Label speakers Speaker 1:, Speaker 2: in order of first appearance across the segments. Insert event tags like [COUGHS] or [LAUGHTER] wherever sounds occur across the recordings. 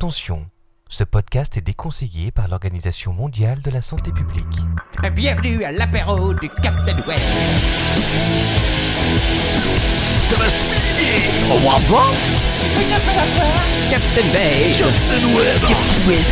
Speaker 1: Attention, ce podcast est déconseillé par l'Organisation mondiale de la santé publique.
Speaker 2: Bienvenue à l'apéro du Captain Web.
Speaker 3: Ça va speeder Au revoir
Speaker 2: Captain Bay.
Speaker 3: Captain Web Captain Web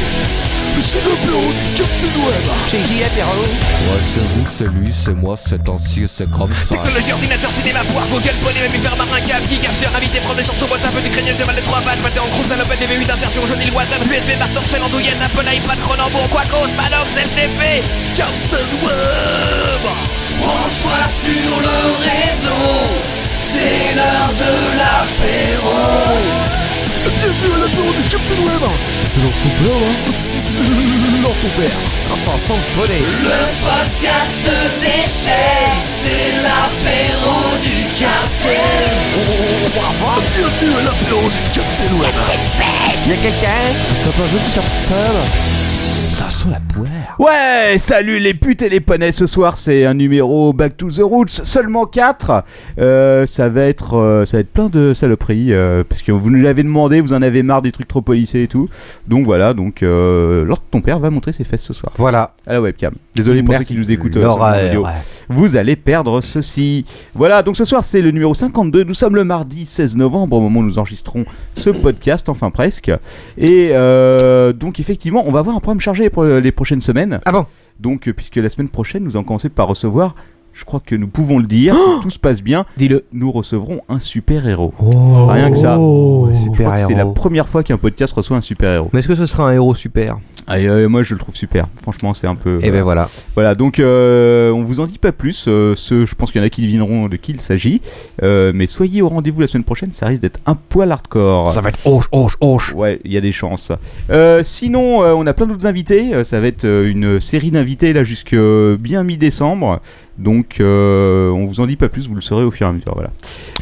Speaker 3: C'est le bureau du Captain Web
Speaker 2: J'ai dit l'apéro.
Speaker 4: Moi, c'est vous, c'est lui, c'est moi, c'est ancien, c'est comme ça.
Speaker 3: Technologie, ordinateur, cinéma, poire, Google, poney, mammifère, marin, cave, geek, after, invité, prendre des chansons, boîte, un peu d'ukrainien, cheval de trois pattes, maté en croupe, salopette, DV8, insertion, jaune, île, WhatsApp, USB, marteau, sel, andouillette, Apple, iPad, Cronenbourg, Quacos, Manox, FTP Captain Web Branche-toi sur le réseau C'est l'heure de l'apéro Bienvenue à l'apéro du Captain Web C'est leur ton père, là C'est leur ton père Ça sent le volet podcast déchaîne, c'est l'apéro du capitaine. Bienvenue à l'apéro du capitaine Web.
Speaker 5: Ouais, salut les putes et les poneys, ce soir c'est un numéro Back to the Roots, seulement 4. ça va être euh, ça va être plein de saloperies euh, parce que vous nous l'avez demandé, vous en avez marre des trucs trop policés et tout. Donc voilà, donc euh, Lord ton père va montrer ses fesses ce soir
Speaker 1: Voilà,
Speaker 5: à la webcam. Désolé pour
Speaker 1: Merci.
Speaker 5: ceux qui nous écoutent euh, sur la
Speaker 1: l'horreur.
Speaker 5: vidéo. Vous allez perdre ceci. Voilà, donc ce soir c'est le numéro 52. Nous sommes le mardi 16 novembre au moment où nous enregistrons ce podcast, enfin presque. Et euh, donc effectivement, on va avoir un programme chargé pour les prochaines semaines.
Speaker 1: Ah bon
Speaker 5: Donc, euh, puisque la semaine prochaine, nous allons commencer par recevoir, je crois que nous pouvons le dire,
Speaker 1: Oh
Speaker 5: si tout se passe bien,
Speaker 1: Dis-le.
Speaker 5: nous recevrons un super-héros. Oh. Rien que ça. Je crois
Speaker 1: Oh.
Speaker 5: que
Speaker 1: super
Speaker 5: C'est la
Speaker 1: héros.
Speaker 5: première fois qu'un podcast reçoit un super-héros.
Speaker 1: Mais est-ce que ce sera un héros super
Speaker 5: Et, euh, moi, je le trouve super. Franchement, c'est un peu...
Speaker 1: Eh ben voilà.
Speaker 5: Voilà, donc euh, on vous en dit pas plus. euh, ce, je pense qu'il y en a qui devineront de qui il s'agit. Euh, mais soyez au rendez-vous la semaine prochaine, ça risque d'être un poil hardcore.
Speaker 1: Ça va être hoche, hoche, hoche.
Speaker 5: Ouais, il y a des chances. Euh, sinon, euh, on a plein d'autres invités. Euh, ça va être euh, une série d'invités là jusque euh, bien mi-décembre. Donc, euh, on vous en dit pas plus. Vous le saurez au fur et à mesure. Voilà.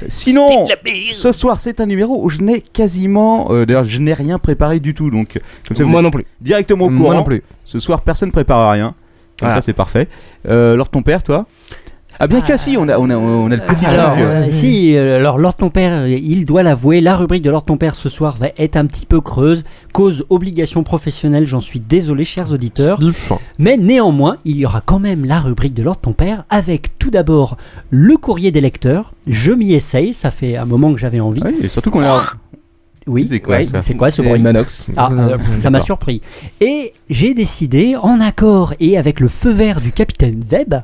Speaker 5: Sinon, ce soir, c'est un numéro où je n'ai quasiment, euh, d'ailleurs, je n'ai rien préparé du tout. Donc, comme ça, vous
Speaker 1: Moi
Speaker 5: êtes
Speaker 1: non plus.
Speaker 5: directement au courant.
Speaker 1: Moi non plus.
Speaker 5: Ce soir, personne ne prépare rien. Comme
Speaker 1: Voilà.
Speaker 5: ça, c'est parfait. Euh, Lord ton père, toi Ah, bien qu'assis, on a, on, a, on a le petit
Speaker 6: Alors,
Speaker 5: truc, euh,
Speaker 6: euh, si, euh, alors Lord Ton Père, euh, il doit l'avouer, la rubrique de Lord Ton Père ce soir va être un petit peu creuse, cause obligation professionnelle, j'en suis désolé chers auditeurs, mais néanmoins, il y aura quand même la rubrique de Lord Ton Père, avec tout d'abord le courrier des lecteurs, je m'y essaye, ça fait un moment que j'avais envie.
Speaker 5: Ah oui, et surtout qu'on a.
Speaker 6: Ah, Oui,
Speaker 5: C'est quoi,
Speaker 6: oui,
Speaker 5: ça
Speaker 6: c'est quoi ce bruit
Speaker 4: Manox.
Speaker 6: Ah, euh, ça m'a surpris. Et j'ai décidé, en accord et avec le feu vert du capitaine Webb,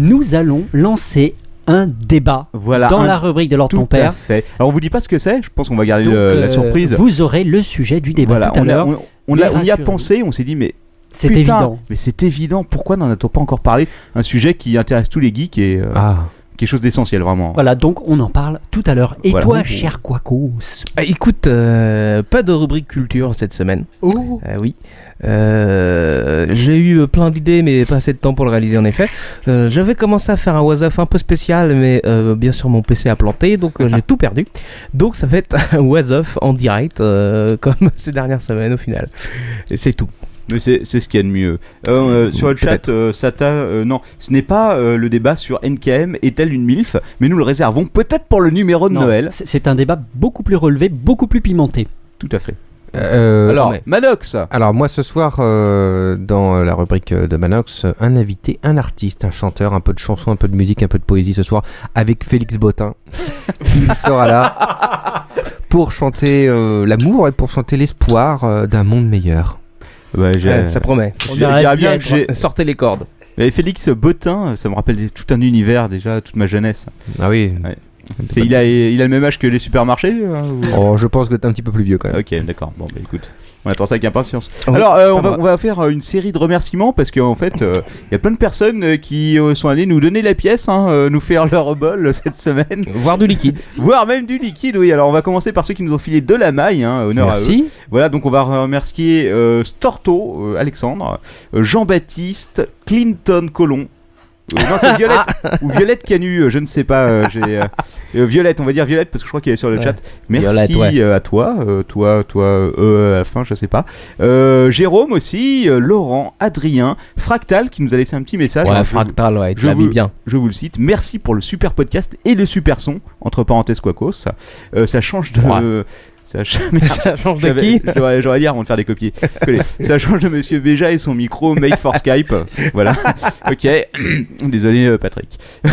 Speaker 6: nous allons lancer un débat
Speaker 5: Voilà.
Speaker 6: dans
Speaker 5: Ah, un-
Speaker 6: la rubrique de Lord
Speaker 5: Tout
Speaker 6: Ton Père.
Speaker 5: à fait. Alors, on vous dit pas ce que c'est, je pense qu'on va garder
Speaker 6: Donc,
Speaker 5: le- la
Speaker 6: euh,
Speaker 5: surprise.
Speaker 6: Vous aurez le sujet du débat
Speaker 5: voilà,
Speaker 6: tout à
Speaker 5: on, a-
Speaker 6: l'heure.
Speaker 5: on, on
Speaker 6: Mais
Speaker 5: l'a- on y a
Speaker 6: rassurez-vous.
Speaker 5: pensé, on s'est dit, mais.
Speaker 6: C'est
Speaker 5: putain,
Speaker 6: évident.
Speaker 5: Mais c'est évident, pourquoi n'en a-t-on pas encore parlé Un sujet qui intéresse tous les geeks et euh,
Speaker 1: Ah.
Speaker 5: quelque chose d'essentiel, vraiment.
Speaker 6: Voilà, donc on en parle tout à l'heure. Et
Speaker 5: Voilà.
Speaker 6: toi, cher Quacos
Speaker 7: Ah, écoute, euh, pas de rubrique culture cette semaine.
Speaker 5: Oh,
Speaker 7: Ah oui. Euh, j'ai eu euh, plein d'idées, mais pas assez de temps pour le réaliser en effet. Euh, j'avais commencé à faire un was un peu spécial, mais euh, bien sûr mon PC a planté, donc euh,
Speaker 5: [LAUGHS]
Speaker 7: j'ai tout perdu. Donc ça va être [LAUGHS] un was en direct, euh, comme [LAUGHS] ces dernières semaines au final. Et c'est tout.
Speaker 5: Mais c'est c'est ce qu'il y a de mieux. Euh, euh, sur le chat,
Speaker 7: Peut-être.
Speaker 5: euh, Sata, euh, non, ce n'est pas euh, le débat sur NKM est-elle une MILF, mais nous le réservons peut-être pour le numéro de
Speaker 6: Non,
Speaker 5: Noël.
Speaker 6: c'est- C'est un débat beaucoup plus relevé, beaucoup plus pimenté.
Speaker 5: Tout à fait.
Speaker 1: Euh, alors,
Speaker 5: Alors,
Speaker 7: mais-
Speaker 5: Manox
Speaker 1: alors moi ce soir euh, dans la rubrique euh, de Manox, euh, un invité, un artiste, un chanteur, un peu de chanson, un peu de musique, un peu de poésie ce soir avec Félix Botin. Il sera là pour chanter euh, l'amour et pour chanter l'espoir euh, d'un monde meilleur.
Speaker 7: Ouais, Euh, ça promet.
Speaker 5: Je-
Speaker 6: On
Speaker 5: je
Speaker 6: arrête
Speaker 5: dirais
Speaker 6: d'y
Speaker 5: bien
Speaker 6: être.
Speaker 5: que Euh, j'ai-
Speaker 7: Sortez les cordes.
Speaker 5: Mais Félix Botin, ça me rappelle des- tout un univers déjà, toute ma jeunesse.
Speaker 1: Ah oui.
Speaker 5: Ouais. C'est- il, a, il a le même âge que les supermarchés hein, ou-
Speaker 1: Oh, je pense que t'es un petit peu plus vieux quand même.
Speaker 5: Ok, d'accord. Bon, bah écoute, on attend ça avec impatience.
Speaker 7: Oui,
Speaker 5: Alors, euh, on,
Speaker 7: pas
Speaker 5: va, on va faire euh, une série de remerciements parce qu'en fait, euh, il y a plein de personnes euh, qui euh, sont allées nous donner la pièce, hein, euh, nous faire leur bol euh, cette semaine,
Speaker 7: Voir du liquide.
Speaker 5: voire même du liquide. Oui, alors on va commencer par ceux qui nous ont filé de la maille, hein, honneur à eux.
Speaker 1: Merci.
Speaker 5: Voilà, donc on va remercier euh, Storto, euh, Alexandre, euh, Jean-Baptiste, Clinton Colon. Euh, non,
Speaker 7: [LAUGHS]
Speaker 5: c'est Violette ou Violette Canu, euh, je ne sais pas. euh, j'ai, euh, euh, Violette, on va dire Violette parce que je crois qu'elle est sur le
Speaker 7: Ouais.
Speaker 5: chat. Merci
Speaker 7: Violette, ouais.
Speaker 5: euh, à toi, euh, toi, toi, euh, à la fin, je sais pas. Euh, Jérôme aussi, euh, Laurent, Adrien, Fractal qui nous a laissé un petit message. Hein,
Speaker 7: Ouais,
Speaker 5: Alors, je-
Speaker 7: fractal, ouais, tu
Speaker 5: je
Speaker 7: l'as mis
Speaker 5: veux-
Speaker 7: bien.
Speaker 5: je vous le cite. Merci pour le super podcast et le super son, entre parenthèses Quacos. Euh, ça change de.
Speaker 7: Ouais.
Speaker 5: Ça [LAUGHS] change
Speaker 7: Ça change de
Speaker 5: J'avais-
Speaker 7: qui
Speaker 5: je devrais- J'aurais dit on va faire des copier.
Speaker 7: [LAUGHS]
Speaker 5: coller. Ça change de Monsieur Béja et son micro made for Skype.
Speaker 7: [LAUGHS]
Speaker 5: Voilà. Ok. [CLEARS THROAT] Désolé euh, Patrick. [LAUGHS]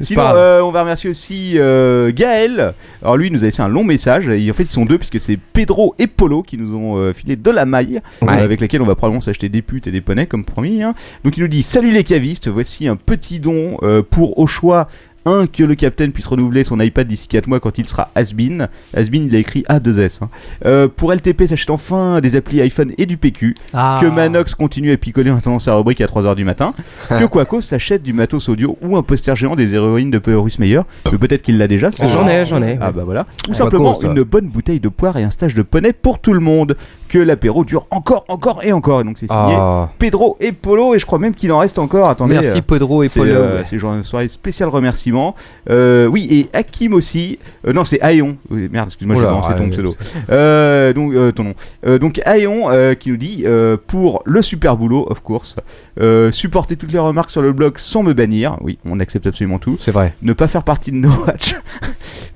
Speaker 5: Sinon,
Speaker 7: pas grave.
Speaker 5: euh, on va remercier aussi euh, Gaël. Alors lui, il nous a laissé un long message. Et en fait, ils sont deux puisque c'est Pedro et Polo qui nous ont euh, filé de la maille euh,
Speaker 1: Ouais.
Speaker 5: avec laquelle on va probablement s'acheter des putes et des poneys comme promis. hein. Donc il nous dit salut les cavistes. Voici un petit don euh, pour au choix. un Que le capitaine puisse renouveler son iPad d'ici 4 mois quand il sera has-been. Has-been, il a écrit A2S. hein. Euh, pour LTP, s'achète enfin des applis iPhone et du PQ.
Speaker 6: Ah.
Speaker 5: Que Manox continue à picoler en attendant sa rubrique à 3h du matin. que Quaco s'achète du matos audio ou un poster géant des héroïnes de Peurus Meyer. Mais peut-être qu'il l'a déjà. ce
Speaker 7: J'en
Speaker 5: genre.
Speaker 7: ai, j'en ai.
Speaker 5: Ah bah voilà. Ou simplement
Speaker 1: Quaco, ça.
Speaker 5: une bonne bouteille de poire et un stage de poney pour tout le monde. Que l'apéro dure encore, encore et encore. Et donc c'est signé
Speaker 1: Ah.
Speaker 5: Pedro et Polo. Et je crois même qu'il en reste encore. Attendez. euh,
Speaker 1: Merci Pedro et
Speaker 5: c'est
Speaker 1: Polo.
Speaker 5: euh, c'est genre une soirée spéciale remerciement. Euh, oui, et Hakim aussi. Euh, non, c'est Aeon. Oui, merde, excuse-moi, j'ai
Speaker 1: Oula,
Speaker 5: balancé ton
Speaker 1: ouais,
Speaker 5: pseudo. Euh, donc, euh, ton nom. Euh, donc, Aeon euh, qui nous dit euh, pour le super boulot, of course. Euh, supporter toutes les remarques sur le blog sans me bannir. Oui, on accepte absolument tout.
Speaker 1: C'est vrai.
Speaker 5: Ne pas faire partie de No [LAUGHS] Watch.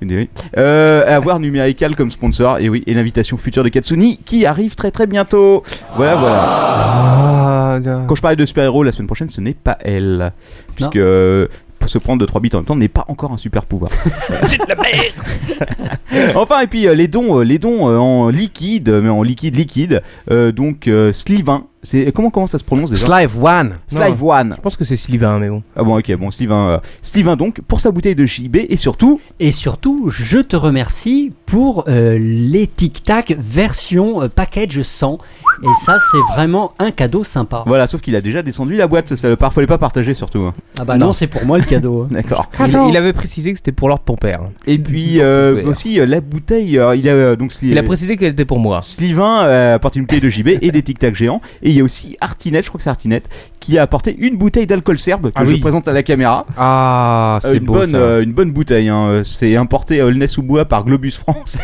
Speaker 5: Mais oui. Euh, avoir Numérical comme sponsor. Et oui, et l'invitation future de Katsuni qui arrive très très bientôt. Voilà, voilà.
Speaker 1: Ah, non.
Speaker 5: Quand je parlais de super-héros la semaine prochaine, ce n'est pas elle. Puisque euh, pour se prendre de 3 bits en même temps n'est pas encore un super pouvoir. [LAUGHS] enfin, et puis euh, les dons, euh, les dons euh, en liquide, euh, mais en liquide liquide. euh, donc euh, Slivin, c'est comment comment ça se prononce déjà
Speaker 1: Slive One.
Speaker 5: Slive One.
Speaker 7: Je pense que c'est Sylvain, mais bon.
Speaker 5: Ah bon, ok, bon, Slivin. euh, Slivin donc, pour sa bouteille de JB et surtout,
Speaker 6: Et surtout, je te remercie pour euh, les Tic Tac version euh, package 100. Et ça, c'est vraiment un cadeau sympa.
Speaker 5: voilà, sauf qu'il a déjà descendu la boîte, ça, parfois fallait pas partager surtout. hein. [LAUGHS]
Speaker 6: Ah bah non, c'est pour moi le cadeau. hein.
Speaker 5: D'accord.
Speaker 7: Il, il avait précisé que c'était pour l'ordre de ton père.
Speaker 5: Et puis euh,
Speaker 1: Pour tout faire.
Speaker 5: aussi euh, la bouteille, euh, il a euh, donc Sli-
Speaker 7: Il a précisé qu'elle était pour moi.
Speaker 5: Slivin euh, a apporté une bouteille de JB et des Tic Tac géants. Et il y a aussi Artinette, je crois que c'est Artinette, qui a apporté une bouteille d'alcool serbe que
Speaker 7: Ah
Speaker 5: je
Speaker 7: oui.
Speaker 5: présente à la caméra.
Speaker 1: Ah,
Speaker 5: Euh,
Speaker 1: c'est
Speaker 5: une,
Speaker 1: beau
Speaker 5: bonne,
Speaker 1: ça.
Speaker 5: euh, une bonne bouteille. hein. C'est importé à Aulnay-sous-Bois par Globus France.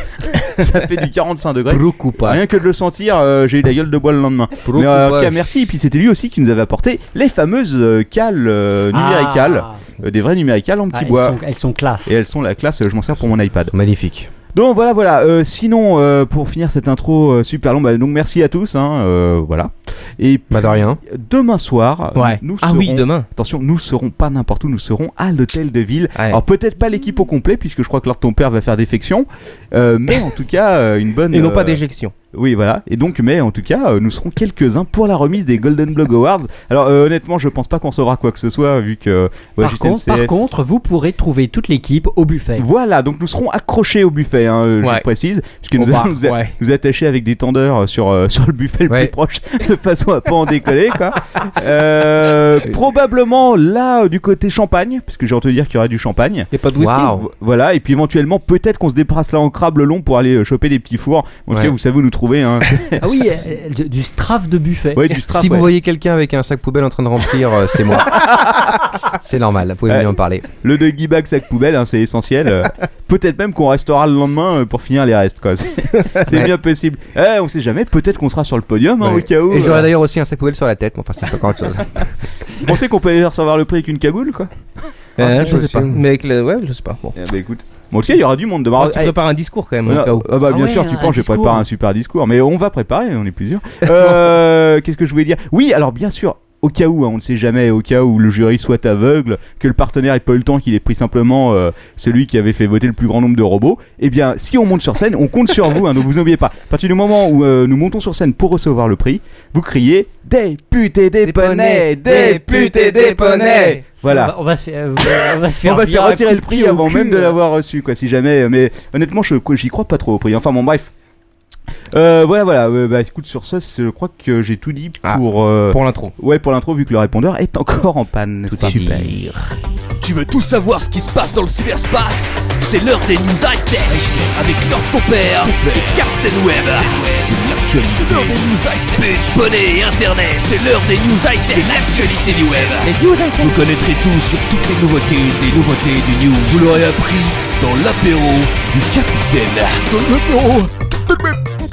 Speaker 5: ça fait du 45 degrés.
Speaker 1: Brooke ou pas.
Speaker 5: Rien que de le sentir, euh, j'ai eu la gueule de bois le lendemain.
Speaker 1: Brooke
Speaker 5: Mais euh, en
Speaker 1: ou
Speaker 5: tout cas,
Speaker 1: pas.
Speaker 5: merci. Et puis c'était lui aussi qui nous avait apporté les fameuses euh, cales euh, numéricales,
Speaker 6: Ah.
Speaker 5: Euh, des vraies numéricales en
Speaker 6: Ah,
Speaker 5: petit
Speaker 6: elles,
Speaker 5: bois.
Speaker 6: sont, elles sont classe.
Speaker 5: Et elles sont la classe, euh, je m'en sers pour mon iPad.
Speaker 1: Magnifique.
Speaker 5: Donc voilà, voilà. Euh, sinon, euh, pour finir cette intro euh, super longue, bah, donc merci à tous. Hein, euh, voilà. Et
Speaker 1: Bah de rien.
Speaker 5: demain soir, euh,
Speaker 7: Ouais.
Speaker 5: nous
Speaker 7: ah
Speaker 5: serons,
Speaker 7: oui, demain.
Speaker 5: attention, nous serons pas n'importe où, nous serons à l'hôtel de ville.
Speaker 7: Ouais.
Speaker 5: Alors peut-être pas l'équipe au complet, puisque je crois que leur ton père va faire défection, euh, mais en tout cas euh, une bonne.
Speaker 7: [LAUGHS] Et non
Speaker 5: euh,
Speaker 7: pas d'éjection.
Speaker 5: Oui, voilà. Et donc, mais en tout cas, euh, nous serons quelques uns pour la remise des Golden Blog Awards. Alors euh, honnêtement, je pense pas qu'on saura quoi que ce soit, vu que euh, ouais,
Speaker 6: par, contre, par
Speaker 5: JCMCF,
Speaker 6: contre, vous pourrez trouver toute l'équipe au buffet.
Speaker 5: Voilà, donc nous serons accrochés au buffet, hein, euh, je
Speaker 7: Ouais.
Speaker 5: le précise, puisque
Speaker 7: Au
Speaker 5: nous
Speaker 7: bar,
Speaker 5: allons nous, a-
Speaker 7: ouais.
Speaker 5: nous attacher avec des tendeurs euh, sur, euh, [LAUGHS] sur le buffet le
Speaker 1: Ouais.
Speaker 5: plus proche, [LAUGHS] de façon à pas en décoller. Quoi.
Speaker 7: [LAUGHS]
Speaker 5: Euh, probablement là, euh, du côté champagne, puisque j'ai entendu dire qu'il y aurait du champagne.
Speaker 7: Y a pas de whisky
Speaker 1: Waouh.
Speaker 5: Voilà, et puis éventuellement, peut-être qu'on se déplace là en crabe le long pour aller euh, choper des petits fours. En tout
Speaker 1: Ouais.
Speaker 5: cas, vous savez où nous trouver.
Speaker 7: [LAUGHS]
Speaker 5: Hein.
Speaker 6: Ah
Speaker 5: [LAUGHS]
Speaker 6: oui, euh, du, du straff de buffet.
Speaker 5: ouais, du strap.
Speaker 1: si
Speaker 5: ouais.
Speaker 1: vous voyez quelqu'un avec un sac poubelle en train de remplir, euh, c'est moi. c'est normal, vous pouvez
Speaker 5: Ouais.
Speaker 1: venir me parler.
Speaker 5: Le doggy bag sac poubelle, hein, c'est essentiel. [LAUGHS] Euh, peut-être même qu'on restera le lendemain euh, pour finir les restes. quoi. C'est [LAUGHS] c'est
Speaker 1: Ouais.
Speaker 5: bien possible. Eh, on sait jamais, peut-être qu'on sera sur le podium hein,
Speaker 1: Ouais.
Speaker 5: au cas où.
Speaker 1: Et
Speaker 5: euh,
Speaker 1: j'aurais d'ailleurs aussi un sac poubelle sur la tête, mais enfin c'est encore autre chose.
Speaker 5: Vous pensez qu'on peut aller recevoir le prix avec une cagoule quoi
Speaker 7: Euh,
Speaker 1: c'est
Speaker 7: Je sais
Speaker 1: possible.
Speaker 7: pas. Mais avec le. Ouais, je sais pas. Bon.
Speaker 5: Eh ben écoute. Bon, en tout cas, il y aura du monde de
Speaker 7: Ah, tu prépares un discours quand même. au cas où.
Speaker 5: ah bah
Speaker 6: Ah
Speaker 5: bien
Speaker 6: ouais,
Speaker 5: sûr, tu
Speaker 6: un
Speaker 5: penses je
Speaker 6: discours.
Speaker 5: prépare un super discours, mais on va préparer, on est plusieurs.
Speaker 6: [LAUGHS]
Speaker 5: Euh, Qu'est-ce que je voulais dire Oui, alors bien sûr, au cas où, hein, on ne sait jamais, au cas où le jury soit aveugle, que le partenaire ait pas eu le temps, qu'il ait pris simplement euh, celui qui avait fait voter le plus grand nombre de robots, eh bien, si on monte sur scène, on compte sur vous, hein, donc vous n'oubliez pas. À partir du moment où euh, nous montons sur scène pour recevoir le prix, vous criez des putes et des,
Speaker 1: Des
Speaker 5: poneys,
Speaker 1: poneys,
Speaker 5: des
Speaker 1: des
Speaker 5: putes et des poneys. Voilà.
Speaker 6: On va- On va se faire, euh, on va se faire
Speaker 5: [LAUGHS] On va se faire
Speaker 6: virer à
Speaker 5: retirer le
Speaker 6: coups de
Speaker 5: prix
Speaker 6: pied au
Speaker 5: avant
Speaker 6: cul,
Speaker 5: même de
Speaker 6: euh.
Speaker 5: l'avoir reçu, quoi, si jamais. euh, Mais honnêtement, je j'y crois pas trop au prix. Enfin, bon, bref. Euh, voilà, voilà. Euh, bah, écoute, sur ça, c'est- je crois que j'ai tout dit
Speaker 7: Ah.
Speaker 5: pour. euh,
Speaker 7: Pour l'intro.
Speaker 5: Ouais, pour l'intro, vu que le répondeur est encore en panne. n'est-ce pas
Speaker 3: Tu veux tout savoir ce qui se passe dans le cyberspace C'est l'heure des news high-tech avec Lord ton père et Captain Web. C'est l'actualité. C'est l'heure des news high-tech. Bonnet et Internet. C'est l'heure des news high-tech. C'est l'actualité du web. Vous connaîtrez tout sur toutes les nouveautés des nouveautés du news. Vous l'aurez appris dans l'apéro du capitaine. Dans l'apéro.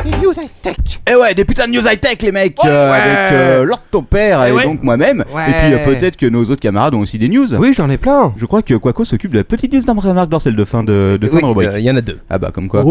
Speaker 2: Des news high-tech.
Speaker 5: Eh ouais, des putains de news high-tech, les mecs, euh,
Speaker 1: Ouais.
Speaker 5: avec euh, Lord ton père
Speaker 3: Eh
Speaker 5: et
Speaker 3: ouais.
Speaker 5: donc moi-même.
Speaker 1: Ouais.
Speaker 5: Et puis euh, peut-être que nos autres camarades ont aussi des news.
Speaker 1: Oui, j'en ai plein.
Speaker 5: Je crois que Quaco s'occupe de la petite news d'Arc d'Orcel de fin de, de, fin
Speaker 7: Oui,
Speaker 5: de rubrique.
Speaker 7: euh, Il y en a deux.
Speaker 5: Ah bah, comme quoi.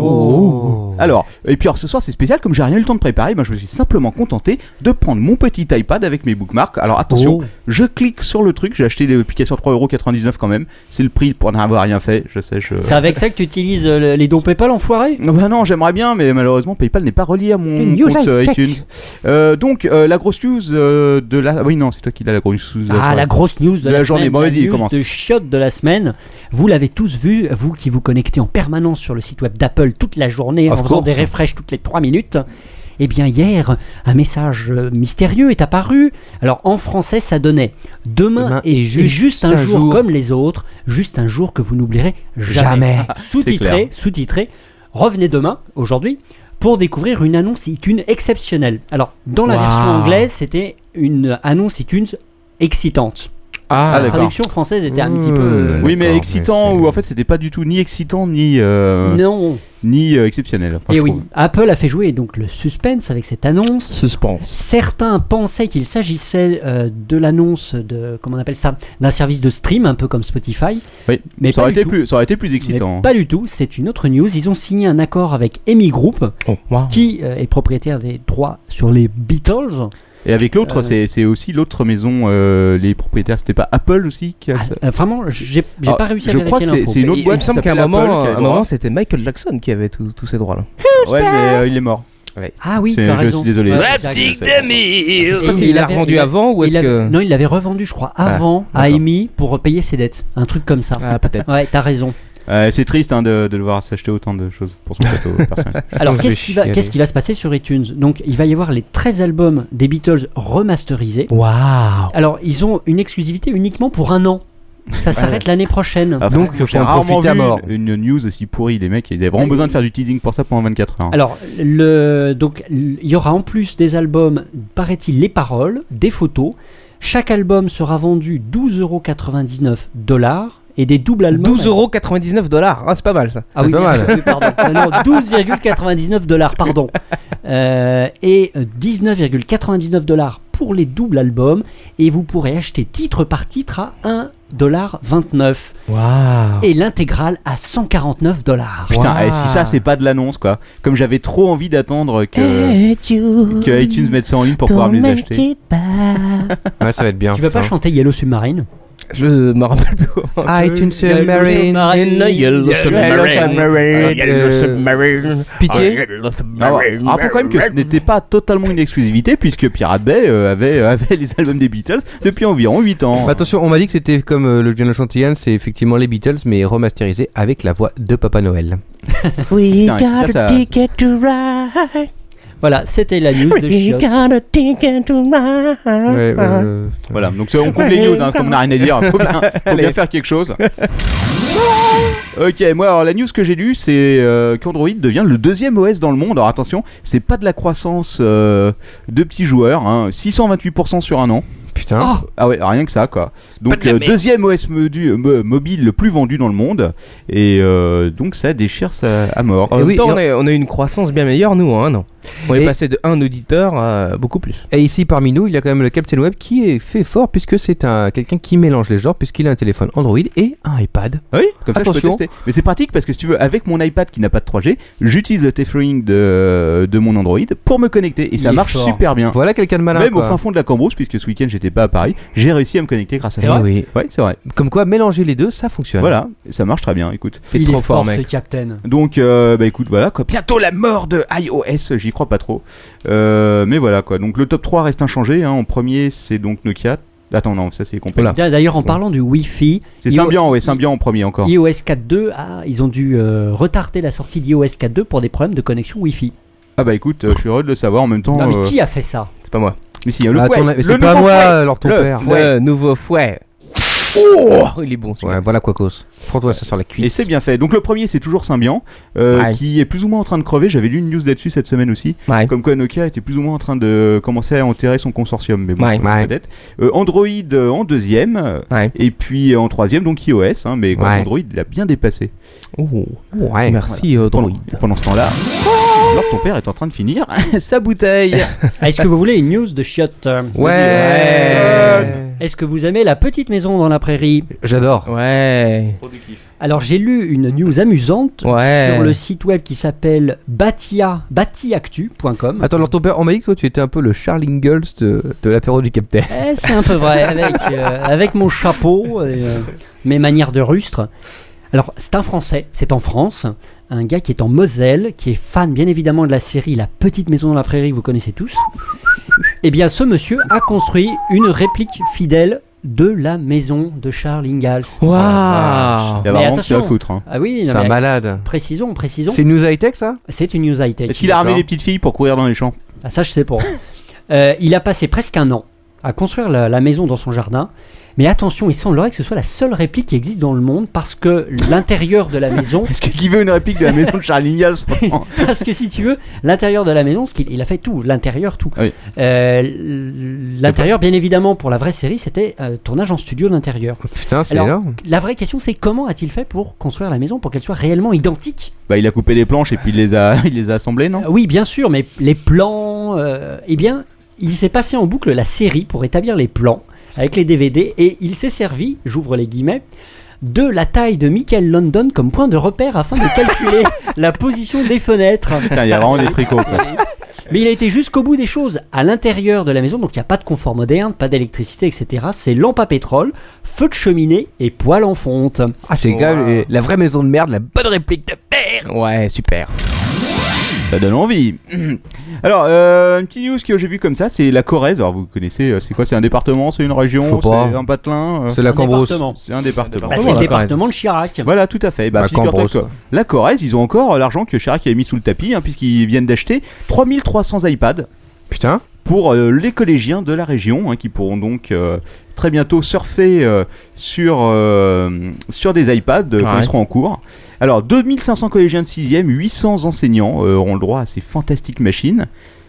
Speaker 1: Oh.
Speaker 5: Alors, et puis alors ce soir c'est spécial, comme j'ai rien eu le temps de préparer, moi je me suis simplement contenté de prendre mon petit iPad avec mes bookmarks. Alors attention,
Speaker 6: Oh.
Speaker 5: je clique sur le truc, j'ai acheté l'application 3,99€ quand même, c'est le prix pour n'avoir rien fait, je sais, je...
Speaker 6: C'est avec ça que tu utilises euh, le- les dons PayPal enfoiré
Speaker 5: Ah Bah non, j'aimerais bien, mais malheureusement PayPal n'est pas relié à mon
Speaker 1: Une news
Speaker 5: compte euh,
Speaker 1: high-tech.
Speaker 5: iTunes. Euh, donc euh, la grosse news euh, de la... ah Oui non, c'est toi qui l'as la grosse news. de
Speaker 6: Ah,
Speaker 5: soirée.
Speaker 6: la grosse news de
Speaker 5: De
Speaker 6: la,
Speaker 5: la journée.
Speaker 6: semaine,
Speaker 5: Bon,
Speaker 6: la
Speaker 5: vas-y,
Speaker 6: news
Speaker 5: commence.
Speaker 6: de chiottes de la semaine. Vous l'avez tous vu, vous qui vous connectez en permanence sur le site web d'Apple toute la journée
Speaker 5: Of
Speaker 6: en faisant
Speaker 5: course.
Speaker 6: des refreshs toutes les 3 minutes. Eh bien, hier, un message euh, mystérieux est apparu. Alors, en français, ça donnait Demain,
Speaker 1: Demain
Speaker 6: est
Speaker 1: est
Speaker 6: juste,
Speaker 1: juste
Speaker 6: un,
Speaker 1: un
Speaker 6: jour,
Speaker 1: jour.
Speaker 6: comme les autres, juste un jour que vous n'oublierez jamais.
Speaker 1: Jamais.
Speaker 5: c'est
Speaker 6: Sous-titré, sous-titré, revenez demain, aujourd'hui, pour découvrir une annonce iTunes exceptionnelle. Alors, dans la
Speaker 1: Waouh.
Speaker 6: version anglaise, c'était une annonce iTunes excitante.
Speaker 5: Ah,
Speaker 6: la
Speaker 5: d'accord.
Speaker 6: traduction française était un petit peu.
Speaker 1: Mmh.
Speaker 5: Oui mais
Speaker 1: D'accord,
Speaker 5: excitant,
Speaker 1: mais c'est-
Speaker 5: ou en fait c'était pas du tout ni excitant ni, euh,
Speaker 6: non.
Speaker 5: ni euh, exceptionnel. Enfin,
Speaker 6: Et
Speaker 5: je
Speaker 6: oui,
Speaker 5: trouve.
Speaker 6: Apple a fait jouer donc le suspense avec cette annonce.
Speaker 7: Suspense.
Speaker 6: Certains pensaient qu'il s'agissait euh, de l'annonce de comment on appelle ça d'un service de stream un peu comme Spotify.
Speaker 5: Oui,
Speaker 6: mais pas
Speaker 5: ça, aurait
Speaker 6: du
Speaker 5: été
Speaker 6: tout.
Speaker 5: plus, ça aurait été plus
Speaker 6: Mais
Speaker 5: excitant. hein.
Speaker 6: pas du tout, c'est une autre news. Ils ont signé un accord avec EMI Group,
Speaker 7: Oh, wow.
Speaker 6: qui euh, est propriétaire des droits sur les Beatles.
Speaker 5: Et avec l'autre,
Speaker 6: Euh,
Speaker 5: c'est- c'est aussi l'autre maison, euh, les propriétaires, c'était pas Apple aussi qui a
Speaker 6: Ah,
Speaker 5: ça
Speaker 6: euh, vraiment, j'ai j'ai
Speaker 5: Ah,
Speaker 6: pas réussi à
Speaker 5: je
Speaker 6: vérifier
Speaker 5: crois que
Speaker 6: l'info.
Speaker 5: c'est une autre
Speaker 7: Il-
Speaker 5: boîte
Speaker 7: Il me
Speaker 5: qui
Speaker 7: semble qu'à un
Speaker 5: s'appelle
Speaker 7: moment,
Speaker 5: Apple, qui a
Speaker 7: à
Speaker 5: le
Speaker 7: un
Speaker 5: droit.
Speaker 7: moment, c'était Michael Jackson qui avait tous tous ces droits-là.
Speaker 5: Ouais, mais euh, il est mort.
Speaker 6: Ah oui,
Speaker 5: C'est-
Speaker 6: tu as
Speaker 5: je
Speaker 6: raison.
Speaker 5: suis désolé.
Speaker 6: Ouais,
Speaker 5: Ouais,
Speaker 6: exact.
Speaker 5: petit
Speaker 6: Je sais
Speaker 7: Je
Speaker 6: pas
Speaker 7: sais
Speaker 6: s'il
Speaker 7: il l'a
Speaker 6: l'avait-
Speaker 7: rendu
Speaker 6: il-
Speaker 7: avant ou
Speaker 6: il
Speaker 7: est-ce
Speaker 6: l'avait-
Speaker 7: que.
Speaker 6: Non, il l'avait revendu, je crois,
Speaker 7: Ah,
Speaker 6: avant à
Speaker 7: d'accord.
Speaker 6: Amy pour payer ses dettes. Un truc comme ça.
Speaker 7: Ah, peut-être.
Speaker 6: [LAUGHS] Ouais, t'as raison.
Speaker 5: Euh, c'est triste hein, de, de devoir s'acheter autant de choses pour son plateau personnel.
Speaker 6: Alors,
Speaker 1: Je vais
Speaker 6: qu'est-ce qui, va,
Speaker 1: chialer.
Speaker 6: qu'est-ce qui va se passer sur iTunes Donc, il va y avoir les 13 albums des Beatles remasterisés.
Speaker 7: Waouh
Speaker 6: Alors, ils ont une exclusivité uniquement pour un an. Ça s'arrête l'année prochaine.
Speaker 1: Donc, faut
Speaker 5: J'ai
Speaker 1: en
Speaker 5: rarement
Speaker 1: profiter
Speaker 5: vu
Speaker 1: à mort.
Speaker 5: une une news aussi pourrie, les mecs. Ils avaient vraiment besoin de faire du teasing pour ça pendant 24 heures.
Speaker 6: Alors, le, donc, il y aura en plus des albums, paraît-il, les paroles, des photos. Chaque album sera vendu 12,99 dollars et des doubles albums.
Speaker 7: 12,99 dollars, c'est pas mal ça.
Speaker 6: Ah [LAUGHS] oui,
Speaker 1: C'est pas
Speaker 6: bien
Speaker 1: mal.
Speaker 6: joué, pardon. Non, non, 12,99 dollars,
Speaker 1: [LAUGHS]
Speaker 6: pardon. Euh, et 19,99 dollars pour les doubles albums. Et vous pourrez acheter titre par titre à 1,29 dollar
Speaker 7: Waouh
Speaker 6: et l'intégrale à 149 dollars.
Speaker 5: Putain,
Speaker 7: Waouh.
Speaker 5: eh, si ça, c'est pas de l'annonce, quoi. Comme j'avais trop envie d'attendre que,
Speaker 8: Que,
Speaker 5: que iTunes mette ça en ligne pour pouvoir me les acheter.
Speaker 1: Ouais, ça va être bien.
Speaker 6: Tu vas pas
Speaker 1: putain.
Speaker 6: chanter Yellow Submarine
Speaker 7: Je me rappelle plus.
Speaker 1: iTunes Submarine.
Speaker 7: Ah,
Speaker 1: Euh, Pitié.
Speaker 5: Ah ouais. Rappelons quand même que ce n'était pas totalement une exclusivité, puisque Pirate Bay euh, avait, avait les albums des Beatles depuis environ 8 ans.
Speaker 1: Bah, attention, on m'a dit que c'était comme euh, le Julien Chantillan, c'est effectivement les Beatles, mais remasterisé avec la voix de Papa Noël.
Speaker 8: We
Speaker 5: Putain,
Speaker 8: got
Speaker 5: ça,
Speaker 8: a
Speaker 5: ça-
Speaker 8: ticket to ride.
Speaker 6: Voilà, c'était la
Speaker 1: [LAUGHS]
Speaker 6: news de
Speaker 8: We
Speaker 6: Chiot.
Speaker 8: got a ticket to ride.
Speaker 1: Ouais, euh,
Speaker 5: Voilà, donc ça, on compte les news, hein, comme on n'a rien à dire, faut bien, faut bien faire quelque chose. Ok, moi alors la news que j'ai lue c'est euh, qu'Android devient le deuxième OS dans le monde. Alors attention, c'est pas de la croissance euh, de petits joueurs, hein, 628% sur un an.
Speaker 1: Putain.
Speaker 5: Ah ouais, rien que ça quoi.
Speaker 3: Pas
Speaker 5: Donc
Speaker 3: de la
Speaker 5: euh,
Speaker 3: merde.
Speaker 5: deuxième OS modu- euh, mo- mobile le plus vendu dans le monde et euh, donc ça déchire ça à mort.
Speaker 7: En
Speaker 1: Et
Speaker 7: même
Speaker 1: oui,
Speaker 7: temps,
Speaker 1: et-
Speaker 7: on, a, on a une croissance bien meilleure, nous, hein, non On est
Speaker 1: Et-
Speaker 7: passé de un auditeur à beaucoup plus.
Speaker 1: Et ici parmi nous, il y a quand même le Captain Web qui est fait fort puisque c'est un quelqu'un qui mélange les genres puisqu'il a un téléphone Android et un iPad.
Speaker 5: Ah Oui, comme ça je peux
Speaker 1: Attention.
Speaker 5: tester. Mais c'est pratique parce que si tu veux, avec mon iPad qui n'a pas de 3G, j'utilise le tethering de, de mon Android pour me connecter et ça
Speaker 6: est
Speaker 5: marche
Speaker 6: fort.
Speaker 5: super bien.
Speaker 1: Voilà quelqu'un de malin.
Speaker 5: Même au
Speaker 1: quoi.
Speaker 5: fin fond de la Cambrousse, puisque ce week-end j'étais pas à Paris, j'ai réussi à me connecter grâce à
Speaker 1: Eh
Speaker 5: ça.
Speaker 1: oui.
Speaker 5: Ouais, c'est vrai.
Speaker 1: Comme quoi, mélanger les deux, ça fonctionne.
Speaker 5: Voilà, ça marche très bien. Écoute.
Speaker 1: T'es
Speaker 6: Il
Speaker 1: trop
Speaker 6: est fort,
Speaker 1: mec.
Speaker 6: ce Captain.
Speaker 5: Donc, euh, bah écoute, voilà quoi. Bientôt la mort de iOS, j'y crois pas trop. Euh, mais voilà quoi. Donc le top 3 reste inchangé. Hein. En premier, c'est donc Nokia. Attends, non, ça c'est complet.
Speaker 1: Voilà.
Speaker 6: D'ailleurs, en parlant du Wi-Fi,
Speaker 5: C'est
Speaker 6: Io-
Speaker 5: Symbian, ouais, Symbian en premier encore.
Speaker 6: iOS 4.2, ah, ils ont dû euh, retarder la sortie d'iOS 4.2 pour des problèmes de connexion Wi-Fi.
Speaker 5: Ah bah écoute, euh, je suis heureux de le savoir en même temps.
Speaker 6: Non, mais
Speaker 5: euh,
Speaker 6: qui a fait ça
Speaker 7: C'est pas moi.
Speaker 5: mais si, il y a le
Speaker 1: Ah,
Speaker 5: fouet,
Speaker 1: ton-
Speaker 5: le
Speaker 1: c'est pas
Speaker 5: nouveau
Speaker 1: moi,
Speaker 5: fouet.
Speaker 1: alors ton
Speaker 5: Le
Speaker 1: père.
Speaker 5: fouet.
Speaker 7: Le nouveau fouet. Oh, il est bon. celui-là.
Speaker 1: Ouais, voilà quoi cause. Prends-toi ça sur la cuisse.
Speaker 5: Et c'est bien fait. Donc le premier, c'est toujours Symbian, euh,
Speaker 7: Aïe.
Speaker 5: qui est plus ou moins en train de crever. J'avais lu une news là-dessus cette semaine aussi.
Speaker 7: Ouais.
Speaker 5: Comme quoi Nokia était plus ou moins en train de commencer à enterrer son consortium, mais bon,
Speaker 7: Ouais.
Speaker 1: Ouais.
Speaker 5: peut-être. Euh, Android euh, en deuxième, euh,
Speaker 7: Ouais.
Speaker 5: et puis euh, en troisième, donc iOS, hein, mais quand
Speaker 1: Ouais.
Speaker 5: Android l'a bien dépassé.
Speaker 7: Oh,
Speaker 1: Ouais.
Speaker 7: merci, euh,
Speaker 5: Pendant,
Speaker 7: Droid.
Speaker 5: pendant ce temps-là, Alors ton père est en train de finir [LAUGHS] sa bouteille.
Speaker 6: Ah, Est-ce que vous voulez une news de chiottes
Speaker 7: euh,
Speaker 1: Ouais.
Speaker 6: Est-ce que vous aimez la petite maison dans la prairie
Speaker 1: J'adore.
Speaker 7: Ouais.
Speaker 6: Alors j'ai lu une news amusante
Speaker 7: Ouais.
Speaker 6: sur le site web qui s'appelle batia, batiactu.com.
Speaker 1: Attends, alors ton père, on m'a dit que toi, tu étais un peu le Charles Ingalls de, de l'apéro du Capitaine.
Speaker 6: Eh, c'est un peu vrai, avec, euh, avec mon chapeau, et, euh, mes manières de rustre. Alors, c'est un Français, c'est en France, un gars qui est en Moselle, qui est fan bien évidemment de la série La Petite Maison dans la Prairie, vous connaissez tous. Eh bien, ce monsieur a construit une réplique fidèle de la maison de Charles Ingalls.
Speaker 1: Ah,
Speaker 7: Waouh.
Speaker 5: Il a
Speaker 6: Mais
Speaker 5: vraiment que ça à
Speaker 6: attention.
Speaker 5: foutre. hein.
Speaker 6: Ah oui,
Speaker 1: C'est
Speaker 6: non,
Speaker 1: un
Speaker 6: mais
Speaker 1: malade.
Speaker 6: précisons, précisons,
Speaker 1: C'est une news high-tech, ça
Speaker 6: c'est une news high-tech.
Speaker 5: Est-ce qu'il a ramené
Speaker 1: D'accord.
Speaker 5: les petites filles pour courir dans les [LAUGHS] champs
Speaker 6: Ah, ça, je sais pas. Euh, il a passé presque un an à construire la, la maison dans son jardin. Mais attention, il semblerait que ce soit la seule réplique qui existe dans le monde parce que l'intérieur
Speaker 5: [LAUGHS]
Speaker 6: de la maison,
Speaker 5: Est-ce que qui veut une réplique de [LAUGHS] la maison de Charlie Ingalls franchement
Speaker 6: parce que si tu veux, l'intérieur de la maison, ce qu'il il a fait tout, l'intérieur tout.
Speaker 5: Ah oui.
Speaker 6: Euh, l- l'intérieur, bien évidemment, pour la vraie série, c'était euh, tournage en studio de l'intérieur.
Speaker 1: Putain, c'est
Speaker 6: Alors-
Speaker 1: énorme.
Speaker 6: La vraie question, c'est comment a-t-il fait pour construire la maison pour qu'elle soit réellement identique
Speaker 5: Bah il a coupé des planches et puis il les a, [LAUGHS] il les a assemblées, non
Speaker 6: Euh, Oui, bien sûr, mais les plans. euh, eh bien, il s'est passé en boucle la série pour établir les plans avec les DVD et il s'est servi, j'ouvre les guillemets, de la taille de Michael London comme point de repère afin de calculer la position des fenêtres.
Speaker 5: Putain, il y a vraiment des fricots. quoi.
Speaker 6: Mais il a été jusqu'au bout des choses, à l'intérieur de la maison, donc il n'y a pas de confort moderne, pas d'électricité, etc. C'est lampe à pétrole, feu de cheminée et poêle en fonte.
Speaker 1: Ah, c'est grave.
Speaker 5: euh,
Speaker 1: et La vraie maison de merde, la
Speaker 3: Bonne réplique de père
Speaker 7: Ouais, super.
Speaker 5: Ça donne envie. [CLEARS THROAT] Alors, euh, une petite news que j'ai vue comme ça, c'est la Corrèze. Alors, vous connaissez, euh, c'est quoi C'est un département, c'est une région,
Speaker 1: Je sais pas.
Speaker 5: c'est un patelin euh,
Speaker 1: C'est la
Speaker 6: Un
Speaker 1: cambrousse.
Speaker 6: département.
Speaker 5: C'est un département.
Speaker 6: Bah,
Speaker 7: Oh,
Speaker 6: c'est le
Speaker 7: la Corrèze.
Speaker 6: département de Chirac.
Speaker 5: Voilà, tout à fait. Bah,
Speaker 1: La
Speaker 5: figure-toi
Speaker 1: Cambrousse,
Speaker 5: que
Speaker 1: quoi.
Speaker 5: la Corrèze, ils ont encore euh, l'argent que Chirac avait mis sous le tapis, hein, puisqu'ils viennent d'acheter 3300 iPads
Speaker 1: Putain.
Speaker 5: pour euh, les collégiens de la région, hein, qui pourront donc euh, très bientôt surfer euh, sur, euh, sur des iPads euh, quand
Speaker 7: Ouais.
Speaker 5: ils seront en cours. Alors, 2500 collégiens de 6e, 800 enseignants euh, auront le droit à ces fantastiques machines.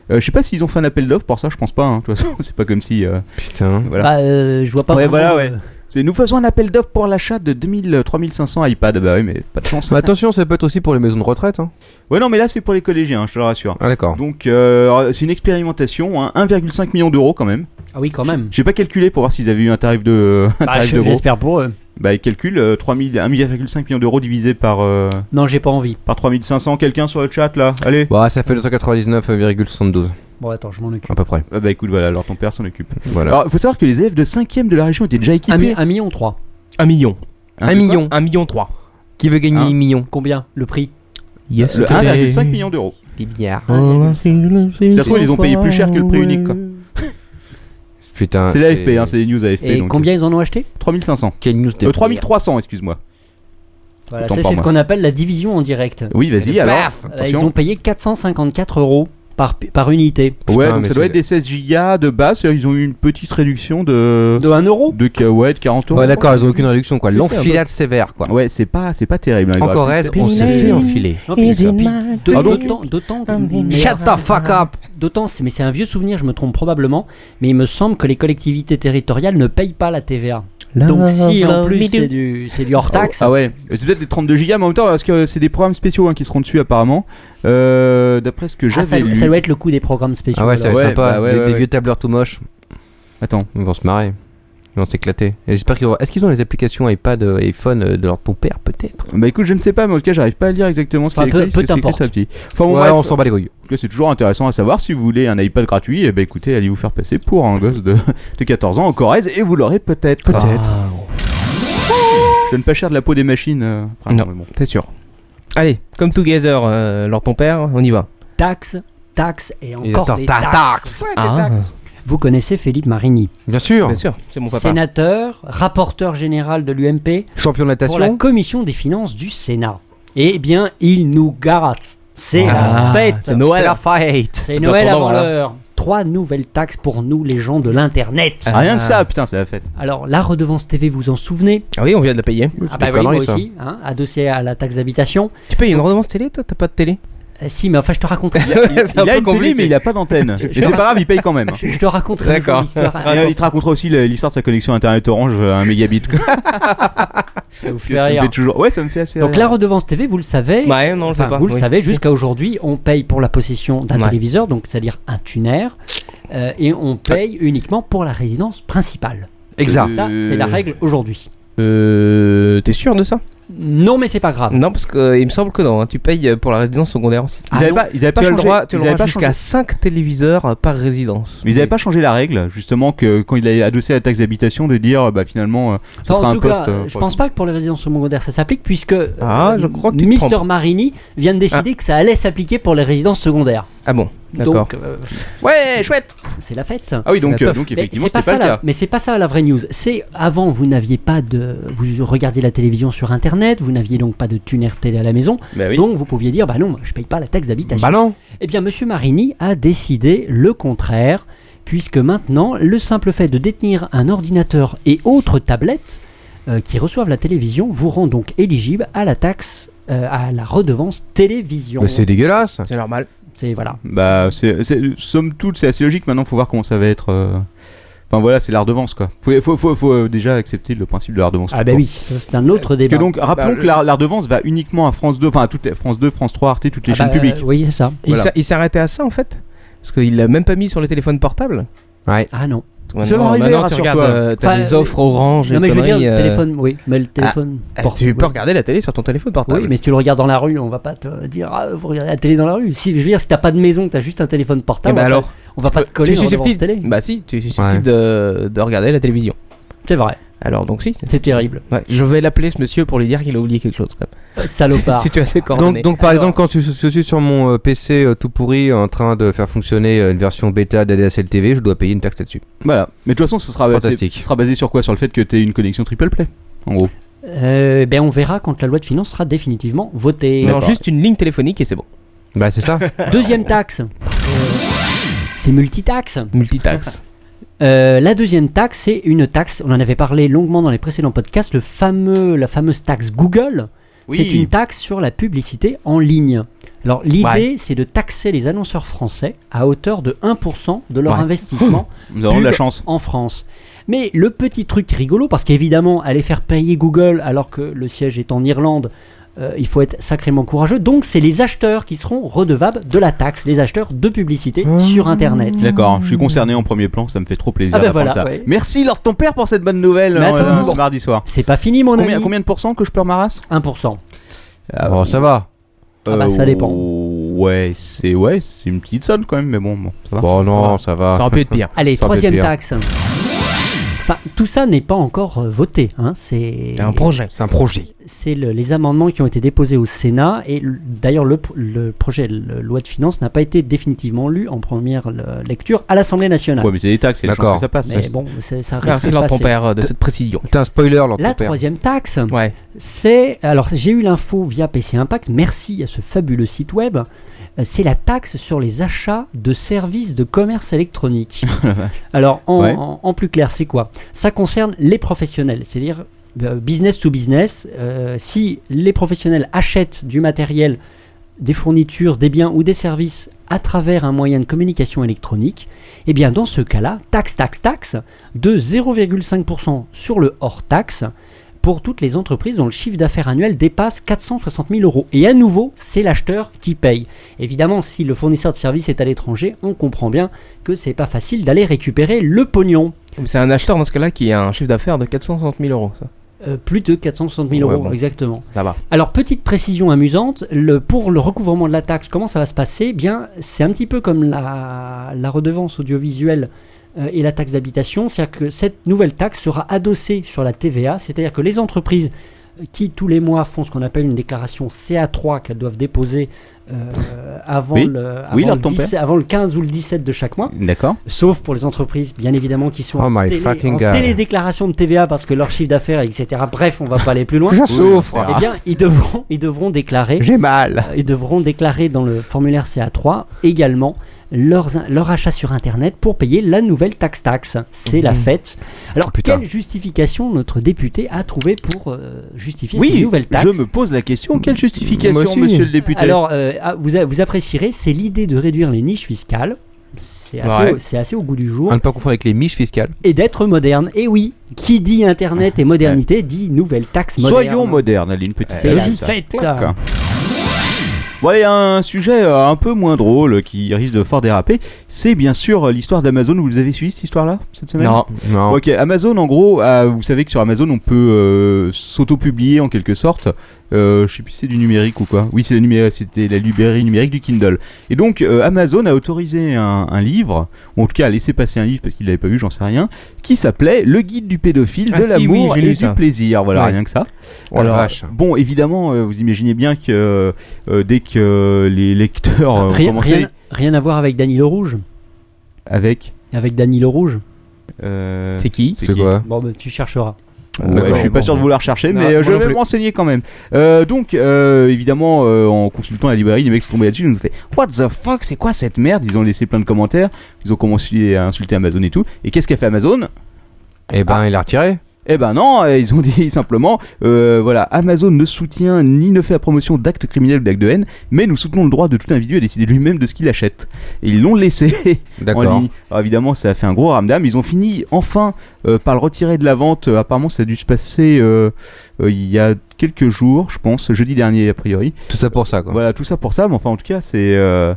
Speaker 5: Euh, je sais pas s'ils ont fait un appel d'offres pour ça, je pense pas. hein. De toute façon, [LAUGHS] c'est pas comme si. euh,
Speaker 1: Putain.
Speaker 5: voilà.
Speaker 6: Bah, euh, je vois pas.
Speaker 5: Ouais,
Speaker 6: vraiment,
Speaker 5: voilà, ouais.
Speaker 6: euh,
Speaker 5: C'est nous faisons un appel d'offres pour l'achat de 2000, euh, 3500 iPads. Bah oui, mais pas de chance.
Speaker 1: Mais attention, ça peut être aussi pour les maisons de retraite. Hein.
Speaker 5: Ouais, non, mais là c'est pour les collégiens, hein, je te le rassure.
Speaker 1: Ah, d'accord.
Speaker 5: Donc euh, c'est une expérimentation, hein, 1,5 million d'euros quand même.
Speaker 6: Ah oui, quand même.
Speaker 5: J'ai pas calculé pour voir s'ils avaient eu un tarif de euh, un
Speaker 6: Bah,
Speaker 5: tarif
Speaker 6: je-
Speaker 5: d'euros.
Speaker 6: J'espère pour eux.
Speaker 5: Bah ils calculent euh, 3000 1,5 million d'euros divisé par euh,
Speaker 6: Non, j'ai pas envie.
Speaker 5: par 3500. Quelqu'un sur le chat là, allez.
Speaker 1: Bah, ça fait 299,72
Speaker 6: Bon, attends, je m'en occupe.
Speaker 1: à peu près.
Speaker 5: Ah, bah écoute voilà, alors ton père s'en occupe.
Speaker 1: Voilà.
Speaker 5: Alors faut savoir que les élèves de 5ème de la région étaient déjà
Speaker 6: Un, mi-
Speaker 5: équipés. Hein,
Speaker 6: un million trois.
Speaker 7: Un million.
Speaker 1: un million.
Speaker 7: Un million trois.
Speaker 1: Qui veut gagner
Speaker 5: Hein
Speaker 1: un million
Speaker 6: Combien Le prix
Speaker 7: Yes,
Speaker 5: Le 1,5 million d'euros.
Speaker 1: Oh,
Speaker 7: Si
Speaker 5: ça se trouve, ils ont payé plus cher que le prix unique, quoi.
Speaker 1: Putain.
Speaker 5: C'est l'AFP, hein, c'est les news AFP.
Speaker 6: Et
Speaker 5: donc, euh,
Speaker 6: combien ils en ont acheté
Speaker 5: 3500.
Speaker 1: Quelle news de
Speaker 5: Euh, 3300, excuse-moi.
Speaker 6: Voilà,
Speaker 5: Autant
Speaker 6: ça,
Speaker 5: pour
Speaker 6: c'est ce
Speaker 5: moi.
Speaker 6: qu'on appelle la division en direct.
Speaker 5: Oui, vas-y alors.
Speaker 6: Euh, ils
Speaker 5: attention.
Speaker 6: ont payé 454 euros par, par unité.
Speaker 5: ouais,
Speaker 1: Putain,
Speaker 5: donc
Speaker 1: mais
Speaker 5: ça doit
Speaker 1: c'est-
Speaker 5: être des 16 gigas de base. Ils ont eu une petite réduction de.
Speaker 6: De 1 euro
Speaker 5: de, ca- ouais, de 40 euros.
Speaker 1: Ouais, d'accord, ils ont aucune réduction quoi.
Speaker 5: C'est bah.
Speaker 1: L'enfilade sévère quoi.
Speaker 5: Ouais, c'est pas, c'est pas terrible. hein, il
Speaker 1: En
Speaker 5: aurait pu-
Speaker 1: Corrèze, on se
Speaker 8: Périnée.
Speaker 1: fait enfiler.
Speaker 6: Non, puis-
Speaker 8: Is it my
Speaker 6: de-
Speaker 5: Ah, donc-
Speaker 6: D'autant, d'autant,
Speaker 8: Shut
Speaker 6: mais-
Speaker 1: Shut the fuck up
Speaker 6: d'autant, c'est- mais c'est un vieux souvenir, je me trompe probablement, mais il me semble que les collectivités territoriales ne payent pas la TVA. Donc si en plus c'est du, c'est du hors taxe,
Speaker 5: Ah ouais, c'est peut-être des 32 gigas, mais en même temps, parce que c'est des programmes spéciaux hein, qui seront dessus apparemment. Euh, D'après ce que
Speaker 6: ah,
Speaker 5: j'avais
Speaker 6: ça,
Speaker 5: lu.
Speaker 6: ça doit être le coût des programmes spéciaux.
Speaker 1: Ah ouais,
Speaker 6: alors.
Speaker 1: ça va être
Speaker 5: Ouais,
Speaker 1: sympa.
Speaker 5: bah ouais,
Speaker 1: Des-
Speaker 5: ouais,
Speaker 1: des
Speaker 5: ouais.
Speaker 1: vieux tableurs tout moches.
Speaker 5: Attends,
Speaker 1: Ils vont se marrer. Ils vont s'éclater. Et j'espère qu'ils auront- Est-ce qu'ils ont les applications iPad euh, iPhone euh, de leur ton père peut-être
Speaker 5: bah écoute, je ne sais pas, mais en tout cas, j'arrive pas à lire exactement ce qu'il
Speaker 6: Enfin,
Speaker 5: y a
Speaker 6: peu-
Speaker 5: écrit, parce
Speaker 6: peu
Speaker 5: que c'est écrit
Speaker 6: t'importe.
Speaker 5: tout petit. Enfin bon,
Speaker 1: Ouais,
Speaker 5: bref,
Speaker 1: on s'en bat les couilles.
Speaker 5: en tout cas, c'est toujours intéressant à savoir. Si vous voulez un iPad gratuit, eh ben écoutez, allez vous faire passer pour un gosse de, de 14 ans en Corrèze, et vous l'aurez peut-être.
Speaker 7: Peut-être.
Speaker 5: Je ne pas cher de la peau des machines. euh, après,
Speaker 7: Non.
Speaker 5: mais bon.
Speaker 7: C'est sûr. Allez, comme Together, euh, Lord ton père, on y va.
Speaker 6: Taxe, taxe et encore
Speaker 1: attends,
Speaker 6: des
Speaker 1: ta-
Speaker 6: taxes.
Speaker 7: Ah,
Speaker 6: Vous connaissez Philippe Marini
Speaker 1: Bien sûr.
Speaker 7: bien sûr, c'est mon papa.
Speaker 6: sénateur, rapporteur général de l'UMP
Speaker 1: Champion de
Speaker 6: pour la
Speaker 1: natation.
Speaker 6: commission des finances du Sénat. Eh bien, il nous garate. C'est la
Speaker 7: Ah,
Speaker 6: fête.
Speaker 7: c'est Noël.
Speaker 1: fight.
Speaker 6: C'est
Speaker 7: bien
Speaker 6: Noël
Speaker 7: pour
Speaker 6: avant
Speaker 7: moi, là.
Speaker 6: l'heure. Trois nouvelles taxes pour nous, les gens de l'internet.
Speaker 7: Ah.
Speaker 5: Rien que ça, putain, c'est la fête.
Speaker 6: Alors, la redevance TV, vous en souvenez
Speaker 7: Ah oui, on vient de la payer.
Speaker 1: C'est des conneries,
Speaker 6: bah moi
Speaker 1: ça.
Speaker 6: aussi, hein, adossée à la taxe d'habitation.
Speaker 7: Tu payes une redevance télé, toi T'as pas de télé
Speaker 6: Euh, Si, mais enfin, je te raconterai.
Speaker 7: [LAUGHS] C'est
Speaker 5: Il a
Speaker 7: un peu
Speaker 5: une télé,
Speaker 7: compliqué.
Speaker 5: mais il a pas d'antenne.
Speaker 6: Je-
Speaker 5: Et c'est pas grave, il paye quand même. hein.
Speaker 6: Je, je te raconterai un jour
Speaker 7: D'accord.
Speaker 6: [LAUGHS] l'histoire.
Speaker 5: Et, euh, il te racontera aussi le- l'histoire de sa connexion internet orange à un mégabit. quoi.
Speaker 6: Ça vous fait
Speaker 5: Ça me
Speaker 6: rire.
Speaker 5: fait toujours. Ouais, ça me fait assez.
Speaker 6: Donc
Speaker 5: rire.
Speaker 6: la redevance TV, vous le savez.
Speaker 7: Ouais, bah, non, on le fait
Speaker 6: Enfin,
Speaker 7: pas.
Speaker 6: vous le
Speaker 7: oui.
Speaker 6: savez, jusqu'à aujourd'hui, on paye pour la possession d'un
Speaker 7: Ouais.
Speaker 6: téléviseur, donc c'est-à-dire un tuner, euh, et on paye uniquement pour la résidence principale.
Speaker 1: Exact.
Speaker 6: Ça, c'est la règle aujourd'hui.
Speaker 7: Euh, T'es sûr de ça
Speaker 6: Non, mais c'est pas grave.
Speaker 7: Non, parce que euh, il me semble que non. hein, Tu payes euh, pour la résidence secondaire aussi.
Speaker 5: Ils
Speaker 6: Ah
Speaker 5: avaient
Speaker 6: non.
Speaker 5: pas, ils avaient pas
Speaker 7: Tu as le
Speaker 5: changé-
Speaker 7: droit, tu as
Speaker 5: ils
Speaker 7: le
Speaker 5: avaient
Speaker 7: droit
Speaker 5: pas
Speaker 7: jusqu'à
Speaker 5: changé-
Speaker 7: 5 téléviseurs par résidence.
Speaker 5: Mais ils n'avaient pas changé la règle, justement, que quand il a adossé la taxe d'habitation, de dire, bah finalement, euh, ce
Speaker 6: Enfin,
Speaker 5: sera
Speaker 6: en
Speaker 5: un
Speaker 6: tout
Speaker 5: poste.
Speaker 6: cas,
Speaker 5: euh,
Speaker 6: je
Speaker 5: pour-
Speaker 6: pense pas que pour les résidences secondaires ça s'applique, puisque euh,
Speaker 7: Ah, je crois que tu te
Speaker 6: Mister
Speaker 7: trompes.
Speaker 6: Marini vient de décider que ça allait s'appliquer pour les résidences secondaires.
Speaker 7: Ah bon, d'accord.
Speaker 6: Donc, euh,
Speaker 7: Ouais, chouette.
Speaker 6: c'est la fête.
Speaker 5: Ah oui, donc,
Speaker 7: la
Speaker 5: euh,
Speaker 7: teuf.
Speaker 5: donc
Speaker 6: Mais
Speaker 5: effectivement,
Speaker 6: c'est pas
Speaker 5: c'était pas,
Speaker 6: ça
Speaker 5: le
Speaker 6: la-
Speaker 5: cas.
Speaker 6: mais c'est pas ça la vraie news. C'est avant vous n'aviez pas de vous regardiez la télévision sur internet, vous n'aviez donc pas de tuner télé à la maison,
Speaker 7: Bah oui.
Speaker 6: donc vous pouviez dire bah non, moi, je paye pas la taxe d'habitation.
Speaker 1: Bah non.
Speaker 6: Eh bien monsieur Marini a décidé le contraire puisque maintenant le simple fait de détenir un ordinateur et autres tablettes euh, qui reçoivent la télévision vous rend donc éligible à la taxe euh, à la redevance télévision.
Speaker 1: Bah, c'est dégueulasse.
Speaker 7: C'est normal.
Speaker 6: C'est voilà.
Speaker 5: Bah, c'est, c'est- somme toute, c'est assez logique. Maintenant, faut voir comment ça va être. euh, Enfin voilà, c'est la redevance quoi. Faut, faut, faut, faut, euh, déjà accepter le principe de la redevance.
Speaker 6: Ah bah oui, Eh ben, ça, c'est un autre
Speaker 5: Parce Euh, que
Speaker 6: débat.
Speaker 5: donc, rappelons
Speaker 7: bah,
Speaker 5: que la, la redevance va uniquement à France 2, enfin à toutes les- France 2, France 3, Arte, toutes les
Speaker 6: Ah
Speaker 5: chaînes
Speaker 6: bah,
Speaker 5: publiques.
Speaker 6: euh, oui, c'est ça.
Speaker 7: Il
Speaker 5: Voilà.
Speaker 7: s'a- Il s'est arrêté à ça en fait Parce qu'il l'a même pas mis sur les téléphones portables.
Speaker 6: Ah non.
Speaker 5: Ça va arriver,
Speaker 7: maintenant, tu
Speaker 5: rassure-toi.
Speaker 7: regardes, euh, t'as
Speaker 6: Enfin,
Speaker 7: des offres orange
Speaker 6: Non
Speaker 7: et
Speaker 6: mais je veux dire
Speaker 7: conneries,
Speaker 6: le
Speaker 7: euh,
Speaker 6: téléphone, oui, mais le téléphone.
Speaker 7: euh,
Speaker 6: porte-
Speaker 7: tu peux
Speaker 6: oui.
Speaker 7: regarder la télé sur ton téléphone portable. Eh
Speaker 6: Oui, mais si tu le regardes dans la rue, on va pas te dire ah, vous regardez la télé dans la rue. Si je veux dire si t'as pas de maison, t'as juste un téléphone
Speaker 7: Eh
Speaker 6: portable,
Speaker 7: ben
Speaker 6: on va
Speaker 7: alors,
Speaker 6: pas- on va pas te coller
Speaker 7: tu es
Speaker 6: une redevance
Speaker 7: susceptible.
Speaker 6: télé.
Speaker 7: Bah si, tu es susceptible de, de regarder la télévision.
Speaker 6: C'est vrai,
Speaker 7: Alors donc si.
Speaker 6: c'est terrible.
Speaker 7: Ouais, je vais l'appeler ce monsieur pour lui dire qu'il a oublié quelque chose. Quand même.
Speaker 6: Euh, Salopard.
Speaker 7: [LAUGHS] Si tu as ses coordonnées.
Speaker 1: Donc, donc par exemple, quand je, je suis sur mon euh, PC euh, tout pourri en train de faire fonctionner euh, une version bêta d'ADSL TV, je dois payer une taxe là-dessus.
Speaker 5: Voilà. Mais de toute façon, ce sera,
Speaker 1: Fantastique.
Speaker 5: c'est- ce sera basé sur quoi Sur le fait que t'aies une connexion triple play. En gros.
Speaker 6: Euh, ben on verra quand la loi de finances sera définitivement votée.
Speaker 7: non, juste une ligne téléphonique et c'est bon.
Speaker 1: Bah c'est ça.
Speaker 6: Deuxième taxe. C'est multitaxe.
Speaker 7: Multitax.
Speaker 6: Euh, la deuxième taxe, c'est une taxe, on en avait parlé longuement dans les précédents podcasts, le fameux, la fameuse taxe Google.
Speaker 5: Oui.
Speaker 6: C'est une taxe sur la publicité en ligne. Alors l'idée,
Speaker 7: Ouais.
Speaker 6: c'est de taxer les annonceurs français à hauteur de 1% de leur
Speaker 5: [LAUGHS]
Speaker 7: Ouais.
Speaker 6: investissement
Speaker 5: Nous avons de la
Speaker 6: Pub.
Speaker 5: chance.
Speaker 6: en France. Mais le petit truc rigolo, parce qu'évidemment, aller faire payer Google alors que le siège est en Irlande, euh, il faut être sacrément courageux. Donc c'est les acheteurs qui seront redevables de la taxe, les acheteurs de publicité sur Internet.
Speaker 5: Mmh. D'accord, je suis concerné en premier plan, ça me fait trop plaisir
Speaker 6: Mmh. Ah bah
Speaker 5: d'apprendre
Speaker 6: voilà,
Speaker 5: ça.
Speaker 6: ouais.
Speaker 5: Merci Lord ton père pour cette bonne nouvelle
Speaker 6: Mais
Speaker 5: euh,
Speaker 6: attends,
Speaker 5: ce mardi soir.
Speaker 6: C'est pas fini mon
Speaker 5: Combien,
Speaker 6: ami.
Speaker 5: combien de pourcents que je pleure ma race
Speaker 6: 1%.
Speaker 1: Oh, ça va.
Speaker 6: Ah bah, ça dépend.
Speaker 5: Euh, Ouais, c'est ouais, c'est une petite somme quand même, mais bon, bon, Bah, ça va.
Speaker 1: Bon non,
Speaker 7: va.
Speaker 1: ça va.
Speaker 7: Ça aurait pu être pire.
Speaker 6: Allez,
Speaker 1: Ça aurait
Speaker 6: troisième
Speaker 1: pu être
Speaker 6: taxe. Enfin, tout ça n'est pas encore euh, voté. Hein. C'est
Speaker 7: C'est un projet.
Speaker 1: C'est un projet.
Speaker 6: c'est le- les amendements qui ont été déposés au Sénat. Et l- d'ailleurs, le, p- le projet de loi de finances n'a pas été définitivement lu en première le- lecture à l'Assemblée nationale.
Speaker 5: Ouais, mais c'est des taxes, c'est
Speaker 1: D'accord.
Speaker 5: que ça passe.
Speaker 6: Mais bon, c'est- ça risque
Speaker 7: Merci
Speaker 6: de
Speaker 7: Lord ton
Speaker 6: passer.
Speaker 7: père euh, de cette précision.
Speaker 1: T'as un spoiler là,
Speaker 6: La
Speaker 1: ton père.
Speaker 6: troisième taxe,
Speaker 7: Ouais.
Speaker 6: c'est... Alors, j'ai eu l'info via PC Impact, merci à ce fabuleux site web. Euh, C'est la taxe sur les achats de services de commerce électronique. Alors, en,
Speaker 5: Ouais.
Speaker 6: en- en plus clair, c'est quoi Ça concerne les professionnels, c'est-à-dire euh, business to business. Euh, si les professionnels achètent du matériel, des fournitures, des biens ou des services à travers un moyen de communication électronique, eh bien, dans ce cas-là, taxe, taxe, taxe, de 0,5% sur le hors-taxe pour toutes les entreprises dont le chiffre d'affaires annuel dépasse 460 000 euros. Et à nouveau, c'est l'acheteur qui paye. Évidemment, si le fournisseur de service est à l'étranger, on comprend bien que c'est pas facile d'aller récupérer le pognon.
Speaker 7: C'est un acheteur dans ce cas-là qui a un chiffre d'affaires de 460 000 euros. Ça,
Speaker 6: Euh, plus de 460 000
Speaker 7: Ouais,
Speaker 6: euros,
Speaker 7: bon.
Speaker 6: exactement.
Speaker 7: ça va.
Speaker 6: Alors, petite précision amusante, le, pour le recouvrement de la taxe, comment ça va se passer Eh Bien, c'est un petit peu comme la, la redevance audiovisuelle euh, et la taxe d'habitation, c'est-à-dire que cette nouvelle taxe sera adossée sur la TVA, c'est-à-dire que les entreprises qui, tous les mois, font ce qu'on appelle une déclaration CA3 qu'elles doivent déposer euh, avant,
Speaker 5: Oui.
Speaker 6: le,
Speaker 5: Oui,
Speaker 6: avant,
Speaker 5: Lord
Speaker 6: le
Speaker 5: ton
Speaker 6: 17 avant le 15 ou le 17 de chaque mois,
Speaker 5: D'accord.
Speaker 6: sauf pour les entreprises, bien évidemment, qui sont
Speaker 1: Oh
Speaker 6: en,
Speaker 1: my
Speaker 6: télé,
Speaker 1: fucking
Speaker 6: en
Speaker 1: God.
Speaker 6: télédéclaration de TVA parce que leur chiffre d'affaires, etc. Bref, on va pas aller plus loin.
Speaker 1: Je souffre.
Speaker 6: Eh bien, ils devront, ils devront déclarer,
Speaker 1: J'ai mal.
Speaker 6: ils devront déclarer dans le formulaire CA3 également leurs, leur achat sur Internet pour payer la nouvelle taxe-taxe. C'est la fête. Alors,
Speaker 1: Mmh. Oh, Putain.
Speaker 6: quelle justification notre député a trouvé pour euh, justifier cette
Speaker 5: Oui,
Speaker 6: nouvelle taxe
Speaker 5: je me pose la question quelle
Speaker 1: Moi
Speaker 5: justification,
Speaker 1: aussi.
Speaker 5: monsieur le député
Speaker 6: Alors, euh, ah, vous, a- vous apprécierez, c'est l'idée de réduire les niches fiscales. C'est assez,
Speaker 5: Ouais.
Speaker 6: au- c'est assez au goût du jour.
Speaker 1: À ne pas confondre avec les miches fiscales.
Speaker 6: Et d'être moderne. Et oui, qui dit Internet et modernité dit nouvelle taxe moderne.
Speaker 5: Soyons modernes, Aline, petite
Speaker 1: Eh,
Speaker 6: C'est
Speaker 5: salade,
Speaker 6: la
Speaker 5: ça.
Speaker 6: fête.
Speaker 5: Clac. Bon, allez, un sujet euh, un peu moins drôle qui risque de fort déraper, c'est bien sûr euh, l'histoire d'Amazon. Vous les avez suivi cette histoire-là cette semaine
Speaker 1: Non.
Speaker 5: Ok, Amazon, en gros, euh, vous savez que sur Amazon, on peut euh, s'auto-publier en quelque sorte. Euh, je sais plus si c'est du numérique ou quoi. Oui, c'est la numé- c'était la librairie numérique du Kindle. Et donc, euh, Amazon a autorisé un, un livre, ou en tout cas a laissé passer un livre parce qu'il l'avait pas vu, j'en sais rien, qui s'appelait Le guide du pédophile,
Speaker 7: Ah
Speaker 5: de
Speaker 7: si, oui,
Speaker 5: l'amour
Speaker 7: j'ai
Speaker 5: et
Speaker 7: lu
Speaker 5: du
Speaker 7: ça.
Speaker 5: plaisir. Voilà,
Speaker 1: Ouais.
Speaker 5: rien que ça.
Speaker 1: Oh la
Speaker 5: Alors,
Speaker 1: vache.
Speaker 5: Bon, évidemment, euh, vous imaginez bien que euh, euh, dès que euh, les lecteurs euh, ont
Speaker 6: Rien,
Speaker 5: commencé
Speaker 6: rien, rien à voir avec Danny le Rouge.
Speaker 5: avec.
Speaker 6: Avec Danny le Rouge.
Speaker 5: euh,
Speaker 7: C'est qui
Speaker 1: C'est quoi
Speaker 6: Bon, bah, tu chercheras.
Speaker 5: Ouais,
Speaker 1: D'accord,
Speaker 5: je suis pas
Speaker 1: bon,
Speaker 5: sûr de
Speaker 1: bon.
Speaker 5: vouloir chercher,
Speaker 1: Non,
Speaker 5: mais euh,
Speaker 1: moi
Speaker 5: je
Speaker 1: non
Speaker 5: vais
Speaker 1: plus.
Speaker 5: me renseigner quand même. Euh, donc, euh, évidemment, euh, en consultant la librairie, les mecs sont tombés là-dessus, ils nous ont fait What the fuck, c'est quoi cette merde Ils ont laissé plein de commentaires, ils ont commencé à insulter Amazon et tout. Et qu'est-ce qu'a fait Amazon
Speaker 1: Eh ben, il a retiré.
Speaker 5: eh ben non, euh, ils ont dit [LAUGHS] simplement, euh, voilà, Amazon ne soutient ni ne fait la promotion d'actes criminels ou d'actes de haine, mais nous soutenons le droit de tout individu à décider lui-même de ce qu'il achète. Et ils l'ont laissé [LAUGHS] en
Speaker 1: D'accord.
Speaker 5: ligne. Alors, évidemment, ça a fait un gros ramdam. Ils ont fini enfin euh, par le retirer de la vente. Euh, apparemment, ça a dû se passer euh, euh, il y a quelques jours, je pense, jeudi dernier a priori.
Speaker 1: Tout ça pour ça, quoi.
Speaker 5: Voilà, tout ça pour ça. Mais enfin, en tout cas, c'est euh,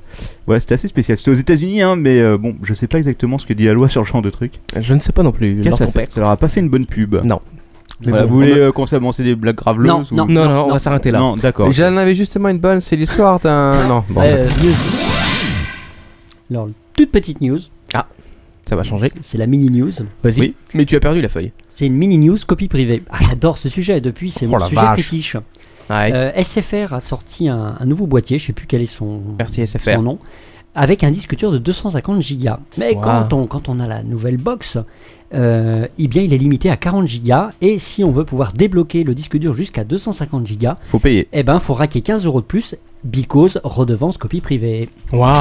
Speaker 5: voilà, c'était assez spécial. C'était aux États-Unis, hein, mais euh, bon, je sais pas exactement ce que dit la loi sur ce genre de truc.
Speaker 7: Je ne sais pas non plus.
Speaker 5: Qu'est-ce que
Speaker 7: Leur
Speaker 5: ça
Speaker 7: ton
Speaker 5: fait
Speaker 7: père.
Speaker 5: Ça leur a pas fait une bonne pub.
Speaker 7: Non.
Speaker 5: Voilà, vous voulez euh, qu'on s'avance des blagues
Speaker 6: Non,
Speaker 5: graveleuses ou-
Speaker 6: non.
Speaker 7: Non, non, on
Speaker 6: non.
Speaker 7: va s'arrêter là.
Speaker 5: Non, d'accord.
Speaker 1: J'en avais justement une bonne, c'est l'histoire
Speaker 6: [LAUGHS]
Speaker 1: d'un. Ah, Non, bon.
Speaker 6: Euh, mieux. Alors, toute petite news.
Speaker 7: Ça va changer.
Speaker 6: C'est la mini news.
Speaker 7: Vas-y.
Speaker 5: Oui.
Speaker 7: Mais tu as perdu la feuille.
Speaker 6: C'est une mini news copie privée. Ah, j'adore ce sujet. Depuis, c'est
Speaker 1: Oh
Speaker 6: mon
Speaker 1: la
Speaker 6: sujet
Speaker 1: vache. Eh.
Speaker 6: fétiche.
Speaker 7: Ouais.
Speaker 6: Euh, SFR a sorti un, un nouveau boîtier. Je sais plus quel est son,
Speaker 1: Eh.
Speaker 7: Merci SFR.
Speaker 6: son nom. Avec un disque dur de 250 gigas. Mais
Speaker 7: Wow.
Speaker 6: quand, on, quand on a la nouvelle box, euh, eh bien, il est limité à 40 gigas. Et si on veut pouvoir débloquer le disque dur jusqu'à 250 gigas,
Speaker 5: Faut payer.
Speaker 6: eh ben, faut raquer 15 euros de plus. Because redevance copie privée.
Speaker 7: Waouh.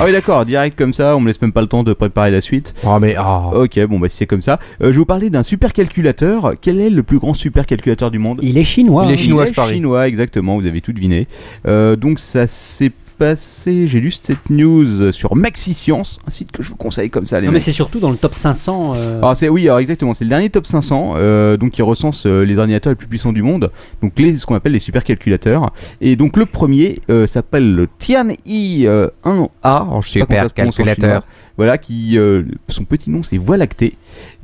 Speaker 5: Ah oui, d'accord. Direct comme ça, on me laisse même pas le temps de préparer la suite.
Speaker 1: Oh, mais. Oh.
Speaker 5: Ok, bon bah si c'est comme ça, Euh, je vais vous parler d'un supercalculateur. Quel est le plus grand supercalculateur du monde Ah,
Speaker 6: Il est chinois.
Speaker 1: Il est
Speaker 6: hein.
Speaker 1: chinois,
Speaker 5: Il est
Speaker 1: je parie.
Speaker 5: chinois, exactement. Vous avez tout deviné. Euh, donc ça s'est passé. J'ai lu cette news sur Maxi Science, un site que je vous conseille comme ça, les
Speaker 6: Non, mais
Speaker 5: mecs.
Speaker 6: c'est surtout dans le top 500. euh,
Speaker 1: Ah,
Speaker 5: Alors Ah, c'est oui, alors exactement, c'est le dernier top 500, euh, donc qui recense euh, les ordinateurs les plus puissants du monde, donc les ce qu'on appelle les supercalculateurs. Et donc le premier euh, s'appelle le Tianyi euh, 1A, alors, je sais pas comment ça se prononce en
Speaker 1: Supercalculateur.
Speaker 5: chinois. Voilà qui euh, son petit nom c'est Voie lactée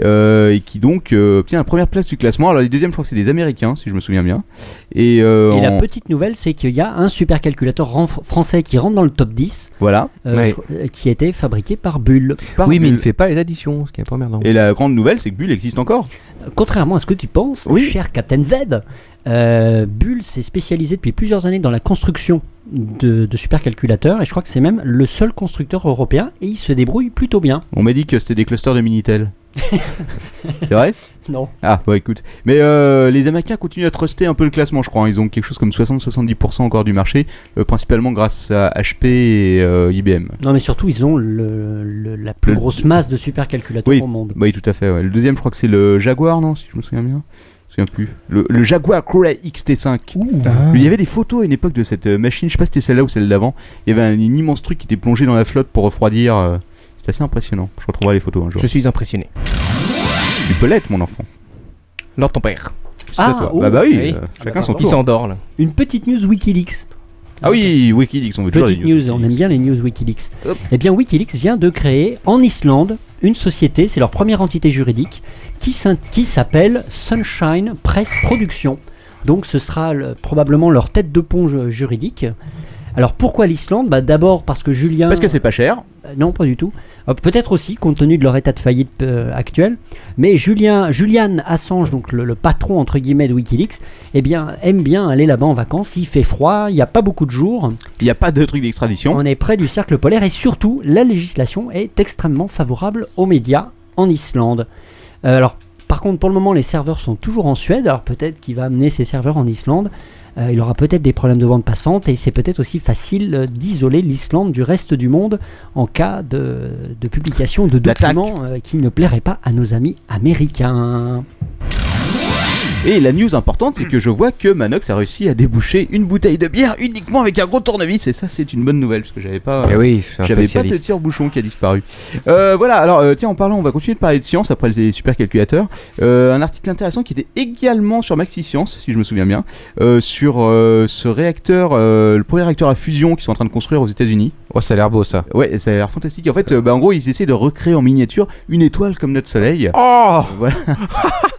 Speaker 5: euh, et qui donc euh, obtient la première place du classement. Alors les deuxièmes, je crois que c'est des Américains si je me souviens bien. Et, euh,
Speaker 6: Et la
Speaker 5: en-
Speaker 6: petite nouvelle, c'est qu'il y a un supercalculateur ran- français qui rentre dans le top 10,
Speaker 5: voilà.
Speaker 6: euh,
Speaker 1: Ouais.
Speaker 6: je- euh, qui a été fabriqué par Bull.
Speaker 5: Par
Speaker 1: Oui, mais il
Speaker 5: Bull.
Speaker 1: ne fait pas les additions, ce qui est pas merdant.
Speaker 5: Et la grande nouvelle, c'est que Bull existe encore.
Speaker 6: Contrairement à ce que tu penses,
Speaker 5: Oui.
Speaker 6: cher Captain Webb, euh, Bull s'est spécialisé depuis plusieurs années dans la construction de, de supercalculateurs, et je crois que c'est même le seul constructeur européen, et il se débrouille plutôt bien.
Speaker 5: On m'a dit que c'était des clusters de Minitel.
Speaker 6: [LAUGHS]
Speaker 5: c'est vrai
Speaker 6: Non.
Speaker 5: Ah, bah écoute. Mais euh, les Américains continuent à truster un peu le classement, je crois. hein. Ils ont quelque chose comme 60-70% encore du marché, euh, principalement grâce à HP et euh, IBM.
Speaker 6: Non, mais surtout, ils ont le- le- la plus
Speaker 5: Le-
Speaker 6: grosse masse de supercalculateurs
Speaker 5: Oui.
Speaker 6: au monde.
Speaker 5: Bah oui, tout à fait. ouais. Le deuxième, je crois que c'est le Jaguar, non Si je me souviens bien. Je me souviens plus. Le, le Jaguar Cray XT5.
Speaker 7: Ah.
Speaker 5: Il y avait des photos à une époque de cette euh, machine. Je sais pas si c'était celle-là ou celle d'avant. Il y avait un, immense truc qui était plongé dans la flotte pour refroidir. euh. C'était assez impressionnant. Je retrouverai les photos un jour.
Speaker 7: Je suis impressionné.
Speaker 5: Tu peux l'être, mon enfant.
Speaker 7: Lors ton père.
Speaker 5: C'est
Speaker 6: Ah,
Speaker 5: à toi.
Speaker 6: oh.
Speaker 5: bah, bah oui,
Speaker 7: Oui.
Speaker 5: euh,
Speaker 6: Ah,
Speaker 5: chacun
Speaker 6: bah,
Speaker 5: son
Speaker 6: pardon.
Speaker 7: Il
Speaker 5: tour.
Speaker 7: s'endort là.
Speaker 6: Une petite news Wikileaks.
Speaker 5: Ah oui, Wikileaks, on veut toujours
Speaker 6: Petite
Speaker 5: des news.
Speaker 6: news, on aime bien les news Wikileaks.
Speaker 5: Hop.
Speaker 6: Eh bien, Wikileaks vient de créer en Islande une société, c'est leur première entité juridique, qui s'in- qui s'appelle Sunshine Press Production. Donc, ce sera le- probablement leur tête de pont ju- juridique. Alors, pourquoi l'Islande bah, D'abord parce que Julien.
Speaker 5: Parce que c'est pas cher.
Speaker 6: Euh, non, pas du tout. Euh, Peut-être aussi, compte tenu de leur état de faillite euh, actuel. Mais Julien, Julian Assange, donc le, le patron entre guillemets de Wikileaks, eh bien, aime bien aller là-bas en vacances. Il fait froid, il n'y a pas beaucoup de jours.
Speaker 5: Il n'y a pas de truc d'extradition.
Speaker 6: On est près du cercle polaire et surtout, la législation est extrêmement favorable aux médias en Islande. Euh, alors, Par contre, pour le moment, les serveurs sont toujours en Suède. Alors peut-être qu'il va amener ses serveurs en Islande. Euh, il aura peut-être des problèmes de bande passante et c'est peut-être aussi facile euh, d'isoler l'Islande du reste du monde en cas de, de publication de
Speaker 9: D'attaque.
Speaker 6: documents euh, qui ne plairaient pas à nos amis américains.
Speaker 5: Et la news importante, c'est que je vois que Manox a réussi à déboucher une bouteille de bière uniquement avec un gros tournevis. Et ça, c'est une bonne nouvelle, parce que j'avais pas.
Speaker 1: Eh oui, je suis un
Speaker 5: J'avais pas de
Speaker 1: spécialiste.
Speaker 5: tire-bouchon qui a disparu. Euh, voilà, alors euh, tiens, en parlant, on va continuer de parler de science après les supercalculateurs. Euh, un article intéressant qui était également sur MaxiScience, si je me souviens bien, euh, sur euh, ce réacteur, euh, le premier réacteur à fusion qu'ils sont en train de construire aux États-Unis.
Speaker 1: Oh, ça a l'air beau ça.
Speaker 5: Ouais, ça a l'air fantastique. En fait, euh, bah, en gros, ils essaient de recréer en miniature une étoile comme notre soleil.
Speaker 1: Oh
Speaker 5: Voilà.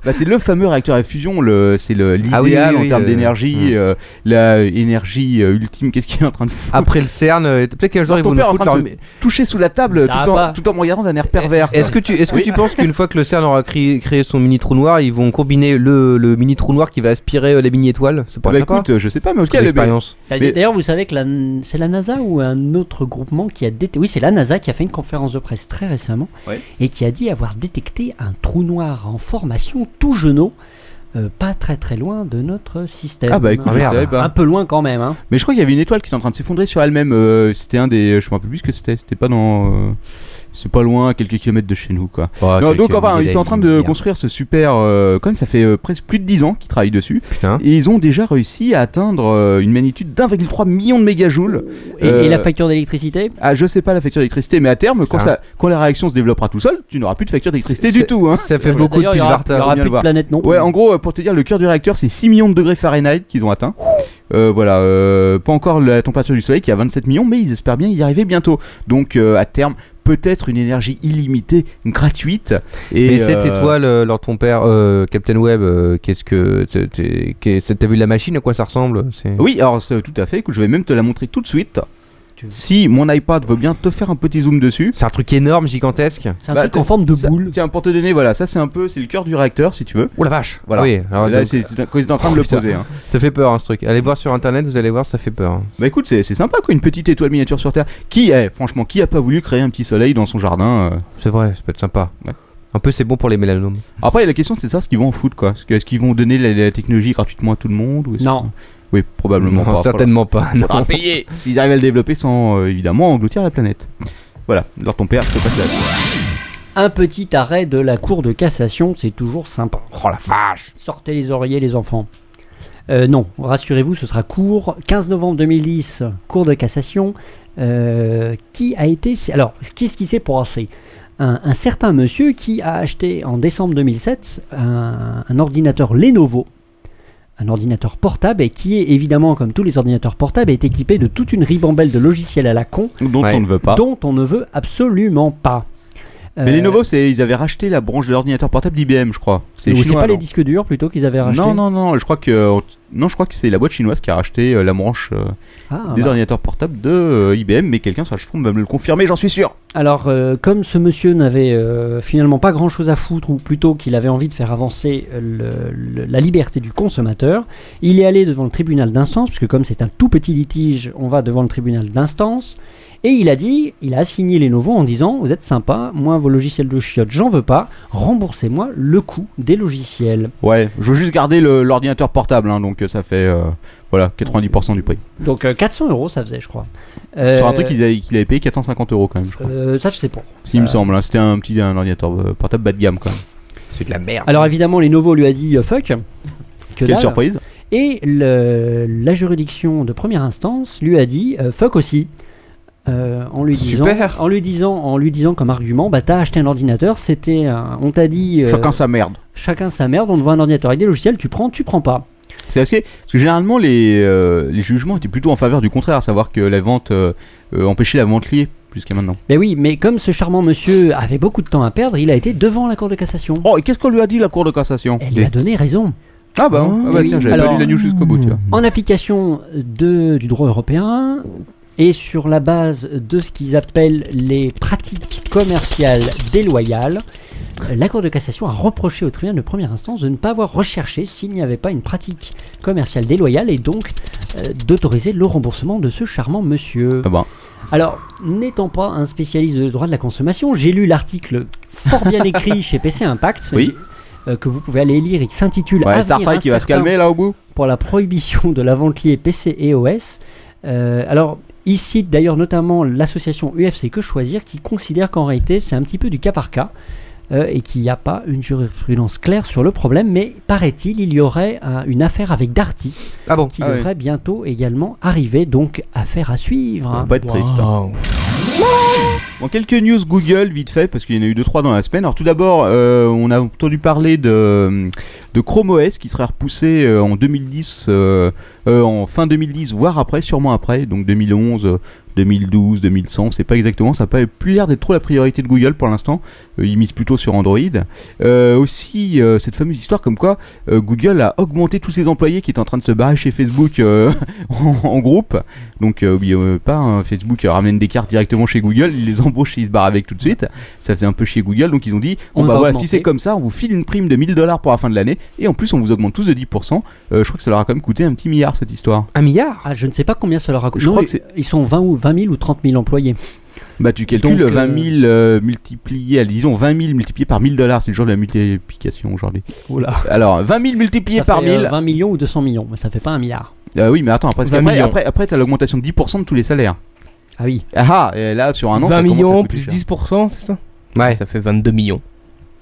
Speaker 5: bah, c'est le fameux réacteur à fusion, le, c'est le, l'idéal
Speaker 1: Ah oui, oui,
Speaker 5: en
Speaker 1: oui,
Speaker 5: termes
Speaker 1: euh,
Speaker 5: d'énergie,
Speaker 1: hmm.
Speaker 5: euh, la énergie euh, ultime. Qu'est-ce qu'il est en train de foutre
Speaker 1: Après le CERN, euh, peut-être qu'un jour ils
Speaker 5: Ton
Speaker 1: vont nous
Speaker 5: père est en
Speaker 1: foutre
Speaker 5: train
Speaker 1: leur-
Speaker 5: de Touché sous la table
Speaker 6: Ça
Speaker 5: tout
Speaker 6: va pas. Eh,
Speaker 5: en, tout en me regardant d'un air pervers.
Speaker 1: Est-ce que tu, est-ce que tu penses qu'une fois que le CERN aura créé, créé son mini trou noir, ils vont combiner le, le mini trou noir qui va aspirer euh, les mini étoiles C'est pas
Speaker 5: bah, écoute, euh, je sais pas, mais en tout cas,
Speaker 1: quelle
Speaker 5: le-
Speaker 1: expérience
Speaker 5: Mais-
Speaker 6: D'ailleurs, vous savez que la- c'est la NASA ou un autre groupement qui a détecté. Oui, c'est la NASA qui a fait une conférence de presse très récemment
Speaker 5: Ouais.
Speaker 6: et qui a dit avoir détecté un trou noir en formation tout genou, euh, pas très très loin de notre système.
Speaker 5: Ah bah écoute,
Speaker 1: Ah,
Speaker 5: je
Speaker 1: merde.
Speaker 5: savais pas.
Speaker 6: Un peu loin quand même. Hein.
Speaker 5: Mais je crois qu'il y avait une étoile qui était en train de s'effondrer sur elle-même. euh, c'était un des, je me rappelle plus ce que c'était. C'était pas dans, euh, c'est pas loin, à quelques kilomètres de chez nous, quoi.
Speaker 1: Ah,
Speaker 5: Non, donc enfin, ils sont en train de construire ce super. euh, comme ça fait euh, presque plus de 10 ans qu'ils travaillent dessus,
Speaker 1: Putain.
Speaker 5: et ils ont déjà réussi à atteindre euh, une magnitude d'1,3 million de mégajoules.
Speaker 6: Et, et la
Speaker 5: Euh,
Speaker 6: facture d'électricité
Speaker 5: Ah, je sais pas la facture d'électricité, mais à terme, quand
Speaker 1: Putain.
Speaker 5: ça, quand la réaction se développera tout seul, tu n'auras plus de facture d'électricité
Speaker 1: C'est-
Speaker 5: du tout, hein.
Speaker 1: Ça fait beaucoup de
Speaker 6: D'ailleurs, il y aura, il y
Speaker 1: Pilvarta.
Speaker 6: aura
Speaker 5: on vient
Speaker 6: plus
Speaker 5: de
Speaker 6: de
Speaker 5: voir.
Speaker 6: planète non plus.
Speaker 5: Ouais, en gros, euh, pour te dire, le cœur du réacteur, c'est 6 millions de degrés Fahrenheit qu'ils ont atteint. Euh, voilà, euh, pas encore la température du soleil qui est à 27 millions, mais ils espèrent bien y arriver bientôt. Donc, euh, à terme, peut-être une énergie illimitée, gratuite. Et
Speaker 1: Mais cette
Speaker 5: euh,
Speaker 1: étoile, euh, alors ton père, euh, Captain Web, euh, qu'est-ce que t'es- t'es- qu'est- t'as vu la machine à quoi ça ressemble C'est-
Speaker 5: Oui, alors c'est tout à fait. Écoute, je vais même te la montrer tout de suite. Si mon iPad veut bien te faire un petit zoom dessus.
Speaker 1: C'est un truc énorme, gigantesque.
Speaker 6: c'est un
Speaker 5: bah,
Speaker 6: truc en forme de
Speaker 5: Ça-
Speaker 6: boule.
Speaker 5: Tiens, pour te donner, voilà, ça c'est un peu, c'est le cœur du réacteur, si tu veux.
Speaker 1: Oh la vache.
Speaker 5: Voilà.
Speaker 1: Oui. Alors,
Speaker 5: Là,
Speaker 1: donc,
Speaker 5: c'est c'est quand ils étaient en train de
Speaker 1: [LAUGHS]
Speaker 5: le
Speaker 1: Putain.
Speaker 5: poser. hein.
Speaker 1: ça fait peur hein, ce truc. Allez voir sur internet, vous allez voir, ça fait peur. hein.
Speaker 5: Bah écoute, c'est c'est sympa quoi, une petite étoile miniature sur Terre. Qui est, franchement, qui a pas voulu créer un petit soleil dans son jardin euh,
Speaker 1: C'est vrai, ça peut être sympa.
Speaker 5: Ouais.
Speaker 1: Un peu, c'est bon pour les mélanomes.
Speaker 5: Après, la question c'est ça, ce qu'ils vont en foutre quoi. Est-ce que- Est-ce qu'ils vont donner la, la technologie gratuitement à tout le monde ou est-ce
Speaker 6: Non.
Speaker 5: que- Oui, probablement
Speaker 1: Non,
Speaker 5: pas.
Speaker 1: certainement pas.
Speaker 5: Faudra, faudra payer s'ils arrivent à le développer sans euh, évidemment engloutir la planète. Voilà, alors ton père, je te passe la.
Speaker 6: Un petit arrêt de la cour de cassation, c'est toujours sympa.
Speaker 5: Oh la vache
Speaker 6: Sortez les oreillers, les enfants. Euh, non, rassurez-vous, ce sera court. 15 novembre 2010, cours de cassation. Euh, qui a été. Alors, qu'est-ce qui s'est passé un, un certain monsieur qui a acheté en décembre 2007 un, un ordinateur Lenovo, un ordinateur portable, et qui est évidemment, comme tous les ordinateurs portables, est équipé de toute une ribambelle de logiciels à la con
Speaker 5: Dont
Speaker 1: Ouais.
Speaker 5: on ne veut pas.
Speaker 6: dont on ne veut absolument pas.
Speaker 5: Ah. Mais
Speaker 6: Euh,
Speaker 5: les Lenovo, c'est ils avaient racheté la branche de l'ordinateur portable d'IBM, je crois. C'est
Speaker 6: ou
Speaker 5: les
Speaker 6: c'est
Speaker 5: chinois.
Speaker 6: pas les
Speaker 5: non
Speaker 6: disques durs plutôt qu'ils avaient racheté
Speaker 5: non, non, non, je crois que euh, non, je crois que c'est la boîte chinoise qui a racheté euh, la branche euh,
Speaker 6: Ah,
Speaker 5: des
Speaker 6: bah.
Speaker 5: ordinateurs portables de euh, IBM, mais quelqu'un sur la chatroom va me le confirmer, j'en suis sûr.
Speaker 6: Alors, euh, comme ce monsieur n'avait euh, finalement pas grand chose à foutre, ou plutôt qu'il avait envie de faire avancer euh, le- le- la liberté du consommateur, il est allé devant le tribunal d'instance, puisque comme c'est un tout petit litige, on va devant le tribunal d'instance, et il a dit, il a assigné les nouveaux en disant Vous êtes sympa, moi vos logiciels de chiottes, j'en veux pas, remboursez-moi le coût des logiciels.
Speaker 5: Ouais, je veux juste garder le- l'ordinateur portable, hein, donc euh, ça fait euh, voilà 90% du prix.
Speaker 6: Donc euh, 400 euros ça faisait, je crois.
Speaker 5: Sur un
Speaker 6: Euh,
Speaker 5: truc qu'ils avaient- qu'il avait payé 450 euros quand même, je crois.
Speaker 6: euh, ça, je sais pas.
Speaker 5: S'il me semble, hein, c'était un petit un ordinateur euh, portable bas de gamme quand même.
Speaker 1: C'est de la merde.
Speaker 6: Alors évidemment, les Novo lui a dit euh, fuck. Que
Speaker 5: Quelle
Speaker 6: dalle.
Speaker 5: surprise
Speaker 6: Et le- la juridiction de première instance lui a dit euh, fuck aussi. Euh, en lui disant,
Speaker 1: Super.
Speaker 6: en lui disant, en lui disant comme argument, bah t'as acheté un ordinateur, c'était, un- on t'a dit, euh,
Speaker 5: Chacun sa merde.
Speaker 6: chacun sa merde, on te voit un ordinateur avec des logiciels, tu prends, tu prends pas.
Speaker 5: C'est assez. Parce que généralement, les, euh, les jugements étaient plutôt en faveur du contraire, à savoir que la vente euh, euh, empêchait la vente liée jusqu'à maintenant.
Speaker 6: Mais Ben oui, mais comme ce charmant monsieur avait beaucoup de temps à perdre, il a été devant la cour de cassation.
Speaker 5: Oh, et qu'est-ce qu'on lui a dit la Cour de cassation
Speaker 6: Elle lui a donné raison.
Speaker 5: Ah bah, ah bah
Speaker 6: oui.
Speaker 5: tiens, j'avais
Speaker 6: Alors-
Speaker 5: pas lu la news jusqu'au bout, tu vois.
Speaker 6: En application de- du droit européen et sur la base de ce qu'ils appellent les pratiques commerciales déloyales, euh, la Cour de cassation a reproché au tribunal de première instance de ne pas avoir recherché s'il n'y avait pas une pratique commerciale déloyale et donc euh, d'autoriser le remboursement de ce charmant monsieur.
Speaker 5: Ah bah.
Speaker 6: Alors, n'étant pas un
Speaker 5: [LAUGHS]
Speaker 6: spécialiste de droit de la consommation, j'ai lu l'article fort bien écrit chez PC Impact.
Speaker 5: Oui.
Speaker 6: euh, que vous pouvez aller lire. Il s'intitule
Speaker 5: Ouais,
Speaker 6: Avenir
Speaker 5: Star Trek, il va se
Speaker 6: incertain
Speaker 5: calmer là au bout
Speaker 6: pour la prohibition de la vente liée PC et OS. Euh, alors, il cite d'ailleurs notamment l'association UFC Que Choisir qui considère qu'en réalité c'est un petit peu du cas par cas euh, et qu'il n'y a pas une jurisprudence claire sur le problème, mais paraît-il, il y aurait un- une affaire avec Darty
Speaker 1: Ah bon
Speaker 6: qui
Speaker 5: Ah oui.
Speaker 6: devrait bientôt également arriver, donc affaire à suivre.
Speaker 5: On
Speaker 6: hein.
Speaker 5: va pas être triste. hein.
Speaker 7: Oh.
Speaker 5: Bon, quelques news Google, vite fait, parce qu'il y en a eu 2-3 dans la semaine. Alors tout d'abord, euh, on a entendu parler de, de Chrome OS qui sera repoussé euh, en 2010, euh, euh, en fin 2010, voire après, sûrement après, donc 2011, euh, 2012, 2100, c'est pas exactement, ça n'a pas plus l'air d'être trop la priorité de Google pour l'instant. Euh, ils misent plutôt sur Android. Euh, aussi, euh, cette fameuse histoire comme quoi euh, Google a augmenté tous ses employés qui étaient en train de se barrer chez Facebook euh, [LAUGHS] en, en groupe. Donc, euh, oubliez euh, pas, hein, Facebook euh, ramène des cartes directement chez Google, ils les embauchent et ils se barrent avec tout de suite. Ça faisait un peu chez Google, donc ils ont dit
Speaker 6: On
Speaker 5: bon, bah
Speaker 6: va
Speaker 5: voilà,
Speaker 6: augmenter.
Speaker 5: si c'est comme ça, on vous file une prime de 1000 dollars pour la fin de l'année et en plus on vous augmente tous de 10%. Euh, je crois que ça leur a quand même coûté un petit milliard cette histoire.
Speaker 1: Un milliard
Speaker 6: Ah, je ne sais pas combien ça leur a coûté.
Speaker 5: Je
Speaker 6: Non,
Speaker 5: crois que c'est-
Speaker 6: ils sont 20, ou 20 000 ou 30 000 employés.
Speaker 5: Bah, tu calcules
Speaker 6: Donc, euh,
Speaker 5: 20 000 euh, multiplié, à- disons 20 000 multiplié par 1000 dollars, c'est le jour de la multiplication aujourd'hui. Alors, 20 000 multiplié
Speaker 6: Ça
Speaker 5: par
Speaker 6: fait, euh,
Speaker 5: 1000.
Speaker 6: 20 millions ou 200 millions, mais ça fait pas un milliard.
Speaker 5: Euh, oui, mais attends, après, parce
Speaker 1: 20
Speaker 5: qu'après-
Speaker 1: millions.
Speaker 5: après, après, t'as l'augmentation de 10% de tous les salaires.
Speaker 6: Ah oui,
Speaker 5: Ah, ah, et là, sur un an, ça commence
Speaker 7: 20
Speaker 5: à hein.
Speaker 7: millions
Speaker 5: coûter
Speaker 7: plus
Speaker 5: cher.
Speaker 7: 10%, c'est ça
Speaker 1: Ouais.
Speaker 7: Ça fait 22 millions.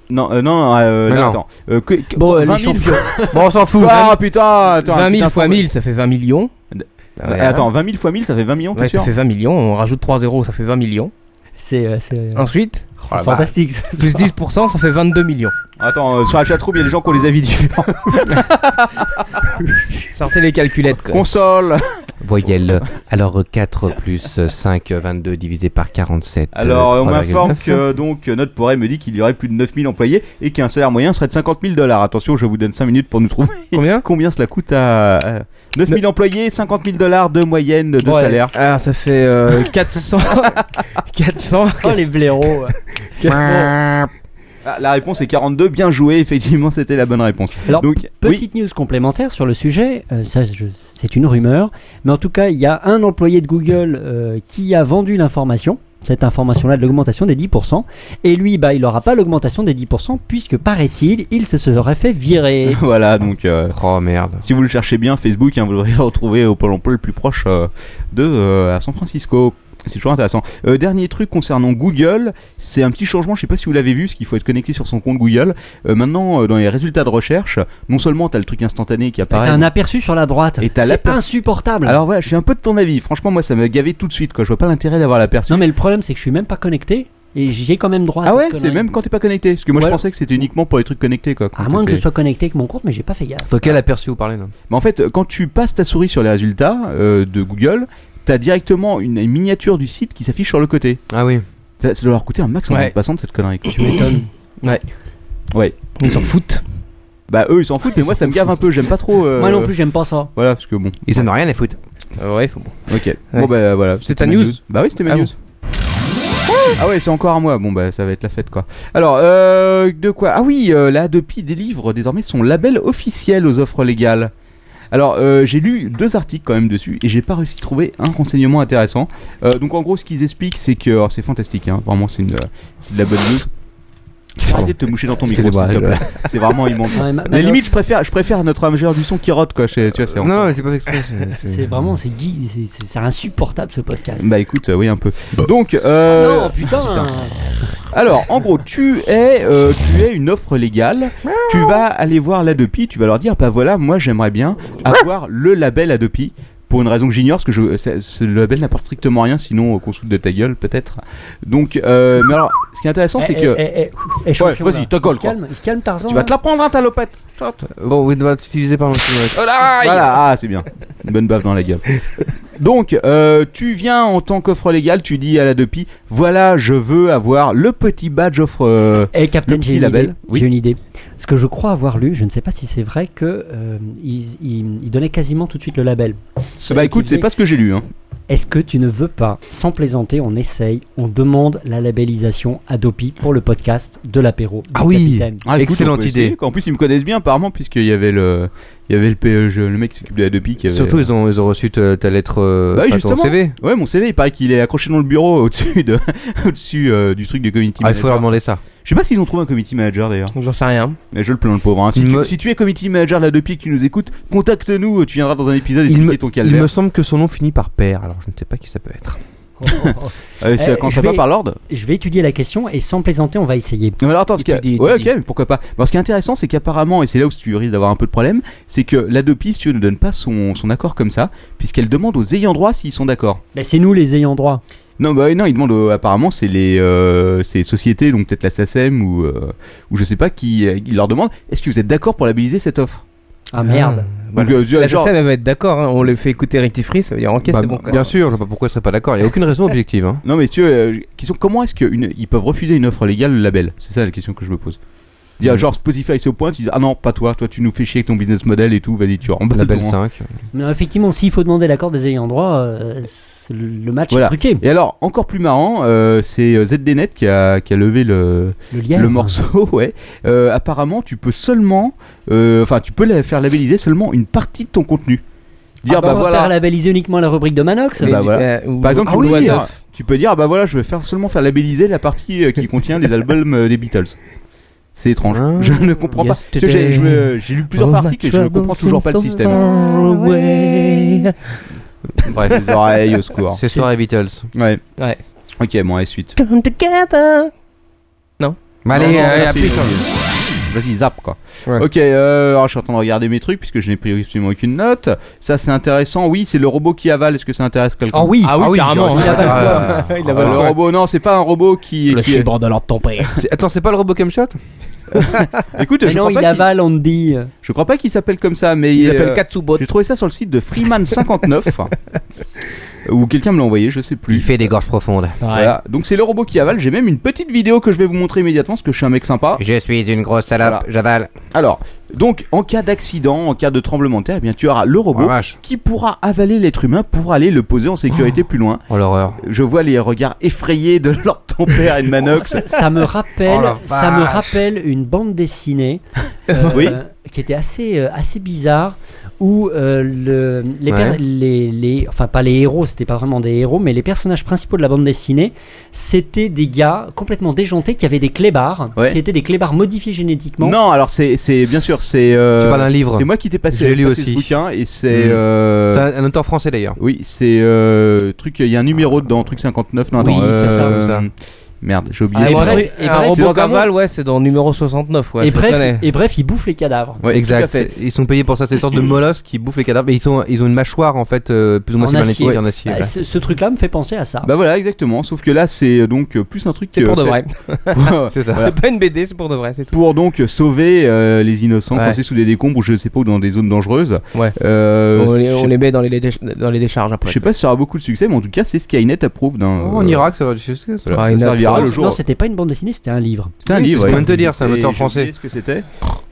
Speaker 5: Non, euh, non, euh,
Speaker 1: Mais
Speaker 5: là,
Speaker 1: non.
Speaker 5: attends. Euh, que- que-
Speaker 6: Bon, euh,
Speaker 5: 20
Speaker 6: les
Speaker 5: 000
Speaker 6: champions.
Speaker 1: Bon, on s'en fout.
Speaker 5: Ah putain, attends,
Speaker 7: 20 000
Speaker 5: putain,
Speaker 7: fois
Speaker 5: faut-
Speaker 7: 1000, ça fait 20 millions.
Speaker 5: Euh,
Speaker 7: Bah
Speaker 5: Euh,
Speaker 7: ouais,
Speaker 5: Attends, 20 000 fois 1000, ça fait 20 millions,
Speaker 7: hein.
Speaker 5: t'es
Speaker 7: Ouais, ça
Speaker 5: sûr
Speaker 7: fait 20 millions, on rajoute 3 zéros, ça fait 20 millions.
Speaker 6: c'est euh, c'est, euh,
Speaker 7: Ensuite,
Speaker 6: fantastique.
Speaker 5: Bah.
Speaker 6: ce
Speaker 7: plus
Speaker 6: soir.
Speaker 7: 10%, ça fait 22 millions.
Speaker 5: [LAUGHS] Attends, euh, sur la chatroom, il y a des gens qui ont les avis différents.
Speaker 7: [LAUGHS] Sortez les calculettes, quoi.
Speaker 5: Console
Speaker 1: Voyelle. Alors 4 plus euh, 5, 22 divisé par 47.
Speaker 5: Alors,
Speaker 1: euh,
Speaker 5: on
Speaker 1: 3,9.
Speaker 5: m'informe que donc euh, notre pourrait me dit qu'il y aurait plus de 9000 employés et qu'un salaire moyen serait de 50 000 dollars. Attention, je vous donne 5 minutes pour nous trouver
Speaker 7: Combien
Speaker 5: combien cela coûte à 9000 employés, 50 000 dollars de moyenne de
Speaker 7: Ouais.
Speaker 5: salaire.
Speaker 7: Ah, ça fait euh, [LAUGHS] 400. 400.
Speaker 6: Oh les
Speaker 7: [LAUGHS]
Speaker 6: blaireaux.
Speaker 5: Ah, la réponse est 42. Bien joué, effectivement, c'était la bonne réponse.
Speaker 6: Alors,
Speaker 5: donc, oui,
Speaker 6: Petite news complémentaire sur le sujet, euh, ça je- c'est une rumeur, mais en tout cas il y a un employé de Google euh, qui a vendu l'information, cette information-là de l'augmentation des 10%, et lui bah il n'aura pas l'augmentation des 10% puisque paraît-il il se serait fait virer.
Speaker 5: [LAUGHS] voilà, donc euh,
Speaker 1: Oh merde.
Speaker 5: si vous le cherchez bien, Facebook, hein, vous [LAUGHS] devriez le retrouver au Pôle emploi le plus proche euh, de euh, à San Francisco. C'est toujours intéressant. Euh, dernier truc concernant Google, c'est un petit changement. Je sais pas si vous l'avez vu, parce qu'il faut être connecté sur son compte Google. Euh, maintenant, euh, dans les résultats de recherche, non seulement t'as le truc instantané qui apparaît,
Speaker 6: T'as un aperçu sur la droite,
Speaker 5: Et t'as
Speaker 6: c'est
Speaker 5: l'aperçu-
Speaker 6: insupportable.
Speaker 5: Alors voilà, je suis un peu de ton avis. Franchement, moi, ça m'a gavé tout de suite. Quoi. Je vois pas l'intérêt d'avoir l'aperçu.
Speaker 6: non mais le problème c'est que je suis même pas connecté et j'ai quand même droit à
Speaker 5: ah
Speaker 6: cette
Speaker 5: ouais, c'est
Speaker 6: connerie.
Speaker 5: même quand t'es pas connecté. Parce que moi,
Speaker 6: Ouais.
Speaker 5: je pensais que c'était uniquement pour les trucs connectés. Quoi,
Speaker 6: à
Speaker 5: quand
Speaker 6: moins que je
Speaker 5: t'étais-
Speaker 6: sois connecté avec mon compte mais j'ai pas fait gaffe.
Speaker 1: De quel aperçu vous parlez là
Speaker 5: Mais en fait, quand tu passes ta souris sur les résultats euh, de Google, t'as directement une miniature du site qui s'affiche sur le côté.
Speaker 1: Ah oui.
Speaker 5: Ça, ça doit leur coûter un max en
Speaker 7: Ouais.
Speaker 5: bande passante cette connerie. quoi.
Speaker 6: Tu m'étonnes.
Speaker 7: Ils s'en foutent.
Speaker 5: Bah eux ils s'en foutent, mais moi ça me gave un peu. J'aime pas trop. euh,
Speaker 6: Moi non plus j'aime pas ça.
Speaker 5: Voilà, parce que bon.
Speaker 1: Ils en ont rien à foutre.
Speaker 7: Euh, ouais, faut bon.
Speaker 5: Ok. Bon bah voilà. C'était
Speaker 7: C'était ta
Speaker 5: ma
Speaker 7: news
Speaker 5: Bah oui, c'était ma
Speaker 7: Ah
Speaker 5: news. Ah ouais, c'est encore à moi. Bon bah ça va être la fête quoi. Alors euh, de quoi Ah oui, euh, la Adopi délivre désormais son label officiel aux offres légales. Alors euh, j'ai lu deux articles quand même dessus et j'ai pas réussi à trouver un renseignement intéressant. Euh, donc en gros ce qu'ils expliquent c'est que alors, c'est fantastique, hein, vraiment c'est une euh, c'est de la bonne news. Arrêtez de te moucher dans ton micro, s'il
Speaker 1: Excusez-moi,
Speaker 5: te plaît. c'est vraiment immense.
Speaker 6: Ouais, ma- ma-
Speaker 5: Mais limite, je préfère, je préfère notre ingénieur du son qui rote, quoi. chez- Tu vois, c'est
Speaker 1: Non, non, mais c'est pas fait exprès. [LAUGHS] c'est- c'est-
Speaker 6: C'est vraiment, c'est Guy, c'est- c'est c'est insupportable ce podcast.
Speaker 5: Bah écoute, euh, oui, un peu. Donc, euh,
Speaker 6: non, putain,
Speaker 5: alors, en gros, tu es, euh, tu es une offre légale. Tu vas aller voir l'Adopi, tu vas leur dire, bah voilà, moi j'aimerais bien avoir le label Adopi. Pour une raison que j'ignore, parce que je, c'est- ce label n'apporte strictement rien, sinon euh, qu'on se foute de ta gueule, peut-être. Donc, euh, mais alors, ce qui est intéressant, c'est
Speaker 6: Eh,
Speaker 5: que
Speaker 6: eh, eh, eh, eh, champion,
Speaker 5: vas-y,
Speaker 6: là.
Speaker 5: ta gueule,
Speaker 6: Il se calme, il se calme, Tarzan.
Speaker 5: tu vas
Speaker 6: là.
Speaker 5: te la prendre, hein, ta lopette.
Speaker 1: Bon, oui, bah, doit utiliser par
Speaker 2: Oh là
Speaker 5: Voilà, ah, c'est bien. Une bonne baffe dans la gueule. Donc, euh, tu viens en tant qu'offre légale, tu dis à la Depi, voilà, je veux avoir le petit badge offre. euh,
Speaker 6: Eh, Captain,
Speaker 5: Le
Speaker 6: j'ai
Speaker 5: petit
Speaker 6: une,
Speaker 5: label,
Speaker 6: idée.
Speaker 5: oui.
Speaker 6: J'ai une idée. Ce que je crois avoir lu, je ne sais pas si c'est vrai, que euh, ils, ils- ils donnaient quasiment tout de suite le label.
Speaker 5: Bah écoute, c'est pas ce que j'ai lu. Hein.
Speaker 6: Est-ce que tu ne veux pas, sans plaisanter, on essaye, on demande la labellisation Adopi pour le podcast de l'apéro. du
Speaker 1: Ah oui.
Speaker 5: [LAUGHS]
Speaker 6: Capitaine.
Speaker 5: écoute,
Speaker 1: Excellente
Speaker 5: on peut essayer,
Speaker 1: idée.
Speaker 5: quoi. En plus, ils me connaissent bien, apparemment, puisqu'il y avait le, il y avait le PEG, le mec qui s'occupe de la Depi. Qui avait...
Speaker 1: Surtout, ils ont, ils ont reçu ta, ta lettre, euh,
Speaker 5: Bah oui,
Speaker 1: enfin, ton
Speaker 5: justement.
Speaker 1: CV.
Speaker 5: [LAUGHS] Ouais, mon CV, il paraît qu'il est accroché dans le bureau euh, au-dessus de, au-dessus euh, du truc de community.
Speaker 1: Ah, il faut
Speaker 5: manager.
Speaker 1: leur demander ça.
Speaker 5: Je sais pas s'ils ont trouvé un committee manager d'ailleurs.
Speaker 7: J'en sais rien.
Speaker 5: Mais je le plains le pauvre. hein. Si,
Speaker 1: Il
Speaker 5: tu,
Speaker 1: me-
Speaker 5: si tu es committee manager là depuis que tu nous écoutes, contacte-nous. Tu viendras dans un épisode
Speaker 1: Il
Speaker 5: expliquer
Speaker 1: me,
Speaker 5: ton
Speaker 1: il
Speaker 5: calvaire.
Speaker 1: me semble que son nom finit par père, alors je ne sais pas qui ça peut être.
Speaker 5: Euh, c'est
Speaker 6: Eh,
Speaker 5: quand
Speaker 6: je
Speaker 5: ça va
Speaker 6: vais-
Speaker 5: par l'ordre.
Speaker 6: Je vais étudier la question et sans plaisanter, on va essayer.
Speaker 5: Mais alors attends, ce qui
Speaker 7: Étudier,
Speaker 5: ouais, ok,
Speaker 7: étudier.
Speaker 5: mais pourquoi pas. Alors, ce qui est intéressant, c'est qu'apparemment, et c'est là où tu risques d'avoir un peu de problème, c'est que l'Adopi, si tu veux, ne donne pas son, son accord comme ça, puisqu'elle demande aux ayants droit s'ils sont d'accord.
Speaker 6: Bah, c'est nous les ayants droit.
Speaker 5: Non, bah ouais, non, il demande euh, apparemment c'est les euh, c'est les sociétés, donc peut-être la SACEM ou euh, ou je sais pas qui, euh, il leur demande est-ce que vous êtes d'accord pour labelliser cette offre
Speaker 6: Ah merde.
Speaker 5: Donc,
Speaker 7: Voilà.
Speaker 5: euh, tu vois,
Speaker 7: la
Speaker 5: genre-
Speaker 7: SSM, elle va être d'accord, hein. on le fait écouter rectifree, ça veut dire ok,
Speaker 1: Bah,
Speaker 7: c'est bon. quoi.
Speaker 1: bien sûr, je vois pas pourquoi ils seraient pas d'accord. Il n'y a aucune raison objective.
Speaker 5: [LAUGHS]
Speaker 1: hein.
Speaker 5: Non, mais tu vois, euh, question comment est-ce qu'ils peuvent refuser une offre légale, le label C'est ça la question que je me pose. Dire
Speaker 1: Mhm.
Speaker 5: genre Spotify c'est au point, tu dis ah non pas toi, toi tu nous fais chier avec ton business model et tout, vas-y tu remballes
Speaker 1: Label
Speaker 5: ton-
Speaker 1: 5.
Speaker 6: Non, euh, effectivement, s'il faut demander l'accord des ayants droit, euh, c'est- le match
Speaker 5: Voilà.
Speaker 6: est truqué.
Speaker 5: Et alors encore plus marrant, euh, c'est euh, ZDNet qui a qui a levé le
Speaker 6: Le lien.
Speaker 5: le morceau, [LAUGHS] ouais. Euh, apparemment, tu peux seulement, euh, enfin, tu peux la faire labelliser seulement une partie de ton contenu. Dire
Speaker 6: Ah bah, on
Speaker 5: bah,
Speaker 6: va
Speaker 5: voilà.
Speaker 6: faire labelliser uniquement la rubrique de Manox.
Speaker 5: bah, voilà.
Speaker 7: euh, ou-
Speaker 5: Par exemple,
Speaker 7: ah
Speaker 5: tu, peux
Speaker 7: oui,
Speaker 5: dire- tu peux dire bah voilà, je vais faire seulement faire labelliser la partie
Speaker 6: [LAUGHS]
Speaker 5: euh, qui contient les albums euh, des Beatles. C'est étrange.
Speaker 1: Ah.
Speaker 5: je ne comprends pas. Parce que J'ai je me- j'ai lu plusieurs
Speaker 7: Oh,
Speaker 5: articles et je ne comprends toujours pas le système.
Speaker 6: Ah
Speaker 7: Ouais.
Speaker 5: Bref, les oreilles
Speaker 6: [LAUGHS]
Speaker 5: au secours.
Speaker 1: C'est soirée Beatles.
Speaker 5: Ouais.
Speaker 7: Ouais.
Speaker 5: Ok, bon, allez, suite.
Speaker 8: Come together.
Speaker 1: Bah,
Speaker 5: Non,
Speaker 1: allez,
Speaker 5: non,
Speaker 1: euh, hein.
Speaker 5: merci,
Speaker 1: appuie sur-
Speaker 5: Olivier. Vas-y, zap quoi.
Speaker 7: Ouais.
Speaker 5: Ok, euh, alors je suis en train de regarder mes trucs puisque je n'ai pris absolument aucune note. Ça c'est intéressant, oui, c'est le robot qui avale. Est-ce que ça intéresse quelqu'un
Speaker 6: Oh oui.
Speaker 7: Ah oui, carrément.
Speaker 6: Il avale
Speaker 1: Ah, [LAUGHS]
Speaker 7: Il
Speaker 5: Ah, le robot, non, c'est pas un robot qui. qui-
Speaker 7: de l'ordre de ton père.
Speaker 1: C'est- Attends, c'est pas le robot Camshot
Speaker 5: Écoute,
Speaker 6: Mais
Speaker 5: je,
Speaker 6: non,
Speaker 5: crois
Speaker 6: il
Speaker 5: pas qu'il-
Speaker 6: avale Andy.
Speaker 5: je crois pas qu'il s'appelle comme ça, mais.
Speaker 7: Il
Speaker 5: euh,
Speaker 7: s'appelle Katsubot.
Speaker 5: J'ai trouvé ça sur le site de Freeman59. ou quelqu'un me l'a envoyé, je sais plus.
Speaker 1: Il fait des gorges profondes.
Speaker 5: Voilà. Donc c'est le robot qui avale. J'ai même une petite vidéo que je vais vous montrer immédiatement parce que je suis un mec sympa.
Speaker 1: Je suis une grosse salope, j'avale.
Speaker 5: Alors, donc en cas d'accident, en cas de tremblement de terre, eh bien tu auras le
Speaker 1: Oh la
Speaker 5: robot
Speaker 1: vache.
Speaker 5: qui pourra avaler l'être humain pour aller le poser en sécurité plus loin.
Speaker 1: Oh l'horreur.
Speaker 5: Je vois les regards effrayés de Lord Tempère et
Speaker 1: [LAUGHS]
Speaker 5: de Manox.
Speaker 6: Ça, ça me rappelle,
Speaker 1: Oh la
Speaker 6: ça me
Speaker 1: vache.
Speaker 6: rappelle une bande dessinée euh,
Speaker 5: Oui.
Speaker 6: qui était assez euh, assez bizarre où euh, le, les,
Speaker 1: Ouais.
Speaker 6: per- les les enfin pas les héros, c'était pas vraiment des héros, mais les personnages principaux de la bande dessinée, c'était des gars complètement déjantés qui avaient des clébards,
Speaker 5: Ouais.
Speaker 6: qui étaient des clébards modifiés génétiquement.
Speaker 5: Non, alors c'est c'est- bien sûr c'est. euh,
Speaker 1: Tu parles d'un livre.
Speaker 5: C'est moi qui t'ai passé,
Speaker 1: J'ai lu
Speaker 5: passé
Speaker 1: aussi.
Speaker 5: ce bouquin et c'est.
Speaker 1: Mm.
Speaker 5: euh,
Speaker 1: C'est un, un auteur français d'ailleurs.
Speaker 5: Oui, c'est euh, truc. Il y a un numéro dedans, truc 59. Non, attends,
Speaker 6: Oui, c'est
Speaker 5: euh,
Speaker 1: ça.
Speaker 5: Merde, j'ai oublié.
Speaker 7: Ah,
Speaker 6: Et
Speaker 7: bon,
Speaker 6: bref,
Speaker 7: un truc-
Speaker 6: et
Speaker 7: un
Speaker 6: bref, c'est
Speaker 7: robot
Speaker 6: dans un monde-
Speaker 7: Gaval, ouais, c'est dans numéro 69. Ouais,
Speaker 6: et
Speaker 7: je le connais.
Speaker 6: bref, et bref, ils bouffent les cadavres.
Speaker 5: Ouais, tout à
Speaker 1: exact.
Speaker 5: fait.
Speaker 1: Ils sont payés pour ça, c'est une sorte de mollusque qui bouffe les cadavres. Mais ils, sont, ils ont une mâchoire en fait, euh, plus ou moins
Speaker 6: En
Speaker 1: cybernétique
Speaker 6: acier.
Speaker 1: en acier.
Speaker 6: Ah,
Speaker 1: voilà.
Speaker 6: ce ce truc-là me fait penser à ça.
Speaker 5: Bah voilà, exactement. Sauf que là, c'est donc euh, plus un truc.
Speaker 7: C'est
Speaker 5: euh,
Speaker 7: pour
Speaker 1: [LAUGHS]
Speaker 5: [LAUGHS]
Speaker 7: de
Speaker 5: fait-
Speaker 7: vrai.
Speaker 5: pour-
Speaker 1: C'est ça.
Speaker 5: Voilà.
Speaker 7: C'est pas une BD, c'est pour de vrai, c'est tout.
Speaker 5: Pour donc sauver euh, les innocents
Speaker 7: Ouais.
Speaker 5: coincés sous des décombres ou je sais pas où dans des zones dangereuses.
Speaker 7: Ouais.
Speaker 5: Euh,
Speaker 7: on,
Speaker 5: je
Speaker 7: les,
Speaker 5: sais-
Speaker 7: on les met dans les, déch- dans les décharges
Speaker 5: je
Speaker 7: après.
Speaker 5: sais pas si ça aura beaucoup de succès, mais en tout cas, c'est Skynet approuve d'un.
Speaker 1: Oh, en
Speaker 5: euh,
Speaker 1: Irak, ça va du succès. ça.
Speaker 5: voilà,
Speaker 7: Ah,
Speaker 5: ça
Speaker 7: il a-
Speaker 5: servira
Speaker 6: non,
Speaker 5: le jour.
Speaker 6: non, c'était pas une bande dessinée, c'était un livre.
Speaker 5: C'est un
Speaker 1: Oui,
Speaker 5: livre.
Speaker 1: c'est ce
Speaker 5: ouais.
Speaker 1: qu'on vient de te dire, c'est un
Speaker 5: Et
Speaker 1: auteur
Speaker 5: j'ai
Speaker 1: français.
Speaker 5: oublié ce que c'était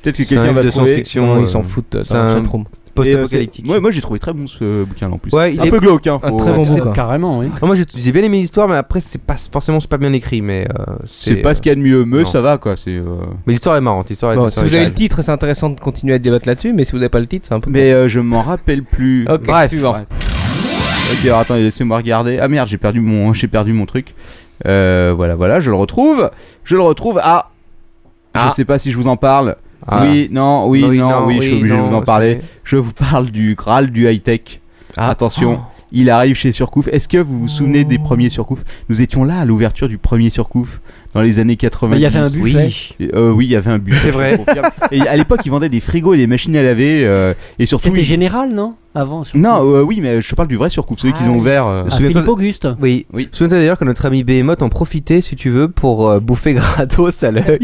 Speaker 5: Peut-être
Speaker 1: C'est
Speaker 5: que
Speaker 1: un
Speaker 5: quelqu'un va
Speaker 1: livre de
Speaker 5: trouver.
Speaker 1: science-fiction.
Speaker 7: Non,
Speaker 1: euh,
Speaker 7: ils s'en foutent euh,
Speaker 1: c'est
Speaker 7: dans le
Speaker 1: un-
Speaker 7: chatroom.
Speaker 5: Et, euh,
Speaker 1: Post-apocalyptique.
Speaker 5: c'est- ouais, moi j'ai trouvé très bon ce euh, bouquin en plus.
Speaker 1: Ouais, il
Speaker 5: un
Speaker 1: est-
Speaker 5: peu glauque, hein.
Speaker 7: un
Speaker 5: faut-
Speaker 7: très bon
Speaker 5: ouais.
Speaker 7: bouquin.
Speaker 6: C'est
Speaker 7: quoi.
Speaker 6: Carrément, oui.
Speaker 1: Non, moi j'ai j'ai bien aimé l'histoire, mais après c'est pas forcément c'est pas bien écrit, mais euh,
Speaker 5: C'est pas ce qu'il y a de mieux, mais
Speaker 1: non.
Speaker 5: ça va quoi. C'est. euh,
Speaker 1: Mais l'histoire est marrante. L'histoire est.
Speaker 7: Bon, si
Speaker 1: l'histoire
Speaker 7: vous
Speaker 1: est
Speaker 7: avez le
Speaker 1: chouette.
Speaker 7: titre, c'est intéressant de continuer à débattre là-dessus, mais si vous n'avez pas le titre, c'est un peu.
Speaker 5: Mais euh, je m'en rappelle plus.
Speaker 7: Ok,
Speaker 5: Bref.
Speaker 7: suivant.
Speaker 5: Bref. Ok, alors attendez, laissez-moi regarder. Ah merde, j'ai perdu mon, j'ai perdu mon truc. Euh, voilà, voilà, je le retrouve. Je le retrouve. Ah.
Speaker 7: Ah.
Speaker 5: Je sais pas si je vous en parle.
Speaker 1: Ah.
Speaker 5: Oui, non, oui, non, oui, je suis obligé de
Speaker 1: non,
Speaker 5: vous en
Speaker 1: c'est-
Speaker 5: parler. Je vous parle du Graal du high-tech.
Speaker 6: Ah.
Speaker 5: Attention,
Speaker 6: Oh.
Speaker 5: il arrive chez Surcouf. Est-ce que vous vous souvenez des premiers Surcouf Nous étions là à l'ouverture du premier Surcouf dans les années 80.
Speaker 6: Mais il y avait un buffet.
Speaker 5: Euh, oui, il y avait un but. C'est vrai. Et à l'époque, ils vendaient des frigos et des machines à laver. euh, et surtout,
Speaker 6: C'était
Speaker 5: ils-
Speaker 6: général, non Avant. surtout.
Speaker 5: non, euh, oui, mais je te parle du vrai surcouf, celui
Speaker 6: Ah
Speaker 5: qu'ils ont
Speaker 6: oui.
Speaker 5: ouvert. euh,
Speaker 6: Ah,
Speaker 1: Souviens-toi
Speaker 6: Philippe
Speaker 1: de-
Speaker 6: Auguste.
Speaker 1: Oui.
Speaker 5: Oui.
Speaker 1: Souviens-toi d'ailleurs que notre ami Behemoth en profitait, si tu veux, pour euh, bouffer [LAUGHS] gratos à l'œil.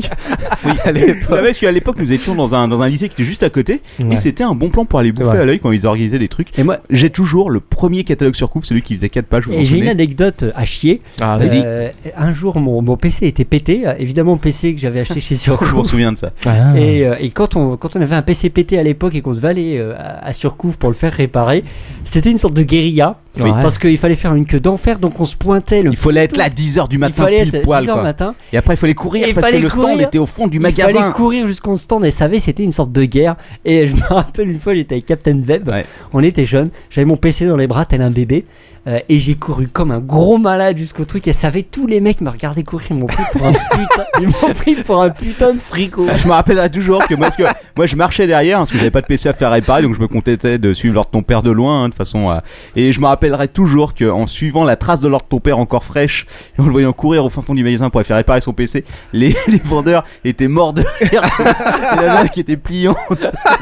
Speaker 1: Oui, à
Speaker 5: Ah,
Speaker 1: l'époque.
Speaker 5: parce qu'à l'époque, nous étions dans un, dans un lycée qui était juste à côté, et
Speaker 7: Ouais.
Speaker 5: c'était un bon plan pour aller bouffer
Speaker 7: vrai.
Speaker 5: à l'œil quand ils organisaient des trucs.
Speaker 6: Et moi,
Speaker 5: J'ai toujours le premier catalogue surcouf, celui qui faisait 4 pages. vous vous
Speaker 6: et j'ai une
Speaker 5: souvenez
Speaker 6: anecdote à chier.
Speaker 7: Ah,
Speaker 5: Vas-y.
Speaker 6: Euh, un jour, mon, mon PC était pété. euh, Évidemment, PC que j'avais acheté
Speaker 5: [LAUGHS]
Speaker 6: chez
Speaker 5: [LAUGHS] Je m'en
Speaker 6: Surcouf.
Speaker 5: souviens de ça.
Speaker 7: Et
Speaker 6: Et, euh, et quand, on, quand on avait un PC pété à l'époque et qu'on devait aller euh, à à Surcouf pour le faire réparer, c'était une sorte de guérilla.
Speaker 7: Oui.
Speaker 6: Parce qu'il fallait faire une queue d'enfer, donc on se pointait le.
Speaker 5: Il fallait être là à 10h du
Speaker 6: il
Speaker 5: matin,
Speaker 6: fallait
Speaker 5: pile
Speaker 6: être
Speaker 5: poil.
Speaker 6: 10 heures
Speaker 5: Quoi.
Speaker 6: matin.
Speaker 5: Et après, il fallait courir
Speaker 6: Et il
Speaker 5: parce
Speaker 6: fallait
Speaker 5: que le stand
Speaker 6: courir.
Speaker 5: était au fond du
Speaker 6: Il
Speaker 5: magasin.
Speaker 6: fallait courir jusqu'au stand et savait c'était une sorte de guerre. Et je me rappelle une fois, j'étais avec Captain Web.
Speaker 5: Ouais.
Speaker 6: On était jeunes. J'avais mon PC dans les bras, tel un bébé. euh, et j'ai couru comme un gros malade jusqu'au truc. Et savait tous les mecs me regardaient courir. Ils m'ont pris
Speaker 5: [LAUGHS]
Speaker 6: pour un putain, ils m'ont pris pour un putain de fricot.
Speaker 5: Ah, Je me rappellerai toujours que moi, parce que [LAUGHS] moi je marchais derrière parce que j'avais pas de PC à faire réparer donc je me contentais de suivre l'ordre de ton père de loin hein, de façon à- et je me rappellerai toujours que en suivant la trace de l'ordre de ton père encore fraîche et en le voyant courir au fin fond du magasin pour aller faire réparer son PC les, [LAUGHS] les vendeurs étaient morts de rire [LAUGHS] et la meuf qui était pliante [LAUGHS]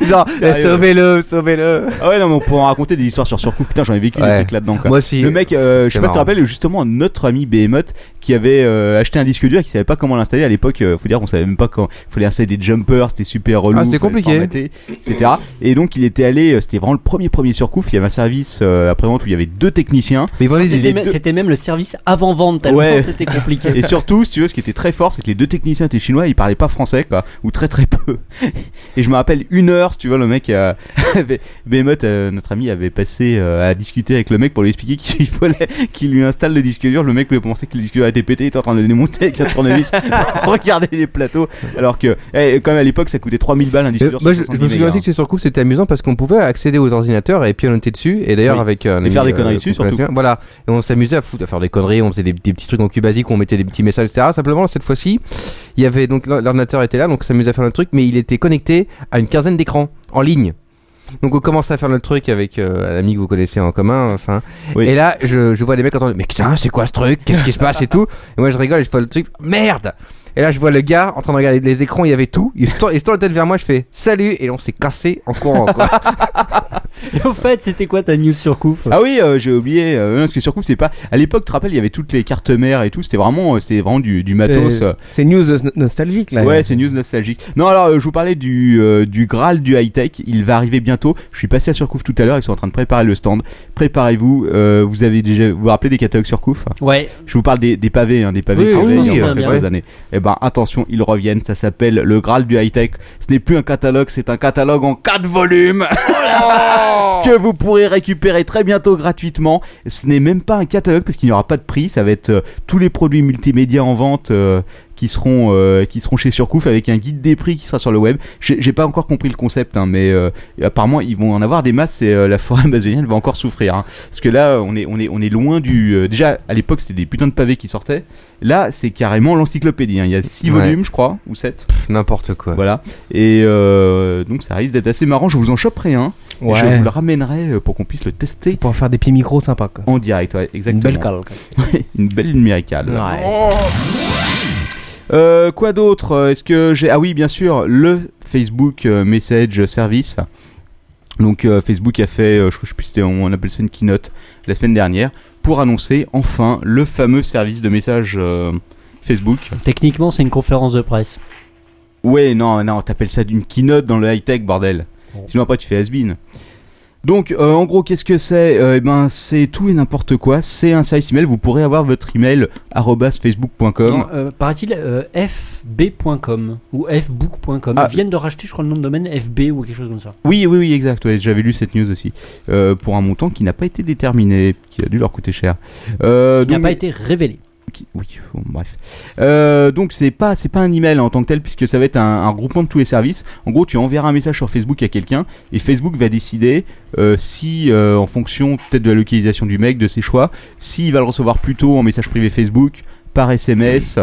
Speaker 1: Genre,
Speaker 5: Sérieux.
Speaker 1: sauvez-le, sauvez-le.
Speaker 5: ah ouais non mais on pourra en raconter des histoires sur surcoût putain j'en ai vécu des
Speaker 1: Ouais.
Speaker 5: trucs là dedans quoi
Speaker 1: Moi aussi.
Speaker 5: le mec, euh, je sais
Speaker 1: C'est
Speaker 5: pas si tu te
Speaker 1: marrant.
Speaker 5: rappelles, justement, notre ami Behemoth qui avait euh, acheté un disque dur et qui savait pas comment l'installer à l'époque. euh, faut dire qu'on savait même pas quand. Fallait installer des jumpers, c'était super relou.
Speaker 1: Ah, c'était
Speaker 5: fallait
Speaker 1: compliqué.
Speaker 5: le formater, etc. Et donc, il était allé, euh, c'était vraiment le premier premier surcouf. Il y avait un service euh, après-vente où il y avait deux techniciens.
Speaker 1: Mais ils vendaient des-
Speaker 6: C'était
Speaker 1: des-
Speaker 6: même, c'était même le service avant-vente, tellement
Speaker 5: Ouais.
Speaker 6: c'était compliqué.
Speaker 1: [LAUGHS]
Speaker 5: [LAUGHS] Et surtout, si tu veux, ce qui était très fort, c'est que les deux techniciens étaient chinois, et ils parlaient pas français, quoi, ou très très peu. Et je me rappelle une heure, si tu vois, le mec, euh, [LAUGHS] avait- Behemoth, euh, notre ami, avait passé euh, à discuter avec le mec pour lui expliquer [LAUGHS] qu'il fallait qu'il lui installe le disque dur. Le mec lui pensait que le disque dur était pété, il était en train de le démonter avec un
Speaker 1: [LAUGHS]
Speaker 5: tournevis, pour regarder les plateaux, alors que, eh, quand même à l'époque, ça coûtait 3000 balles un disque
Speaker 1: Euh,
Speaker 5: dur.
Speaker 1: moi, je,
Speaker 5: 170
Speaker 1: je me souviens
Speaker 5: mégas,
Speaker 1: aussi
Speaker 5: hein.
Speaker 1: que c'est sur coup, c'était amusant parce qu'on pouvait accéder aux ordinateurs et pianoter dessus. Et d'ailleurs,
Speaker 5: Oui.
Speaker 1: avec un
Speaker 5: Et faire
Speaker 1: ami,
Speaker 5: des conneries
Speaker 1: euh,
Speaker 5: dessus,
Speaker 1: qu'on connaissait
Speaker 5: surtout.
Speaker 1: bien, Voilà. Et on s'amusait à foutre, à faire des conneries. On faisait des, des petits trucs en cubasique, on mettait des petits messages, etc. Simplement, cette fois-ci, il y avait donc l'ordinateur était là, donc on s'amusait à faire notre truc, mais il était connecté à une quinzaine d'écrans en ligne. Donc on commence à faire notre truc avec euh, un ami que vous connaissez en commun, enfin.
Speaker 5: Oui.
Speaker 1: Et là, je, je vois les mecs entendre, mais putain, c'est quoi ce truc Qu'est-ce qui se passe et tout Et moi je rigole et je fais le truc, merde Et là je vois le gars en train de regarder les écrans, il y avait tout. Il se tourne, il se tourne la tête vers moi, je fais salut et on s'est cassé en courant.
Speaker 5: [LAUGHS]
Speaker 1: quoi.
Speaker 6: Et au fait, c'était quoi ta news sur Couf
Speaker 5: Ah oui, euh, j'ai oublié. Euh, non, parce que surtout, c'est pas. À l'époque, tu te rappelles, il y avait toutes les cartes mères et tout. C'était vraiment, euh, c'était vraiment du, du matos. euh,
Speaker 7: C'est news no- nostalgique là.
Speaker 5: Ouais, c'est news nostalgique. Non, alors euh, je vous parlais du, euh, du Graal du high-tech. Il va arriver bientôt. Je suis passé à Surcouf tout à l'heure. Ils sont en train de préparer le stand. Préparez-vous. euh, vous avez déjà vous, vous rappelez des catalogues Surcouf
Speaker 6: Ouais,
Speaker 5: Je vous parle des, des pavés, hein, des
Speaker 6: Oui,
Speaker 5: pavés qu'il y
Speaker 6: oui,
Speaker 5: avait
Speaker 6: oui,
Speaker 5: il y
Speaker 6: oui,
Speaker 5: a
Speaker 6: bien,
Speaker 5: quelques années. Eh ben attention, ils reviennent. Ça s'appelle le Graal du high-tech. Ce n'est plus un catalogue, c'est un catalogue en quatre volumes
Speaker 6: Oh
Speaker 5: [LAUGHS] que vous pourrez récupérer très bientôt gratuitement. Ce n'est même pas un catalogue parce qu'il n'y aura pas de prix. Ça va être euh, tous les produits multimédia en vente euh, qui seront euh, qui seront chez Surcouf avec un guide des prix qui sera sur le web. J'ai j'ai pas encore compris le concept, hein, mais euh, apparemment ils vont en avoir des masses et euh, la forêt [LAUGHS] amazonienne va encore souffrir. hein. parce que là, on est on est on est loin du. euh, déjà à l'époque c'était des putains de pavés qui sortaient. Là c'est carrément l'encyclopédie. hein. Il y a six
Speaker 1: Ouais.
Speaker 5: volumes je crois ou sept.
Speaker 1: Pff, N'importe quoi.
Speaker 5: Voilà. Et euh, donc ça risque d'être assez marrant. Je vous en choperai un. Et
Speaker 7: Ouais.
Speaker 5: Je vous le ramènerai euh, pour qu'on puisse le tester
Speaker 7: Pour en faire des petits micros sympas quoi.
Speaker 5: en direct, ouais, exactement.
Speaker 7: Une belle Oh, calque.
Speaker 5: Ouais, [LAUGHS] une belle numéricale.
Speaker 7: Ouais.
Speaker 5: Euh, quoi d'autre Euh, Est-ce que j'ai ah oui bien sûr le Facebook euh, Message Service. Donc euh, Facebook a fait, euh, je je sais plus si c'était- on appelle ça une keynote la semaine dernière pour annoncer enfin le fameux service de message euh, Facebook.
Speaker 6: techniquement, c'est une conférence de presse.
Speaker 5: Ouais non non t'appelles ça d'une keynote dans le high tech bordel. Sinon après tu fais has-been. Donc euh, en gros qu'est-ce que c'est Euh, Eh ben c'est tout et n'importe quoi. C'est un service email. Vous pourrez avoir votre email arobase @facebook.com.
Speaker 6: Non, euh, paraît-il euh, fb.com ou fbook.com.
Speaker 5: Ah.
Speaker 6: Ils viennent de racheter, je crois, le nom de domaine fb ou quelque chose comme ça.
Speaker 5: Oui, oui, oui, exact. ouais, J'avais lu cette news aussi. Euh, pour un montant qui n'a pas été déterminé, qui a dû leur coûter cher. Euh,
Speaker 6: Qui n'a
Speaker 5: donc-
Speaker 6: pas été révélé.
Speaker 5: qui- oui, bon, bref. Euh, donc c'est pas c'est pas un email en tant que tel puisque ça va être un, un groupement de tous les services. En gros, tu enverras un message sur Facebook à quelqu'un et Facebook va décider euh, si euh, en fonction peut-être de la localisation du mec, de ses choix, s'il va le recevoir plutôt en message privé Facebook par SMS,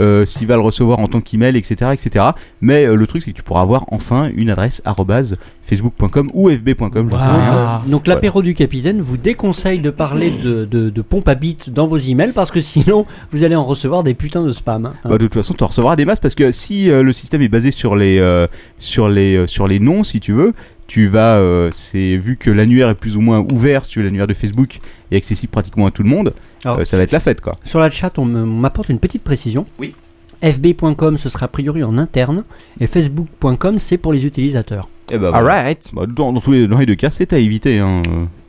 Speaker 5: euh, s'il va le recevoir en tant qu'email, etc., etc. Mais euh, le truc, c'est que tu pourras avoir enfin une adresse arobase facebook.com ou fb.com, j'en sais rien.
Speaker 6: Euh, donc l'apéro du capitaine vous déconseille de parler de, de, de pompe à bite dans vos emails parce que sinon vous allez en recevoir des putains de spam. hein.
Speaker 5: Bah, de toute façon, tu en recevras des masses parce que si euh, le système est basé sur les, euh, sur les, euh, sur les noms, si tu veux, tu vas, euh, c'est vu que l'annuaire est plus ou moins ouvert, si tu veux, l'annuaire de Facebook est accessible pratiquement à tout le monde,
Speaker 1: Ah.
Speaker 6: Alors,
Speaker 5: euh, ça va être la fête, quoi.
Speaker 6: Sur la chat, on me- on m'apporte une petite précision.
Speaker 5: Oui.
Speaker 6: fb.com ce sera a priori en interne et facebook.com c'est pour les utilisateurs.
Speaker 1: Eh
Speaker 5: Et bah, voilà.
Speaker 1: Alright.
Speaker 5: Bah, dans, dans tous les, dans les deux cas, c'est à éviter. Hein.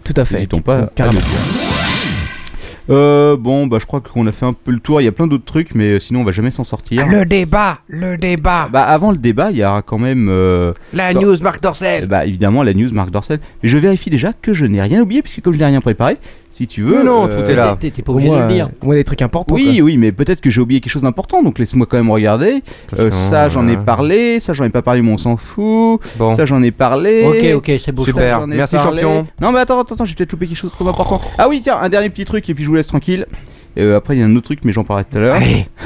Speaker 7: Tout à fait.
Speaker 5: N'hésitons pas à
Speaker 7: Carrément.
Speaker 5: le faire. Euh, bon, bah je crois qu'on a fait un peu le tour. Il y a plein d'autres trucs, mais euh, sinon on va jamais s'en sortir.
Speaker 2: Le débat, le débat,
Speaker 5: Bah avant le débat, il y aura quand même, euh,
Speaker 2: la
Speaker 5: Bon.
Speaker 2: news Marc Dorcel.
Speaker 5: bah évidemment la news Marc Dorcel. Mais je vérifie déjà que je n'ai rien oublié, puisque comme je n'ai rien préparé, si tu veux. euh,
Speaker 1: Mais non, tout est là.
Speaker 6: T'es t'es pas obligé de le dire.
Speaker 7: Moi, euh, des trucs importants.
Speaker 5: Oui, oui, mais peut-être que j'ai oublié quelque chose d'important, donc laisse-moi quand même regarder. Euh, ça, j'en ai parlé. Ça, j'en ai pas parlé, mais on s'en fout.
Speaker 1: Bon.
Speaker 5: Ça, j'en ai parlé.
Speaker 6: Ok, ok, c'est beau.
Speaker 5: Ça,
Speaker 1: Super.
Speaker 5: j'en ai
Speaker 1: Merci, champion.
Speaker 5: Non mais attends, attends, attends, j'ai peut-être loupé quelque chose de trop important. Ah oui, tiens, un dernier petit truc et puis je vous laisse tranquille. Euh, après il y a un autre truc mais j'en parlerai tout à l'heure. [LAUGHS]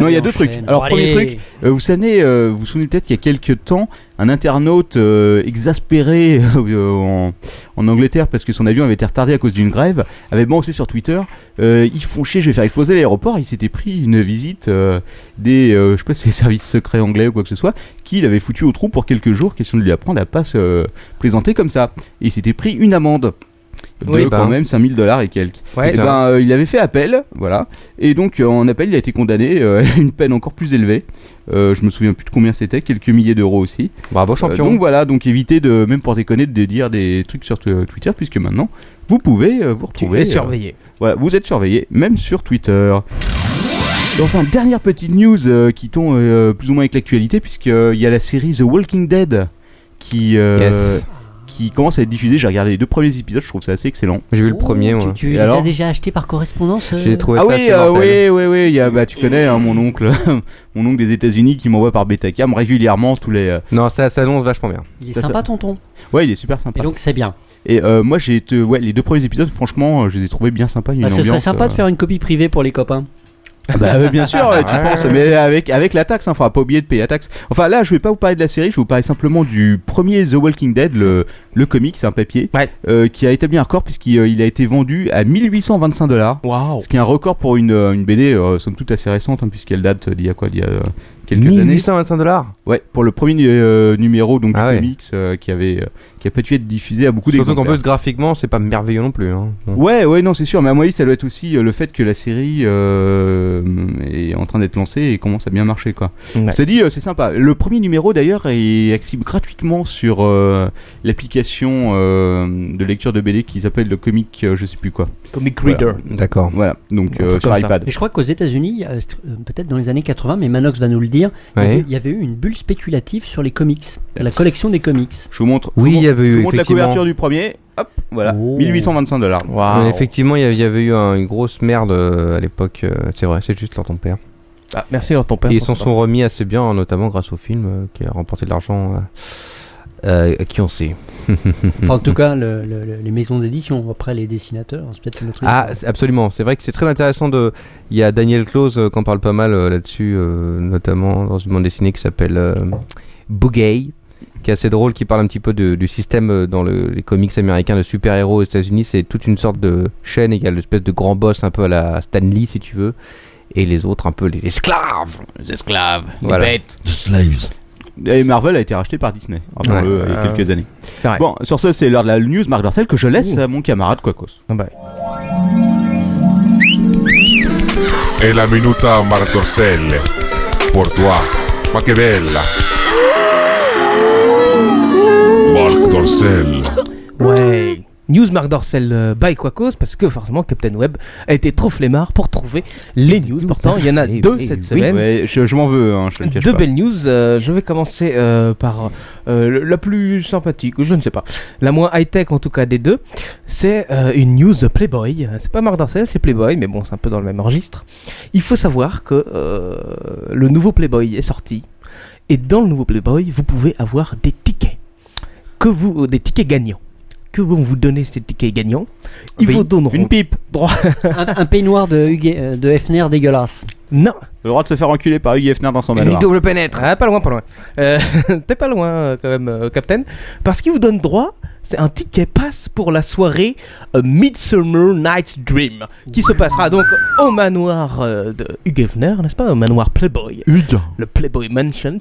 Speaker 5: non, il y
Speaker 6: Allez,
Speaker 5: a deux
Speaker 6: enchaîne.
Speaker 5: trucs. Alors
Speaker 6: Bon,
Speaker 5: premier
Speaker 6: allez.
Speaker 5: truc, euh, vous savez, euh, vous vous souvenez peut-être qu'il y a quelques temps, un internaute euh, exaspéré [LAUGHS] euh, en, en Angleterre parce que son avion avait été retardé à cause d'une grève, avait balancé sur Twitter, euh, ils font chier, je vais faire exploser l'aéroport. Il s'était pris une visite euh, des, euh, je sais pas, si c'est les services secrets anglais ou quoi que ce soit, qui l'avait foutu au trou pour quelques jours, question de lui apprendre à pas se euh, plaisanter comme ça. Et il s'était pris une amende. De
Speaker 1: Oui,
Speaker 5: quand
Speaker 1: ben.
Speaker 5: même 5000 dollars et quelques.
Speaker 1: Ouais, bah,
Speaker 5: Eh ben, euh, il avait fait appel, voilà. Et donc, euh, en appel, il a été condamné euh, à une peine encore plus élevée. Euh, je me souviens plus de combien c'était, quelques milliers d'euros aussi.
Speaker 1: Bravo,
Speaker 5: Euh,
Speaker 1: champion.
Speaker 5: donc voilà, donc évitez de, même pour déconner, de dire des trucs sur t- Twitter, puisque maintenant, vous pouvez euh, vous
Speaker 7: Tu
Speaker 5: retrouver.
Speaker 7: es
Speaker 5: euh,
Speaker 7: surveillé.
Speaker 5: voilà, vous êtes surveillé, même sur Twitter. Enfin, dernière petite news euh, qui tombe euh, plus ou moins avec l'actualité, puisqu'il y a la série The Walking Dead qui, euh,
Speaker 1: Yes.
Speaker 5: qui commence à être diffusée. J'ai regardé les deux premiers épisodes, je trouve ça assez excellent.
Speaker 1: J'ai vu le premier,
Speaker 6: Oh,
Speaker 1: moi.
Speaker 6: Tu, tu
Speaker 5: Et
Speaker 6: les
Speaker 5: alors
Speaker 6: as déjà achetés par correspondance euh
Speaker 1: J'ai trouvé
Speaker 5: Ah
Speaker 1: ça
Speaker 5: oui,
Speaker 1: assez
Speaker 5: euh,
Speaker 1: mortel.
Speaker 5: oui, oui, oui, il y a, bah, tu connais hein, mon oncle, [LAUGHS] mon oncle des États-Unis qui m'envoie par Betacam régulièrement tous les. euh,
Speaker 1: Non, ça s'annonce vachement bien.
Speaker 6: Il est
Speaker 5: ça, ça.
Speaker 6: sympa, tonton.
Speaker 5: Ouais, il est super sympa.
Speaker 6: Et
Speaker 5: Et,
Speaker 6: donc, c'est bien.
Speaker 5: euh, moi, j'ai, été- ouais, les deux premiers épisodes, franchement, euh, je les ai trouvés bien sympas. Il y a
Speaker 6: Bah,
Speaker 5: une
Speaker 6: ce serait
Speaker 5: ambiance,
Speaker 6: sympa
Speaker 5: euh,
Speaker 6: de faire une copie privée pour les copains.
Speaker 5: Ah [LAUGHS] Bah, euh,
Speaker 6: [LAUGHS]
Speaker 5: bien sûr, ouais, tu
Speaker 1: Ouais.
Speaker 5: penses, mais avec, avec la taxe, hein, faudra pas oublier de payer la taxe. Enfin, là, je vais pas vous parler de la série, je vais vous parler simplement du premier The Walking Dead, le, le comic, c'est un papier,
Speaker 7: Ouais.
Speaker 5: euh, qui a établi un record puisqu'il euh, il a été vendu à 1825 dollars.
Speaker 7: Waouh.
Speaker 5: Ce qui est un record pour une, euh, une BD, euh, somme toute assez récente, hein, puisqu'elle date d'il y a quoi, d'il y a euh, quelques années.
Speaker 1: 1825 dollars.
Speaker 5: Ouais, pour le premier euh, numéro donc
Speaker 1: Ah
Speaker 5: du
Speaker 1: ouais.
Speaker 5: comics euh, qui avait euh, qui a pas dû être diffusé à beaucoup
Speaker 1: Surtout qu'en
Speaker 5: d'exemplaires.
Speaker 1: plus, graphiquement, c'est pas merveilleux non plus. hein. Bon.
Speaker 5: Ouais, ouais, non, c'est sûr, mais à mon avis, ça doit être aussi euh, le fait que la série euh, est en train d'être lancée et commence à bien marcher, quoi.
Speaker 7: Ouais.
Speaker 5: Ça dit, euh, c'est sympa. Le premier numéro, d'ailleurs, est accessible gratuitement sur euh, l'application euh, de lecture de BD qui s'appelle le comic, euh, je sais plus quoi.
Speaker 7: Comic
Speaker 5: Voilà.
Speaker 7: Reader.
Speaker 1: D'accord.
Speaker 5: Voilà, donc
Speaker 7: Un
Speaker 5: euh,
Speaker 7: truc
Speaker 5: sur
Speaker 7: comme ça.
Speaker 5: iPad.
Speaker 6: Et je crois qu'aux États-Unis, euh, st- euh, peut-être dans les années 80, mais Manox va nous le dire, il y avait-
Speaker 1: Ouais.
Speaker 6: il y avait eu une bulle spéculative sur les comics, la collection des comics.
Speaker 5: Je vous montre.
Speaker 1: Oui,
Speaker 5: je vous
Speaker 1: il y
Speaker 5: montre-
Speaker 1: avait
Speaker 5: je vous
Speaker 1: eu
Speaker 5: montre la
Speaker 1: effectivement.
Speaker 5: couverture du premier. Hop, voilà,
Speaker 6: Oh.
Speaker 5: 1825 dollars.
Speaker 7: Ah.
Speaker 1: Mais Effectivement, il y avait- il y avait eu un- une grosse merde euh, à l'époque. euh, C'est vrai, c'est juste leur ton père.
Speaker 7: Ah, merci alors ton père.
Speaker 1: Et ils
Speaker 7: pour
Speaker 1: s'en
Speaker 7: ça.
Speaker 1: sont remis assez bien, hein, notamment grâce au film euh, qui a remporté de l'argent. euh, euh, qui on sait [LAUGHS]
Speaker 6: Enfin, en tout cas, le- le- le- les maisons d'édition, après les dessinateurs, hein, c'est peut-être une autre
Speaker 1: Ah,
Speaker 6: histoire.
Speaker 1: c'est- absolument. C'est vrai que c'est très intéressant de. Il y a Daniel Close euh, qui en parle pas mal euh, là-dessus, euh, notamment dans une bande dessinée qui s'appelle euh, Boogie, qui est assez drôle, qui parle un petit peu de- du système euh, dans le- les comics américains de super-héros aux États-Unis. C'est toute une sorte de chaîne et il y a l'espèce de grand boss un peu à la Stan Lee, si tu veux. Et les autres, un peu les esclaves.
Speaker 3: Les esclaves,
Speaker 1: Voilà.
Speaker 3: les bêtes.
Speaker 5: Et Marvel a été racheté par Disney, rappelons-le,
Speaker 7: Ouais.
Speaker 5: il y a
Speaker 1: Euh,
Speaker 5: quelques années.
Speaker 7: C'est vrai.
Speaker 5: Bon, sur ce, c'est l'heure de la news Marc Dorcel que je laisse à mon camarade Quacos.
Speaker 7: Ah bah,
Speaker 9: È la minuta Martorcelle pour toi. Ma che bella! Marc Dorcel.
Speaker 7: Ouais. News Marc Dorcel euh, by Quacos, parce que forcément Captain Web a été trop flemmard pour trouver les news. Pourtant, il y en a
Speaker 1: Oui,
Speaker 7: deux
Speaker 1: oui,
Speaker 7: cette
Speaker 1: oui.
Speaker 7: semaine.
Speaker 5: Eh Ouais, je, je m'en veux, hein, je te le cache
Speaker 7: Deux
Speaker 5: pas.
Speaker 7: belles news. euh, je vais commencer euh, par euh, le- la plus sympathique, je ne sais pas, la moins high tech en tout cas des deux. C'est euh, une news de Playboy. Euh, C'est pas Marc Dorcel, c'est Playboy, mais bon, c'est un peu dans le même registre. Il faut savoir que euh, le nouveau Playboy est sorti, et dans le nouveau Playboy, vous pouvez avoir des tickets que vous, des tickets gagnants. Que vont vous donner ces tickets gagnants Ils
Speaker 5: Oui,
Speaker 7: vous donneront
Speaker 5: Une pipe,
Speaker 7: droit.
Speaker 6: un, un peignoir de, Huguet- euh, de Hefner dégueulasse.
Speaker 7: Non,
Speaker 5: le droit de se faire enculer par Hugh Hefner dans son
Speaker 2: Une
Speaker 5: manoir.
Speaker 2: double pénètre.
Speaker 7: Ah, pas loin, pas loin. Euh, [LAUGHS] T'es pas loin euh, quand même, euh, Captain. Parce qu'il vous donne droit, c'est un ticket passe pour la soirée euh, Midsummer Night's Dream, qui se passera donc au manoir euh, de Hugh Hefner, n'est-ce pas Au manoir Playboy. Le Playboy Mansions,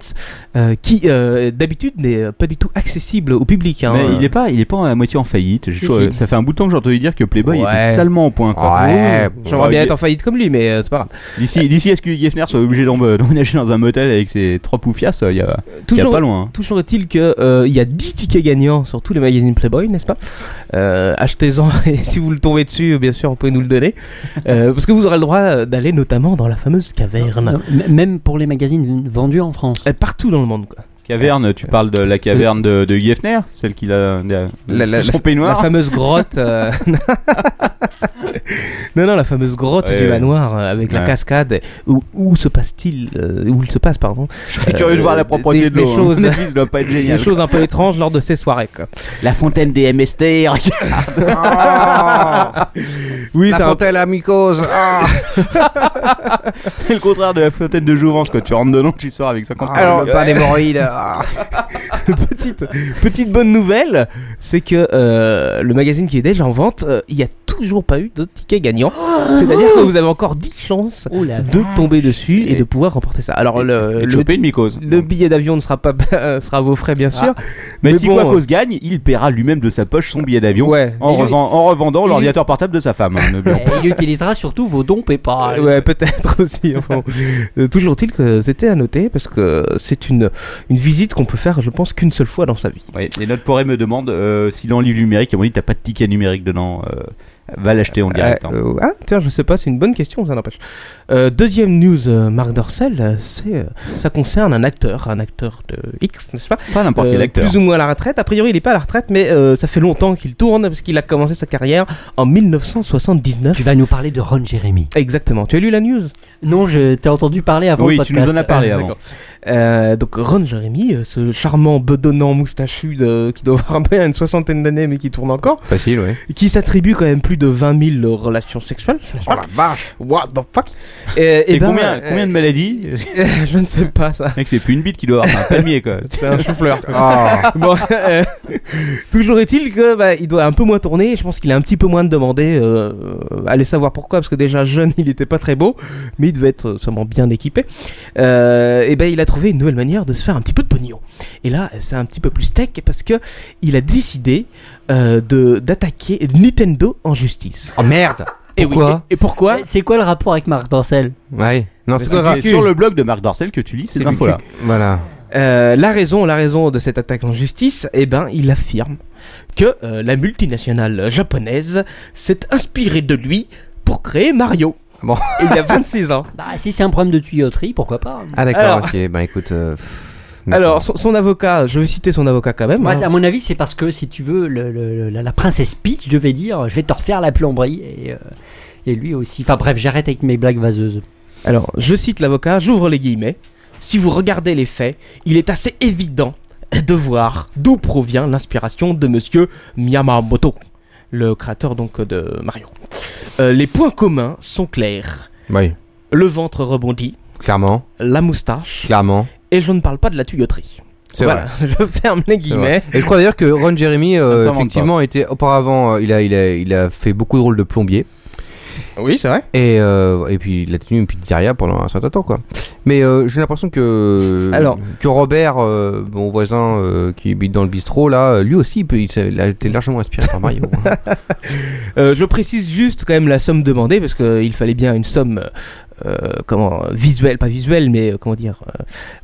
Speaker 7: euh, qui euh, d'habitude n'est euh, pas du tout accessible au public. hein.
Speaker 5: Mais il est pas, il est pas à moitié en faillite. Je-
Speaker 7: Si,
Speaker 5: je-
Speaker 7: si.
Speaker 5: Ça fait un bout de temps que j'ai entendu dire que Playboy
Speaker 7: Ouais.
Speaker 5: était salement au point. quoi.
Speaker 1: Ouais.
Speaker 7: J'aimerais bien être en faillite comme lui, mais euh, c'est pas grave.
Speaker 5: D'ici, d'ici à ce que Hugh Hefner soit obligé d'em- d'emménager dans un motel avec ses trois poufias, euh, il y a, il y a
Speaker 7: Toujours,
Speaker 5: pas loin. hein.
Speaker 7: Toujours est-il que euh, il y a 10 tickets gagnants sur tous les magazines magazine Playboy, n'est-ce pas Euh, Achetez-en [LAUGHS] et si vous le tombez dessus, bien sûr, vous pouvez nous le donner. Euh, parce que vous aurez le droit euh, d'aller notamment dans la fameuse
Speaker 5: Ah,
Speaker 7: caverne.
Speaker 6: Non, Euh, m- Même pour les magazines vendus en France.
Speaker 7: Euh, Partout dans le monde, quoi.
Speaker 5: Caverne, tu parles de la caverne de, de Yefner, celle qu'il a. de-
Speaker 7: La- la-
Speaker 5: son
Speaker 7: La
Speaker 5: peignoir.
Speaker 7: fameuse grotte. euh, [LAUGHS] non, non, la fameuse grotte
Speaker 5: Ouais,
Speaker 7: du
Speaker 5: ouais.
Speaker 7: manoir euh, avec la
Speaker 5: Ouais.
Speaker 7: cascade. Où, où se passe-t-il euh, Où il se passe, pardon
Speaker 5: Je serais curieux de voir la propreté
Speaker 7: euh,
Speaker 5: de
Speaker 7: des-
Speaker 5: l'eau.
Speaker 7: des
Speaker 5: hein. [LAUGHS]
Speaker 7: choses.
Speaker 5: Ça doit pas être
Speaker 7: Des
Speaker 5: génial. [LAUGHS]
Speaker 7: choses un peu étranges lors de ces soirées, quoi.
Speaker 5: La fontaine des MST, [LAUGHS] regarde.
Speaker 7: Ah. Oui,
Speaker 1: La
Speaker 7: c'est un
Speaker 1: fontaine à mycose. Ah.
Speaker 5: C'est [LAUGHS] le contraire de la fontaine de Jouvence. Quand tu rentres dedans, tu sors avec 50
Speaker 1: Ah, Alors,
Speaker 5: balles.
Speaker 1: pas [LAUGHS] d'hémorroïdes. Ah.
Speaker 7: [LAUGHS] petite, petite bonne nouvelle, c'est que euh, le magazine qui est déjà en vente, euh, il n'y a toujours pas eu de ticket gagnant.
Speaker 5: Oh.
Speaker 7: C'est-à-dire que vous avez encore 10 chances
Speaker 6: Oh [LAUGHS] là
Speaker 7: de tomber dessus et de pouvoir remporter ça. Alors le,
Speaker 5: Et de
Speaker 7: le,
Speaker 5: choper Euh, une mycose.
Speaker 7: le billet d'avion ne sera pas [LAUGHS] sera à vos frais bien sûr.
Speaker 5: Ah. Mais,
Speaker 7: mais
Speaker 5: si
Speaker 7: bon, euh,
Speaker 5: quoi cause gagne, il paiera lui-même de sa poche son billet d'avion
Speaker 7: Ouais.
Speaker 5: en,
Speaker 7: Il-
Speaker 5: revend- en revendant l'ordinateur portable de sa femme. hein,
Speaker 7: [LAUGHS]
Speaker 5: ne
Speaker 6: Et il utilisera surtout vos dons
Speaker 5: Ah,
Speaker 6: PayPal.
Speaker 7: Euh, Ouais, peut-être [LAUGHS] aussi. enfin bon. Euh, toujours est-il que c'était à noter parce que c'est une, une visite qu'on peut faire, je pense, qu'une seule fois dans sa vie.
Speaker 5: Ouais, et notre poré me demande euh, s'il est en livre numérique. À mon avis, t'as pas de ticket numérique dedans. euh, va l'acheter en direct.
Speaker 7: Ah,
Speaker 5: hein.
Speaker 7: euh, ah, tiens, je sais pas, c'est une bonne question, ça n'empêche. Euh, deuxième news, euh, Marc Dorcel, euh, c'est, euh, ça concerne un acteur, un acteur de X, n'est-ce pas
Speaker 5: Pas n'importe
Speaker 7: Euh,
Speaker 5: quel acteur.
Speaker 7: Plus ou moins à la retraite. A priori, il n'est pas à la retraite, mais euh, ça fait longtemps qu'il tourne parce qu'il a commencé sa carrière en 1979.
Speaker 6: Tu vas nous parler de Ron Jeremy.
Speaker 7: Exactement. Tu as lu la news
Speaker 6: Non, je t'ai entendu parler avant
Speaker 5: Oui,
Speaker 6: le
Speaker 5: tu
Speaker 6: podcast.
Speaker 5: nous en as parlé
Speaker 6: hein.
Speaker 5: avant.
Speaker 7: d'accord. Euh, donc Ron Jeremy, euh, ce charmant bedonnant moustachu de- qui doit [LAUGHS] avoir un peu une soixantaine d'années mais qui tourne encore,
Speaker 1: Facile, oui.
Speaker 7: qui s'attribue quand même plus de 20 000 relations sexuelles.
Speaker 1: Oh la vache.
Speaker 7: What the fuck Et, ben,
Speaker 5: Et, combien,
Speaker 7: euh,
Speaker 5: combien de maladies
Speaker 7: [LAUGHS] Je ne sais pas ça.
Speaker 5: Mec, c'est plus une bite qui doit avoir un palmier quoi.
Speaker 7: [LAUGHS] C'est un chou-fleur.
Speaker 1: Ah.
Speaker 7: Bon, [LAUGHS] euh, toujours est-il que bah, il doit un peu moins tourner. et Je pense qu'il a un petit peu moins de demandé. Euh, allez savoir pourquoi, parce que déjà [LAUGHS] jeune, il n'était pas très beau, mais il devait être euh, sûrement bien équipé. Euh, et ben, il a trouvé une nouvelle manière de se faire un petit peu de pognon. Et là, c'est un petit peu plus tech parce que il a décidé euh, de d'attaquer Nintendo en justice.
Speaker 1: Oh merde.
Speaker 7: Et Eh oui,
Speaker 1: Pourquoi
Speaker 7: et, et pourquoi
Speaker 6: Euh, C'est quoi le rapport avec Marc Dorcel
Speaker 1: Ouais. Non, c'est
Speaker 5: C'est
Speaker 1: pas
Speaker 5: c'est sur le blog de Marc Dorcel que tu lis ces infos là.
Speaker 1: Voilà.
Speaker 7: Euh, la raison, la raison de cette attaque en justice, eh ben, il affirme que euh, la multinationale japonaise s'est inspirée de lui pour créer Mario.
Speaker 1: Bon.
Speaker 7: Et il y a 26 ans.
Speaker 6: Bah, si c'est un problème de tuyauterie, pourquoi pas hein.
Speaker 1: Ah d'accord,
Speaker 7: Alors-
Speaker 1: ok, ben écoute. euh, pff,
Speaker 7: Alors, son, son avocat, je vais citer son avocat quand même.
Speaker 6: Moi,
Speaker 7: hein.
Speaker 6: à mon avis, c'est parce que si tu veux, le- le- la, la princesse Peach devait dire Je vais te refaire la plomberie. Et, euh, et lui aussi. Enfin bref, j'arrête avec mes blagues vaseuses.
Speaker 7: Alors, je cite l'avocat, j'ouvre les guillemets. Si vous regardez les faits, il est assez évident de voir d'où provient l'inspiration de monsieur Miyamoto, le créateur donc de Mario. Euh, les points communs sont clairs.
Speaker 1: Oui,
Speaker 7: Le ventre rebondi,
Speaker 1: clairement,
Speaker 7: la moustache,
Speaker 1: clairement.
Speaker 7: et je ne parle pas de la tuyauterie.
Speaker 1: C'est
Speaker 7: voilà, [LAUGHS] je ferme les
Speaker 1: C'est vrai.
Speaker 7: guillemets.
Speaker 1: Et je crois d'ailleurs que Ron Jeremy, euh,
Speaker 5: Ça ne s'invente
Speaker 1: effectivement, était auparavant, euh, il, a, il, a, il a fait beaucoup de rôles de plombier.
Speaker 7: Oui, c'est vrai.
Speaker 1: Et, euh, et puis il a tenu une pizzeria pendant un certain temps, quoi. Mais euh, j'ai l'impression que,
Speaker 7: Alors-
Speaker 1: que Robert, euh, mon voisin euh, qui habite dans le bistrot, là, euh, lui aussi, il, peut- il s'est- il a été largement inspiré par Mario. hein.
Speaker 7: Euh, je précise juste quand même la somme demandée, parce qu'il fallait bien une somme, euh, comment, visuelle, pas visuelle, mais euh, comment dire,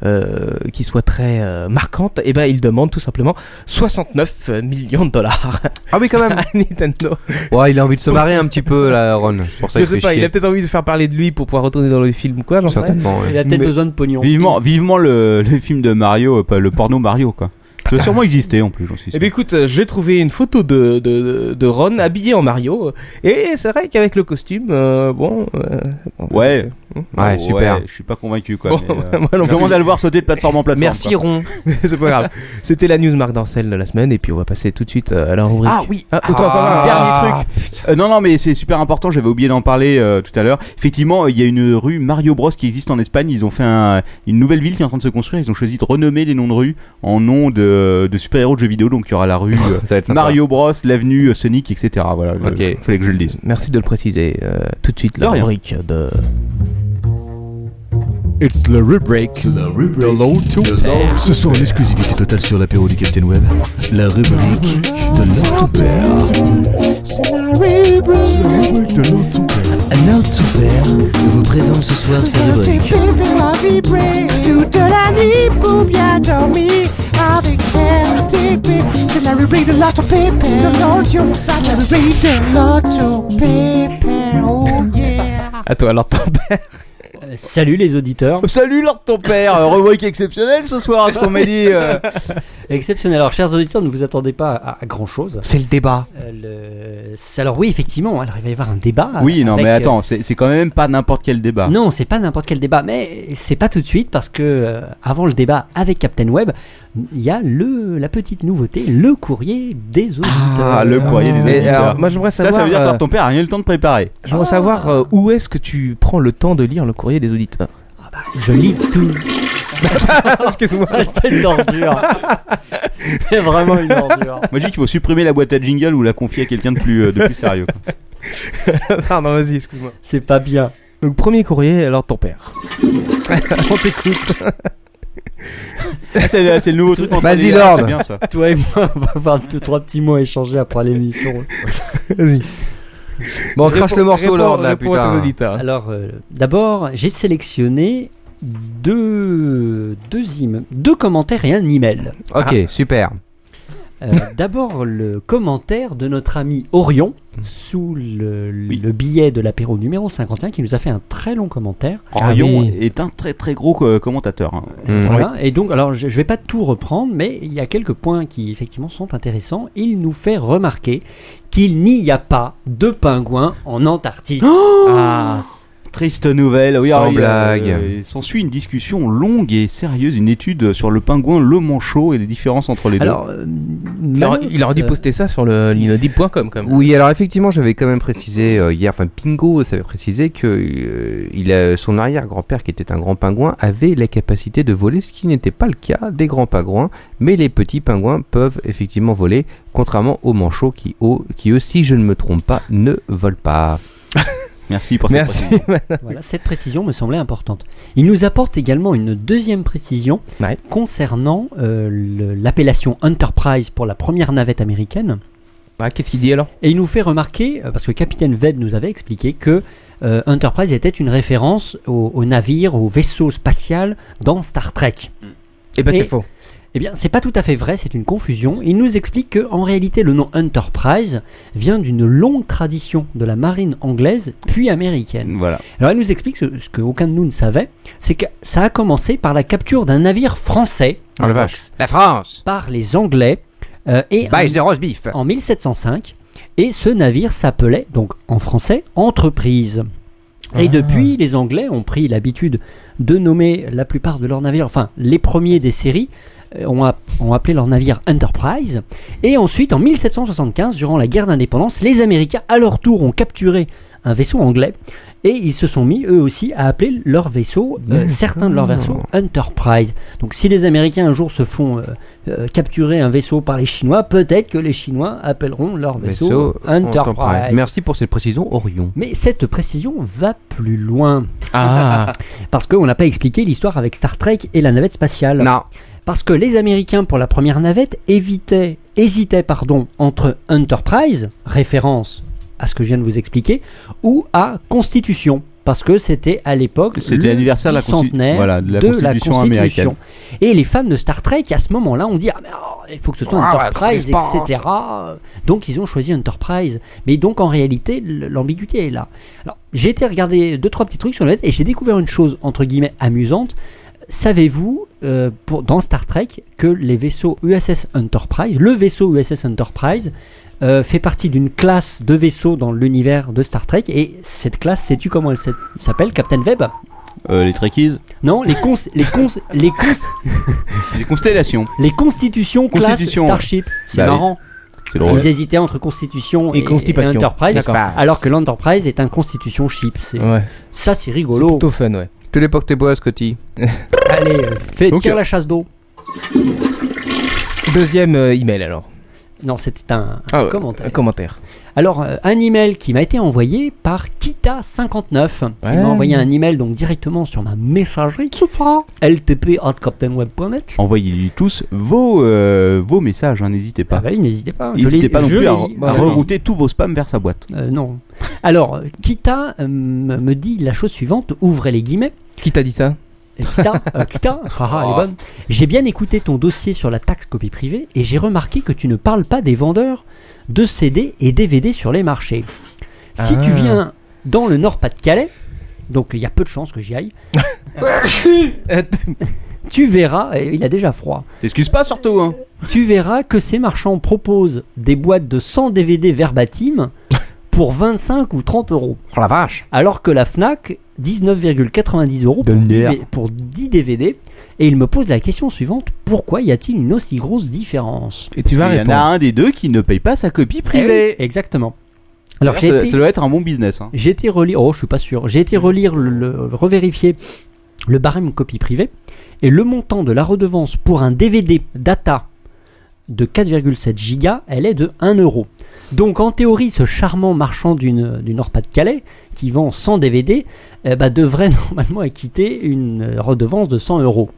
Speaker 7: euh, euh, qui soit très euh, marquante. Et ben, il demande tout simplement 69 millions de dollars [LAUGHS]
Speaker 1: Ah oui, quand même
Speaker 7: à Nintendo.
Speaker 1: Ouais, il a envie de se marrer un petit peu, là, Ron. C'est pour ça
Speaker 7: je
Speaker 1: qu'il
Speaker 7: sais
Speaker 1: fait
Speaker 7: pas, il a
Speaker 1: chier.
Speaker 7: peut-être envie de faire parler de lui pour pouvoir retourner dans le film ou quoi, j'en sais rien.
Speaker 1: Certainement, ouais.
Speaker 6: Il a peut-être
Speaker 7: Mais-
Speaker 6: besoin de pognon.
Speaker 7: euh,
Speaker 5: Vivement, vivement le, le film de Mario, euh, pas le porno Mario quoi. Ça doit sûrement exister en plus, j'en suis
Speaker 7: Ah. Eh
Speaker 5: sûr.
Speaker 7: bien écoute, euh, j'ai trouvé une photo de, de, de Ron habillé en Mario, euh, et c'est vrai qu'avec le costume, euh, bon... euh, bon,
Speaker 5: Ouais.
Speaker 1: Ouais, super.
Speaker 5: je suis pas convaincu quoi.
Speaker 7: Bon,
Speaker 5: mais, euh,
Speaker 7: [LAUGHS] moi non
Speaker 5: je demande à le voir sauter de plateforme en plateforme.
Speaker 1: Merci,
Speaker 5: quoi.
Speaker 1: Ron.
Speaker 7: [LAUGHS] c'est pas grave. C'était la news Marc Dancel de la semaine et puis on va passer tout de suite euh, à la rubrique.
Speaker 5: Ah oui,
Speaker 7: Ah, autant pour moi.
Speaker 5: dernier truc. Euh, non, non, mais c'est super important. J'avais oublié d'en parler euh, tout à l'heure. Effectivement, euh, il y a une rue Mario Bros qui existe en Espagne. Ils ont fait un- une nouvelle ville qui est en train de se construire. Ils ont choisi de renommer les noms de rues en noms de, de super-héros de jeux vidéo. Donc il y
Speaker 1: [LAUGHS]
Speaker 5: aura la rue euh,
Speaker 1: Ça va être sympa.
Speaker 5: Mario Bros, l'avenue euh, Sonic, etc. Voilà. je-
Speaker 1: Ok.
Speaker 5: fallait que je le dise.
Speaker 7: Merci de le préciser. euh, tout de suite la
Speaker 5: De rien.
Speaker 7: rubrique de.
Speaker 10: It's the rubric. The rubric. The low to Ce soir, l'exclusivité totale sur l'apéro du Captain Web. La rubrique de l'eau C'est la rubrique de l'eau to
Speaker 2: vous présente ce soir sa rubrique.
Speaker 8: Toute la nuit pour bien dormir avec elle.
Speaker 11: TP. C'est la rubrique de l'auto pépé. De l'auto- La rubrique de l'auto pépé. Oh
Speaker 2: [LAUGHS]
Speaker 11: yeah.
Speaker 7: À toi, alors ton père.
Speaker 6: Euh, salut les auditeurs.
Speaker 5: Salut Lord ton père. Euh, Rubrique exceptionnelle ce soir, à ce qu'on m'a dit. euh.
Speaker 6: Exceptionnel. Alors, chers auditeurs, ne vous attendez pas à, grand chose.
Speaker 7: C'est le débat.
Speaker 6: Alors, oui, effectivement, alors, il va y avoir un débat.
Speaker 5: Oui, non,
Speaker 6: avec,
Speaker 5: mais
Speaker 6: euh,
Speaker 5: attends, c'est c'est quand même pas n'importe quel débat.
Speaker 6: Non, c'est pas n'importe quel débat, mais c'est pas tout de suite parce que euh, avant le débat avec Captain Web, il y a le la petite nouveauté, le courrier des auditeurs.
Speaker 5: Ah, le courrier des
Speaker 7: Et
Speaker 5: auditeurs.
Speaker 7: alors, moi, j'aimerais
Speaker 5: Ça, ça
Speaker 7: savoir,
Speaker 5: veut dire que
Speaker 7: euh,
Speaker 5: Lord ton père a rien eu le temps de préparer.
Speaker 7: J'aimerais savoir euh, où est-ce que tu prends le temps de lire le courrier des auditeurs.
Speaker 6: je lis tout.
Speaker 7: Excuse-moi.
Speaker 6: Espèce [LAUGHS] d'ordure. c'est vraiment une ordure.
Speaker 5: Moi, je dis qu'il faut supprimer la boîte à jingle ou la confier à quelqu'un de plus, euh, de plus sérieux. quoi.
Speaker 7: Pardon, vas-y, excuse-moi.
Speaker 6: C'est pas bien.
Speaker 7: Donc, premier courrier, alors ton père. On t'écoute.
Speaker 5: Ah, c'est le- c'est le nouveau truc qu'on
Speaker 1: Vas-y,
Speaker 5: dit, ah,
Speaker 1: Lord.
Speaker 5: C'est bien ça.
Speaker 6: Toi et moi, on va avoir deux trois petits mots à échanger après l'émission.
Speaker 1: Bon, crache le morceau, Lord, là,
Speaker 7: Réponds à tes
Speaker 1: putain.
Speaker 7: auditeurs.
Speaker 6: Alors, euh, d'abord, j'ai sélectionné deux deux, im- deux commentaires et un email.
Speaker 1: Ok, super.
Speaker 6: [LAUGHS] Euh, D'abord, le commentaire de notre ami Orion sous le, le billet de l'apéro numéro 51 qui nous a fait un très long commentaire.
Speaker 5: Orion
Speaker 7: oui.
Speaker 5: est un très très gros euh, commentateur. hein.
Speaker 6: Voilà. Et donc, alors, je ne vais pas tout reprendre, mais il y a quelques points qui effectivement sont intéressants. Il nous fait remarquer qu'il n'y a pas de pingouins en Antarctique.
Speaker 5: Ah, triste nouvelle. Oui,
Speaker 1: Sans
Speaker 5: alors, il, euh,
Speaker 1: blague.
Speaker 5: il S'ensuit une discussion longue et sérieuse, une étude sur le pingouin, le manchot et les différences entre les
Speaker 6: alors, euh,
Speaker 7: Il aurait, il aurait dû
Speaker 6: Manos,
Speaker 7: poster ça sur le linodip.com quand même.
Speaker 1: Oui, alors effectivement, j'avais quand même précisé euh, hier, enfin Pingo savait préciser que euh, il a, son arrière-grand-père, qui était un grand pingouin, avait la capacité de voler, ce qui n'était pas le cas des grands pingouins, mais les petits pingouins peuvent effectivement voler, contrairement aux manchots qui, au- qui eux, si je ne me trompe pas, ne volent pas.
Speaker 5: Merci pour cette
Speaker 7: Merci.
Speaker 5: précision.
Speaker 6: Voilà, cette précision me semblait importante. Il nous apporte également une deuxième précision
Speaker 7: Ouais.
Speaker 6: concernant euh, le- l'appellation Enterprise pour la première navette américaine.
Speaker 7: Ah, Qu'est-ce qu'il dit alors
Speaker 6: Et il nous fait remarquer, euh, parce que Capitaine Webb nous avait expliqué que euh, Enterprise était une référence au, au navire, au vaisseau spatial dans Star Trek.
Speaker 7: Eh ben,
Speaker 6: Et-
Speaker 7: c'est faux.
Speaker 6: Eh bien, c'est pas tout à fait vrai, c'est une confusion. Il nous explique que, en réalité, le nom Enterprise vient d'une longue tradition de la marine anglaise, puis américaine.
Speaker 5: Voilà.
Speaker 6: Alors elle nous explique ce, ce qu'aucun de nous ne savait, c'est que ça a commencé par la capture d'un navire français
Speaker 1: Oh la vache. La France
Speaker 6: par les Anglais euh, et
Speaker 1: Bye de roast beef
Speaker 6: en, en 1705 et ce navire s'appelait donc en français Entreprise. Et depuis, les Anglais ont pris l'habitude de nommer la plupart de leurs navires, enfin les premiers des séries, euh, ont, app- ont appelé leur navire Enterprise. Et ensuite, en 1775, durant la guerre d'indépendance, les Américains, à leur tour, ont capturé un vaisseau anglais. Et ils se sont mis, eux aussi, à appeler leur vaisseau, euh, certains de leurs vaisseaux, Enterprise. Donc si les Américains un jour se font euh, euh, capturer un vaisseau par les Chinois, peut-être que les Chinois appelleront leur vaisseau,
Speaker 1: Vaisseau,
Speaker 6: Enterprise.
Speaker 1: Merci pour cette précision, Orion.
Speaker 5: Mmh.
Speaker 6: Mais cette précision va plus loin.
Speaker 7: Ah,
Speaker 6: [LAUGHS] Parce qu'on n'a pas expliqué l'histoire avec Star Trek et la navette spatiale.
Speaker 1: Non,
Speaker 6: Parce que les Américains, pour la première navette, évitaient, hésitaient pardon, entre Enterprise, référence à ce que je viens de vous expliquer, ou à Constitution. Parce que c'était à l'époque
Speaker 5: C'était
Speaker 6: le
Speaker 5: l'anniversaire de la Consti-
Speaker 6: centenaire
Speaker 5: voilà, de la Constitution américaine.
Speaker 6: Et les fans de Star Trek, à ce moment-là, ont dit ah, mais, oh, il faut que ce soit
Speaker 2: Ah ouais,
Speaker 6: Enterprise,
Speaker 2: c'est l'espace.
Speaker 6: etc. Donc ils ont choisi Enterprise. Mais donc en réalité, l- l'ambiguïté est là. Alors, j'ai été regarder deux trois petits trucs sur le net et j'ai découvert une chose entre guillemets amusante. Savez-vous euh, pour dans Star Trek que les vaisseaux USS Enterprise, le vaisseau USS Enterprise euh, fait partie d'une classe de vaisseaux dans l'univers de Star Trek et cette classe, sais-tu comment elle s'est- s'appelle, Captain Webb
Speaker 5: Euh, les trekkies,
Speaker 6: Non, les cons, les cons, les cons,
Speaker 5: les constellations.
Speaker 6: les constitutions classe
Speaker 5: Constitution, ouais.
Speaker 6: Starship. C'est
Speaker 5: Bah oui.
Speaker 6: marrant.
Speaker 5: C'est drôle.
Speaker 6: Ils hésitaient entre Constitution
Speaker 7: Et
Speaker 6: et,
Speaker 7: Constipation.
Speaker 6: Enterprise,
Speaker 7: D'accord.
Speaker 6: alors que l'Enterprise est un Constitution ship. C'est-
Speaker 7: ouais.
Speaker 6: Ça, c'est
Speaker 7: C'est
Speaker 6: rigolo.
Speaker 7: plutôt fun, ouais.
Speaker 1: téléporte tes bois, Scotty.
Speaker 6: Allez, euh, fais,
Speaker 5: Donc,
Speaker 6: tire
Speaker 5: euh,
Speaker 6: la chasse d'eau.
Speaker 7: Deuxième euh, email alors.
Speaker 6: Non, c'était un, un
Speaker 7: Ah ouais,
Speaker 6: commentaire.
Speaker 7: Un commentaire.
Speaker 6: Alors, euh, un email qui m'a été envoyé par Kita59, qui
Speaker 7: Ouais.
Speaker 6: m'a envoyé un email donc directement sur ma messagerie ltp.captainweb.net.
Speaker 5: [LAUGHS] Envoyez-lui tous vos, euh, vos messages, hein, n'hésitez
Speaker 6: Ah
Speaker 5: pas.
Speaker 6: bah oui, n'hésitez pas. Je l'ai-
Speaker 5: N'hésitez pas non
Speaker 6: je
Speaker 5: plus
Speaker 6: l'ai
Speaker 5: à,
Speaker 6: dit.
Speaker 5: à rerouter tous vos spams vers sa boîte.
Speaker 6: Euh, non. Alors, Kita euh, me me dit la chose suivante, ouvrez les guillemets.
Speaker 7: Qui t'a dit ça
Speaker 6: Et [LAUGHS] Putain, euh, putain, haha, elle est bonne. J'ai bien écouté ton dossier sur la taxe copie privée et j'ai remarqué que tu ne parles pas des vendeurs de CD et DVD sur les marchés. Si
Speaker 7: Ah.
Speaker 6: tu viens dans le Nord-Pas-de-Calais, donc il y a peu de chances que j'y aille, tu verras, euh, il a déjà froid.
Speaker 5: T'excuses pas surtout, hein.
Speaker 6: Tu verras que ces marchands proposent des boîtes de 100 DVD verbatim pour 25 ou 30 euros.
Speaker 1: Oh la vache
Speaker 6: Alors que la FNAC, 19,90 euros pour 10,
Speaker 1: nerf.
Speaker 6: dé- pour 10 DVD. Et il me pose la question suivante, pourquoi y a-t-il une aussi grosse différence
Speaker 7: Et
Speaker 5: Il y en a un des deux qui ne paye pas sa
Speaker 6: Eh
Speaker 5: copie privée.
Speaker 6: Exactement. Alors j'ai
Speaker 5: D'ailleurs, ça,
Speaker 6: été-
Speaker 5: ça doit être un bon business. hein.
Speaker 6: J'ai été relire, oh je suis pas sûr, j'ai été relire, le, le- revérifier le barème copie privée et le montant de la redevance pour un DVD data de 4,7 gigas, elle est de 1 euro. Donc en théorie, ce charmant marchand d'une- du Nord-Pas-de-Calais qui vend 100 DVD eh ben, devrait [LAUGHS] normalement acquitter une redevance de 100 euros.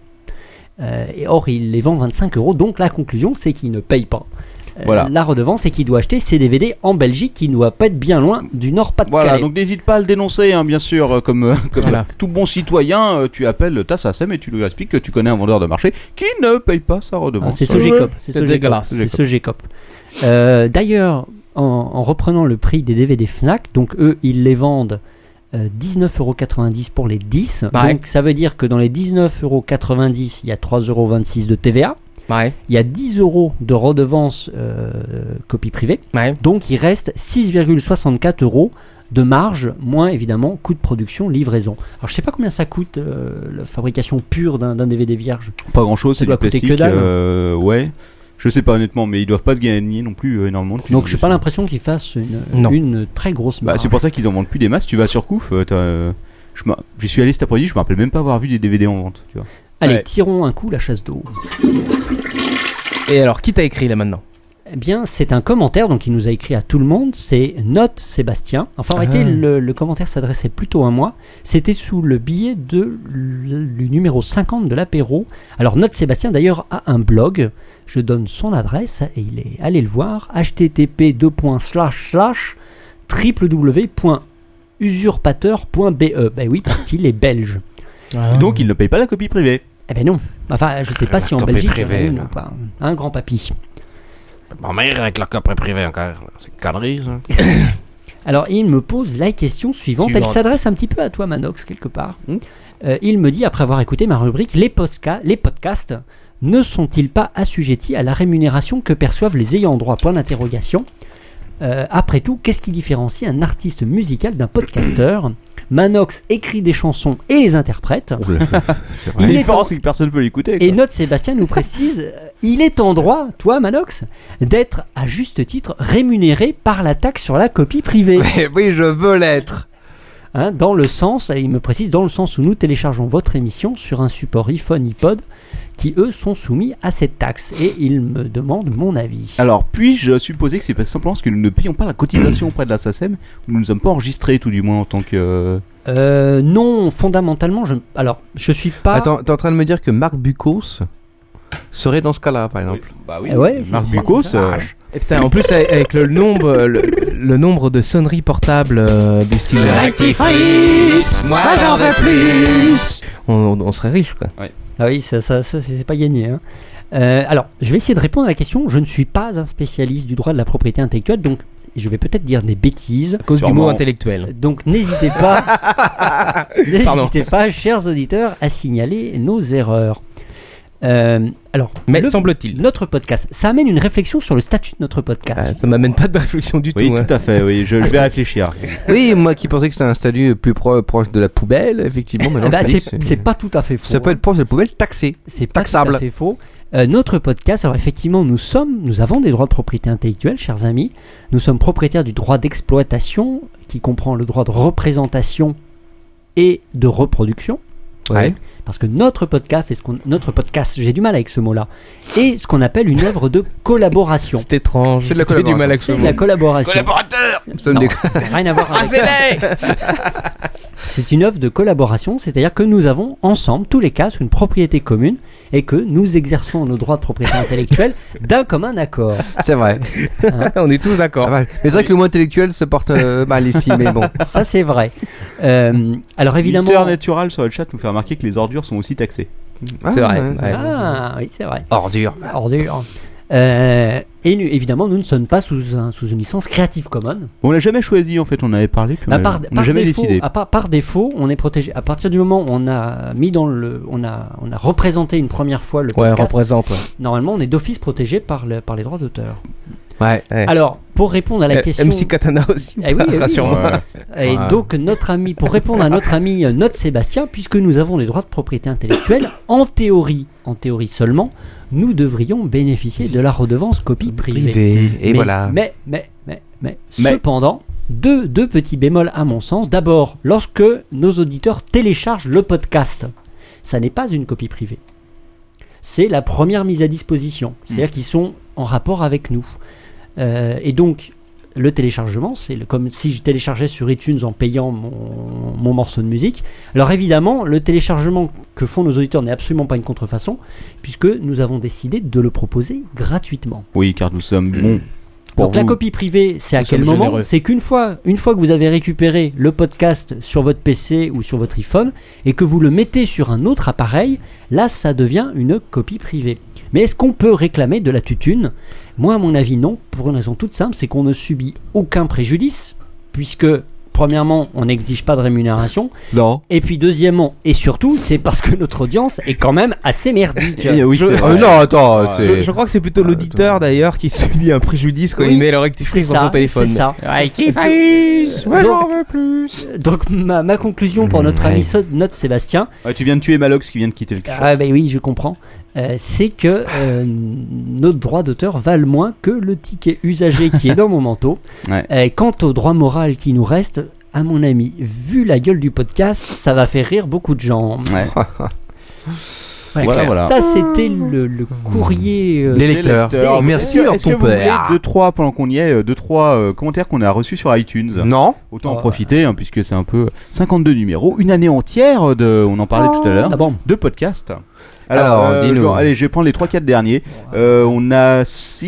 Speaker 6: Euh, et or, il les vend 25 euros, donc la conclusion c'est qu'il ne paye pas. Euh,
Speaker 5: Voilà.
Speaker 6: La redevance c'est qu'il doit acheter ses DVD en Belgique qui ne doit pas être bien loin du Nord-Pas-de-Calais.
Speaker 5: Voilà, donc n'hésite pas à le dénoncer, hein, bien sûr, euh, comme, euh, comme
Speaker 7: Voilà.
Speaker 5: tout bon citoyen, euh, tu appelles ta SACEM et tu lui expliques que tu connais un vendeur de marché qui ne paye pas sa
Speaker 6: Ah,
Speaker 5: redevance.
Speaker 6: c'est ce
Speaker 5: Ouais.
Speaker 6: GCOP. C'est ce GCOP.
Speaker 5: dégueulasse.
Speaker 6: C'est ce GCOP. Euh, D'ailleurs, en, en reprenant le prix des DVD Fnac, donc eux, ils les vendent euh, 19,90€ pour les 10.
Speaker 7: Ouais.
Speaker 6: Donc ça veut dire que dans les 19,90€, il y a 3,26€ de TVA. Il y a 10€ de redevance euh, copie privée. Donc il reste 6,64€ de marge, moins évidemment coût de production, livraison. Alors je sais pas combien ça coûte euh, la fabrication pure d'un d'un DVD vierge.
Speaker 5: Pas grand chose,
Speaker 6: Ça
Speaker 5: c'est
Speaker 6: doit
Speaker 5: du
Speaker 6: coûter
Speaker 5: plastique.
Speaker 6: que dalle. hein.
Speaker 5: euh, ouais, je sais pas honnêtement, mais ils doivent pas se gagner non plus euh, énormément. de
Speaker 6: Donc je n'ai
Speaker 5: thunes.
Speaker 6: pas l'impression qu'ils fassent une,
Speaker 5: Non.
Speaker 6: une très grosse
Speaker 5: Bah,
Speaker 6: marge.
Speaker 5: c'est pour ça qu'ils en vendent plus des masses. Tu vas sur Couf, euh, t'as, euh, je m'en- j'y suis allé cet après-midi, je me rappelle même pas avoir vu des DVD en vente. Tu vois.
Speaker 6: Allez,
Speaker 5: Ouais.
Speaker 6: tirons un coup la chasse d'eau.
Speaker 7: Et alors, qui t'a écrit là maintenant
Speaker 6: Eh bien, c'est un commentaire donc il nous a écrit à tout le monde. C'est Note Sébastien. Enfin, en
Speaker 7: Ah.
Speaker 6: réalité, le, le commentaire s'adressait plutôt à moi. C'était sous le billet de l- du numéro 50 de l'apéro. Alors, Note Sébastien d'ailleurs a un blog. Je donne son adresse et il est allez le voir. http www.usurpateur.be. Ben oui, parce qu'il est belge. Ah.
Speaker 5: Donc ils ne payent pas la copie privée.
Speaker 6: Eh ben non. Enfin, je sais pas si en
Speaker 5: Copie
Speaker 6: Belgique, il y en a
Speaker 5: privée,
Speaker 6: une
Speaker 5: là.
Speaker 6: ou pas. Un grand papy.
Speaker 2: Ma mère avec la copie privée encore. C'est une connerie, ça.
Speaker 6: [COUGHS] Alors, il me pose la question suivante. Elle
Speaker 2: Suivante. Hmm
Speaker 6: s'adresse un petit peu à toi, Manox, quelque part. Euh, il me dit, après avoir écouté ma rubrique, les, posca- les podcasts ne sont-ils pas assujettis à la rémunération que perçoivent les ayants droit Point d'interrogation. Euh, après tout, qu'est-ce qui différencie un artiste musical d'un podcasteur [COUGHS] Manox écrit des chansons et les interprète.
Speaker 5: La
Speaker 6: Il est
Speaker 5: différence, c'est que personne peut l'écouter.
Speaker 6: Et note Sébastien nous précise, euh, il est en droit, toi Manox, d'être à juste titre rémunéré par la taxe sur la copie privée.
Speaker 1: Eh oui, je veux l'être.
Speaker 6: Hein, dans le sens, et il me précise, dans le sens où nous téléchargeons votre émission sur un support iPhone, iPod, qui eux sont soumis à cette taxe. Et il me demande mon avis.
Speaker 5: Alors, puis-je supposer que c'est pas simplement parce que nous ne payons pas la cotisation auprès de la SACEM ou E nous ne sommes pas enregistrés, tout du moins en tant que. euh,
Speaker 6: Euh, non, fondamentalement, je, alors, je suis
Speaker 7: Ah.
Speaker 6: pas.
Speaker 1: Attends, t'es en train de me dire que Marc Bucos serait dans ce cas-là, par exemple
Speaker 5: Bah
Speaker 6: oui, Eh ouais, Marc c'est- Bucos, c'est- euh,
Speaker 7: Et putain, en plus, avec- avec le nombre, le, le nombre de sonneries portables euh, du style.
Speaker 11: Rectifrice, moi j'en veux plus.
Speaker 7: On, on- on serait riche, quoi.
Speaker 6: Ah oui, ça, ça, ça, c'est c'est pas gagné. hein. Euh, alors, je vais essayer de répondre à la question. Je ne suis pas un spécialiste du droit de la propriété intellectuelle, donc je vais peut-être dire des bêtises.
Speaker 7: À cause du mot intellectuel.
Speaker 6: Donc n'hésitez pas, [LAUGHS] n'hésitez pas, chers auditeurs, à signaler nos erreurs. Euh, alors,
Speaker 7: Mais
Speaker 6: le-
Speaker 7: semble-t-il.
Speaker 6: notre podcast, ça amène une réflexion sur le statut de notre podcast.
Speaker 7: Ah, ça m'amène pas de réflexion du
Speaker 5: Oui,
Speaker 7: tout. hein.
Speaker 5: tout à fait, oui, je, je vais réfléchir.
Speaker 1: Oui, moi qui pensais que c'était un statut plus pro- proche de la poubelle, effectivement,
Speaker 7: Ah,
Speaker 1: maintenant,
Speaker 6: Bah,
Speaker 1: je me dis
Speaker 6: c'est
Speaker 1: que
Speaker 6: c'est pas tout à fait faux.
Speaker 1: Ça peut
Speaker 6: hein.
Speaker 1: être proche de la poubelle taxée.
Speaker 6: C'est pas
Speaker 1: taxable.
Speaker 6: tout à fait faux. Euh, notre podcast, alors effectivement, nous sommes, nous avons des droits de propriété intellectuelle, chers amis. Nous sommes propriétaires du droit d'exploitation, qui comprend le droit de représentation et de reproduction.
Speaker 1: Ouais.
Speaker 6: Parce que notre podcast, est ce qu'on, notre podcast, j'ai du mal avec ce mot-là, est ce qu'on appelle une œuvre de collaboration.
Speaker 7: C'est étrange.
Speaker 1: C'est de la
Speaker 7: J'ai du mal à
Speaker 6: C'est de la collaboration.
Speaker 3: Collaborateur
Speaker 1: Ça me
Speaker 6: Non,
Speaker 1: dé-
Speaker 6: ça n'a rien à voir avec
Speaker 3: Rasez-les
Speaker 6: [LAUGHS] C'est une œuvre de collaboration, c'est-à-dire que nous avons ensemble, tous les quatre, une propriété commune et que nous exerçons nos droits de propriété intellectuelle d'un commun accord.
Speaker 1: C'est vrai.
Speaker 7: on est tous
Speaker 1: Ah,
Speaker 7: d'accord.
Speaker 1: bah, mais c'est vrai que le mot intellectuel se porte [LAUGHS] euh, mal ici, mais bon.
Speaker 6: Ça, c'est vrai. Euh, alors, [LAUGHS] évidemment.
Speaker 5: Mister Natural sur le chat nous fait remarquer que les ordures ordures sont aussi taxées.
Speaker 1: Ah
Speaker 6: C'est vrai, ouais. Ah, oui, c'est vrai.
Speaker 1: Ordure.
Speaker 6: Ordure. Euh, et nu- évidemment, nous ne sommes pas sous, un- sous une licence Creative Commons.
Speaker 5: On l'a jamais choisi en fait, on en avait parlé, puis on
Speaker 6: Bah,
Speaker 5: l'a-
Speaker 6: par,
Speaker 5: on l'a
Speaker 6: par
Speaker 5: jamais
Speaker 6: défaut, ah.
Speaker 5: décidé.
Speaker 6: à part- par défaut, on est protégé. À partir du moment où on a mis dans le, on a, on a représenté une première fois le
Speaker 7: Ouais,
Speaker 6: podcast.
Speaker 7: représente, ouais.
Speaker 6: Normalement, on est d'office protégé par, le- par les droits d'auteur.
Speaker 7: Ouais. ouais.
Speaker 6: Alors, pour répondre à la
Speaker 7: Euh, ah.
Speaker 6: question.
Speaker 7: MC Katana aussi,
Speaker 6: Eh oui, eh oui.
Speaker 7: rassure-moi.
Speaker 6: Et
Speaker 7: Ouais.
Speaker 6: donc, notre ami, pour répondre à notre ami, euh, notre Sébastien, puisque nous avons les droits de propriété intellectuelle, en théorie, en théorie seulement, nous devrions bénéficier de la redevance copie privée.
Speaker 7: Privée, et
Speaker 6: Mais-
Speaker 7: voilà.
Speaker 6: Mais, mais, mais, mais,
Speaker 7: Mais-
Speaker 6: cependant, deux, deux petits bémols à mon sens. D'abord, lorsque nos auditeurs téléchargent le podcast, ça n'est pas une copie privée c'est la première mise à disposition.
Speaker 7: Hmm.
Speaker 6: C'est-à-dire qu'ils sont en rapport avec nous. Euh, et donc, le téléchargement, c'est le- comme si je téléchargeais sur iTunes en payant mon, mon morceau de musique. Alors évidemment, le téléchargement que font nos auditeurs n'est absolument pas une contrefaçon, puisque nous avons décidé de le proposer gratuitement.
Speaker 5: Oui, car nous sommes bons. Pour
Speaker 6: Donc la
Speaker 5: vous.
Speaker 6: copie privée, c'est à
Speaker 5: Nous
Speaker 6: quel
Speaker 5: sommes
Speaker 6: moment
Speaker 5: généreux.
Speaker 6: C'est qu'une fois, une fois que vous avez récupéré le podcast sur votre PC ou sur votre iPhone et que vous le mettez sur un autre appareil, là ça devient une copie privée. Mais est-ce qu'on peut réclamer de la tutune Moi à mon avis non, pour une raison toute simple, c'est qu'on ne subit aucun préjudice puisque premièrement, on n'exige pas de rémunération.
Speaker 5: Non.
Speaker 6: Et puis deuxièmement et surtout, c'est parce que notre audience est quand même assez
Speaker 7: [LAUGHS]
Speaker 6: merdique.
Speaker 7: Eh oui, Je- c'est vrai. euh, non, attends,
Speaker 5: Ah,
Speaker 7: Ouais. c'est- Je- je crois
Speaker 6: que c'est plutôt
Speaker 7: L'auditeur d'ailleurs qui subit un préjudice quand
Speaker 6: Oui,
Speaker 7: il met le rectificatif
Speaker 6: c'est
Speaker 7: dans son
Speaker 6: ça,
Speaker 7: téléphone.
Speaker 6: c'est ça. Ouais, qui
Speaker 1: Ah,
Speaker 6: faillisse, ouais, j'en veux plus. Donc ma, ma conclusion pour notre ami So- notre Sébastien,
Speaker 5: Ouais, tu viens de tuer Malox qui vient de quitter le
Speaker 6: ah ben oui je comprends, euh, c'est que euh, nos droits d'auteur valent moins que le ticket usagé qui est dans mon manteau.
Speaker 5: [LAUGHS] Ouais.
Speaker 6: Euh, quant au droit moral qui nous reste, à mon ami, vu la gueule du podcast, ça va faire rire beaucoup de gens. Ouais,
Speaker 5: Voilà,
Speaker 6: ça,
Speaker 5: voilà.
Speaker 6: ça, c'était le, le courrier euh,
Speaker 5: Est-ce que- est-ce que vous voulez deux trois pendant qu'on y est, euh, deux trois euh, commentaires qu'on a reçus sur iTunes.
Speaker 1: Non.
Speaker 5: Autant en
Speaker 6: Oh.
Speaker 5: profiter hein, puisque c'est un peu 52 numéros, une année entière de, on en parlait tout à l'heure,
Speaker 6: Ah bon.
Speaker 5: de podcasts.
Speaker 1: Alors,
Speaker 5: euh,
Speaker 1: dis-nous.
Speaker 5: genre, allez, je vais prendre les 3-4 derniers. Euh, on a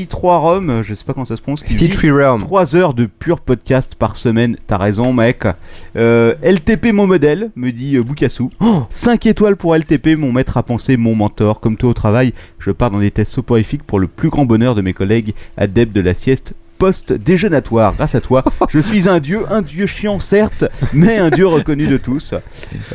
Speaker 5: 3 Rome, je sais pas comment ça se prononce.
Speaker 1: Six Three
Speaker 7: Mm.
Speaker 1: Rome.
Speaker 5: 3 heures de pur podcast par semaine, t'as raison, mec. Euh, LTP, mon modèle, me dit euh,
Speaker 7: [GASPS]
Speaker 5: Boukassou.
Speaker 7: Oh
Speaker 5: 5 étoiles pour LTP, mon maître à penser, mon mentor. Comme toi au travail, je pars dans des tests soporifiques pour le plus grand bonheur de mes collègues adeptes de la sieste post-déjeunatoire. Grâce à
Speaker 7: [LAUGHS]
Speaker 5: toi, je suis un dieu, un dieu chiant certes, mais un dieu reconnu de tous.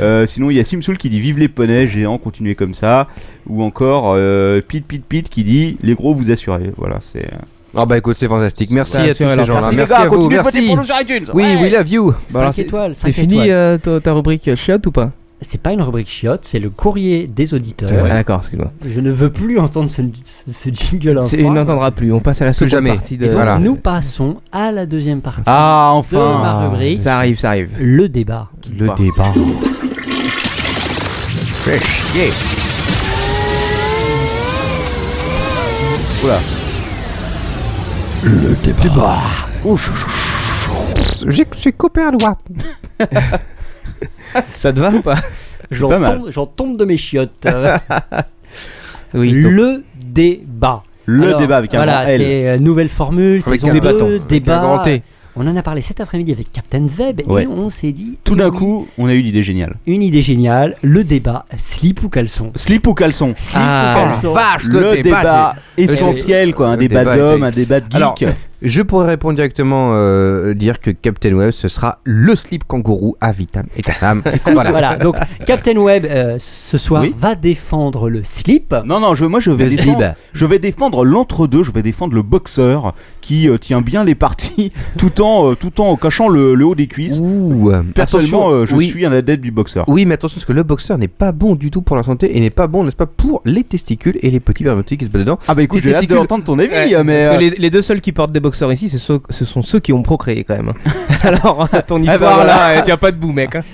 Speaker 5: Euh, sinon, il y a Simsoul qui dit Vive les poneys géants, continuez comme ça. Ou encore euh, Pete Pete Pete qui dit Les gros, vous assurez. Voilà, c'est. euh,
Speaker 1: Ah bah écoute, c'est fantastique. Merci
Speaker 5: Voilà,
Speaker 1: à tous
Speaker 5: sur
Speaker 1: ces
Speaker 5: la-
Speaker 1: gens-là.
Speaker 5: Merci, les
Speaker 1: Merci,
Speaker 5: gars,
Speaker 1: à vous.
Speaker 5: continuez de voter
Speaker 1: Merci.
Speaker 5: pour nous sur iTunes.
Speaker 1: Oui,
Speaker 5: Ouais.
Speaker 1: we love you.
Speaker 6: Cinq
Speaker 7: c'est-
Speaker 6: étoiles,
Speaker 7: C'est
Speaker 6: cinq
Speaker 7: fini
Speaker 6: étoiles.
Speaker 7: euh, ta, ta rubrique chiotte ou pas
Speaker 6: C'est pas une rubrique chiotte, c'est le courrier des auditeurs.
Speaker 7: Ah, d'accord, excuse-moi.
Speaker 6: Je ne veux plus entendre ce, ce- ce jingle.
Speaker 7: C'est- Il n'entendra plus. On passe à la
Speaker 1: Plus
Speaker 7: seconde
Speaker 1: jamais.
Speaker 7: partie
Speaker 6: Et
Speaker 7: de.
Speaker 6: donc,
Speaker 7: Voilà.
Speaker 6: nous passons à la deuxième partie
Speaker 7: Ah, enfin.
Speaker 6: de ma rubrique,
Speaker 7: Ça arrive, ça arrive.
Speaker 6: le débat.
Speaker 1: Le débat.
Speaker 5: Voilà.
Speaker 1: Le débat. J'ai j'ai coupé un doigt.
Speaker 7: Ça te va ou pas
Speaker 6: J'en
Speaker 7: pas mal.
Speaker 6: tombe, j'en tombe de mes chiottes.
Speaker 7: Oui. donc-
Speaker 6: le débat.
Speaker 5: Le
Speaker 6: Alors,
Speaker 5: débat avec un
Speaker 6: Voilà,
Speaker 5: grand L.
Speaker 6: c'est euh, nouvelle formule,
Speaker 1: Avec
Speaker 6: saison
Speaker 1: un
Speaker 6: 2,
Speaker 1: débattant, avec un
Speaker 6: débat.
Speaker 1: grand T.
Speaker 6: On en a parlé cet après-midi avec Captain Web
Speaker 5: Ouais.
Speaker 6: et on s'est dit
Speaker 5: Tout d'un coup, on a eu l'idée géniale.
Speaker 6: une idée géniale, le débat, slip ou caleçon.
Speaker 5: Slip ou caleçon
Speaker 6: Slip
Speaker 7: Ah,
Speaker 6: ou caleçon. [LAUGHS]
Speaker 1: Vache,
Speaker 5: Le débat
Speaker 1: c'est-
Speaker 5: essentiel, quoi. Un
Speaker 1: Le
Speaker 5: débat
Speaker 1: débat
Speaker 5: d'homme,
Speaker 1: est-
Speaker 5: un débat de geek.
Speaker 1: Alors, je pourrais répondre directement, euh, dire que Captain Web, ce sera le slip kangourou à vitam et tatam. voilà.
Speaker 6: Voilà, donc Captain Web euh, ce soir
Speaker 5: Oui.
Speaker 6: va défendre le slip.
Speaker 5: Non, non, je, moi je vais
Speaker 1: Le
Speaker 5: défendre,
Speaker 1: slib.
Speaker 5: je vais défendre l'entre-deux, je vais défendre le boxeur qui euh, tient bien les parties [LAUGHS] tout en, euh, tout en cachant le, le haut des cuisses.
Speaker 1: [LAUGHS] Ouh, euh,
Speaker 5: Personnellement,
Speaker 1: attention,
Speaker 5: euh, je
Speaker 1: oui,
Speaker 5: suis un adepte du boxeur.
Speaker 1: Oui, mais attention, parce que le boxeur n'est pas bon du tout pour la santé et n'est pas bon, n'est-ce pas, pour les testicules et les petits vermutiques qui se battent dedans.
Speaker 5: Ah bah écoute,
Speaker 1: Tes
Speaker 5: j'ai hâte
Speaker 1: testicules-
Speaker 5: d'entendre ton avis,
Speaker 7: Ouais,
Speaker 5: euh, mais...
Speaker 7: Parce que
Speaker 5: euh,
Speaker 7: les, les deux seuls qui portent des boxeurs ici, ce sont, ce sont ceux qui ont procréé quand même. [LAUGHS] Alors, euh, ton histoire là, elle tient pas debout, mec. hein.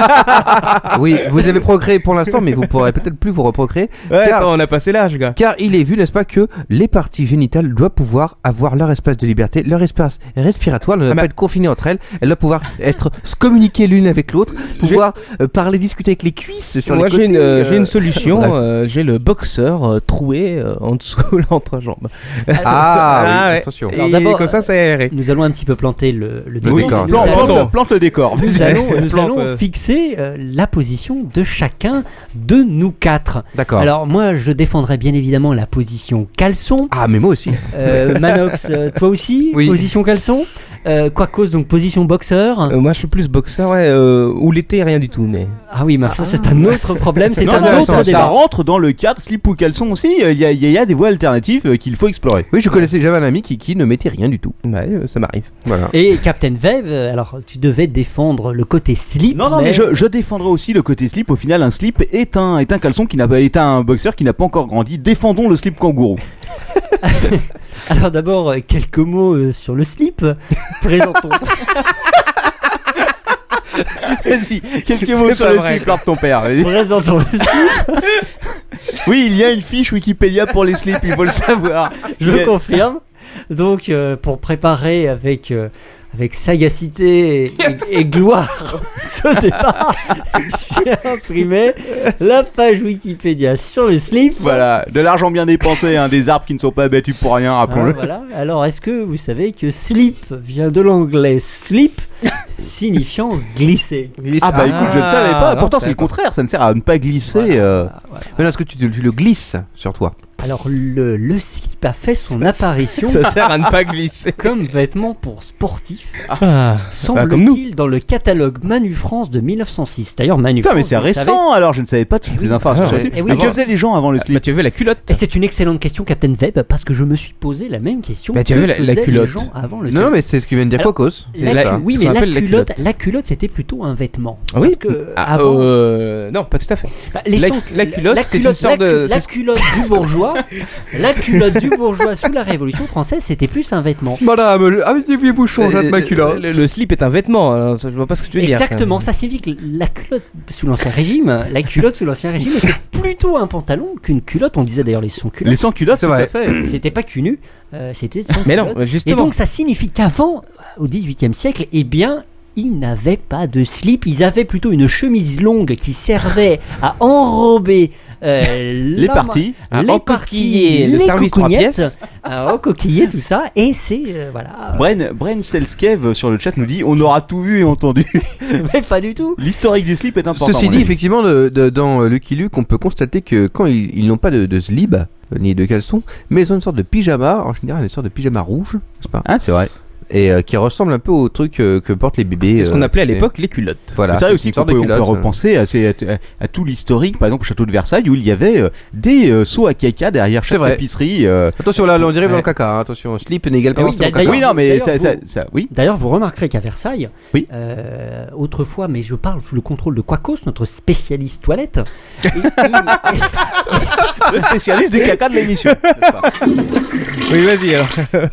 Speaker 7: Ah.
Speaker 1: oui, vous avez procréé pour l'instant, mais vous pourrez peut-être plus vous reprocréer.
Speaker 7: [LAUGHS] Ouais,
Speaker 1: car,
Speaker 7: attends, on a passé l'âge, gars.
Speaker 1: car il est vu, n'est-ce pas, que les parties génitales doivent pouvoir avoir leur espace de liberté, leur espace respiratoire,
Speaker 7: Ah,
Speaker 1: ne doivent pas être confinées entre elles. Elles doivent pouvoir être communiquer l'une avec l'autre, pouvoir euh, parler, discuter avec les cuisses sur
Speaker 7: Moi,
Speaker 1: les
Speaker 7: j'ai
Speaker 1: côtés.
Speaker 7: une, euh,
Speaker 1: euh,
Speaker 7: j'ai une [LAUGHS] solution.
Speaker 1: bref.
Speaker 7: euh, j'ai le boxeur euh, troué euh, en dessous [LAUGHS] de l'entrejambe.
Speaker 1: Ah, oui,
Speaker 7: ouais.
Speaker 1: attention.
Speaker 7: Et
Speaker 6: Alors d'abord,
Speaker 7: comme ça, c'est aéré.
Speaker 6: Nous allons un petit peu planter le, le
Speaker 7: Le décor.
Speaker 6: Nous
Speaker 7: Plante-
Speaker 6: allons-
Speaker 7: plante- plante le décor.
Speaker 6: Nous allons, nous
Speaker 7: Plante,
Speaker 6: allons
Speaker 7: euh.
Speaker 6: fixer euh, la position de chacun de nous quatre.
Speaker 1: D'accord.
Speaker 6: Alors moi, je défendrai bien évidemment la position caleçon.
Speaker 1: Ah, mais moi aussi.
Speaker 6: Euh, Manox, euh, toi aussi
Speaker 1: Oui.
Speaker 6: Position caleçon euh, Quoi cause donc position boxeur
Speaker 7: Euh, Moi, je suis plus boxeur, ouais, euh, ou l'été, rien du tout, mais.
Speaker 6: Ah oui, mais ça, c'est un autre problème, c'est
Speaker 5: Non,
Speaker 6: un
Speaker 5: non,
Speaker 6: autre
Speaker 5: ça, ça
Speaker 6: débat.
Speaker 5: rentre dans le cadre slip ou caleçon aussi. Il y a, il y a des voies alternatives euh, qu'il faut explorer.
Speaker 1: Oui, je connaissais jamais un ami qui, qui ne mettait rien du tout.
Speaker 7: euh, ça m'arrive.
Speaker 1: Voilà.
Speaker 6: Et Captain Vev, euh, alors tu devais défendre le côté slip.
Speaker 5: Non, non, mais, je, je défendrai aussi le côté slip. Au final, un slip est un, est un caleçon qui n'a pas, est un boxeur qui n'a pas encore grandi. Défendons le slip
Speaker 6: [LAUGHS]
Speaker 5: kangourou.
Speaker 6: Alors d'abord, euh, quelques mots euh, sur le slip. Présentons.
Speaker 5: Vas-y, quelques mots
Speaker 6: C'est
Speaker 5: sur
Speaker 6: pas
Speaker 5: le
Speaker 6: vrai.
Speaker 5: slip lors de ton père. Vas-y.
Speaker 6: Présentons le slip.
Speaker 5: Oui, il y a une fiche Wikipédia pour les slips, il faut le savoir.
Speaker 6: Je
Speaker 5: Il y a-
Speaker 6: confirme. Donc, euh, pour préparer avec, euh, avec sagacité et, et gloire [LAUGHS] ce débat, j'ai imprimé la page Wikipédia sur le slip.
Speaker 5: Voilà, de l'argent bien dépensé, hein, des arbres qui ne sont pas abattus pour rien,
Speaker 6: Ah,
Speaker 5: rappelons-le.
Speaker 6: voilà. Alors, est-ce que vous savez que slip vient de l'anglais slip, signifiant glisser
Speaker 5: Ah bah écoute, je ne savais pas. Pourtant, c'est le contraire, ça ne sert à ne pas glisser. euh.
Speaker 6: Ah,
Speaker 1: Mais est-ce que tu, tu le glisses sur toi
Speaker 6: Alors le, le slip a fait son apparition.
Speaker 1: [LAUGHS] ça sert à ne pas
Speaker 7: glisser.
Speaker 6: Comme vêtement pour sportif.
Speaker 7: Ah.
Speaker 6: semble-t-il
Speaker 7: Bah, comme nous.
Speaker 6: dans le catalogue Manu France de 1906. D'ailleurs Manu
Speaker 5: Putain, mais
Speaker 6: France,
Speaker 5: c'est
Speaker 6: vous le
Speaker 5: récent
Speaker 6: savez-
Speaker 5: alors, je ne savais pas toutes ces informations. sur le slip.
Speaker 6: Eh oui.
Speaker 5: Mais que faisaient les gens avant le
Speaker 6: bah,
Speaker 5: slip
Speaker 7: Tu avais la culotte
Speaker 6: Et c'est une excellente question, Captain Webb, parce que je me suis posé la même question.
Speaker 1: Bah, tu
Speaker 6: que
Speaker 1: avais la- la
Speaker 6: faisaient les
Speaker 1: culotte.
Speaker 6: gens avant le
Speaker 1: Non,
Speaker 6: slip.
Speaker 1: mais c'est ce que vient de dire
Speaker 6: Alors,
Speaker 1: Cocos. C'est
Speaker 6: la
Speaker 1: la-
Speaker 6: cu- oui,
Speaker 1: ce
Speaker 6: mais
Speaker 1: qu'on
Speaker 6: la
Speaker 1: appelle la
Speaker 6: culotte,
Speaker 1: culotte.
Speaker 6: la culotte, c'était plutôt un vêtement.
Speaker 7: Ah oui
Speaker 6: Parce que
Speaker 7: Ah,
Speaker 6: avant,
Speaker 7: euh, Non, pas tout à fait.
Speaker 6: Bah, les
Speaker 7: la,
Speaker 6: sens-
Speaker 7: la culotte,
Speaker 6: la
Speaker 7: c'était une
Speaker 6: culotte-
Speaker 7: sorte
Speaker 6: la cu-
Speaker 7: de.
Speaker 6: La
Speaker 7: c'est-
Speaker 6: culotte du bourgeois, [LAUGHS] la culotte du bourgeois sous la Révolution française, c'était plus un vêtement.
Speaker 1: Madame, ah, habillez-vous, changez de ma culotte.
Speaker 7: Euh, Le, le slip est un vêtement, alors ça, je vois pas ce que tu veux dire. euh,
Speaker 6: Exactement, ça signifie que la culotte sous l'ancien régime, la culotte sous l'ancien régime était plutôt un pantalon qu'une culotte. On disait d'ailleurs les sans culottes.
Speaker 5: Les sans culottes, tout à fait.
Speaker 6: C'était pas cul nu, euh, c'était sans
Speaker 7: Mais non,
Speaker 6: culottes.
Speaker 7: justement.
Speaker 6: Et donc ça signifie qu'avant, au XVIIIe siècle, eh bien, ils n'avaient pas de slip, ils avaient plutôt une chemise longue qui servait à enrober.
Speaker 7: [LAUGHS]
Speaker 6: euh,
Speaker 5: Les
Speaker 6: la-
Speaker 5: parties,
Speaker 7: à
Speaker 6: les
Speaker 7: encoquiller
Speaker 6: parties,
Speaker 7: le
Speaker 6: les
Speaker 7: service trois
Speaker 6: coquignettes,
Speaker 7: pièces.
Speaker 6: à encoquiller tout ça, et c'est euh,
Speaker 7: [LAUGHS]
Speaker 6: voilà,
Speaker 5: Bren, Bren Selskev sur le chat nous dit on aura tout vu et entendu. [LAUGHS]
Speaker 6: [LAUGHS] mais pas du tout.
Speaker 5: L'historique du slip est important.
Speaker 1: Ceci
Speaker 5: mon
Speaker 1: dit,
Speaker 5: ami.
Speaker 1: effectivement, le- de- dans euh, Lucky Luke, on peut constater que quand ils, ils n'ont pas de, de slib euh, ni de caleçon, mais ils ont une sorte de pyjama, en général une sorte de pyjama rouge, n'est-ce pas
Speaker 5: Ah, c'est vrai.
Speaker 1: Et euh, qui ressemble un peu au truc euh, que portent les
Speaker 5: Ah,
Speaker 1: bébés.
Speaker 7: C'est ce qu'on
Speaker 1: euh,
Speaker 7: appelait à
Speaker 1: tu sais.
Speaker 7: l'époque les culottes.
Speaker 1: Voilà.
Speaker 5: c'est vrai
Speaker 1: une
Speaker 5: aussi qu'on
Speaker 1: sorte
Speaker 5: peut,
Speaker 1: de
Speaker 5: on peut
Speaker 1: culotte, euh.
Speaker 5: repenser à, ces- à- à tout l'historique, par exemple au château de Versailles, où il y avait euh, des euh, seaux à caca derrière
Speaker 1: C'est
Speaker 5: chaque
Speaker 1: vrai.
Speaker 5: épicerie. euh.
Speaker 1: Attention, là, là, on dirait dans
Speaker 5: Ouais.
Speaker 1: le caca. hein, Attention, slip n'égale pas
Speaker 6: Ah oui,
Speaker 1: forcément
Speaker 6: d'ailleurs-
Speaker 1: caca.
Speaker 5: Oui, non, mais ça,
Speaker 6: D'ailleurs,
Speaker 5: ça,
Speaker 6: vous-
Speaker 5: ça- oui.
Speaker 6: D'ailleurs, vous remarquerez qu'à Versailles,
Speaker 5: Oui.
Speaker 6: euh, autrefois, mais je parle sous le contrôle de Quacos, notre spécialiste toilette,
Speaker 5: Le spécialiste du caca de [LAUGHS] l'émission.
Speaker 7: Oui, vas-y alors.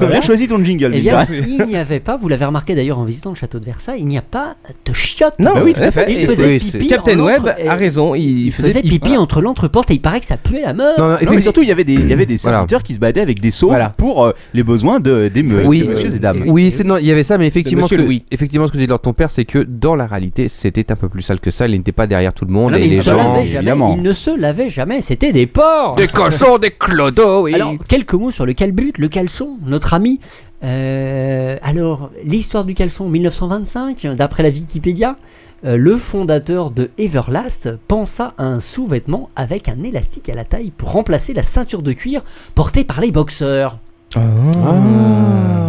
Speaker 5: Bien choisi ton jingle,
Speaker 6: eh
Speaker 5: Bill.
Speaker 6: bien, il n'y avait pas, vous l'avez remarqué d'ailleurs en visitant le château de Versailles, il n'y a pas de chiottes.
Speaker 7: Non,
Speaker 1: Bah oui, tout à fait.
Speaker 6: Il
Speaker 1: Et-
Speaker 6: faisait
Speaker 1: oui, c'est-
Speaker 6: pipi
Speaker 7: Captain
Speaker 6: en
Speaker 7: Webb
Speaker 6: entre- et-
Speaker 7: a raison, il,
Speaker 6: Il faisait pipi
Speaker 7: voilà.
Speaker 6: entre l'entrepente et il paraît que ça puait la meuf.
Speaker 1: Non, non,
Speaker 5: Non, mais
Speaker 1: effectivement-
Speaker 5: surtout, il y avait des, il y avait des
Speaker 1: Voilà.
Speaker 5: serviteurs qui se baladaient avec des seaux
Speaker 7: Voilà.
Speaker 5: pour euh, les besoins de, des me-
Speaker 1: Oui,
Speaker 5: des messieurs et dames.
Speaker 1: Oui, c'est non, il y avait ça, mais effectivement, ce
Speaker 7: monsieur
Speaker 1: que,
Speaker 7: Louis.
Speaker 1: effectivement, ce que dit Lord ton père, c'est que dans la réalité, c'était un peu plus sale que ça. Il n'était pas derrière tout le monde
Speaker 6: Ah Non, mais
Speaker 1: et
Speaker 6: il,
Speaker 1: les
Speaker 6: ne se
Speaker 1: gens.
Speaker 6: lavait jamais,
Speaker 5: évidemment.
Speaker 6: il ne se lavait jamais, c'était des porcs.
Speaker 1: Des cochons, des clodos, oui.
Speaker 6: Alors, quelques mots sur le calbut, le caleçon, notre ami. Euh, alors, l'histoire du caleçon 1925, d'après la Wikipédia, euh, le fondateur de Everlast pensa à un sous-vêtement avec un élastique à la taille pour remplacer la ceinture de cuir portée par les boxeurs.
Speaker 1: Ah.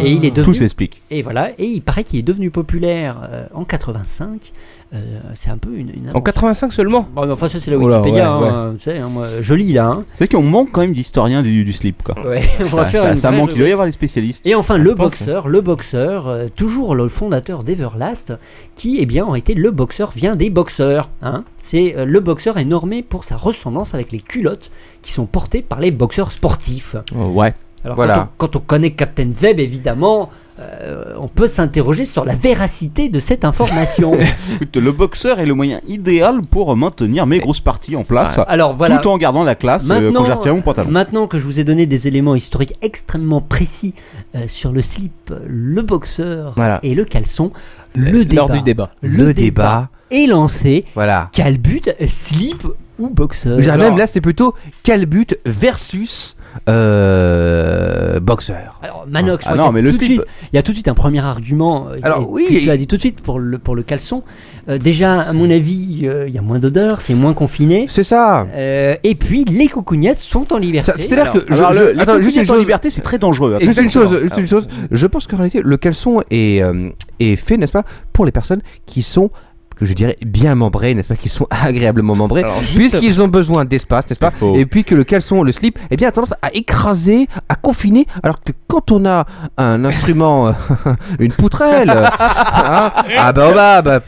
Speaker 6: Et il est
Speaker 5: Tout
Speaker 6: devenu
Speaker 5: s'explique.
Speaker 6: et voilà et il paraît qu'il est devenu populaire euh, en 85. Euh, c'est un peu une, une
Speaker 7: En 85 seulement
Speaker 6: Bon, mais enfin ça c'est la
Speaker 7: Oh là,
Speaker 6: Wikipédia,
Speaker 7: ouais,
Speaker 6: hein, tu sais, hein, moi, je lis là. hein.
Speaker 5: C'est qu'on manque quand même d'historiens du, du slip, quoi.
Speaker 6: [LAUGHS] on va
Speaker 5: Ça,
Speaker 6: faire
Speaker 5: ça-
Speaker 6: une
Speaker 5: ça
Speaker 6: vraie
Speaker 5: manque, il doit
Speaker 6: rubrique.
Speaker 5: y avoir les spécialistes.
Speaker 6: Et enfin, le boxeur, le boxeur, euh, toujours le fondateur d'Everlast, qui, eh bien, en été, le boxeur vient des boxeurs. Hein C'est euh, le boxeur est normé pour sa ressemblance avec les culottes qui sont portées par les boxeurs sportifs.
Speaker 7: ouais.
Speaker 6: Alors,
Speaker 1: Voilà.
Speaker 6: quand, on, quand on connaît Captain Webb, évidemment, euh, on peut s'interroger sur la véracité de cette information.
Speaker 5: Écoute, le boxeur est le moyen idéal pour maintenir mes grosses parties en place,
Speaker 6: Alors voilà.
Speaker 5: tout en gardant la classe euh, quand j'ai retiré mon pantalon.
Speaker 6: maintenant que je vous ai donné des éléments historiques extrêmement précis euh, sur le slip, le boxeur
Speaker 7: Voilà.
Speaker 6: et le caleçon, le débat,
Speaker 7: Lors du débat.
Speaker 1: Le débat.
Speaker 6: est lancé.
Speaker 1: Voilà.
Speaker 6: Calbut, slip ou boxeur
Speaker 1: Déjà, même là, c'est plutôt Calbut versus
Speaker 12: euh, boxeur.
Speaker 6: Alors, Manox,
Speaker 12: Ah
Speaker 6: je crois
Speaker 12: non,
Speaker 6: qu'il y a
Speaker 12: mais le
Speaker 6: tout de
Speaker 12: slip.
Speaker 6: suite- il y a tout de suite un premier argument. euh,
Speaker 12: Alors,
Speaker 6: et-
Speaker 12: oui,
Speaker 6: que tu as dit tout de suite pour le, pour le caleçon. Euh, déjà, à mon avis, euh, il y a moins d'odeur, c'est moins confiné. Euh,
Speaker 12: C'est ça.
Speaker 6: et puis, les coucougnettes sont en liberté.
Speaker 12: C'est-à-dire que
Speaker 6: Alors,
Speaker 12: je-
Speaker 6: le-
Speaker 12: je-
Speaker 6: les
Speaker 12: attends, juste
Speaker 6: coucougnettes
Speaker 12: une
Speaker 6: en
Speaker 12: chose.
Speaker 6: liberté,
Speaker 5: c'est très dangereux.
Speaker 12: Et juste une
Speaker 5: attention.
Speaker 12: chose, juste une chose. Je pense qu'en réalité, le caleçon est euh, est fait, n'est-ce pas, pour les personnes qui sont que je dirais bien membrées, n'est-ce pas, qui sont [LAUGHS] agréablement membrées, puisqu'ils ont besoin d'espace, n'est-ce pas, et puis que le caleçon, le slip, eh bien, a tendance à écraser, à confiner, alors que quand on a un instrument, euh, [LAUGHS] une poutrelle, euh, [LAUGHS] hein, un baobab,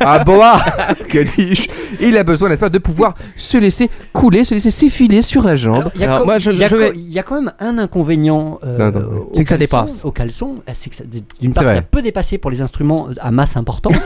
Speaker 12: un boa, [LAUGHS] que dis-je, il a besoin, n'est-ce pas, de pouvoir se laisser couler, se laisser s'effiler sur la jambe.
Speaker 6: Il y, a quand- il y a quand- il y a quand même un inconvénient. euh,
Speaker 12: Non, non, oui.
Speaker 6: au
Speaker 12: C'est que ça
Speaker 6: caleçon-
Speaker 12: dépasse.
Speaker 6: Au caleçon, euh, c'est que ça- d'une
Speaker 12: C'est
Speaker 6: part, ça
Speaker 12: vrai.
Speaker 6: peut dépasser pour les instruments euh, à
Speaker 12: [LAUGHS]
Speaker 6: masse importante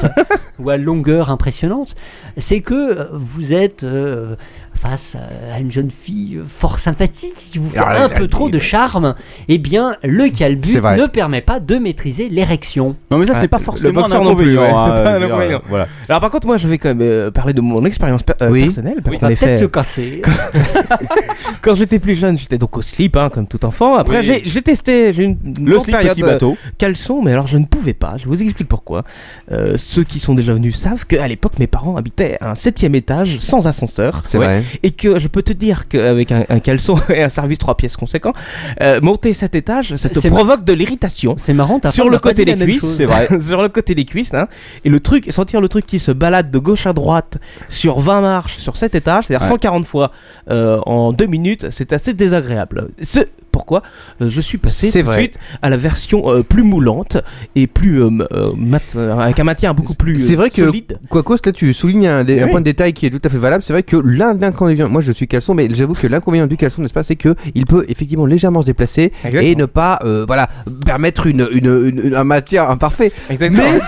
Speaker 6: ou à longueur impressionnante. C'est que euh, vous êtes euh, face à une jeune fille fort sympathique qui vous fait
Speaker 12: Alors,
Speaker 6: un
Speaker 12: elle-
Speaker 6: peu trop de charme. Eh bien, le calbut
Speaker 12: C'est vrai.
Speaker 6: ne permet pas de maîtriser l'érection.
Speaker 5: Non, mais ça, ce n'est pas
Speaker 7: le boxeur non plus, ouais, c'est
Speaker 5: hein,
Speaker 7: pas un inconvénient. Alors par contre, moi, je vais quand même euh, parler de mon expérience per- euh, personnelle parce
Speaker 6: On
Speaker 7: qu'en
Speaker 6: va
Speaker 7: effet,
Speaker 6: Bah, peut-être se casser.
Speaker 7: quand j'étais plus jeune, j'étais donc au slip, hein, comme tout enfant. Après,
Speaker 6: Oui.
Speaker 7: j'ai- j'ai testé, j'ai eu une une
Speaker 5: Le
Speaker 7: longue
Speaker 5: slip
Speaker 7: période
Speaker 5: petit bateau.
Speaker 7: euh, caleçon, mais alors je ne pouvais pas. Je vous explique pourquoi. Euh, ceux qui sont déjà venus savent qu'à l'époque, mes parents habitaient à un septième étage sans ascenseur.
Speaker 12: C'est vrai.
Speaker 7: Et que je peux te dire qu'avec un, un caleçon [LAUGHS] et un service trois pièces conséquent, euh, monter cet étage, ça te
Speaker 6: C'est ma-
Speaker 7: provoque de l'irritation.
Speaker 6: C'est marrant, ta
Speaker 7: sur
Speaker 6: femme
Speaker 7: le
Speaker 6: n'a pas
Speaker 7: côté
Speaker 6: dit la
Speaker 7: des
Speaker 6: même
Speaker 7: cuisses,
Speaker 6: chose.
Speaker 7: c'est vrai. sur le côté des cuisses, hein. Et le truc, sentir le truc qui se balade de gauche à droite sur 20 marches, sur 7 étages, c'est-à-dire
Speaker 5: Ouais.
Speaker 7: 140 fois euh, en 2 minutes, c'est assez désagréable. C'est pourquoi euh, je suis passé
Speaker 12: C'est
Speaker 7: tout de
Speaker 12: vrai.
Speaker 7: suite à la version euh, plus moulante et plus euh, m- euh, mat- euh, avec un maintien beaucoup plus euh,
Speaker 12: C'est vrai que,
Speaker 7: solide.
Speaker 12: Quacos, là, tu soulignes un, dé- un
Speaker 7: Oui.
Speaker 12: point de détail qui est tout à fait valable. C'est vrai que l'un des inconvénients, moi je suis caleçon, mais j'avoue que l'inconvénient du caleçon, n'est-ce pas, c'est que il peut effectivement légèrement se déplacer et ne pas, euh, voilà, permettre une, une, une- une- un matière imparfait. Mais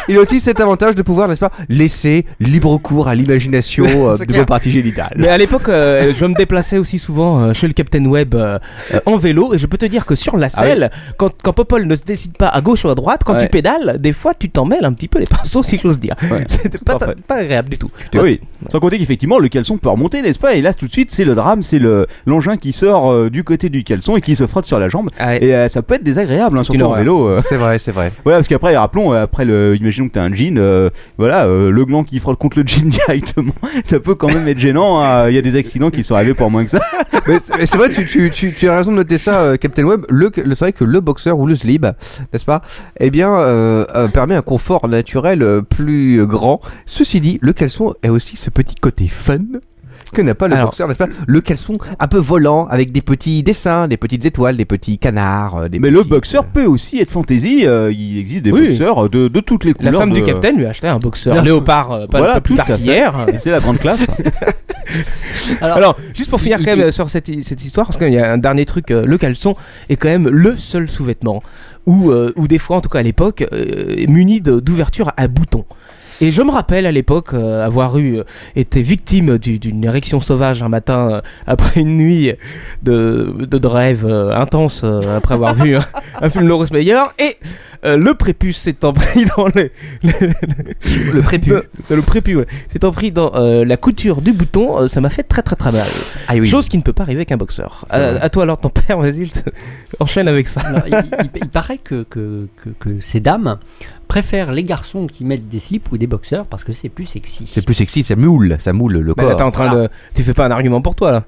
Speaker 12: il a aussi cet avantage de pouvoir, n'est-ce pas, laisser libre cours à l'imagination [LAUGHS] euh,
Speaker 7: C'est
Speaker 12: de
Speaker 7: clair.
Speaker 12: vos parties génitales.
Speaker 7: Mais à l'époque, euh, je me déplaçais aussi souvent euh, chez le Captain Web euh, euh, en vélo, et je peux te dire que sur la selle, quand, quand Popol ne se décide pas à gauche ou à droite, quand
Speaker 5: Ah Ouais.
Speaker 7: tu pédales, des fois tu t'en mêles un petit peu les pinceaux, si j'ose dire. [LAUGHS] C'était pas,
Speaker 5: parfait.
Speaker 7: pas agréable du tout.
Speaker 5: Ah oui, sans compter qu'effectivement le caleçon peut remonter, n'est-ce pas Et là tout de suite c'est le drame, c'est le l'engin qui sort euh, du côté du caleçon et qui se frotte sur la jambe. Et euh, ça peut être désagréable, hein, surtout en
Speaker 12: horreur.
Speaker 5: vélo. euh.
Speaker 12: C'est vrai, c'est vrai.
Speaker 5: Voilà, parce qu'après rappelons, euh, après le, imaginons que t'as un jean, euh, voilà, euh, le gland qui frotte contre le jean [LAUGHS] directement, ça peut quand même être gênant. hein. Il y a des accidents qui sont arrivés pour moins que ça.
Speaker 12: mais c'est- mais c'est vrai, tu, tu, tu, tu as raison de noter ça, euh, Captain Web. Le, le- c'est vrai que le boxeur ou le slib, n'est-ce pas Eh bien, euh, euh, permet un confort naturel euh, plus grand. Ceci dit, le caleçon a aussi ce petit côté fun que n'a pas le
Speaker 7: Alors-
Speaker 12: boxeur, n'est-ce pas Le caleçon un peu volant, avec des petits dessins, des petites étoiles, des petits canards, euh, des
Speaker 5: Mais le boxeur peut aussi être fantaisie. euh, il existe des
Speaker 7: Oui.
Speaker 5: boxeurs euh, de, de toutes les
Speaker 7: La
Speaker 5: couleurs.
Speaker 7: femme du
Speaker 5: de-
Speaker 7: Captain lui a acheté un boxeur
Speaker 5: Bien sûr.
Speaker 7: léopard, euh, pas,
Speaker 5: Voilà,
Speaker 7: pas plus
Speaker 5: tout
Speaker 7: tard
Speaker 5: à fait.
Speaker 7: qu'hier.
Speaker 5: Et c'est la grande classe.
Speaker 6: Ah.
Speaker 7: Alors, juste pour finir quand même euh, sur cette, i- cette histoire, parce qu'il y a un dernier truc, euh, le caleçon est quand même le seul sous-vêtement ou euh, ou des fois, en tout cas à l'époque, euh, muni de- d'ouverture à boutons. Et je me rappelle à l'époque euh, avoir eu euh, été victime du- d'une érection sauvage un matin euh, après une nuit de, de, de rêve euh, intense euh, après avoir vu un, un film Loris Meyer et euh, le prépuce s'étant pris dans le
Speaker 12: euh, le prépuce
Speaker 7: le prépuce ouais. s'étant pris dans euh, la couture du bouton euh, ça m'a fait très très très mal
Speaker 12: Ah oui.
Speaker 7: chose qui ne peut pas arriver avec un boxeur
Speaker 6: C'est
Speaker 7: à,
Speaker 6: vrai.
Speaker 7: à toi alors ton [LAUGHS] père vas-y il te- enchaîne avec ça Bah,
Speaker 6: Alors, il, Bah, il- il paraît que, que- que- que ces dames préfèrent les garçons qui mettent des slips ou des boxeurs parce que c'est plus sexy.
Speaker 12: C'est plus sexy, ça moule, ça moule le
Speaker 7: Mais là,
Speaker 12: corps.
Speaker 7: t'es en train de tu fais pas un argument pour toi là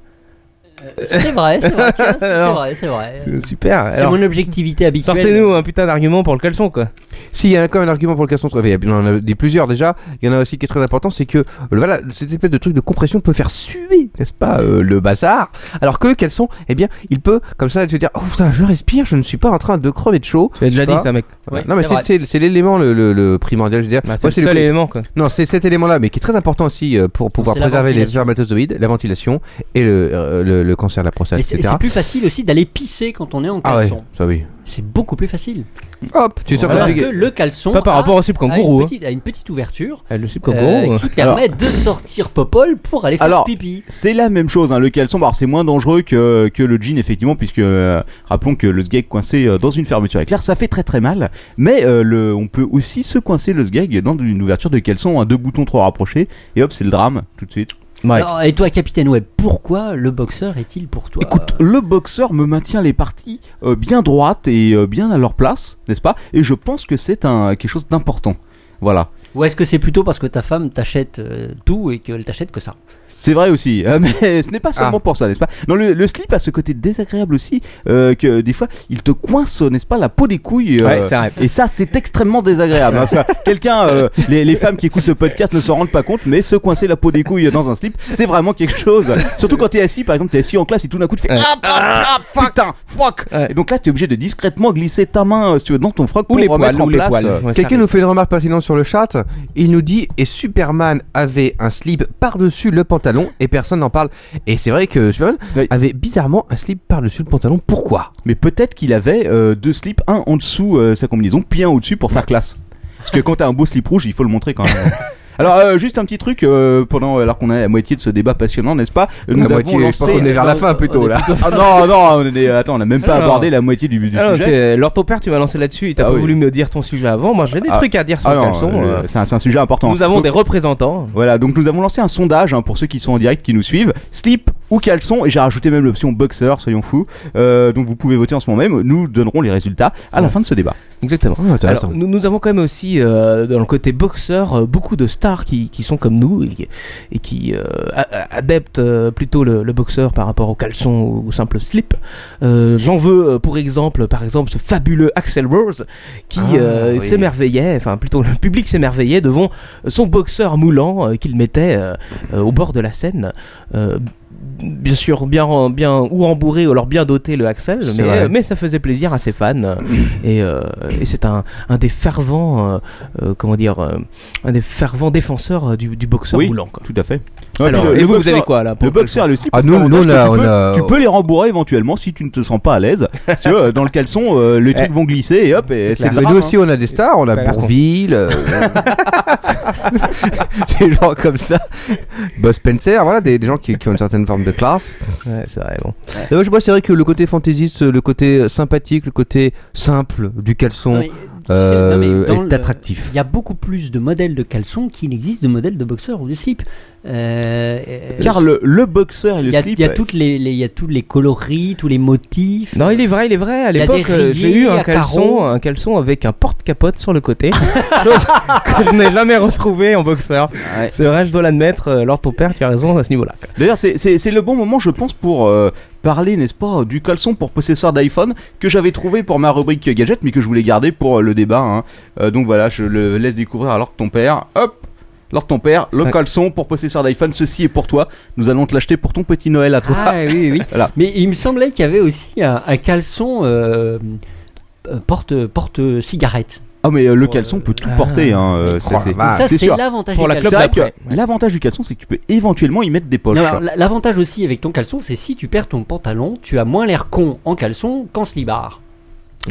Speaker 6: C'est vrai, c'est vrai, tiens, c'est
Speaker 7: Alors,
Speaker 6: vrai, c'est vrai.
Speaker 7: c'est super
Speaker 6: C'est
Speaker 7: Alors,
Speaker 6: mon objectivité habituelle.
Speaker 7: sortez-nous un putain d'argument pour le caleçon quoi
Speaker 12: S'il y a quand même un argument pour le caleçon, trouvé, il y en a dit plusieurs déjà. Il y en a aussi qui est très important, c'est que euh, voilà, cette espèce de truc de compression peut faire suer, n'est-ce pas, euh, le bazar. Alors que le caleçon, eh bien, il peut comme ça se dire, oh putain, je respire, je ne suis pas en train de crever de chaud.
Speaker 7: Tu l'as déjà
Speaker 12: Pas.
Speaker 7: dit, ça, mec.
Speaker 12: Voilà.
Speaker 7: Ouais,
Speaker 12: non mais
Speaker 7: c'est
Speaker 12: c'est-
Speaker 7: vrai.
Speaker 12: c'est c'est l'élément le, le- le primordial, je veux dire.
Speaker 7: Bah, c'est
Speaker 12: Moi,
Speaker 7: le seul élément, quoi.
Speaker 12: Non, c'est cet élément-là, mais qui est très important aussi euh, pour pouvoir
Speaker 6: c'est la
Speaker 12: préserver les
Speaker 6: ventilation.
Speaker 12: spermatozoïdes, la ventilation et le, euh, le, le cancer de la prostate,
Speaker 6: Et c'est et
Speaker 12: etc.
Speaker 6: c'est plus facile aussi d'aller pisser quand on est en
Speaker 12: Ah ouais,
Speaker 6: caleçon.
Speaker 12: ça oui.
Speaker 6: C'est beaucoup plus facile.
Speaker 12: Hop, tu sors comme
Speaker 6: Parce
Speaker 12: ça.
Speaker 6: que le caleçon.
Speaker 7: Pas par
Speaker 6: a-
Speaker 7: rapport au slip
Speaker 6: a
Speaker 7: kangourou,
Speaker 6: une
Speaker 7: hein.
Speaker 6: petite- A une petite ouverture.
Speaker 7: Ah, le slip kangourou,
Speaker 6: euh, qui
Speaker 7: ouais.
Speaker 6: permet de sortir Popol pour aller faire
Speaker 5: Alors,
Speaker 6: pipi.
Speaker 5: C'est la même chose, hein, le caleçon. Alors, c'est moins dangereux que, que le jean, effectivement, puisque euh, rappelons que le sgeg coincé euh, dans une fermeture éclair, ça fait très très mal. Mais euh, le, on peut aussi se coincer le sgeg dans une ouverture de caleçon, hein, deux boutons trop rapprochés, et hop, c'est le drame, tout de suite.
Speaker 7: Ouais.
Speaker 6: Alors, et toi, Capitaine Web, pourquoi le boxeur est-il pour toi
Speaker 5: Écoute, le boxeur me maintient les parties euh, bien droites et euh, bien à leur place, n'est-ce pas Et je pense que c'est un quelque chose d'important. Voilà.
Speaker 6: Ou est-ce que c'est plutôt parce que ta femme t'achète euh, tout et qu'elle t'achète que ça
Speaker 5: C'est vrai aussi, euh, [LAUGHS] mais ce n'est pas seulement
Speaker 6: Ah.
Speaker 5: pour ça, n'est-ce pas Non, le, le slip a ce côté désagréable aussi, euh, que des fois, il te coince, n'est-ce pas, la peau des couilles. euh,
Speaker 7: Ouais, c'est vrai.
Speaker 5: Et ça, c'est extrêmement désagréable. hein, ça. Quelqu'un, euh, les, les femmes qui écoutent ce podcast ne s'en rendent pas compte, mais se coincer la peau des couilles dans un slip, c'est vraiment quelque chose. Surtout quand t'es assis, par exemple, t'es assis en classe et tout d'un coup, tu fais... Ah, ah, ah, putain, fuck Et donc là, t'es obligé de discrètement glisser ta main, euh, si tu veux, dans ton froc pour remettre en place, euh,
Speaker 1: Quelqu'un nous fait une remarque pertinente sur le chat. Il nous dit et Superman avait un slip par-dessus le pantalon et personne n'en parle. Et c'est vrai que Superman avait bizarrement un slip par-dessus le pantalon. Pourquoi
Speaker 5: Mais peut-être qu'il avait euh, deux slips, un en dessous euh, sa combinaison, puis un au-dessus pour faire classe. Parce que quand t'as un beau slip rouge, il faut le montrer
Speaker 1: [LAUGHS]
Speaker 5: quand même. Alors euh, juste un petit truc euh, pendant alors qu'on est à la moitié de ce débat passionnant n'est-ce pas euh,
Speaker 1: La moitié, je pense qu'on est vers la fin plutôt, là.
Speaker 5: Ah
Speaker 1: [LAUGHS]
Speaker 5: non non on est- attends on a même pas
Speaker 7: Alors-
Speaker 5: abordé la moitié du, du
Speaker 7: Alors,
Speaker 5: sujet.
Speaker 7: Ah, c'est- Lord ton père, tu vas lancer là-dessus.
Speaker 5: Ah
Speaker 7: T'as pas
Speaker 5: oui.
Speaker 7: voulu me dire ton sujet avant. Moi, j'ai des
Speaker 5: Ah.
Speaker 7: trucs à dire sur
Speaker 5: Ah
Speaker 7: le
Speaker 5: non,
Speaker 7: caleçon.
Speaker 5: euh,
Speaker 7: euh.
Speaker 5: c'est un, c'est un sujet important.
Speaker 7: Nous avons
Speaker 5: Donc-
Speaker 7: des représentants.
Speaker 5: Voilà, donc nous avons lancé un sondage hein, pour ceux qui sont en direct, qui nous suivent. Slip ou caleçon, et j'ai rajouté même l'option boxer, soyons fous. Euh, donc vous pouvez voter en ce moment même. Nous donnerons les résultats à la fin de ce débat.
Speaker 7: Exactement.
Speaker 1: Oh,
Speaker 7: Alors, nous, nous avons quand même aussi, euh, dans le côté boxeur, euh, beaucoup de stars qui, qui sont comme nous et, et qui euh, a- a- adeptent euh, plutôt le, le boxeur par rapport au caleçon ou au simple slip. Euh, J'en veux euh, pour exemple, par exemple, ce fabuleux Axel Rose qui
Speaker 1: Ah,
Speaker 7: euh,
Speaker 1: oui.
Speaker 7: s'émerveillait, enfin plutôt le public s'émerveillait devant son boxeur moulant euh, qu'il mettait euh, euh, au bord de la scène. Euh, Bien sûr, bien, bien ou embourré ou alors bien doté le Axel,
Speaker 1: C'est
Speaker 7: mais,
Speaker 1: vrai.
Speaker 7: euh, mais ça faisait plaisir à ses fans
Speaker 5: [COUGHS]
Speaker 7: euh, et, euh, et c'est un, un des fervents euh, euh, comment dire euh, un des fervents défenseurs euh, du, du boxeur
Speaker 5: Oui,
Speaker 7: roulant quoi.
Speaker 5: tout à fait.
Speaker 7: Alors,
Speaker 5: puis le-
Speaker 7: et
Speaker 5: le
Speaker 7: vous, vous
Speaker 5: boxeur-
Speaker 7: avez quoi là pour
Speaker 5: Le boxeur et le slip.
Speaker 1: Ah,
Speaker 5: c'est
Speaker 1: nous,
Speaker 5: l'avantage
Speaker 1: nous, on
Speaker 5: que
Speaker 1: a-
Speaker 5: tu
Speaker 1: on
Speaker 5: peux-
Speaker 1: a-
Speaker 5: Tu peux les rembourrer éventuellement si tu ne te sens pas à l'aise. Parce que euh, dans le caleçon, euh, les trucs vont glisser et hop, et c'est de
Speaker 1: Mais
Speaker 5: la
Speaker 1: nous
Speaker 5: rame,
Speaker 1: aussi
Speaker 5: hein.
Speaker 1: on a des stars, on a
Speaker 5: T'as l'air con.
Speaker 1: Bourville, [LAUGHS] euh, des gens comme ça, Boss Spencer, voilà des, des gens qui, qui ont une certaine forme de classe.
Speaker 7: Ouais, c'est vrai bon.
Speaker 1: Et moi, je moi, c'est vrai que le côté fantaisiste, le côté sympathique, le côté simple du
Speaker 6: Non,
Speaker 1: caleçon
Speaker 6: mais-
Speaker 1: euh,
Speaker 6: Non, mais dans
Speaker 1: est
Speaker 6: le-
Speaker 1: attractif.
Speaker 6: Il y a beaucoup plus de modèles de caleçons qu'il n'existe de modèles de boxeurs ou de slip. Euh,
Speaker 5: Car le, le boxeur et le
Speaker 6: il y a,
Speaker 5: slip.
Speaker 6: il y a toutes les, les- il y a tous les coloris, tous les motifs.
Speaker 7: Non, il est vrai, il est vrai. À
Speaker 6: Il y a des
Speaker 7: l'époque, euh, j'ai
Speaker 6: rayés
Speaker 7: eu un
Speaker 6: à carreaux.
Speaker 7: caleçon, un caleçon avec un porte-capote sur le
Speaker 6: [LAUGHS]
Speaker 7: côté, chose que je n'ai jamais retrouvé en boxeur. C'est vrai, je dois l'admettre. euh, Lord ton père, tu as raison à ce niveau-là. quoi.
Speaker 5: D'ailleurs, c'est- c'est c'est le bon moment, je pense, pour euh, parler, n'est-ce pas, du caleçon pour possesseur d'iPhone que j'avais trouvé pour ma rubrique gadget, mais que je voulais garder pour euh, le débat. hein. Euh, donc voilà, je le laisse découvrir alors que ton père. Hop alors ton père, le
Speaker 6: C'est un-
Speaker 5: caleçon pour possesseur d'iPhone, ceci est pour toi. Nous allons te l'acheter pour ton petit Noël à toi.
Speaker 6: Ah oui, [LAUGHS] oui. Mais il me semblait qu'il y avait aussi un, un caleçon euh, euh, porte porte cigarette.
Speaker 5: Ah mais euh, le caleçon peut tout porter, hein,
Speaker 1: ah,
Speaker 5: euh,
Speaker 6: mais-
Speaker 5: ça,
Speaker 6: Oh la
Speaker 5: c'est
Speaker 6: vache. Donc ça, c'est
Speaker 5: sûr.
Speaker 6: l'avantage Pour du la caleçon.
Speaker 5: C'est
Speaker 6: clope
Speaker 5: vrai
Speaker 6: d'après.
Speaker 5: que L'avantage du caleçon, c'est que tu peux éventuellement y mettre des poches.
Speaker 6: Non, alors, la- L'avantage aussi avec ton caleçon, c'est si tu perds ton pantalon, tu as moins l'air con en caleçon qu'en slibard.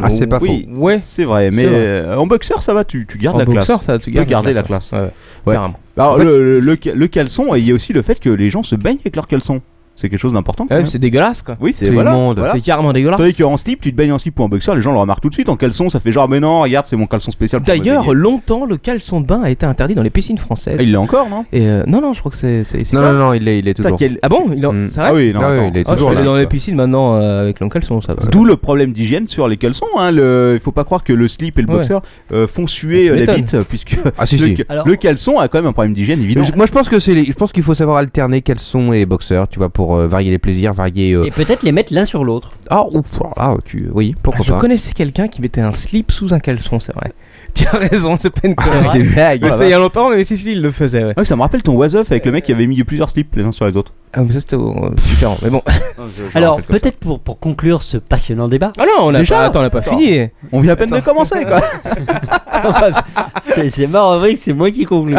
Speaker 1: Ah, c'est pas
Speaker 5: oui,
Speaker 7: faux. Ouais,
Speaker 5: c'est vrai. Mais
Speaker 7: c'est vrai.
Speaker 5: euh, en boxeur, ça va, tu, tu gardes
Speaker 7: En
Speaker 5: la
Speaker 7: boxeur,
Speaker 5: classe.
Speaker 7: ça, tu
Speaker 5: peux
Speaker 7: gardes
Speaker 5: garder
Speaker 7: la
Speaker 5: la
Speaker 7: Ah, classe,
Speaker 5: classe.
Speaker 7: ouais.
Speaker 5: Ouais.
Speaker 7: Carrément.
Speaker 5: Alors,
Speaker 7: En fait-
Speaker 5: le, le, ca- le caleçon, et il y a aussi le fait que les gens se baignent avec leur caleçon. C'est quelque chose d'important.
Speaker 1: Ah
Speaker 5: quand
Speaker 7: Ouais,
Speaker 5: même.
Speaker 7: Ah, c'est dégueulasse, quoi.
Speaker 5: Oui, c'est
Speaker 7: Tout le
Speaker 5: voilà,
Speaker 7: monde.
Speaker 5: voilà.
Speaker 7: C'est carrément dégueulasse.
Speaker 5: Tandis qu'en slip, tu te baignes en slip ou en boxeur, les gens le remarquent tout de suite. En caleçon, ça fait genre, mais non, regarde, c'est mon caleçon spécial. pour me
Speaker 7: D'ailleurs,
Speaker 5: baigner.
Speaker 7: longtemps, le caleçon de bain a été interdit dans les piscines françaises.
Speaker 5: Ah, il l'a encore, non
Speaker 7: Et euh, non, non, je crois que c'est. c'est- c'est
Speaker 1: Non,
Speaker 7: pas-
Speaker 1: non, non, il est, il est
Speaker 7: Putain,
Speaker 1: toujours.
Speaker 7: quel- Ah bon il en...
Speaker 1: Mm.
Speaker 7: C'est vrai
Speaker 1: Ah oui, non, Ah oui, attends. il est
Speaker 7: Ah, je
Speaker 1: toujours
Speaker 7: crois
Speaker 1: là.
Speaker 7: que dans les piscines maintenant euh, avec le caleçon, ça va.
Speaker 5: D'où le problème d'hygiène sur les caleçons. hein, le- Il faut pas croire que le slip et le
Speaker 7: Ouais.
Speaker 5: boxeur euh, font suer
Speaker 7: Tu
Speaker 5: euh, les
Speaker 7: m'étonnes.
Speaker 5: bites, euh, puisque
Speaker 1: Ah, si,
Speaker 5: le,
Speaker 1: si.
Speaker 5: ca-
Speaker 1: Alors-
Speaker 5: le caleçon a quand même un problème d'hygiène évident.
Speaker 1: Je- moi, je pense que c'est, les- je pense qu'il faut savoir alterner caleçon et boxeur, tu vois, pour euh, varier les plaisirs, varier. euh,
Speaker 6: Et peut-être les mettre l'un sur l'autre.
Speaker 1: Ah, ouf, alors là, tu, oui, pourquoi
Speaker 7: Je
Speaker 1: pas.
Speaker 7: connaissais quelqu'un qui mettait un slip sous un caleçon, c'est vrai. [LAUGHS] Tu as raison, Ah, c'est pas une connerie.
Speaker 1: c'est vague.
Speaker 7: Mais C'était il y a longtemps, mais si, si, il le faisait, ouais.
Speaker 5: Ah oui, ça me rappelle ton was avec le mec qui avait mis plusieurs slips les uns sur les autres.
Speaker 7: Ah, mais ça c'était euh, différent, mais bon.
Speaker 6: Alors peut-être pour, pour conclure ce passionnant débat.
Speaker 7: Ah non, on a
Speaker 6: Déjà
Speaker 7: pas, attends, on n'a pas fini.
Speaker 5: On vient à peine de commencer, quoi.
Speaker 6: [LAUGHS] c'est c'est marrant, en vrai que c'est moi qui conclue.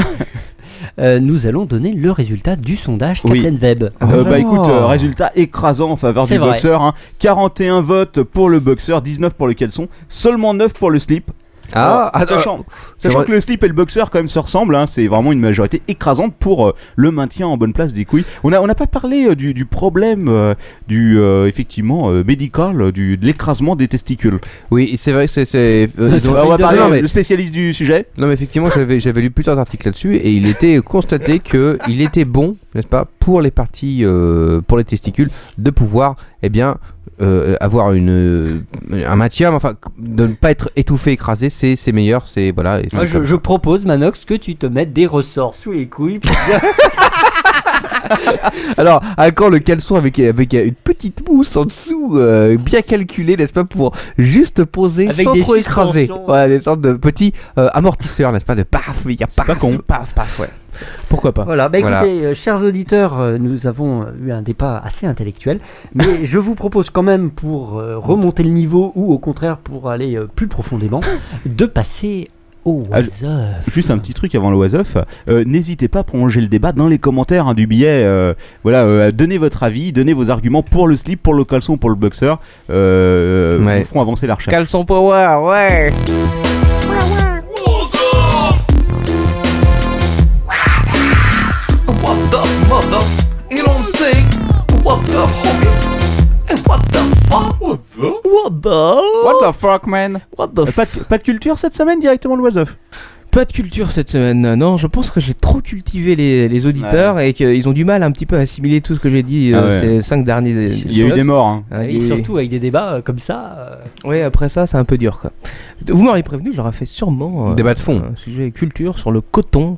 Speaker 6: Euh, nous allons donner le résultat du sondage
Speaker 5: Oui.
Speaker 6: Captain Web.
Speaker 5: Euh, bah écoute, euh, résultat écrasant en faveur
Speaker 6: C'est
Speaker 5: du
Speaker 6: vrai.
Speaker 5: boxeur. hein. 41 votes pour le boxeur, 19 pour le caleçon, seulement 9 pour le slip.
Speaker 1: Ah, ah,
Speaker 5: sachant,
Speaker 1: ah, c'est
Speaker 5: sachant
Speaker 1: vrai.
Speaker 5: que le slip et le boxer quand même se ressemblent, hein, c'est vraiment une majorité écrasante pour euh, le maintien en bonne place des couilles. On n'a on n'a pas parlé euh, du, du problème euh, du euh, effectivement euh, médical euh, du, de l'écrasement des testicules.
Speaker 1: Oui, c'est vrai que c'est. c'est
Speaker 5: [LAUGHS]
Speaker 1: euh, ils ont-
Speaker 5: on va parler
Speaker 1: Euh, Non, mais-
Speaker 5: le spécialiste du sujet.
Speaker 1: Non, mais effectivement, j'avais, j'avais lu plusieurs articles là-dessus et il était [LAUGHS] constaté que il était bon, n'est-ce pas, pour les parties, euh, pour les testicules, de pouvoir, eh bien, euh, avoir une, euh, un maintien, mais enfin, de ne pas être étouffé, écrasé, c'est, c'est meilleur, c'est voilà. et c'est
Speaker 6: Moi, je,
Speaker 1: comme-
Speaker 6: je propose, Manox, que tu te mettes des ressorts sous les couilles. pour dire-
Speaker 1: Alors, à quand le caleçon avec, avec une petite mousse en dessous, euh, bien calculée, n'est-ce pas, pour juste poser
Speaker 6: Avec
Speaker 1: sans
Speaker 6: des
Speaker 1: trop écraser.
Speaker 6: suspensions.
Speaker 1: Voilà, des sortes de petits euh, amortisseurs, n'est-ce pas, de paf, il y a paf, pas con. paf, paf, ouais.
Speaker 7: Pourquoi pas
Speaker 6: Voilà, bah écoutez, euh, chers auditeurs, euh, nous avons euh, eu un débat assez intellectuel, mais je vous propose quand même pour euh, remonter le niveau ou au contraire pour aller euh, plus profondément, de passer au
Speaker 5: Ah, je-
Speaker 6: What's Up.
Speaker 5: Juste un petit truc avant le was-off. Euh, N'hésitez pas à prolonger le débat dans les commentaires hein, du billet. euh, voilà, euh, donnez votre avis, donnez vos arguments pour le slip, pour le caleçon, pour le boxer. Euh, Nous ferons avancer la recherche.
Speaker 7: Caleçon power, ouais.
Speaker 2: What the mother You don't say What the homie And What the fuck What the
Speaker 7: What the
Speaker 5: What the fuck, man Euh,
Speaker 7: What the
Speaker 5: pas, de, pas de culture cette semaine directement le was-off.
Speaker 7: Pas de culture cette semaine. Non, je pense que j'ai trop cultivé les, les auditeurs et qu'ils ont du mal un petit peu à assimiler tout ce que j'ai dit
Speaker 5: Ah
Speaker 7: euh,
Speaker 5: ouais.
Speaker 7: ces cinq derniers.
Speaker 5: Il y a eu des morts, hein.
Speaker 7: Ouais,
Speaker 6: Et
Speaker 7: oui, oui.
Speaker 6: surtout avec des débats euh, comme ça. euh,
Speaker 7: Ouais, après ça, c'est un peu dur quoi. Vous m'auriez prévenu, j'aurais fait sûrement euh,
Speaker 1: Débat de fond.
Speaker 7: un sujet culture sur le coton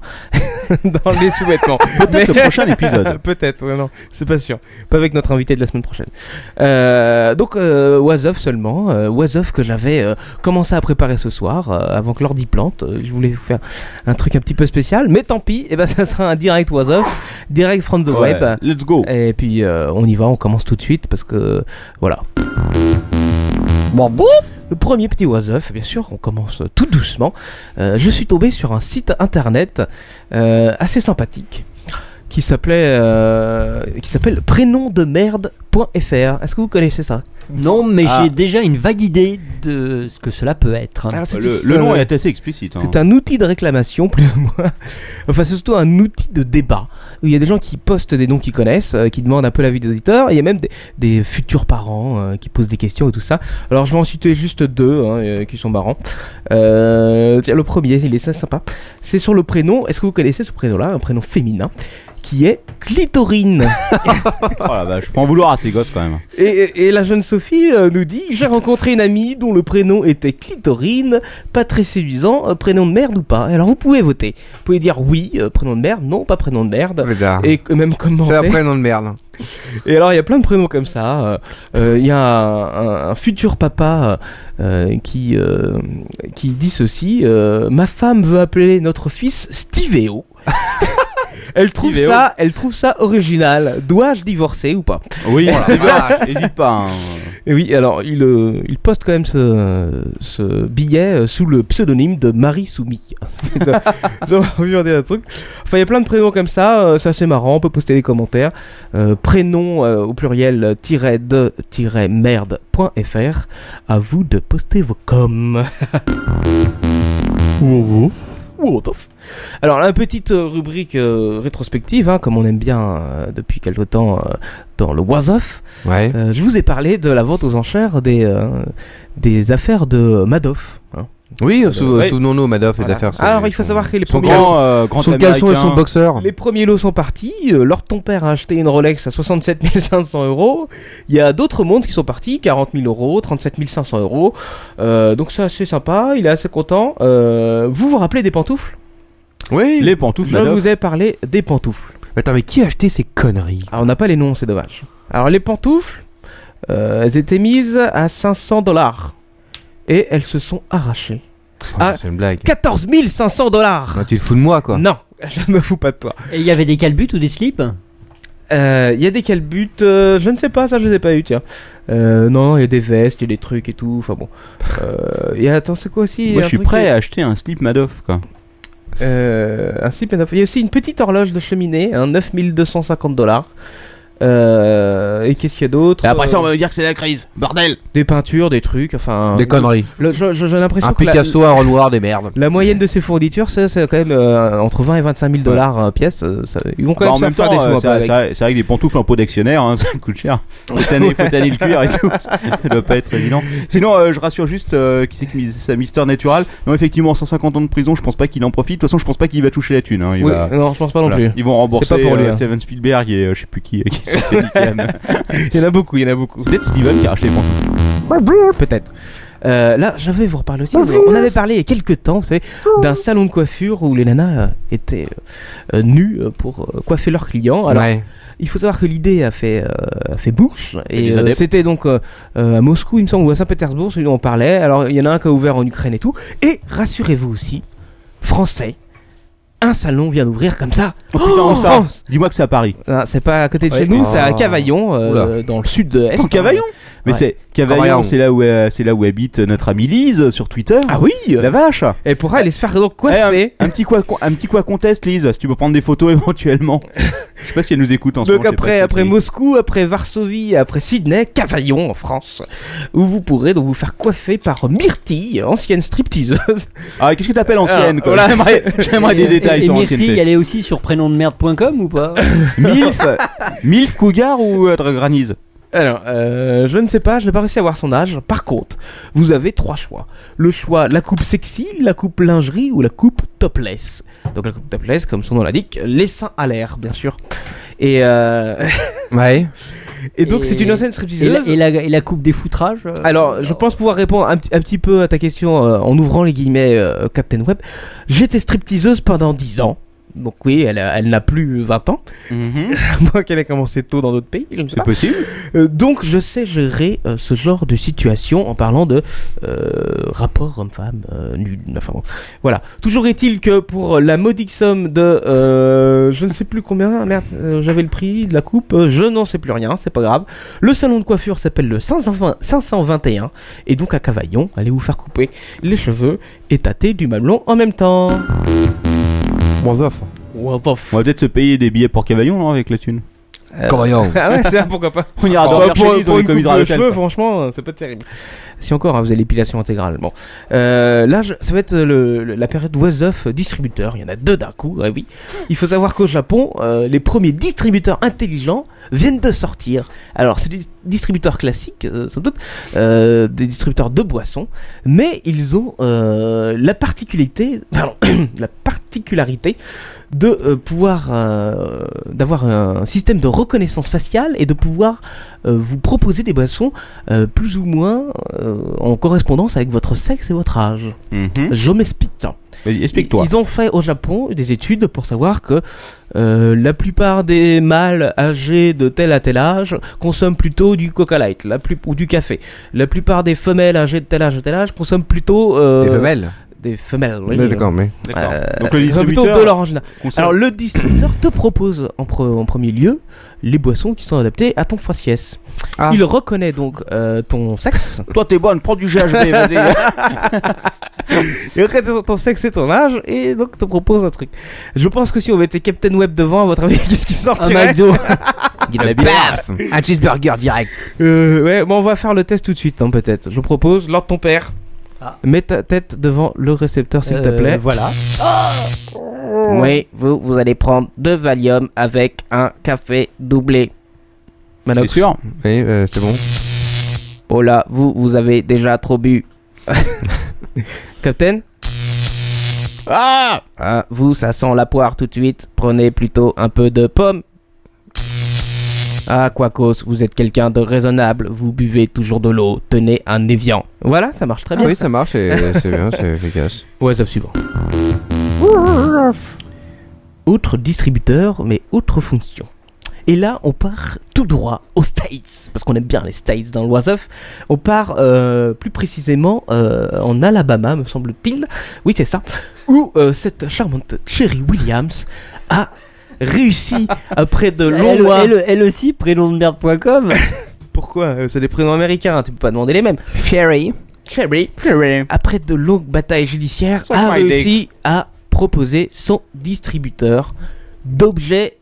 Speaker 7: [LAUGHS] dans les sous-vêtements.
Speaker 5: [LAUGHS] Peut-être le
Speaker 7: [LAUGHS]
Speaker 5: prochain épisode.
Speaker 7: Peut-être, ouais, non, c'est pas sûr. Pas avec notre invité de la semaine prochaine. Euh, donc, euh, was off seulement. Euh, was off que j'avais euh, commencé à préparer ce soir euh, avant que l'ordi plante. Euh, je voulais vous faire un truc un petit peu spécial, mais tant pis. Et ben, [LAUGHS] ça sera un direct was off, direct from the
Speaker 5: Ouais, bah,
Speaker 7: web.
Speaker 5: Let's go.
Speaker 7: Et puis, bah, euh, on y va, on commence tout de suite parce que voilà.
Speaker 2: Bon, bouf
Speaker 7: Le premier petit was-off, bien sûr, on commence tout doucement. Euh, je suis tombé sur un site internet euh, assez sympathique qui s'appelait euh, qui s'appelle prénomdemerde.fr. Est-ce que vous connaissez ça
Speaker 6: Non, mais
Speaker 7: Ah.
Speaker 6: j'ai déjà une vague idée de ce que cela peut être.
Speaker 7: Alors, c'est-
Speaker 5: Ah, Le,
Speaker 7: c'est-
Speaker 5: le nom
Speaker 7: euh,
Speaker 5: est assez explicite. hein.
Speaker 7: C'est un outil de réclamation, plus ou moins. [LAUGHS] Enfin, c'est surtout un outil de débat. Où il y a des gens qui postent des noms qu'ils connaissent, euh, qui demandent un peu l'avis des auditeurs. Et il y a même des, des futurs parents euh, qui posent des questions et tout ça. Alors, je vais en citer juste deux hein, euh, qui sont marrants. Euh, tiens, le premier, il est ça sympa. C'est sur le prénom. Est-ce que vous connaissez ce prénom-là Un prénom féminin qui est Clitorine.
Speaker 5: Oh la vache, faut en vouloir à ces gosses quand même.
Speaker 7: Et, et- et la jeune Sophie euh, nous dit J'ai rencontré une amie dont le prénom était Clitorine, pas très séduisant, euh, prénom de merde ou pas Alors vous pouvez voter. Vous pouvez dire oui, euh, prénom de merde, non, pas prénom de merde.
Speaker 1: Bizarre.
Speaker 7: Et que- même comment
Speaker 1: C'est un prénom de merde.
Speaker 7: Et alors il y a plein de prénoms comme ça. euh, euh, Il y a un, un- un futur papa euh, qui, euh, qui dit ceci euh, Ma femme veut appeler notre fils Stiveo. elle, trouve
Speaker 5: Stiveo.
Speaker 7: ça, elle trouve ça original. Dois-je divorcer ou pas
Speaker 5: Oui,
Speaker 7: Voilà.
Speaker 5: les gosses, n'hésite pas. hein.
Speaker 7: Et oui, alors il, euh, il poste quand même ce, ce billet euh, sous le pseudonyme de Marie [LAUGHS] Soumis. Ils ont regardé un truc. Enfin, il y a plein de prénoms comme ça, euh, c'est assez marrant, on peut poster des commentaires. Euh, prénom euh, au pluriel euh, tiret de tiret merde.fr. À vous de poster vos coms. Wouf, wouf, wouf. Alors, la petite euh, rubrique euh, rétrospective, hein, comme on aime bien euh, depuis quelque temps euh, dans le was off.
Speaker 1: Ouais.
Speaker 7: Euh, je vous ai parlé de la vente aux enchères des, euh, des affaires de Madoff. hein.
Speaker 1: Oui, sous,
Speaker 7: Ouais.
Speaker 1: souvenons-nous, Madoff, les
Speaker 7: Voilà.
Speaker 1: affaires. c'est-
Speaker 7: Alors, il faut savoir que les
Speaker 1: son
Speaker 7: premiers,
Speaker 1: caleçon-
Speaker 5: Grand, euh, grand
Speaker 1: son caleçon et son
Speaker 5: Américain.
Speaker 1: boxeur.
Speaker 7: les premiers lots sont partis. Euh, Lord ton père a acheté une Rolex à 67 500 euros. Il y a d'autres montres qui sont partis 40 000 euros, 37 500 euros. Euh, donc, c'est assez sympa. Il est assez content. Euh, vous vous rappelez des pantoufles
Speaker 1: Oui.
Speaker 5: Les pantoufles,
Speaker 7: Je
Speaker 5: Madoff.
Speaker 7: vous ai parlé des pantoufles.
Speaker 1: Attends, mais qui a acheté ces conneries
Speaker 7: Alors, on n'a pas les noms, c'est dommage. Alors, les pantoufles, euh, elles étaient mises à 500 dollars. Et elles se sont arrachées. Ah,
Speaker 1: C'est une blague.
Speaker 7: 14 500 dollars
Speaker 1: Non, tu te fous de moi, quoi.
Speaker 7: Non, [LAUGHS] je me fous pas de toi.
Speaker 6: Et il y avait des calbutes ou des slips
Speaker 7: Il y a des calbutes, euh, je ne sais pas, ça je les ai pas eu, tiens. Euh, non, il y a des vestes, il y a des trucs et tout, enfin bon. Euh, Il y a, attends, c'est quoi aussi
Speaker 5: Moi
Speaker 7: un
Speaker 5: je suis
Speaker 7: truc
Speaker 5: prêt
Speaker 7: qui-
Speaker 5: à acheter un slip Madoff quoi.
Speaker 7: Euh, ainsi, plein d'infos. Il y a aussi une petite horloge de cheminée, hein, 9250 dollars. Euh, et qu'est-ce qu'il y a d'autre
Speaker 13: Et après ça, on va
Speaker 7: Euh,
Speaker 13: me dire que c'est la crise. Bordel
Speaker 7: Des peintures, des trucs, enfin.
Speaker 13: Des conneries.
Speaker 7: Le- je- je- J'ai l'impression
Speaker 13: Un
Speaker 7: que la-
Speaker 13: Picasso, un Renoir, des merdes.
Speaker 7: La moyenne de ces fournitures, c'est c'est quand même euh, entre 20 et 25 000 dollars euh, pièce. euh, ça- ils vont
Speaker 5: Bah,
Speaker 7: quand même
Speaker 5: en
Speaker 7: se
Speaker 5: même
Speaker 7: faire
Speaker 5: temps,
Speaker 7: des sous
Speaker 5: euh,
Speaker 7: un peu
Speaker 5: c'est vrai-
Speaker 7: avec.
Speaker 5: c'est vrai c'est vrai que des pantoufles en peau d'actionnaire, hein, [LAUGHS] ça coûte cher.
Speaker 7: [LAUGHS]
Speaker 5: Faut tanner, faut tanner le cuir et tout. Ça doit pas être évident. Sinon, euh, je rassure juste euh, qui c'est qui mise sa Mister Natural. Non, effectivement, 150 ans de prison, je pense pas qu'il en profite. De toute façon, je pense pas qu'il va toucher la thune. hein, il
Speaker 7: Oui,
Speaker 5: va-
Speaker 7: non, je pense pas non plus.
Speaker 5: Ils vont rembourser
Speaker 7: C'est pas pour lui,
Speaker 5: euh,
Speaker 7: hein.
Speaker 5: Steven Spielberg et euh, je sais plus qui, euh,
Speaker 7: [LAUGHS]
Speaker 5: qui sont fait niquer, mais-
Speaker 7: Il y en a beaucoup, il y en a beaucoup.
Speaker 5: C'est peut-être Steven qui a racheté les pantoufles.
Speaker 7: [LAUGHS] Peut-être. Euh, là, j'avais vous reparler aussi. On avait parlé il y a quelques temps, vous savez, d'un salon de coiffure où les nanas euh, étaient euh, euh, nues euh, pour euh, coiffer leurs clients. Alors,
Speaker 1: Ouais.
Speaker 7: il faut savoir que l'idée a fait, euh, a fait bouche.
Speaker 1: Et
Speaker 7: Et
Speaker 1: les
Speaker 7: euh,
Speaker 1: adeptes.
Speaker 7: c'était donc euh, euh, à Moscou, il me semble, ou à Saint-Pétersbourg, celui dont on parlait. Alors, il y en a un qui a ouvert en Ukraine et tout. Et rassurez-vous aussi, français, un salon vient d'ouvrir comme ça.
Speaker 5: Oh, putain,
Speaker 7: en
Speaker 5: où ça
Speaker 7: France
Speaker 5: Dis-moi que c'est à Paris.
Speaker 7: Ah, c'est pas à côté de
Speaker 5: Ouais.
Speaker 7: chez nous,
Speaker 5: Ah.
Speaker 7: c'est à Cavaillon, euh,
Speaker 5: Oula.
Speaker 7: dans le sud-est.
Speaker 5: Dans Cavaillon Mais
Speaker 7: Ouais.
Speaker 5: c'est Cavaillon, c'est là où euh, c'est là où habite notre amie Lise euh, sur Twitter.
Speaker 7: Ah oui,
Speaker 5: la vache.
Speaker 7: Elle pourra aller se faire donc coiffer.
Speaker 5: Eh, un, un petit quoi, un petit quoi conteste, Lise, si tu peux prendre des photos [LAUGHS] éventuellement. je sais pas si elle nous écoute en ce
Speaker 7: Donc
Speaker 5: moment. je sais pas
Speaker 7: après,
Speaker 5: si
Speaker 7: après
Speaker 5: elle-
Speaker 7: Moscou, après Varsovie, après Sydney, Cavaillon en France, où vous pourrez donc vous faire coiffer par Myrtille, ancienne stripteaseuse.
Speaker 5: Ah, qu'est-ce que t'appelles ancienne, quoi J'aimerais- j'aimerais Ah, des détails
Speaker 6: et,
Speaker 5: sur
Speaker 6: et Myrtille,
Speaker 5: l'ancienneté.
Speaker 6: elle est aussi sur prénomdemerde.com ou
Speaker 5: [COUGHS]
Speaker 6: pas
Speaker 5: Milf, euh, Milf Cougar ou euh, Dragonise
Speaker 7: Alors, euh, je ne sais pas, je n'ai pas réussi à voir son âge. Par contre, vous avez trois choix. Le choix, la coupe sexy, la coupe lingerie ou la coupe topless. Donc la coupe topless, comme son nom l'indique, les seins à l'air, bien sûr. Et euh... [LAUGHS]
Speaker 1: ouais.
Speaker 7: Et donc c'est une ancienne
Speaker 6: et la,
Speaker 7: stripteaseuse.
Speaker 6: et, la, et la coupe des foutrages euh,
Speaker 7: Alors, je pense pouvoir répondre un, petit- un petit peu à ta question euh, en ouvrant les guillemets, euh, Captain Web. J'étais stripteaseuse pendant 10 ans. Donc oui, elle, a- elle n'a plus 20 ans.
Speaker 6: Mhm.
Speaker 7: [LAUGHS] À moins qu'elle ait commencé tôt dans d'autres pays, je ne sais pas.
Speaker 5: possible.
Speaker 7: Euh, donc je sais gérer euh, ce genre de situation en parlant de euh, rapport homme-femme, euh, nu- enfin bon. Voilà. Toujours est-il que pour la modique somme de... euh, je ne sais plus combien, merde, euh, j'avais le prix de la coupe, euh, je n'en sais plus rien, c'est pas grave. Le salon de coiffure s'appelle le 520 521, et donc à Cavaillon, allez vous faire couper les cheveux et tâter du mamelon en même temps.
Speaker 1: Bon,
Speaker 5: On va peut-être se payer des billets pour Cavaillon, non, avec la thune.
Speaker 7: [LAUGHS] Cavaillon. Ah ouais, tiens, pourquoi pas.
Speaker 5: On ira dormir
Speaker 7: Ah, Bah, pour,
Speaker 5: chez Lise,
Speaker 7: pour
Speaker 5: on
Speaker 7: une coupe
Speaker 5: économisera
Speaker 7: de
Speaker 5: l'hôtel,
Speaker 7: cheveux,
Speaker 5: quoi.
Speaker 7: franchement, euh, c'est pas terrible. Si encore, hein, vous avez l'épilation intégrale. Bon, Euh, là, je- ça va être le- le- la période was of distributeur. Il y en a deux d'un coup. ouais, oui. Il faut savoir qu'au Japon, euh, les premiers distributeurs intelligents viennent de sortir. Alors, c'est des distributeurs classiques, euh, sans doute, euh, des distributeurs de boissons, mais ils ont euh, la particularité, [COUGHS] pardon, la particularité de euh, pouvoir euh, d'avoir un système de reconnaissance faciale et de pouvoir euh, vous proposer des boissons euh, plus ou moins euh, en correspondance avec votre sexe et votre âge. Je m'explique.
Speaker 5: Mhm. Vas-y, explique-toi.
Speaker 7: Ils ont fait au Japon des études pour savoir que euh, la plupart des mâles âgés de tel à tel âge consomment plutôt du Coca Light la plus, ou du café. La plupart des femelles âgées de tel âge à tel âge consomment plutôt... euh,
Speaker 1: Des femelles
Speaker 7: Des femelles, oui.
Speaker 1: Ouais, d'accord, mais-
Speaker 5: D'accord. Donc
Speaker 7: Donc
Speaker 5: le
Speaker 7: le
Speaker 5: distributeur
Speaker 7: de l'orange. là.
Speaker 5: consomme-
Speaker 7: Alors le distributeur te propose en, pre- en premier lieu les boissons qui sont adaptées à ton faciès. Il reconnaît donc euh, ton sexe.
Speaker 13: Toi, t'es bonne, prends du GHB, vas-y.
Speaker 7: [LAUGHS] Il reconnaît ton, ton sexe et ton âge et donc te propose un truc. Je pense que si on mettait Captain Web devant, à votre avis, [LAUGHS] qu'est-ce qui sortirait
Speaker 1: McDo.
Speaker 7: Il a
Speaker 1: Paf Un cheeseburger direct.
Speaker 7: Euh, ouais, bon, on va faire le test tout de suite, hein, peut-être. Je propose, Lord ton père, mets ta tête devant le récepteur, [LAUGHS] s'il te
Speaker 6: Euh,
Speaker 7: plaît.
Speaker 6: voilà.
Speaker 7: Oui, vous, vous allez prendre deux Valium avec un café doublé. Manox.
Speaker 5: C'est sûr
Speaker 1: Oui, euh, c'est bon.
Speaker 7: Oh là, vous, vous avez déjà trop bu. Captain ah, Vous, ça sent la poire tout de suite. Prenez plutôt un peu de pomme. Ah, Quacos, vous êtes quelqu'un de raisonnable. Vous buvez toujours de l'eau. Tenez un évian. Voilà, ça marche très bien.
Speaker 1: Ah oui, ça marche, et c'est bien, c'est efficace.
Speaker 7: Ouais, ça suivant. Autre distributeur, mais autre fonction. Et là, on part tout droit aux States, parce qu'on aime bien les States dans l'Oiseuf. On part euh, plus précisément euh, en Alabama, me semble-t-il. Oui, c'est ça. Où euh, cette charmante Cherry Williams a réussi, après de longs
Speaker 6: elle,
Speaker 7: mois...
Speaker 6: elle- elle aussi,
Speaker 7: [LAUGHS]
Speaker 6: prénomdemerde.com.
Speaker 7: Pourquoi Euh, C'est des prénoms américains, hein, tu peux pas demander les mêmes. Cherry. Cherry. Après de longues batailles judiciaires,
Speaker 6: Suck
Speaker 7: a
Speaker 6: my dick.
Speaker 7: réussi à proposer son distributeur d'objets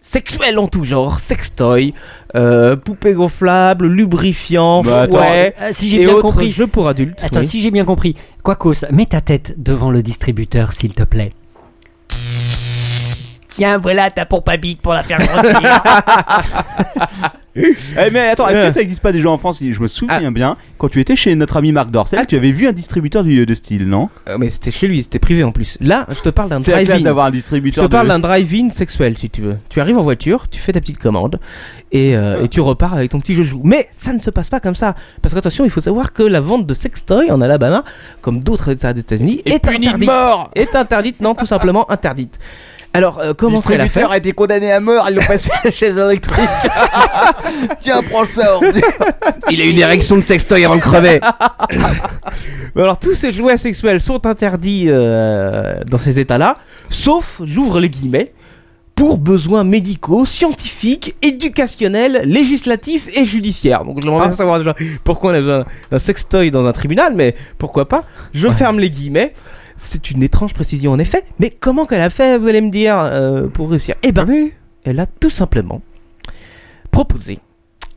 Speaker 7: sexuels en tout genre, sextoy, euh, poupées gonflables, lubrifiants,
Speaker 6: Bah, attends.
Speaker 7: fouets,
Speaker 6: Euh, si j'ai
Speaker 7: et
Speaker 6: bien
Speaker 7: autres
Speaker 6: compris.
Speaker 7: jeux pour adultes.
Speaker 6: Attends,
Speaker 7: Oui.
Speaker 6: si j'ai bien compris, Quacos, mets ta tête devant le distributeur, s'il te plaît.
Speaker 3: Tiens, voilà ta pompe à bite pour la faire
Speaker 6: [LAUGHS]
Speaker 3: grossir.
Speaker 5: Eh, mais attends, est-ce que ça existe pas déjà en France Je me souviens
Speaker 7: Ah.
Speaker 5: bien, quand tu étais chez notre ami Marc Dorcel, tu avais vu un distributeur du, de style, non
Speaker 7: Euh, Mais c'était chez lui, c'était privé en plus. Là, je te parle d'un
Speaker 5: C'est la classe
Speaker 7: drive-in.
Speaker 5: d'avoir un distributeur
Speaker 7: Je te parle
Speaker 5: de-
Speaker 7: d'un drive-in sexuel, si tu veux. Tu arrives en voiture, tu fais ta petite commande et, euh, et tu repars avec ton petit jeu Mais ça ne se passe pas comme ça. Parce qu'attention, il faut savoir que la vente de sextoy en Alabama, comme d'autres États des États-Unis, est, interdite. Est interdite, non, tout simplement interdite. Alors, euh, comment serait la
Speaker 13: distributeur a été condamné à mort, ils l'ont passé à la chaise électrique. Tiens, prends ça. ordure. Il a une érection de sextoy avant de crever.
Speaker 7: Mais alors tous ces jouets sexuels sont interdits euh, dans ces états-là, sauf, j'ouvre les guillemets, pour besoins médicaux, scientifiques, éducationnels, législatifs et judiciaires. Donc j'aimerais bien savoir déjà pourquoi on a besoin d'un sextoy dans un tribunal, mais pourquoi pas Je ferme les guillemets. C'est une étrange précision en effet, mais comment qu'elle a fait, vous allez me dire, euh, pour réussir Eh ben, elle a tout simplement proposer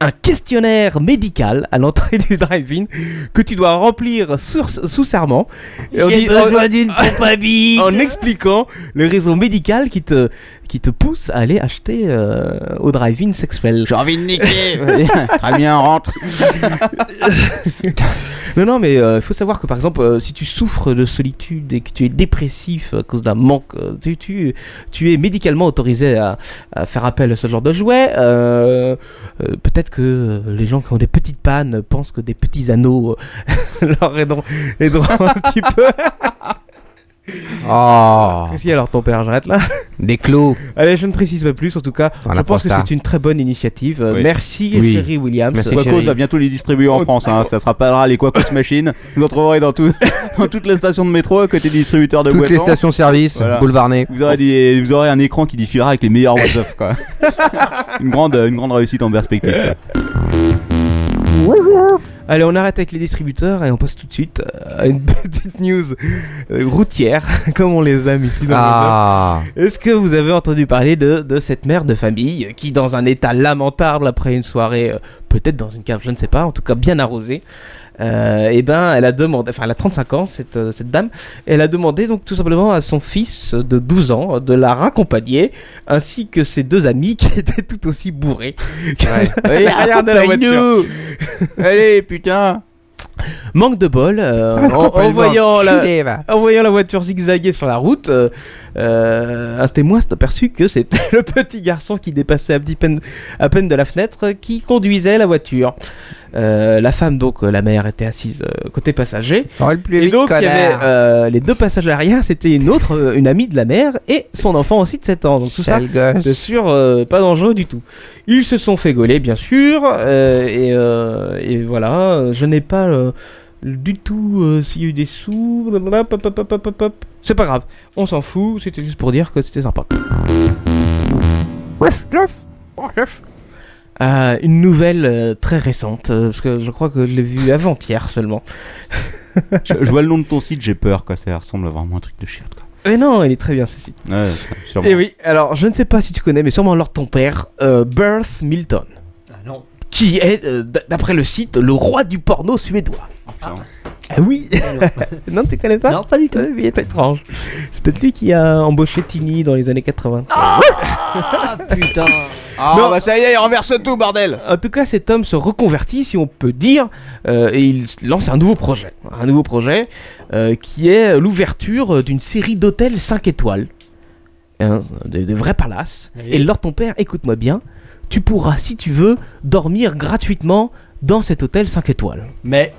Speaker 7: un questionnaire médical à l'entrée du drive-in que tu dois remplir sur- sous serment. Et on
Speaker 3: J'ai
Speaker 7: dit-
Speaker 3: besoin
Speaker 7: on-
Speaker 3: d'une pompe à bite.
Speaker 7: En expliquant le réseau médical qui te, qui te pousse à aller acheter euh, au drive-in sexuel. J'ai envie
Speaker 5: [LAUGHS]
Speaker 7: de niquer
Speaker 5: Très bien, rentre
Speaker 7: Non, non, mais il faut savoir que par exemple, euh, si tu souffres de solitude et que tu es dépressif à cause d'un manque, euh, tu, tu, tu es médicalement autorisé à, à faire appel à ce genre de jouet. euh, euh, Peut-être que euh, les gens qui ont des petites pannes pensent que des petits anneaux euh, [LAUGHS] leur aideront, aideront un petit peu.
Speaker 1: Oh.
Speaker 7: Si alors ton père, j'arrête là.
Speaker 1: Des clous.
Speaker 7: Allez, je ne précise pas plus. En tout cas,
Speaker 1: Dans
Speaker 7: je
Speaker 1: la
Speaker 7: pense que
Speaker 1: prostata.
Speaker 7: c'est une très bonne initiative. Euh,
Speaker 5: Oui.
Speaker 7: Merci,
Speaker 5: Oui.
Speaker 7: chérie Williams.
Speaker 5: Quacos va bientôt les distribuer en France. Hein. Ça se rappellera les Quacos Machines. Vous en trouverez dans, tout, [LAUGHS] dans toutes les stations de métro, à côté des distributeurs de
Speaker 1: Toutes
Speaker 5: boissons.
Speaker 1: les stations-service, boulevard Ney.
Speaker 5: Vous aurez, des- vous aurez un écran qui diffusera avec les meilleurs was of, quoi.
Speaker 7: [LAUGHS]
Speaker 5: une, grande, une grande réussite en perspective. quoi.
Speaker 7: Allez, on arrête avec les distributeurs et on passe tout de suite euh, à une [LAUGHS] petite news euh, routière, [LAUGHS] comme on les aime ici dans
Speaker 1: Ah.
Speaker 7: le Nord. Est-ce que vous avez entendu parler de, de cette mère de famille qui, dans un état lamentable après une soirée, euh, peut-être dans une cave, je ne sais pas, en tout cas bien arrosée, euh, eh ben, elle a demandé, enfin, elle a 35 ans, cette, euh, cette dame, elle a demandé donc tout simplement à son fils de 12 ans de la raccompagner, ainsi que ses deux amis qui [LAUGHS] étaient tout aussi bourrés.
Speaker 13: Allez,
Speaker 7: Regardez la
Speaker 13: accompagne-nous.
Speaker 1: [LAUGHS]
Speaker 7: voiture. Allez, putain. Manque de bol, euh, en, en
Speaker 13: Complètement
Speaker 7: voyant
Speaker 13: culé, va.
Speaker 7: la, en voyant la voiture zigzaguer sur la route, euh, euh, un témoin s'est aperçu que c'était [LAUGHS] le petit garçon qui dépassait à, petit peine, à peine de la fenêtre euh, qui conduisait la voiture. Euh, la femme, donc euh, la mère, était assise euh, côté passager. et donc, il y avait,
Speaker 13: connard.
Speaker 7: euh, les deux passagers arrière, c'était une autre, euh, une amie de la mère et son enfant aussi de 7 ans. Donc tout
Speaker 13: Sale
Speaker 7: ça,
Speaker 13: gosse.
Speaker 7: bien sûr, euh, pas dangereux du tout. Ils se sont fait gauler, bien sûr, euh, et, euh, et voilà. euh, Je n'ai pas euh, du tout euh, s'il y a eu des sous. blablabla, pop, pop, pop, pop, pop. C'est pas grave, on s'en fout. C'était juste pour dire que c'était sympa. Euh, une nouvelle euh, très récente, euh, parce que je crois que je l'ai vue avant-hier seulement.
Speaker 5: je, je vois le nom de ton site, j'ai peur, quoi. Ça ressemble à vraiment un truc de chiotte, quoi.
Speaker 7: Mais non, elle est très bien ceci.
Speaker 5: Ouais, sûrement.
Speaker 7: Et Eh oui, alors je ne sais pas si tu connais, mais sûrement alors ton père, euh, Birth Milton.
Speaker 13: Ah
Speaker 7: Qui est, euh, d- d'après le site, le roi du porno suédois. Ah oui [LAUGHS] Non, tu connais pas Non, pas du tout. Il est étrange. C'est peut-être lui qui a embauché Tini dans les années 80.
Speaker 13: Ah putain. Ah bah ça y est, il renverse tout, bordel.
Speaker 7: En tout cas, cet homme se reconvertit, si on peut dire, euh, et il lance un nouveau projet. Un nouveau projet euh, qui est l'ouverture d'une série d'hôtels 5 étoiles. Hein, de, de vrais palaces. Et Lord ton père, écoute-moi bien, tu pourras, si tu veux, dormir gratuitement dans cet hôtel 5 étoiles. Mais.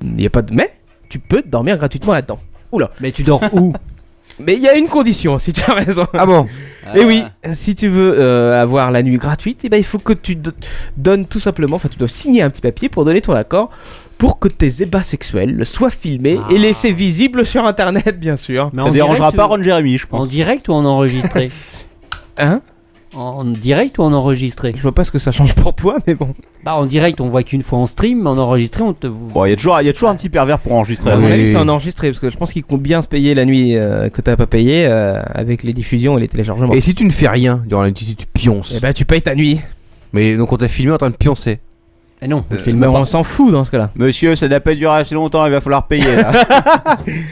Speaker 7: Il n'y a pas de mais, tu peux dormir gratuitement là-dedans. Oula. Mais tu dors où [LAUGHS] Mais il y a une condition, si tu as raison. Ah [LAUGHS] bon Et oui, si tu veux euh, avoir la nuit gratuite, eh ben, il faut que tu do- donnes tout simplement, enfin tu dois signer un petit papier pour donner ton accord pour que tes ébats sexuels soient filmés et laissés visibles sur Internet, bien sûr.
Speaker 6: Mais en direct ou-
Speaker 7: Jeremy, je
Speaker 6: En direct ou en enregistré
Speaker 7: Hein
Speaker 6: En direct ou en enregistré Je
Speaker 7: vois pas ce que ça change pour toi, mais bon.
Speaker 6: Bah, en direct, on voit qu'une fois en stream, mais en enregistré, on te.
Speaker 5: Bon, il y a toujours, il y a toujours un petit pervers pour enregistrer.
Speaker 7: À mon avis, c'est en enregistré parce que je pense qu'ils comptent bien se payer la nuit euh, que t'as pas payé euh, avec les diffusions et les téléchargements.
Speaker 1: Et si tu ne fais rien durant la nuit, si tu pionces
Speaker 7: Eh ben, tu payes ta nuit.
Speaker 1: Mais donc on t'a filmé en train de pioncer.
Speaker 6: Eh non,
Speaker 7: on filme pas. s'en fout dans ce cas-là.
Speaker 5: Monsieur, ça n'a pas duré assez longtemps, il va falloir
Speaker 1: [LAUGHS]
Speaker 5: payer. là.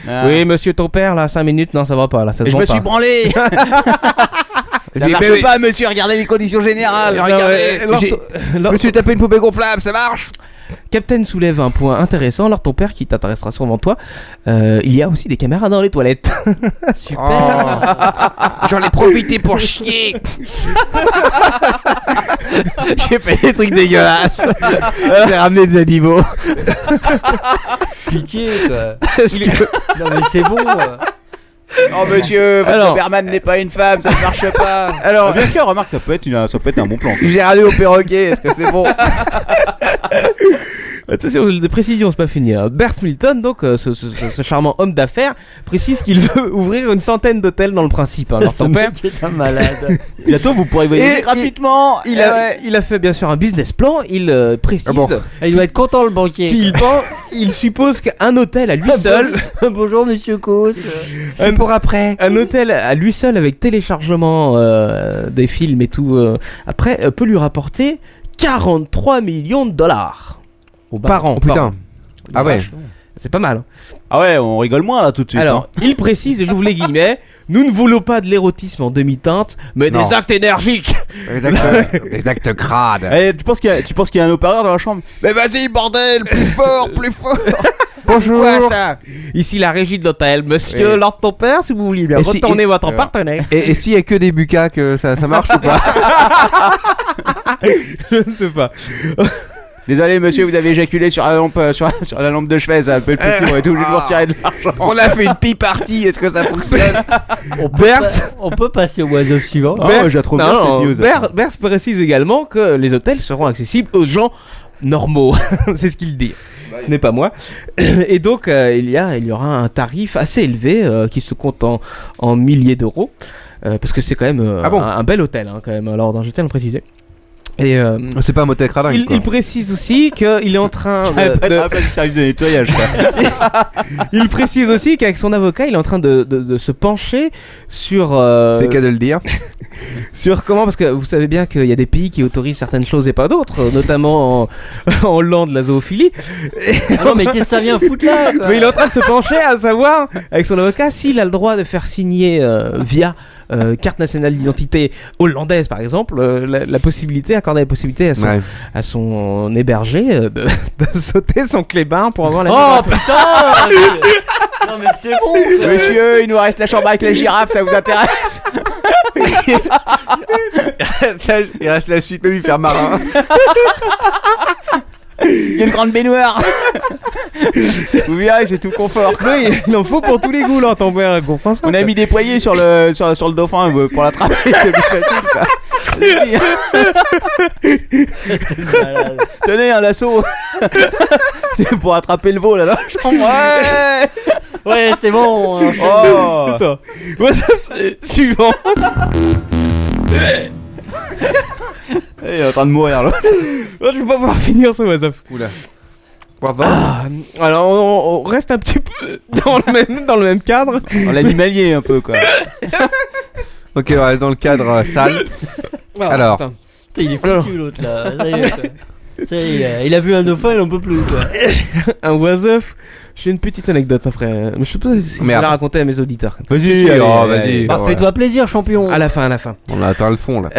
Speaker 5: Ah.
Speaker 7: Oui, monsieur ton père, là, 5 minutes, non, ça va pas, là, ça se
Speaker 13: Et je
Speaker 7: vend
Speaker 13: me
Speaker 7: pas.
Speaker 13: suis branlé Ça
Speaker 7: J'ai
Speaker 13: marche
Speaker 7: même-
Speaker 13: pas, monsieur, regardez les conditions générales
Speaker 7: Non,
Speaker 13: Regardez
Speaker 7: mais lors-
Speaker 13: j'ai- Je
Speaker 7: lors-
Speaker 13: me suis tapé une poupée gonflable, ça marche
Speaker 7: Captain soulève un point intéressant. Alors, ton père qui t'intéressera sûrement, toi, euh, il y a aussi des caméras dans les toilettes. [LAUGHS] Super
Speaker 13: J'en ai profité
Speaker 12: [LAUGHS]
Speaker 13: pour chier J'ai fait des trucs [LAUGHS] dégueulasses J'ai ramené des animaux
Speaker 6: Pitié, quoi
Speaker 13: Est-ce que-
Speaker 6: Non, mais c'est bon euh.
Speaker 5: Oh monsieur, votre
Speaker 13: Alors-
Speaker 5: Superman n'est pas une femme, ça ne marche pas. Alors, bien sûr, remarque, ça peut être, une- ça peut être un bon plan.
Speaker 13: J'ai ramené au perroquet, est-ce que c'est bon
Speaker 7: Attention, de précision, c'est pas fini. hein. Bert Milton, donc, euh, ce, ce- ce- ce charmant homme d'affaires, précise qu'il veut [LAUGHS] ouvrir une centaine d'hôtels dans le principe. hein. Alors,
Speaker 6: Ce
Speaker 7: ton père.
Speaker 6: mec est un malade.
Speaker 7: Bientôt, vous pourrez
Speaker 5: voyager gratuitement.
Speaker 7: Il,
Speaker 5: Eh
Speaker 7: a,
Speaker 5: ouais.
Speaker 7: il a fait bien sûr un business plan. Il euh, précise.
Speaker 6: [LAUGHS] Il doit être content, le banquier.
Speaker 7: Puis il pen- il suppose qu'un hôtel à lui seul.
Speaker 6: Bonjour, monsieur Kos.
Speaker 7: C'est pour après. Un hôtel à lui seul avec téléchargement euh, des films et tout. euh, après, euh, peut lui rapporter 43 millions de dollars par an.
Speaker 1: Oh, putain.
Speaker 7: Ah
Speaker 1: ouais.
Speaker 7: C'est pas mal. hein.
Speaker 5: Ah ouais, on rigole moins là tout de suite.
Speaker 7: Alors, il précise, et j'ouvre les guillemets, nous ne voulons pas de l'érotisme en demi-teinte, mais
Speaker 5: Non.
Speaker 7: des actes énergiques.
Speaker 1: Des actes,
Speaker 12: [LAUGHS]
Speaker 1: des actes crades.
Speaker 5: Eh, tu penses qu'il y, a- tu penses qu'il y a un opérateur dans la chambre
Speaker 13: Mais vas-y, bordel Plus fort, plus
Speaker 12: [LAUGHS]
Speaker 13: fort
Speaker 7: Bonjour. Ici la régie de l'hôtel, monsieur
Speaker 1: Oui.
Speaker 7: Lord ton père, si vous voulez bien
Speaker 1: Et si-
Speaker 7: retournez
Speaker 1: et-
Speaker 7: votre
Speaker 1: euh,
Speaker 7: partenaire.
Speaker 1: [LAUGHS] Et, et s'il y a que des bucas, que ça, ça marche ou pas
Speaker 7: Je ne sais pas.
Speaker 5: Désolé monsieur, vous avez éjaculé sur la lampe, euh, sur, [LAUGHS] sur la lampe de chevet, ça appelle plus on est obligé de vous retirer de l'argent.
Speaker 13: [LAUGHS] On a fait une pie party, est-ce que ça
Speaker 12: [LAUGHS]
Speaker 13: fonctionne
Speaker 6: On peut,
Speaker 7: Bert-
Speaker 6: pas- on peut passer au oiseau suivant.
Speaker 7: [LAUGHS] Bers-
Speaker 5: Ah, je la trouve
Speaker 7: non,
Speaker 5: bien, cette
Speaker 7: non,
Speaker 5: news.
Speaker 7: Bers- Bers précise également que les hôtels seront accessibles aux gens normaux. [LAUGHS] C'est ce qu'il dit.
Speaker 1: Bah
Speaker 7: Ce n'est pas moi. [CLEARS THROAT] Et donc, euh, il, y a, il y aura un tarif assez élevé euh, qui se compte en, en milliers d'euros. euh, parce que c'est quand même euh,
Speaker 1: Ah bon
Speaker 7: un, un bel hôtel, hein, quand même. Alors, dans hôtel, on précisait. Et euh,
Speaker 1: C'est pas un motel cradingue.
Speaker 7: il,
Speaker 1: quoi.
Speaker 7: il précise aussi qu'il est
Speaker 1: [LAUGHS]
Speaker 7: en train
Speaker 5: Ah,
Speaker 7: de-
Speaker 5: pas-
Speaker 7: Euh, de,
Speaker 5: ah, pas du service de nettoyage. quoi.
Speaker 7: il précise aussi qu'avec son avocat, il est en train de, de- de se pencher sur. euh,
Speaker 1: C'est qu'à de le
Speaker 12: [LAUGHS]
Speaker 1: dire.
Speaker 7: sur comment Parce que vous savez bien qu'il y a des pays qui autorisent certaines choses et pas d'autres, euh, notamment en, [LAUGHS] en Hollande, la zoophilie.
Speaker 6: Ah non, mais qu'est-ce que ça vient foutre là quoi
Speaker 7: Mais il est en train de se pencher à savoir, avec son avocat, s'il a le droit de faire signer euh, via euh, carte nationale d'identité hollandaise, par exemple, euh, la, la possibilité, accorder la possibilité à son,
Speaker 1: Ouais.
Speaker 7: à son hébergé euh, de, [LAUGHS] de sauter son clébard pour avoir la
Speaker 6: Oh putain mais- Non, mais c'est bon quoi.
Speaker 5: Monsieur, il nous reste la chambre avec les girafes, ça vous intéresse
Speaker 1: Il reste la suite, lui faire marin.
Speaker 5: Il y a une grande baignoire. vous verrez, c'est tout confort.
Speaker 7: Oui, il en faut pour tous les goûts, là, ton père comprend ça.
Speaker 5: On a mis des poignées sur le, sur, sur le dauphin euh, pour l'attraper, c'est plus facile. quoi.
Speaker 6: Malade.
Speaker 5: Tenez un lasso C'est pour attraper le veau là dans la chambre. Ouais
Speaker 6: Ouais, c'est bon hein. on enchaîne.
Speaker 5: Oh
Speaker 7: Attends. What the f- Suivant.
Speaker 5: Il est en train de mourir là.
Speaker 7: Oh, je vais pas pouvoir [LAUGHS] finir ce WhatsApp.
Speaker 1: Oula. Bravo.
Speaker 7: Alors, on, on reste un petit peu [LAUGHS] dans le même, dans le même cadre.
Speaker 5: Dans Oh, l'animalier un peu quoi.
Speaker 1: Ok, on reste dans le cadre euh, sale. Alors.
Speaker 7: Attends.
Speaker 6: Putain, Il est foutu l'autre là Ça y est, quoi. Ça y est, euh, Il a vu un dauphin, il en peut plus quoi
Speaker 7: un was-off. J'ai une petite anecdote après. Mais je sais pas si je vais
Speaker 1: Merde.
Speaker 7: la raconter à mes auditeurs.
Speaker 1: Vas-y,
Speaker 5: allez,
Speaker 1: oh,
Speaker 5: allez.
Speaker 1: vas-y.
Speaker 6: Bah,
Speaker 1: ouais.
Speaker 6: Fais-toi plaisir, champion
Speaker 7: À la fin, à la fin.
Speaker 1: On a atteint le fond là.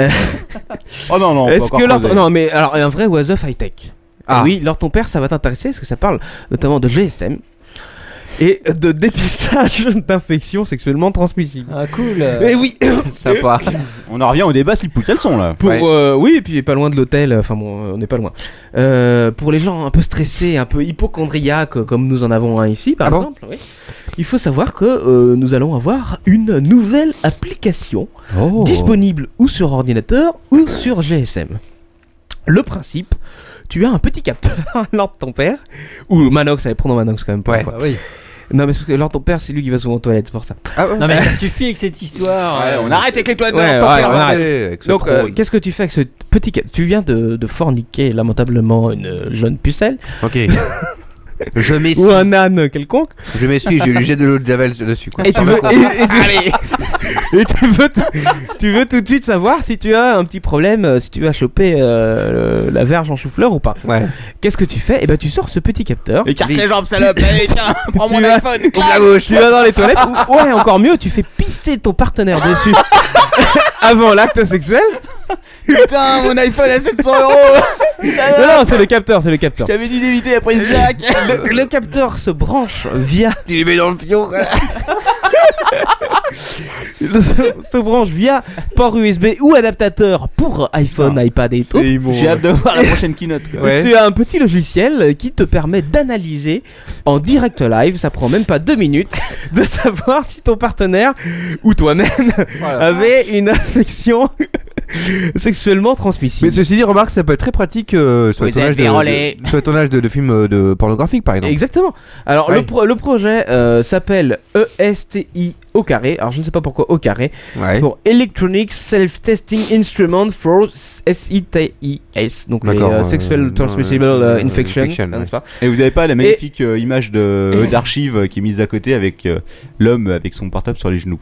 Speaker 5: Oh non, non, on peut
Speaker 7: Est-ce
Speaker 5: encore
Speaker 7: que leur...
Speaker 5: creuser.
Speaker 7: Non, mais alors, un vrai was-off high-tech.
Speaker 1: Ah.
Speaker 7: Oui, leur ton père, ça va t'intéresser parce que ça parle notamment de GSM et de dépistage [LAUGHS] d'infections sexuellement transmissibles.
Speaker 6: Ah cool
Speaker 7: Eh [LAUGHS] oui,
Speaker 1: Sympa.
Speaker 5: On en revient au débat s'il poutait le son là.
Speaker 7: Pour
Speaker 1: Ouais.
Speaker 7: euh, oui, et puis pas loin de l'hôtel. Enfin bon, euh, on n'est pas loin. Euh, pour les gens un peu stressés, un peu hypochondriaques, euh, comme nous en avons un ici, par
Speaker 1: Ah bon
Speaker 7: exemple, oui, il faut savoir que euh, nous allons avoir une nouvelle application
Speaker 1: Oh.
Speaker 12: Oh.
Speaker 7: disponible ou sur ordinateur ou sur GSM. Le principe, [LAUGHS] tu as un petit capteur lors de ton père ou Manox, allez prenons Manox quand même. Pour
Speaker 6: Bah
Speaker 1: Ouais.
Speaker 7: une fois. Non, mais c'est parce que Lord ton père, c'est lui qui va souvent aux toilettes, pour ça.
Speaker 12: Ah
Speaker 6: Non mais ça suffit avec cette histoire.
Speaker 7: Ouais,
Speaker 6: euh.
Speaker 7: on arrête avec les toilettes de Ouais, Lord ton ouais, père, on arrête. ouais, avec ce Donc, trône. euh, qu'est-ce que tu fais avec ce petit. ca- Tu viens de, de forniquer lamentablement une euh, jeune pucelle.
Speaker 13: Ok. Je m'essuie.
Speaker 7: Ou un âne quelconque.
Speaker 13: Je m'essuie, je lui jette de l'eau de javel dessus. Quoi.
Speaker 7: Et tu veux, et- et tu- [LAUGHS] et tu veux tout- tu veux tout de suite savoir si tu as un petit problème, euh, si tu as chopé euh, le- la verge en chou-fleur ou pas. Qu'est-ce que tu fais Eh ben tu sors ce petit capteur.
Speaker 13: Écarte les jambes,
Speaker 7: Tu-
Speaker 13: salope. Allez, tiens, prends mon
Speaker 7: tu vas-
Speaker 13: iPhone, claque. La bouche.
Speaker 7: Tu vas dans les toilettes. ou- ouais, encore mieux, tu fais pisser ton partenaire
Speaker 13: [LAUGHS]
Speaker 7: dessus avant l'acte sexuel.
Speaker 13: Putain, mon iPhone à 700 euros.
Speaker 7: Non, non, c'est le capteur, c'est le capteur.
Speaker 13: Je t'avais dit d'éviter la prise jack.
Speaker 7: Le, le capteur se branche via.
Speaker 13: Il les met dans le fion. quoi.
Speaker 7: [LAUGHS] se branche via port USB ou adaptateur pour iPhone, iPad et tout.
Speaker 5: J'ai hâte de voir la prochaine keynote. quoi.
Speaker 7: Tu as un petit logiciel qui te permet d'analyser en direct live, ça prend même pas deux minutes, de savoir si ton partenaire ou toi-même avait une affection sexuellement transmissible.
Speaker 1: Mais ceci dit, remarque, ça peut être très pratique euh, sur,
Speaker 7: Vous
Speaker 1: les tournages
Speaker 7: êtes des relais.
Speaker 1: de, de- sur les tournages de, de films euh, de pornographiques, par exemple.
Speaker 7: Exactement. Alors
Speaker 1: Ouais.
Speaker 7: le, pro- le projet euh, s'appelle ESTI au carré. Alors je ne sais pas pourquoi au carré. Pour Electronic Self Testing Instrument for SITIS, donc les
Speaker 5: D'accord,
Speaker 7: euh,
Speaker 5: euh,
Speaker 7: sexual
Speaker 5: euh,
Speaker 7: transmissible
Speaker 5: euh,
Speaker 7: euh, infection.
Speaker 5: infection,
Speaker 7: n'est-ce
Speaker 5: ouais.
Speaker 7: pas
Speaker 5: Et vous avez pas la magnifique euh, image de euh, d'archive euh, qui est mise à côté avec euh, l'homme avec son portable sur les genoux,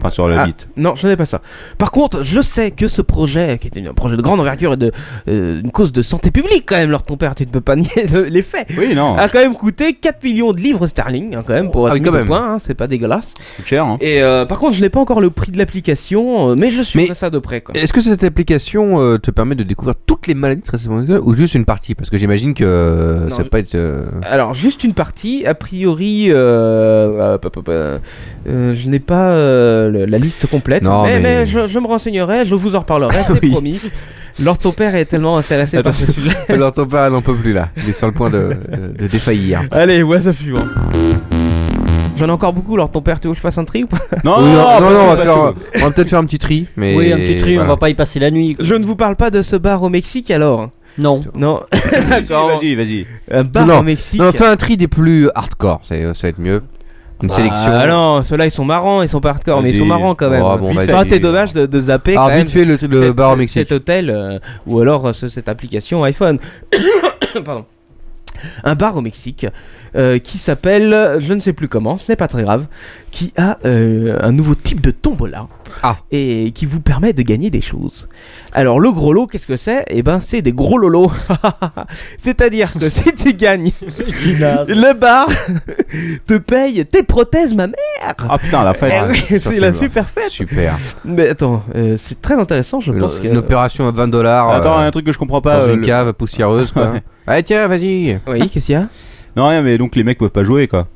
Speaker 5: enfin sur la
Speaker 7: Ah,
Speaker 5: bite.
Speaker 7: Non, je n'ai pas ça. Par contre, je sais que ce projet, qui est un projet de grande envergure et de euh, une cause de santé publique quand même, leur ton père, tu ne peux pas [LAUGHS] nier le- les faits.
Speaker 5: Oui, non.
Speaker 7: A quand même coûté 4 millions de livres sterling, hein, quand même, pour
Speaker 5: Oh. Ah
Speaker 7: être
Speaker 5: oui,
Speaker 7: mis
Speaker 5: quand
Speaker 7: au
Speaker 5: même.
Speaker 7: point, hein, c'est pas dégueulasse.
Speaker 5: C'est cher. Hein.
Speaker 7: Et euh, par contre, je n'ai pas encore le prix de l'application, euh, mais je suis ça de près. Quoi.
Speaker 1: Est-ce que cette application euh, te permet de découvrir toutes les maladies transsexuelles ou juste une partie Parce que j'imagine que euh,
Speaker 7: Non,
Speaker 1: ça
Speaker 7: je-
Speaker 1: peut pas être. euh,
Speaker 7: Alors juste une partie, a priori, euh, hop, hop, hop, euh, euh, je n'ai pas euh, le- la liste complète,
Speaker 1: Non,
Speaker 7: mais,
Speaker 1: mais-
Speaker 7: mais je, je me renseignerai, je vous en
Speaker 5: [LAUGHS]
Speaker 7: reparlerai, c'est promis. Lord ton père est tellement intéressé par ce sujet.
Speaker 1: Alors ton père n'en peut plus là, il est sur le point de, de- de défaillir.
Speaker 7: Allez, ouais, ça suivant. J'en ai encore beaucoup, alors ton père, tu veux que je fasse un tri ou pas
Speaker 1: Oui, Oh, non, non, on, va faire- on va peut-être faire un petit tri, mais
Speaker 6: Oui, un petit tri,
Speaker 1: voilà.
Speaker 6: on va pas y passer la nuit.
Speaker 7: Je ne vous parle pas de ce bar au Mexique alors
Speaker 6: Non.
Speaker 7: [LAUGHS] Non.
Speaker 5: Vas-y, vas-y.
Speaker 7: Un bar
Speaker 1: non,
Speaker 7: au Mexique.
Speaker 1: non, fais un tri des plus hardcore, ça, ça va être mieux. Une sélection.
Speaker 7: Ah non, ceux-là ils sont marrants, ils sont pas hardcore, mais ils
Speaker 1: Vas-y.
Speaker 7: sont marrants quand même.
Speaker 1: Oh, bon,
Speaker 7: ça
Speaker 1: vas-y.
Speaker 7: aurait été dommage de, de zapper.
Speaker 1: Alors,
Speaker 7: quand
Speaker 1: vite
Speaker 7: même
Speaker 1: fait, le- le
Speaker 7: cet-
Speaker 1: bar au
Speaker 7: cet-
Speaker 1: Mexique.
Speaker 7: Cet hôtel, euh, ou alors euh, ce- cette application iPhone. [COUGHS] Pardon. Un bar au Mexique euh, qui s'appelle, euh, je ne sais plus comment, ce n'est pas très grave, qui a euh, un nouveau type de tombola
Speaker 1: Ah.
Speaker 7: et qui vous permet de gagner des choses. Alors le gros lot, qu'est-ce que c'est Eh ben c'est des gros lolos. [LAUGHS] C'est-à-dire que si tu gagnes, le bar [LAUGHS] te paye tes prothèses, ma mère.
Speaker 5: Ah putain, la fête.
Speaker 7: Eh oui,
Speaker 1: Ça,
Speaker 7: c'est
Speaker 1: c'est
Speaker 7: la
Speaker 1: bien.
Speaker 7: super fête.
Speaker 1: Super.
Speaker 7: Mais attends, euh, c'est très intéressant, je pense que.
Speaker 1: Une opération à 20 dollars.
Speaker 5: Attends, un truc que je comprends pas,
Speaker 1: Dans
Speaker 5: euh,
Speaker 1: une
Speaker 5: le-
Speaker 1: cave poussiéreuse, quoi. [LAUGHS]
Speaker 5: Ouais.
Speaker 1: Allez, tiens, vas-y.
Speaker 7: Oui, qu'est-ce qu'il y a
Speaker 5: Non rien, mais donc les mecs peuvent pas jouer quoi.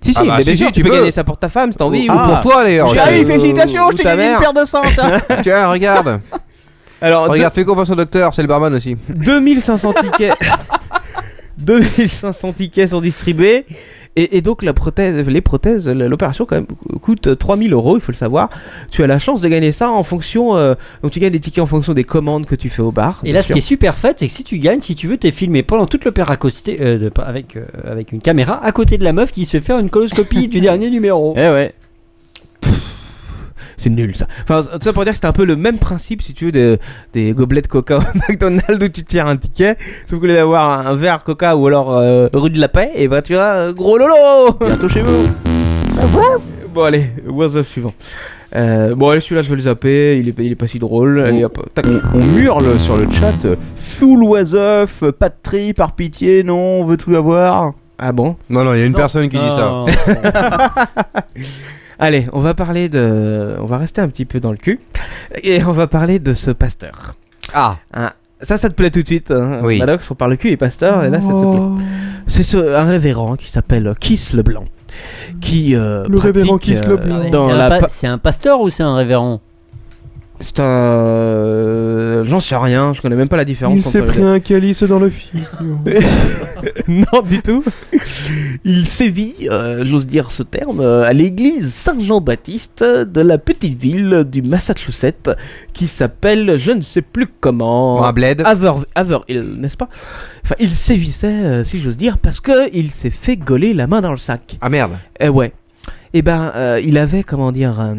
Speaker 7: Si, si,
Speaker 5: Ah, bah,
Speaker 7: mais bien
Speaker 5: si,
Speaker 7: sûr,
Speaker 5: si,
Speaker 7: tu,
Speaker 5: tu
Speaker 7: peux
Speaker 5: peux. Ah.
Speaker 7: gagner ça pour ta femme si t'as envie.
Speaker 5: Ou pour toi, d'ailleurs.
Speaker 7: Chérie,
Speaker 5: Euh,
Speaker 7: félicitations,
Speaker 5: ou
Speaker 7: je t'ai
Speaker 5: ta
Speaker 7: gagné une
Speaker 5: mère.
Speaker 7: paire de sang, tiens.
Speaker 1: [LAUGHS] Tiens, regarde.
Speaker 7: [LAUGHS] Alors,
Speaker 1: regarde, fais confiance au docteur, c'est le barman aussi.
Speaker 7: 2500
Speaker 5: [LAUGHS]
Speaker 7: tickets. [LAUGHS] 2500 tickets sont distribués. Et, et donc la prothèse, les prothèses, la- l'opération quand même co- coûte 3000 euros, il faut le savoir. Tu as la chance de gagner ça en fonction... euh, donc tu gagnes des tickets en fonction des commandes que tu fais au bar.
Speaker 6: Et
Speaker 7: bien
Speaker 6: là, ce
Speaker 7: sûr.
Speaker 6: qui est super fait, c'est que si tu gagnes, si tu veux, t'es filmé pendant toute l'opéra à côté, euh, de- avec, euh, avec une caméra à côté de la meuf qui se fait faire une coloscopie du dernier
Speaker 7: [LAUGHS]
Speaker 6: numéro.
Speaker 5: Eh ouais.
Speaker 7: Eh C'est nul ça. Enfin, tout ça pour dire que c'est un peu le même principe, si tu veux, de- des gobelets de coca au [LAUGHS] McDonald's où tu tires un ticket. Sauf que vous avoir un, un verre coca ou alors euh, rue de la paix, et bah tu as euh, gros lolo Bientôt chez vous [LAUGHS] Bon, allez, what's up suivant. Euh, bon, allez, celui-là, je vais le zapper, il est, il est pas si drôle. Allez, hop, tac.
Speaker 5: On hurle sur le chat. euh, Full was off, euh, pas de tri, par pitié, non, on veut tout avoir.
Speaker 7: Ah bon
Speaker 1: Non, non, il y a une personne qui
Speaker 7: Non.
Speaker 1: dit ça.
Speaker 7: Allez, on va parler de. On va rester un petit peu dans le cul. Et on va parler de ce pasteur.
Speaker 1: Ah.
Speaker 7: ça, ça te plaît tout de suite. Hein,
Speaker 1: Oui.
Speaker 7: Maddox, on parle le cul et pasteur, et là, ça te
Speaker 14: Oh.
Speaker 7: plaît. C'est ce, un révérend qui s'appelle Kiss Leblanc. Qui, euh, pratique, euh,
Speaker 6: Ah ouais, [LAUGHS]
Speaker 7: Dans
Speaker 6: c'est un
Speaker 7: la
Speaker 6: pa-
Speaker 7: pa-
Speaker 6: C'est un pasteur ou c'est un révérend
Speaker 7: C'est un. euh, J'en sais rien, je connais même pas la différence.
Speaker 14: Il s'est
Speaker 7: entre les
Speaker 14: pris
Speaker 7: deux.
Speaker 14: un calice dans le fil.
Speaker 13: [LAUGHS]
Speaker 7: non, du tout.
Speaker 13: Il sévit, euh, j'ose dire ce terme, euh, à l'église Saint-Jean-Baptiste de la petite ville du Massachusetts qui s'appelle, je ne sais plus comment,
Speaker 12: Ah, bah,
Speaker 1: Un bled.
Speaker 7: Ah.
Speaker 13: Haver, Haverhill, n'est-ce pas Enfin, il sévissait, euh, si j'ose dire, parce que il s'est fait gauler la main dans le sac.
Speaker 1: Ah merde
Speaker 13: Eh
Speaker 7: ouais. Eh ben, euh, il avait, comment dire, euh,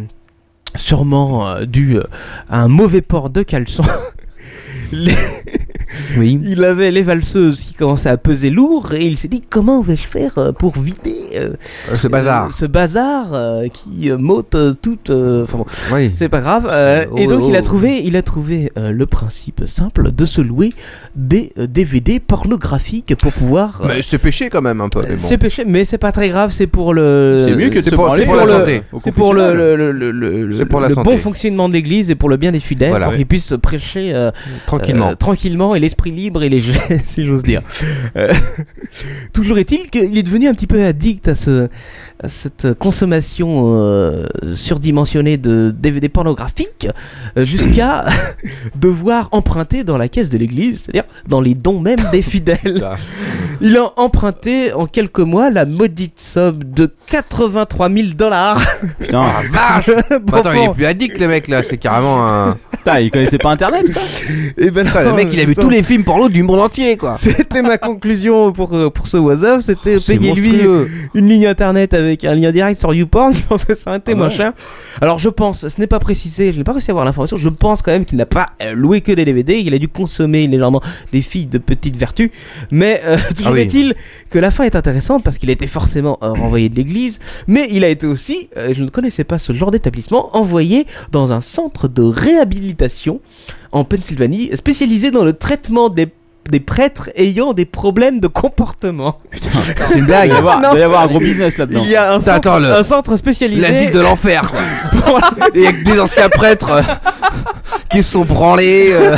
Speaker 7: sûrement euh, dû euh, à un mauvais port de caleçon. [LAUGHS] Les- Il avait les valseuses qui commençaient à peser lourd et il s'est dit comment vais-je faire euh, pour vider euh,
Speaker 1: ce bazar.
Speaker 13: euh, ce bazar euh, qui euh, m'ôte euh, toute. euh, Enfin bon, c'est pas grave. euh,
Speaker 7: Euh,
Speaker 13: et
Speaker 7: oh,
Speaker 13: donc il a
Speaker 7: oh.
Speaker 13: trouvé, il a trouvé euh, le principe simple de se louer des euh, DVD pornographiques pour pouvoir. euh,
Speaker 1: Mais c'est péché quand même un peu. mais bon.
Speaker 7: C'est péché, mais c'est pas très grave, c'est pour le.
Speaker 1: C'est mieux que de
Speaker 7: Euh, c'est
Speaker 1: se
Speaker 7: pour,
Speaker 1: branler
Speaker 7: c'est pour
Speaker 1: au
Speaker 7: le-
Speaker 1: santé, au
Speaker 7: C'est pour le, le,
Speaker 1: confessionnal.
Speaker 7: le, le- le-
Speaker 1: C'est pour la
Speaker 7: le
Speaker 1: santé.
Speaker 7: bon fonctionnement de l'église et pour le bien des fidèles,
Speaker 1: Voilà.
Speaker 7: pour qu'ils puissent prêcher euh,
Speaker 1: Tranquillement.
Speaker 7: euh, tranquillement et l'esprit libre et léger, [LAUGHS] si j'ose dire. Euh, [LAUGHS] Toujours est-il qu'il est devenu un petit peu addict à, ce, à cette consommation euh, surdimensionnée de DVD pornographiques euh, jusqu'à [COUGHS] devoir emprunter dans la caisse de l'église, c'est-à-dire dans les dons même
Speaker 1: [LAUGHS]
Speaker 7: des fidèles. Il a emprunté en quelques mois la maudite somme de 83 000 dollars.
Speaker 5: Putain,
Speaker 7: Ah.
Speaker 1: vache
Speaker 7: Bon,
Speaker 1: Attends, il est
Speaker 7: bon.
Speaker 1: plus addict le mec là, c'est carrément
Speaker 7: [LAUGHS]
Speaker 1: un.
Speaker 5: Putain, il connaissait pas internet
Speaker 7: Et ben
Speaker 1: Le mec il a vu tous les films porno du monde entier quoi
Speaker 7: C'était ma conclusion pour, euh, pour ce WhatsApp, c'était
Speaker 1: Oh, c'est
Speaker 7: payer lui
Speaker 1: monstrueux.
Speaker 7: une ligne internet avec un lien direct sur YouPorn, je pense que ça aurait été
Speaker 1: Ah
Speaker 7: moins
Speaker 1: ouais.
Speaker 7: cher. Alors je pense, ce n'est pas précisé, je n'ai pas réussi à avoir l'information, je pense quand même qu'il n'a pas euh, loué que des DVD, il a dû consommer légèrement des filles de petite vertu, mais euh, [LAUGHS] toujours
Speaker 1: Ah oui.
Speaker 7: est-il que la fin est intéressante parce qu'il a été forcément euh, renvoyé de l'église, mais il a été aussi, euh, je ne connaissais pas ce genre d'établissement, envoyé dans un centre de réhabilitation en Pennsylvanie spécialisé dans le traitement des des prêtres ayant des problèmes de comportement. Putain,
Speaker 1: c'est une
Speaker 7: [LAUGHS]
Speaker 1: blague. Il doit y avoir- il doit y avoir un gros business là-dedans.
Speaker 7: Il y a un
Speaker 1: Attends,
Speaker 7: centre,
Speaker 1: attends, le-
Speaker 7: un centre spécialisé.
Speaker 1: L'asile de l'enfer
Speaker 7: [LAUGHS]
Speaker 1: quoi Et avec des anciens prêtres euh, [LAUGHS] qui se sont branlés. euh.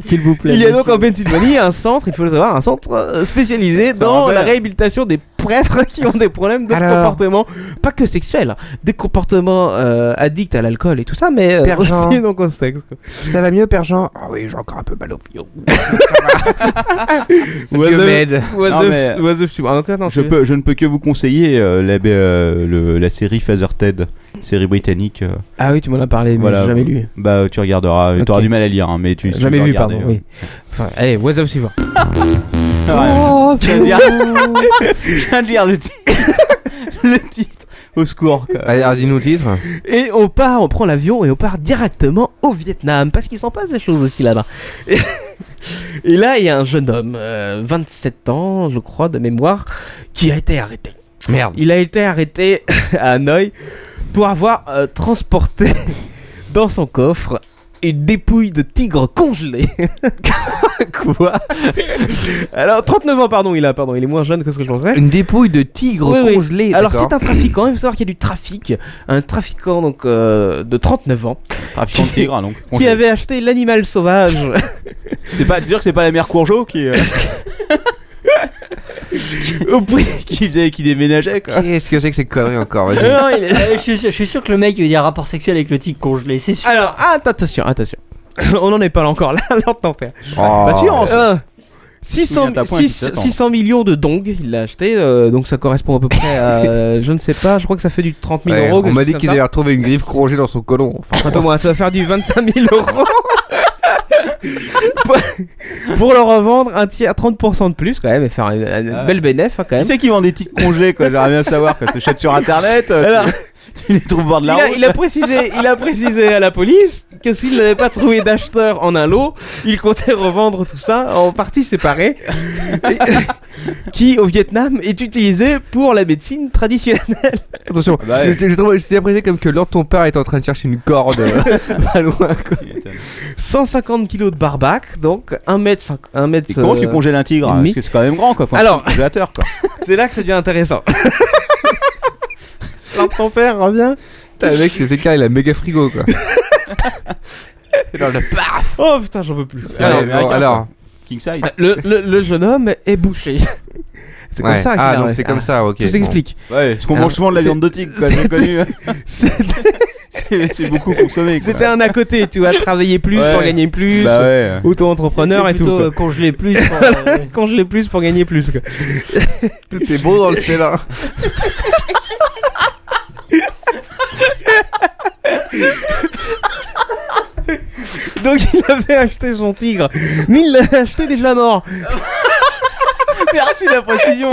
Speaker 7: S'il vous plaît. Il y a donc en Pennsylvanie un centre, il faut le savoir, un centre euh, spécialisé dans
Speaker 1: rappelle.
Speaker 7: la réhabilitation des prêtres [LAUGHS] qui ont des problèmes de
Speaker 1: Alors.
Speaker 7: comportement, pas que sexuels, hein, des comportements euh, addicts à l'alcool et tout ça, mais euh,
Speaker 1: Père Jean.
Speaker 7: aussi donc au sexe. quoi.
Speaker 1: Ça va mieux, Père Jean Ah oui, j'ai encore un peu mal au fion.
Speaker 5: Oiseuf-
Speaker 1: m'aide.
Speaker 5: Non,
Speaker 7: Oiseuf-
Speaker 5: mais-
Speaker 7: Oiseuf, tu- ah, encore, non,
Speaker 5: je,
Speaker 7: tu-
Speaker 5: peux, je ne peux que vous conseiller euh, la, euh, le- la série Father Ted, série britannique. euh,
Speaker 7: Ah oui, tu m'en as parlé, mais
Speaker 5: voilà.
Speaker 7: j'ai jamais lu.
Speaker 5: Bah, tu regarderas, tu
Speaker 7: Ok.
Speaker 5: auras du mal à lire, hein, mais tu. tu
Speaker 7: Jamais
Speaker 5: peux
Speaker 7: vu,
Speaker 5: regarder, euh.
Speaker 7: pardon,
Speaker 5: ouais.
Speaker 7: [LAUGHS] oui. Enfin, allez, WhatsApp suivant.
Speaker 5: Oh,
Speaker 7: c'est
Speaker 5: bien.
Speaker 7: beau.
Speaker 5: Je viens de lire le
Speaker 7: [LAUGHS]
Speaker 5: titre. le titre. [LAUGHS] Au secours.
Speaker 1: Allez, alors, dis-nous le titre.
Speaker 7: Et on part, on prend l'avion et on part directement au Vietnam parce qu'il s'en passe des choses aussi là-bas. Et, [LAUGHS] et là, il y a un jeune homme, euh, 27 ans, je crois, de mémoire, qui a été arrêté.
Speaker 1: Merde.
Speaker 7: Il a été arrêté [LAUGHS] à Hanoï pour avoir euh, transporté [LAUGHS] dans son coffre une dépouille de tigre congelée. [LAUGHS] Quoi Alors, 39 ans, pardon, il a, pardon, il est moins jeune que ce que je pensais.
Speaker 1: Une dépouille de tigre
Speaker 7: Oui, oui.
Speaker 1: congelée.
Speaker 7: Alors
Speaker 1: d'accord.
Speaker 7: c'est un trafiquant, il faut savoir qu'il y a du trafic, un trafiquant donc euh, de 39 ans.
Speaker 5: Trafiquant de
Speaker 7: qui-
Speaker 5: tigre, donc.
Speaker 7: Qui avait acheté
Speaker 1: [LAUGHS]
Speaker 7: l'animal sauvage. [LAUGHS]
Speaker 5: C'est pas dire que c'est pas la mère Courgeot qui. euh,
Speaker 7: Au prix
Speaker 5: qui faisait, qui déménageait quoi.
Speaker 1: [LAUGHS] Qu'est-ce que c'est que ces conneries encore vas-y.
Speaker 6: [LAUGHS] Euh, je, suis, sûr- je suis sûr que le mec il y a un rapport sexuel avec le tigre congelé, c'est sûr.
Speaker 7: Alors att- attention, attention. [COUGHS] On n'en est pas là encore là, [LAUGHS] alors t'en faire.
Speaker 1: Oh.
Speaker 5: Pas sûr, on sait.
Speaker 7: Euh, 600,
Speaker 5: Oui, à ta pointe,
Speaker 7: six-
Speaker 5: tu t'attends.
Speaker 7: 600 millions de dong, il l'a acheté, euh, donc ça correspond à peu près
Speaker 1: [LAUGHS]
Speaker 7: à, euh, je ne sais pas, je crois que ça fait du 30 000
Speaker 1: Ouais,
Speaker 7: euros.
Speaker 1: on
Speaker 7: quelque
Speaker 1: m'a
Speaker 7: chose
Speaker 1: dit
Speaker 7: comme
Speaker 1: qu'ils
Speaker 7: ça.
Speaker 1: avaient retrouvé une griffe crongée dans son colon. Enfin,
Speaker 7: Un peu moins, ça va faire du 25 000
Speaker 1: [LAUGHS]
Speaker 7: euros. pour, pour le revendre un tiers, 30% de plus quand même, et faire une, une
Speaker 5: Ah ouais.
Speaker 7: belle bénéf hein, quand
Speaker 5: Qui
Speaker 7: même.
Speaker 5: c'est qui vend des tigres congelés quoi J'aimerais bien savoir quoi. T'achètes sur internet, euh,
Speaker 7: Alors-
Speaker 5: tu, tu les trouves au bord de
Speaker 7: Il
Speaker 5: la
Speaker 7: a,
Speaker 5: route.
Speaker 7: il a précisé, il a précisé à la police que s'il n'avait pas trouvé d'acheteur en un lot, il comptait revendre tout ça en parties séparées, et- qui au Vietnam est utilisé pour la médecine traditionnelle.
Speaker 1: attention,
Speaker 5: bah ouais.
Speaker 1: j'ai j'ai trouvé- j'ai apprécié comme que l'ordre ton père est en train de chercher une corde euh, pas loin. quoi.
Speaker 7: 150 kilos de barbac, donc 1 mètre. cinq- 1 mètre
Speaker 5: Et comment tu
Speaker 7: euh,
Speaker 5: congèles un tigre hein,
Speaker 7: demi.
Speaker 5: Parce que c'est quand même grand quoi. Faut un
Speaker 7: Alors-
Speaker 5: petit congélateur quoi.
Speaker 7: C'est là que ça
Speaker 1: [LAUGHS]
Speaker 7: devient intéressant. Alors ton père revient.
Speaker 1: Putain, le mec, c'est clair, il a un méga frigo quoi. Genre, le paf
Speaker 7: Oh putain, j'en peux plus.
Speaker 1: Ouais,
Speaker 7: Alors,
Speaker 1: bon, alors.
Speaker 5: King size.
Speaker 7: le, le- le jeune homme est bouché. C'est
Speaker 1: Ouais.
Speaker 7: comme ça. qu'il
Speaker 1: Ah,
Speaker 7: a-
Speaker 1: donc c'est comme ça, ok.
Speaker 7: Tout s'explique.
Speaker 5: Ouais, parce qu'on
Speaker 1: Ah,
Speaker 5: mange souvent de la
Speaker 7: c'est-
Speaker 5: viande de tigre quoi, c'est
Speaker 7: c'était-
Speaker 5: connu.
Speaker 7: C'était
Speaker 5: euh, [LAUGHS] c'est beaucoup consommé. quoi.
Speaker 7: C'était un à côté, tu vois, travailler plus
Speaker 5: Ouais.
Speaker 7: pour gagner plus,
Speaker 5: Bah ouais.
Speaker 7: auto-entrepreneur
Speaker 5: C'est-
Speaker 7: Ah, et
Speaker 5: c'est
Speaker 7: tout.
Speaker 5: plutôt,
Speaker 7: quoi.
Speaker 5: euh, congeler
Speaker 7: [LAUGHS]
Speaker 5: plus pour,
Speaker 6: euh,
Speaker 7: Voilà, congeler plus pour gagner plus. quoi.
Speaker 13: Tout est beau
Speaker 1: Oh,
Speaker 13: dans le félin.
Speaker 7: Donc il avait acheté son tigre, mais il l'a acheté déjà mort.
Speaker 13: Merci de la précision.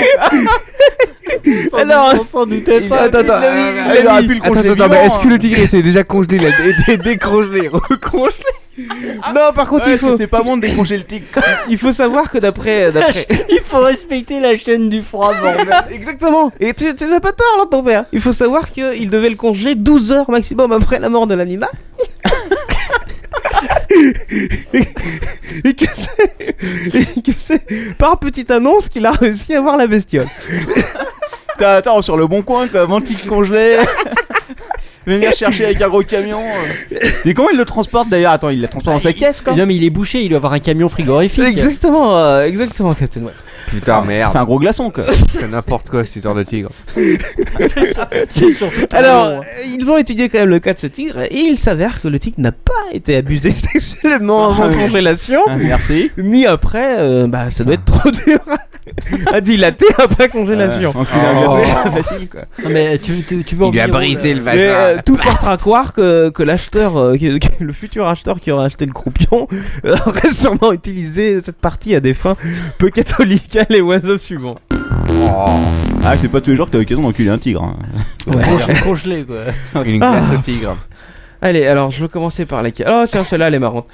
Speaker 5: [LAUGHS]
Speaker 7: Alors,
Speaker 13: on s'en doutait pas.
Speaker 1: Attends, attends,
Speaker 5: Ah
Speaker 13: Il
Speaker 1: Ah, il
Speaker 13: l'a
Speaker 1: aurait
Speaker 13: mis-
Speaker 1: pu le
Speaker 13: Attends,
Speaker 1: congeler.
Speaker 13: attends,
Speaker 1: Attends,
Speaker 13: mais
Speaker 1: est-ce que le tigre était déjà congelé Il a été décongelé, recongelé.
Speaker 7: Non, par contre,
Speaker 5: Ouais,
Speaker 7: il faut.
Speaker 5: c'est pas bon de décongeler le tigre.
Speaker 7: Il faut savoir que
Speaker 5: [LAUGHS]
Speaker 7: d'après, d'après.
Speaker 6: [LAUGHS] Il faut respecter la chaîne du froid, bordel.
Speaker 7: [LAUGHS] Exactement. Et tu, tu n'as pas tort, là, ton père. Il faut savoir qu'il devait le congeler 12 heures maximum après la mort
Speaker 5: [LAUGHS]
Speaker 7: de l'animal. et que c'est, et que c'est par petite annonce qu'il a réussi à voir la bestiole.
Speaker 5: T'as- Attends, sur le bon coin, quoi, avant qu'il congelait. Venir chercher avec un gros camion. euh. Et comment il le transporte d'ailleurs Attends, il la transporte dans sa caisse, quoi.
Speaker 6: Non, mais il est bouché, il doit avoir un camion frigorifique.
Speaker 7: Exactement, euh, exactement, Captain Web.
Speaker 1: Putain, merde.
Speaker 5: C'est un gros glaçon, quoi.
Speaker 1: C'est n'importe quoi cette histoire de tigre.
Speaker 7: Alors, euh, ils ont étudié quand même le cas de ce tigre et il s'avère que le tigre n'a pas été abusé [LAUGHS] sexuellement avant
Speaker 5: Ah oui.
Speaker 7: congélation.
Speaker 5: Ah, merci.
Speaker 7: Ni après, euh, bah ça doit être trop dur à- à dilater après congélation.
Speaker 5: Euh, enculer un Oh. glaçon, c'est pas [LAUGHS] facile, quoi.
Speaker 6: Non, mais tu, tu, tu veux euh, en
Speaker 7: Il a
Speaker 6: venir où,
Speaker 7: brisé
Speaker 6: là
Speaker 7: le vagin. euh, tout portera à croire que, que l'acheteur, euh, que- [LAUGHS] que le futur acheteur qui aura acheté le croupion, euh, [LAUGHS] aurait sûrement utilisé cette partie à des fins peu catholiques. Allez, oiseau suivant.
Speaker 5: Ah, c'est pas tous les jours que t'as l'occasion d'enculer un tigre. hein.
Speaker 6: Conge- Congelé, quoi.
Speaker 5: Une
Speaker 7: Ah.
Speaker 5: glace au tigre.
Speaker 7: Allez, alors je veux commencer par laquelle. Oh, tiens, celle-là, elle est marrante.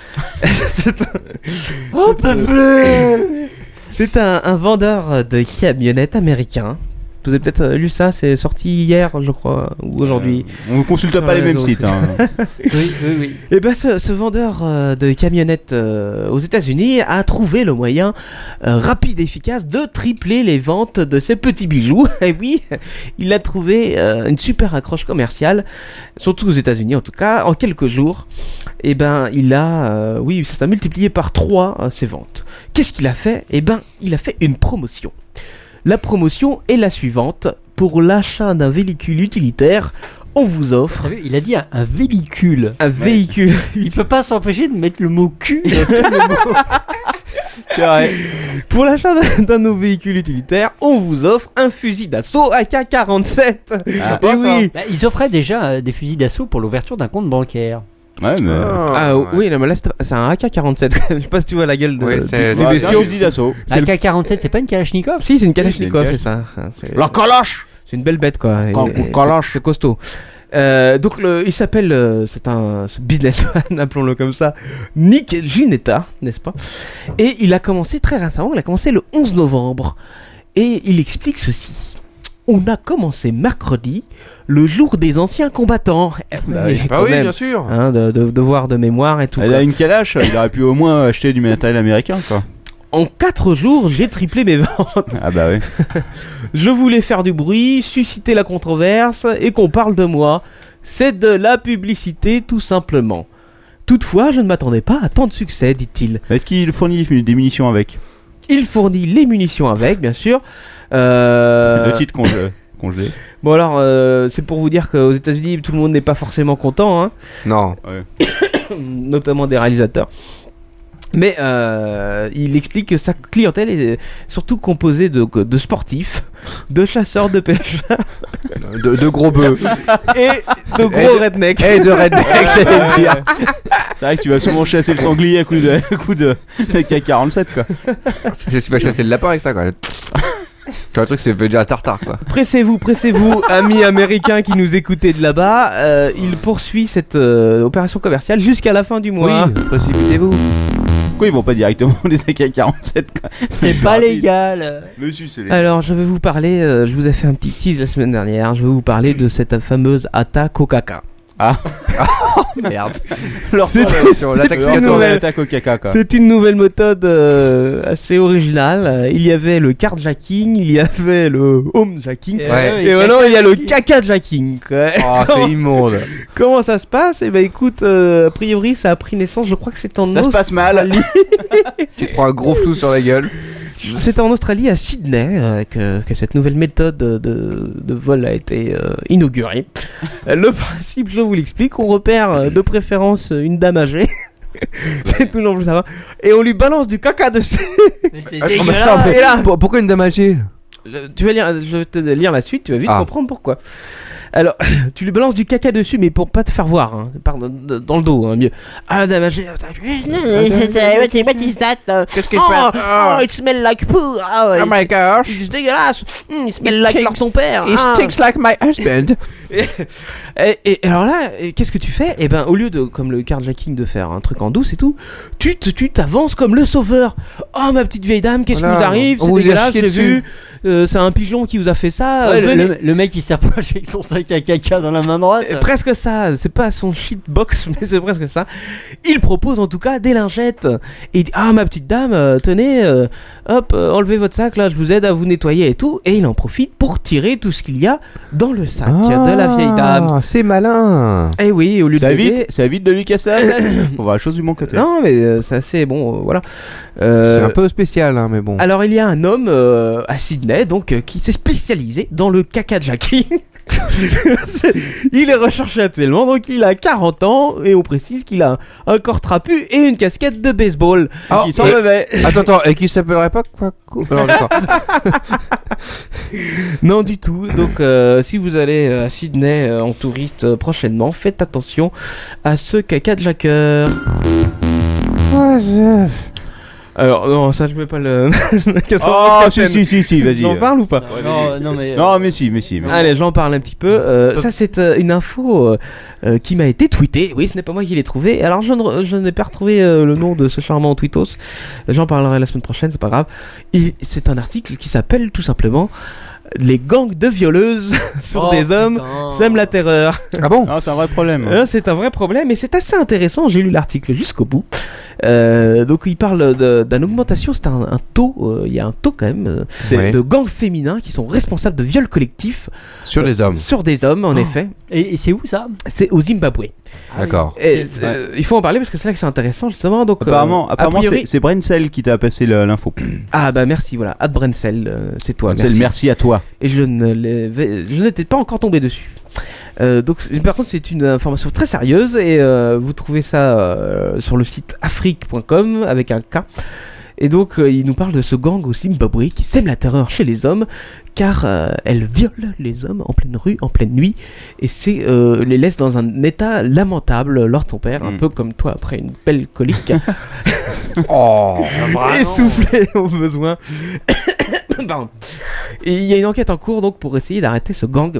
Speaker 7: [LAUGHS]
Speaker 13: Oh, bleu.
Speaker 7: C'est un, un vendeur de camionnettes américain. Vous avez peut-être euh, lu ça, c'est sorti hier, je crois, ou aujourd'hui.
Speaker 5: on ne consulte
Speaker 7: Sur
Speaker 5: pas les mêmes
Speaker 7: réseaux
Speaker 5: sites, hein.
Speaker 6: oui, oui, oui.
Speaker 7: Et ben ce, ce vendeur euh, de camionnettes euh, aux États-Unis a trouvé le moyen euh, rapide et efficace de tripler les ventes de ses petits bijoux. [LAUGHS] Et oui, il a trouvé euh, une super accroche commerciale, surtout aux États-Unis en tout cas, en quelques jours. Et ben il a, euh, oui, ça s'est multiplié par 3 ses ventes. Qu'est-ce qu'il a fait Et ben il a fait une promotion. La promotion est la suivante pour l'achat d'un véhicule utilitaire. On vous offre.
Speaker 6: Il a dit un, un véhicule.
Speaker 7: Un véhicule.
Speaker 6: Il peut pas s'empêcher de mettre le mot cul. [LAUGHS]
Speaker 7: Pour l'achat d'un- d'un nouveau véhicule utilitaire, on vous offre un fusil d'assaut AK-47.
Speaker 5: Ah,
Speaker 7: Eh oui.
Speaker 6: Bah, ils offraient déjà euh, des fusils d'assaut pour l'ouverture d'un compte bancaire.
Speaker 5: Ouais, mais.
Speaker 7: Ah,
Speaker 1: oh.
Speaker 7: oui, non, mais là c'est pas- c'est un AK-47. [LAUGHS] Je sais pas si tu vois la gueule de,
Speaker 5: Ouais, c'est- c'est
Speaker 7: du- du
Speaker 5: un
Speaker 7: bestiau.
Speaker 5: fusil d'assaut.
Speaker 7: C'est le-
Speaker 6: AK-47, c'est pas une Kalachnikov
Speaker 7: Si, c'est une Kalachnikov, c'est
Speaker 6: Oui, c'est
Speaker 7: ça.
Speaker 6: une
Speaker 7: C'est-
Speaker 6: La caloche
Speaker 7: C'est une belle bête, quoi. Et-
Speaker 6: Cal-
Speaker 7: et-
Speaker 6: caloche.
Speaker 7: C'est costaud. Euh, donc, le- il s'appelle, euh, c'est un ce businessman, [LAUGHS] appelons-le comme ça, Nick Ginetta, n'est-ce pas Et il a commencé très récemment, il a commencé le 11 novembre. Et il explique ceci. On a commencé mercredi, le jour des anciens combattants. Eh
Speaker 1: Bah oui. Bah
Speaker 7: quand
Speaker 1: oui, bien sûr.
Speaker 7: hein, de, de- devoir de mémoire et tout.
Speaker 5: Elle
Speaker 7: quoi.
Speaker 5: a une calache, il aurait pu au moins acheter du matériel américain, quoi.
Speaker 7: En 4 jours, j'ai triplé mes ventes.
Speaker 5: Ah bah oui.
Speaker 7: Je voulais faire du bruit, susciter la controverse et qu'on parle de moi. C'est de la publicité tout simplement. Toutefois, je ne m'attendais pas à tant de succès, dit-il.
Speaker 5: Est-ce qu'il fournit des munitions avec
Speaker 7: Il fournit les munitions avec, bien sûr. Euh...
Speaker 5: Le titre congelé. congelé.
Speaker 7: Bon alors, euh, c'est pour vous dire qu'aux États-Unis, tout le monde n'est pas forcément content. Hein. [LAUGHS]
Speaker 1: Non.
Speaker 7: notamment des réalisateurs. Mais euh, il explique que sa clientèle est surtout composée de, de sportifs, de chasseurs, de pêcheurs.
Speaker 1: De, de gros [LAUGHS] bœufs.
Speaker 7: Et [LAUGHS] de
Speaker 1: Et
Speaker 7: gros
Speaker 1: de-
Speaker 7: rednecks.
Speaker 1: et de rednecks, j'allais le dire.
Speaker 5: [LAUGHS] C'est vrai que tu vas souvent chasser le sanglier à coup de, à coup de K47 quoi.
Speaker 1: Je suis pas chasser le lapin avec ça, quoi. Tu vois, le truc, c'est déjà un tartare, quoi. [LAUGHS]
Speaker 7: Pressez-vous, pressez-vous, amis américains qui nous écoutez de là-bas. Euh, il poursuit cette euh, opération commerciale jusqu'à la fin du [LAUGHS] mois.
Speaker 1: précipitez-vous.
Speaker 5: Pourquoi ils vont pas directement des AK-47 quoi
Speaker 6: C'est pas légal.
Speaker 5: Monsieur, c'est légal.
Speaker 7: Alors, je vais vous parler, euh, je vous ai fait un petit tease la semaine dernière, je vais vous parler de cette fameuse attaque au caca.
Speaker 5: Ah,
Speaker 7: Euh,
Speaker 5: [LAUGHS]
Speaker 7: merde.
Speaker 5: Leur
Speaker 7: C'est
Speaker 5: formation, l'attaque
Speaker 7: c'est une
Speaker 5: scato-
Speaker 7: nouvelle-
Speaker 5: l'attaque au caca,
Speaker 1: Ah.
Speaker 5: quoi.
Speaker 7: C'est une nouvelle méthode euh, assez originale. Euh, Il y avait le carjacking, il y avait le homejacking,
Speaker 1: Et Ouais.
Speaker 7: et
Speaker 1: le
Speaker 7: maintenant il y a le caca-jacking. quoi.
Speaker 1: Oh,
Speaker 5: Ah,
Speaker 1: c'est immonde.
Speaker 7: Comment ça se passe Eh ben écoute, euh, a priori ça a pris naissance, je crois que c'est en
Speaker 5: Ça se passe mal.
Speaker 1: Tu te prends un gros flou sur la gueule.
Speaker 7: C'était en Australie, à Sydney, euh, que, que cette nouvelle méthode de, de vol a été euh, inaugurée. Euh, Le principe, je vous l'explique, on repère euh, de préférence euh, une dame âgée. [LAUGHS] C'est tout l'enjeu, ça va. Et on lui balance du caca dessus.
Speaker 6: C'est
Speaker 7: Ah,
Speaker 1: Attends, Ah, mais attends, mais
Speaker 7: Et là,
Speaker 1: pour- pourquoi une dame âgée
Speaker 7: le- tu vas lire, je vais te lire la suite, tu vas vite
Speaker 1: Ah.
Speaker 7: comprendre pourquoi. Alors, [COUGHS] tu lui balances du caca dessus, mais pour pas te faire voir, hein. Pardon, de- dans le dos, hein, mieux. Ah, la dame âgée, attends,
Speaker 8: [LAUGHS] What is that? Qu'est-ce
Speaker 7: que je fais
Speaker 8: hein. Oh, it smells like poo. Oh,
Speaker 7: Oh my
Speaker 8: gosh.
Speaker 7: C'est dégueulasse. Mm, il smell like
Speaker 8: stinks-
Speaker 7: leur ton père. Ah.
Speaker 8: it stinks like
Speaker 7: my husband. et, et- et alors là, et qu'est-ce que tu fais Eh ben, au lieu de, comme le carjacking, de faire un truc en douce et tout, tu te- tu t'avances comme le sauveur. Oh, ma petite vieille dame, qu'est-ce qui
Speaker 6: Voilà.
Speaker 7: vous arrive
Speaker 6: On
Speaker 7: C'est
Speaker 6: vous a
Speaker 7: dégueulasse,
Speaker 6: chié
Speaker 7: j'ai
Speaker 6: dessus.
Speaker 7: vu. Euh, c'est un pigeon qui vous a fait ça.
Speaker 6: Ouais,
Speaker 7: euh,
Speaker 6: le,
Speaker 7: venez.
Speaker 6: le- le mec il s'est approché avec son sac à caca dans la main droite.
Speaker 7: Euh, presque ça, c'est pas son shitbox, [LAUGHS] mais c'est presque ça. Il propose en tout cas des lingettes. Et il dit, ah ma petite dame, euh, tenez, euh, hop, euh, enlevez votre sac là, je vous aide à vous nettoyer et tout. Et il en profite pour tirer tout ce qu'il y a dans le sac de la vieille
Speaker 6: Ah.
Speaker 7: dame.
Speaker 1: Ah, C'est malin.
Speaker 7: Eh oui, au lieu
Speaker 5: ça
Speaker 7: de
Speaker 5: évite,
Speaker 7: l'aider-
Speaker 5: ça évite de lui casser la tête.
Speaker 7: [COUGHS]
Speaker 5: On va à la chose du bon côté.
Speaker 7: Non, mais euh, c'est assez bon, euh, voilà.
Speaker 1: C'est
Speaker 7: Euh,
Speaker 1: un peu spécial, hein, mais bon.
Speaker 7: Alors il y a un homme euh, à Sydney donc euh, qui s'est spécialisé dans le caca jacking. C'est- [LAUGHS] il est recherché actuellement donc il a 40 ans et on précise qu'il a un corps trapu et une casquette de baseball.
Speaker 1: Ah,
Speaker 7: Il s'en
Speaker 1: et-
Speaker 7: revêt.
Speaker 1: Attends, attends, et qui s'appellerait pas quoi Alors, d'accord.
Speaker 7: non du tout. Donc euh, si vous allez à Sydney euh, en touriste euh, prochainement, faites attention à ce caca jacker. Alors non ça je vais pas le. [LAUGHS]
Speaker 5: Oh, si, si, si, si, vas-y.
Speaker 7: J'en parle ou pas Ah.
Speaker 6: Non, non, mais. euh,
Speaker 5: Non, mais si, mais si. mais si.
Speaker 7: euh. Allez, j'en parle un petit peu. Euh, ça, c'est euh, une info euh, euh, qui m'a été tweetée. Oui, ce n'est pas moi qui l'ai trouvé. Alors, je, ne re- je n'ai pas retrouvé euh, le nom de ce charmant tweetos. J'en parlerai la semaine prochaine, c'est pas grave. Et c'est un article qui s'appelle tout simplement Les gangs de violeuses [LAUGHS] sur
Speaker 5: Oh,
Speaker 7: des hommes
Speaker 5: putain. Hmm.
Speaker 7: sèment la terreur.
Speaker 1: Ah bon
Speaker 5: Non, c'est un vrai problème.
Speaker 7: Euh, c'est un vrai problème et c'est assez intéressant. J'ai lu l'article jusqu'au bout. Euh, donc il parle de- d'une augmentation, c'est un, un taux, euh, il y a un taux quand même, euh,
Speaker 1: C'est-
Speaker 7: de gangs féminins qui sont responsables de viols collectifs.
Speaker 1: Sur les hommes.
Speaker 7: Sur des hommes,
Speaker 5: Oh.
Speaker 7: en effet.
Speaker 6: Et, et c'est où ça
Speaker 7: C'est au Zimbabwe.
Speaker 6: Ah,
Speaker 1: D'accord.
Speaker 7: Et c'est- euh, il faut en parler parce que c'est là que c'est intéressant justement. Donc, euh,
Speaker 5: Apparemment,
Speaker 7: a
Speaker 5: apparemment
Speaker 7: priori-
Speaker 5: c'est- c'est Brenzel qui t'a passé le- l'info.
Speaker 7: Ah bah merci, voilà. Ad Brenzel, euh, c'est toi.
Speaker 5: Brenzel, merci à toi.
Speaker 7: Et je ne l'avais- je n'étais pas encore tombé dessus. Euh, donc, c'est- par contre, c'est une information très sérieuse et euh, vous trouvez ça euh, sur le site afrique.com avec un K. Et donc, euh, il nous parle de ce gang au Zimbabwe qui sème la terreur chez les hommes car euh, elle viole les hommes en pleine rue, en pleine nuit et c'est, euh, les laisse dans un état lamentable lors ton père, un
Speaker 5: Mm.
Speaker 7: peu comme toi après une belle colique.
Speaker 1: oh,
Speaker 7: essoufflé au besoin. [COUGHS] Pardon. Et Il y a une enquête en cours donc pour essayer d'arrêter ce gang.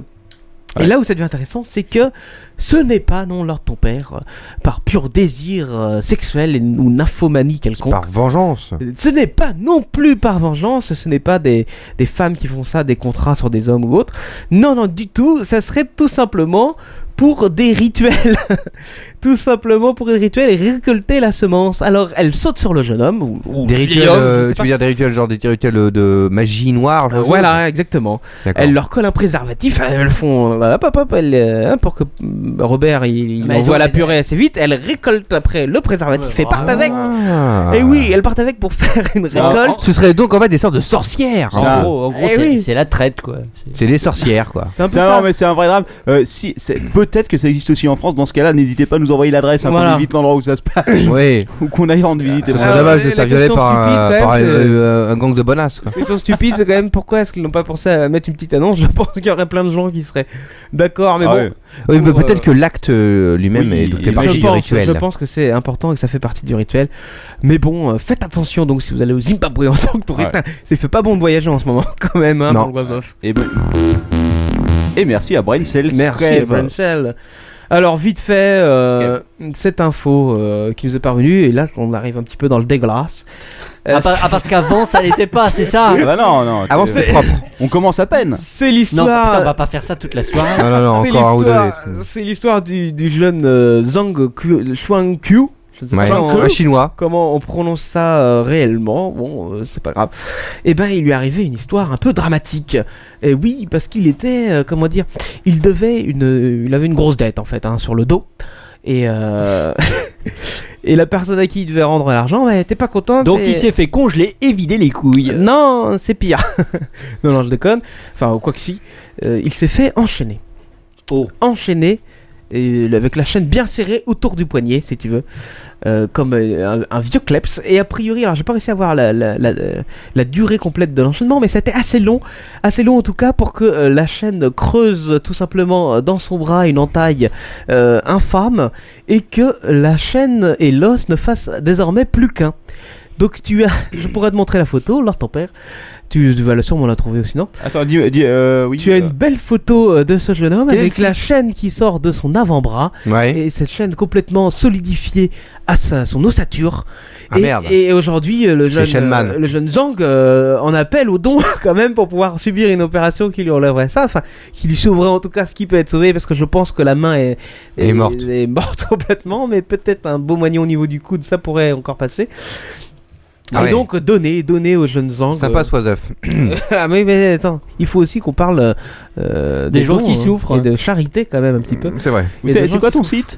Speaker 7: Et là où ça devient intéressant, c'est que ce n'est pas, non, Lord ton père, euh, par pur désir euh, sexuel et- ou nymphomanie quelconque.
Speaker 1: Par vengeance.
Speaker 7: Ce n'est pas non plus par vengeance, ce n'est pas des, des femmes qui font ça, des contrats sur des hommes ou autres. Non, non, du tout, ça serait tout simplement pour des rituels. [LAUGHS] tout simplement pour des rituels et récolter la semence. Alors, elle saute sur le jeune homme. Ou, ou
Speaker 1: Des
Speaker 7: vieil
Speaker 1: rituels,
Speaker 7: homme,
Speaker 1: euh,
Speaker 7: je sais
Speaker 1: tu veux dire des rituels genre des rituels euh, de magie noire genre,
Speaker 7: Euh, voilà,
Speaker 1: chose
Speaker 7: exactement.
Speaker 1: D'accord.
Speaker 7: Elles leur collent un préservatif, elles le font euh, hop hop hop, elles, euh, hein, pour que mm, Robert il, il
Speaker 1: Bah,
Speaker 6: Mais elles
Speaker 7: envoie
Speaker 6: ont-
Speaker 7: la purée assez vite, elles récoltent après le préservatif et partent avec.
Speaker 1: Ah.
Speaker 7: Et oui, elles partent avec pour [LAUGHS] faire une récolte.
Speaker 1: Ce serait donc en fait des sortes de sorcières.
Speaker 5: En Ça- gros, en gros,
Speaker 6: Eh
Speaker 5: c'est-
Speaker 6: la traite quoi.
Speaker 1: C'est des sorcières
Speaker 7: [LAUGHS]
Speaker 1: quoi.
Speaker 5: C'est Non, mais c'est un vrai drame. Euh, si, c'est- peut-être que ça existe aussi en France. Dans ce cas-là, n'hésitez pas à nous envoyer l'adresse, hein, qu'on
Speaker 1: Voilà.
Speaker 5: évite l'endroit où ça se passe. [LAUGHS]
Speaker 1: Oui.
Speaker 5: Ou qu'on aille rendre visite.
Speaker 1: Ce
Speaker 5: et
Speaker 1: serait
Speaker 5: voilà.
Speaker 1: dommage de se faire violer
Speaker 7: question
Speaker 1: par, un,
Speaker 7: stupide, quand
Speaker 1: par un-
Speaker 7: même, c'est-
Speaker 1: euh, un gang de bonasses quoi.
Speaker 7: La question stupide, c'est quand même pourquoi est-ce qu'ils n'ont pas pensé à mettre une petite annonce Je pense qu'il y aurait plein de gens qui seraient d'accord, mais
Speaker 1: Ah
Speaker 7: bon.
Speaker 1: ouais. Oui, mais
Speaker 7: Pour,
Speaker 1: peut-être que l'acte euh, lui-même
Speaker 7: Oui,
Speaker 1: est- fait
Speaker 7: je
Speaker 1: partie du
Speaker 7: pense-
Speaker 1: rituel.
Speaker 7: Je pense que c'est important et que ça fait partie du rituel. Mais bon, euh, faites attention donc si vous allez au Zimbabwe en tant que touriste. hein,
Speaker 5: Ouais.
Speaker 7: C'est fait pas bon de voyager en ce moment [LAUGHS] quand même, hein,
Speaker 5: Non.
Speaker 7: pour le Wasoff.
Speaker 5: Et, ben- et merci à Brenzel.
Speaker 7: Merci
Speaker 5: Crève.
Speaker 7: Evansel. Alors vite fait, euh, cette info euh, qui nous est parvenue, et là on arrive un petit peu dans le dégueulasse. Euh,
Speaker 6: Ah, par- ah, parce qu'avant ça l'était pas, c'est ça
Speaker 7: [LAUGHS]
Speaker 5: Ah bah non, non.
Speaker 7: Avant,
Speaker 5: t'es-
Speaker 7: c'était
Speaker 5: On commence à peine.
Speaker 7: C'est l'histoire.
Speaker 6: Non, putain, on va pas faire ça toute la soirée.
Speaker 1: Non, non, non,
Speaker 7: C'est
Speaker 1: encore un ou deux.
Speaker 7: l'histoire- C'est l'histoire du, du jeune euh, Zhang Qu- Shuang Qiu. Je ne sais
Speaker 1: Ouais,
Speaker 7: pas comment-
Speaker 1: un Chinois.
Speaker 7: Comment on prononce ça euh, réellement Bon, euh, c'est pas grave. Eh ben, il lui est arrivé une histoire un peu dramatique. Et oui, parce qu'il était, euh, comment dire, il devait une, il avait une grosse dette en fait hein, sur le dos. Et euh, [LAUGHS] Et la personne à qui il devait rendre l'argent, bah, t'es pas content.
Speaker 6: Donc il s'est fait congeler et vider les couilles.
Speaker 7: Euh, Non, c'est pire. [LAUGHS] non, non, je déconne. Enfin, quoi que si. Euh, il s'est fait enchaîner.
Speaker 6: Oh.
Speaker 7: Enchaîner. Et euh, avec la chaîne bien serrée autour du poignet, si tu veux, Euh, comme euh, un, un vieux kleps. Et a priori, alors j'ai pas réussi à voir la, la- la- la durée complète de l'enchaînement, mais c'était assez long, assez long en tout cas pour que euh, la chaîne creuse tout simplement euh, dans son bras une entaille euh, infâme et que la chaîne et l'os ne fassent désormais plus qu'un. Donc tu as, je pourrais te montrer la photo, lors ton père. Tu, tu vas sûrement la trouver aussi, non
Speaker 5: Attends, dis, dis, euh, oui.
Speaker 7: tu as une belle photo euh, de ce jeune homme
Speaker 5: Quel
Speaker 7: avec
Speaker 5: type
Speaker 7: la chaîne qui sort de son avant-bras et cette chaîne complètement solidifiée à sa, son ossature.
Speaker 1: Ah,
Speaker 7: et
Speaker 1: merde.
Speaker 7: et aujourd'hui, euh, le
Speaker 1: Chez
Speaker 7: jeune,
Speaker 1: Shenman.
Speaker 7: euh, le jeune Zhang euh, en appelle au don [LAUGHS] quand même pour pouvoir subir une opération qui lui enlèverait ça, enfin qui lui sauverait en tout cas ce qui peut être sauvé parce que je pense que la main est,
Speaker 1: Elle est morte.
Speaker 7: est morte [LAUGHS] complètement, mais peut-être un beau moignon au niveau du coude, ça pourrait encore passer.
Speaker 1: Ah
Speaker 7: et
Speaker 1: ouais. Hmm.
Speaker 7: donc donner, donner aux jeunes Zhang.
Speaker 1: Sympa,
Speaker 7: euh,
Speaker 1: Soiseuf.
Speaker 7: [LAUGHS] ah mais, mais attends, il faut aussi qu'on parle euh,
Speaker 1: Des
Speaker 7: de
Speaker 1: gens
Speaker 7: dons,
Speaker 1: qui
Speaker 7: hein,
Speaker 1: souffrent.
Speaker 7: et de charité quand même un petit peu.
Speaker 1: C'est vrai.
Speaker 7: Et
Speaker 5: C'est-
Speaker 7: des
Speaker 5: c'est
Speaker 7: gens
Speaker 5: quoi
Speaker 7: qui
Speaker 5: ton
Speaker 7: souffrent.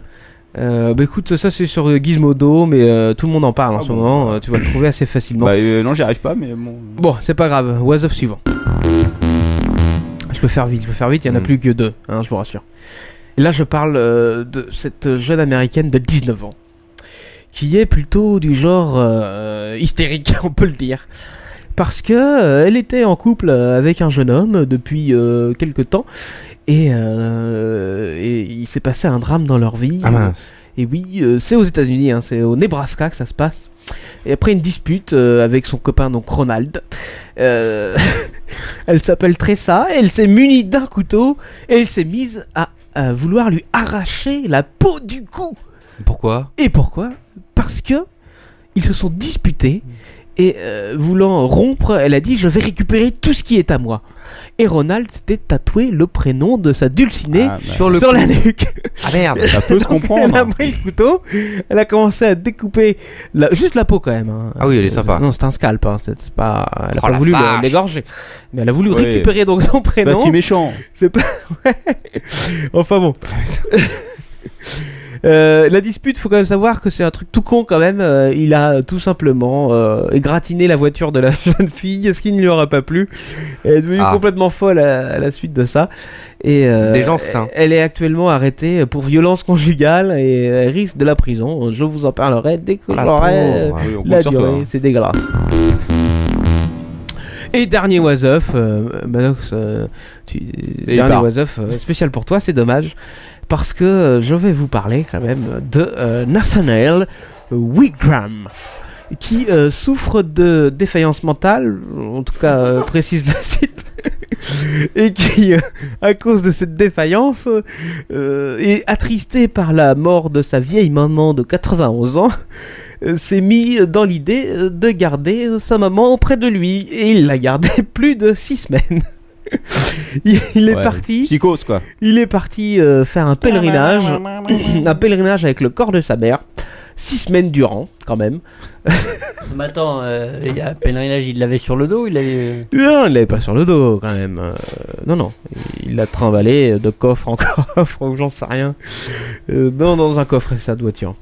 Speaker 7: euh, bah écoute, ça c'est sur euh, Gizmodo, mais euh, tout le monde en parle en ce moment. euh, tu vas le trouver assez facilement.
Speaker 5: Bah, euh, non, j'y arrive pas, mais bon.
Speaker 7: Bon, c'est pas grave. Was of suivant. Je peux faire vite, je peux faire vite. Il y en a
Speaker 5: Mm.
Speaker 7: plus que deux, hein, je vous rassure. Et là, je parle euh, de cette jeune américaine de 19 ans, qui est plutôt du genre euh, hystérique, [LAUGHS] on peut le dire. Parce que euh, elle était en couple euh, avec un jeune homme depuis euh, quelque temps et, euh, et il s'est passé un drame dans leur vie.
Speaker 1: Ah mince.
Speaker 7: Et oui, euh, c'est aux États-Unis, hein, c'est au Nebraska que ça se passe. Et après une dispute euh, avec son copain, donc Ronald, euh, [LAUGHS] elle s'appelle Tressa, elle s'est munie d'un couteau et elle s'est mise à, à vouloir lui arracher la peau du cou.
Speaker 10: Pourquoi
Speaker 7: Et pourquoi Parce que ils se sont disputés et euh, voulant rompre, elle a dit je vais récupérer tout ce qui est à moi. Et Ronald s'était tatoué le prénom de sa dulcinée
Speaker 1: bah.
Speaker 7: sur, le
Speaker 1: Sur
Speaker 7: la
Speaker 1: le cou.
Speaker 7: nuque.
Speaker 1: Ah merde.
Speaker 5: [LAUGHS]
Speaker 1: Ça peut se
Speaker 7: Donc,
Speaker 1: comprendre.
Speaker 7: Elle a pris le couteau, elle a commencé à découper la- juste la peau quand même. hein.
Speaker 1: Ah oui, elle est sympa.
Speaker 7: Non, c'est un scalp, hein, c'est c'est pas. Elle a
Speaker 1: Oh
Speaker 7: pas
Speaker 1: la
Speaker 7: voulu le-
Speaker 1: vache. Bah,
Speaker 7: l'égorger, mais elle a voulu
Speaker 5: Ouais.
Speaker 7: récupérer donc son
Speaker 5: C'est
Speaker 7: prénom.
Speaker 5: Pas si méchant.
Speaker 7: C'est pas. Ouais. Enfin bon. [LAUGHS] Euh, la dispute, faut quand même savoir que c'est un truc tout con quand même. Euh, il a tout simplement euh, égratigné la voiture de la [LAUGHS] jeune fille, ce qui ne lui aura pas plu. Elle est devenue
Speaker 1: Ah.
Speaker 7: complètement folle à, à la suite de ça. Et euh,
Speaker 1: Des gens sains.
Speaker 7: Elle est actuellement arrêtée pour violence conjugale et elle risque de la prison. Je vous en parlerai dès que
Speaker 1: Oh Ah, La
Speaker 7: j'aurai euh,
Speaker 1: pauvre. Oui, on compte
Speaker 7: la
Speaker 1: sur toi,
Speaker 7: durée.
Speaker 1: hein.
Speaker 7: C'est dégueulasse. Et dernier was of, euh, Manox, euh, tu-
Speaker 5: Et
Speaker 7: dernier
Speaker 5: part.
Speaker 7: was of, euh, spécial pour toi, c'est dommage, parce que euh, je vais vous parler quand même de euh, Nathaniel Wigram, qui euh, souffre de défaillance mentale, en tout cas euh, précise le site, et qui, euh, à cause de cette défaillance, euh, est attristé par la mort de sa vieille maman de 91 ans, euh, s'est mis dans l'idée euh, de garder euh, sa maman auprès de lui, et il l'a gardée [LAUGHS] plus de 6 semaines. [LAUGHS] il il est
Speaker 5: Ouais,
Speaker 7: parti.
Speaker 5: Psychose, quoi.
Speaker 7: Il est parti euh, faire un pèlerinage, un pèlerinage avec le corps de sa mère, six semaines durant, quand même.
Speaker 6: Mais attends, euh, il y a pèlerinage, il l'avait sur le dos, il l'avait.
Speaker 7: Non, il l'avait pas sur le dos, quand même. Euh, non, non, il l'a trimballé de coffre en [LAUGHS] coffre, ou j'en sais rien. Euh, non, dans un coffre, ça de voiture.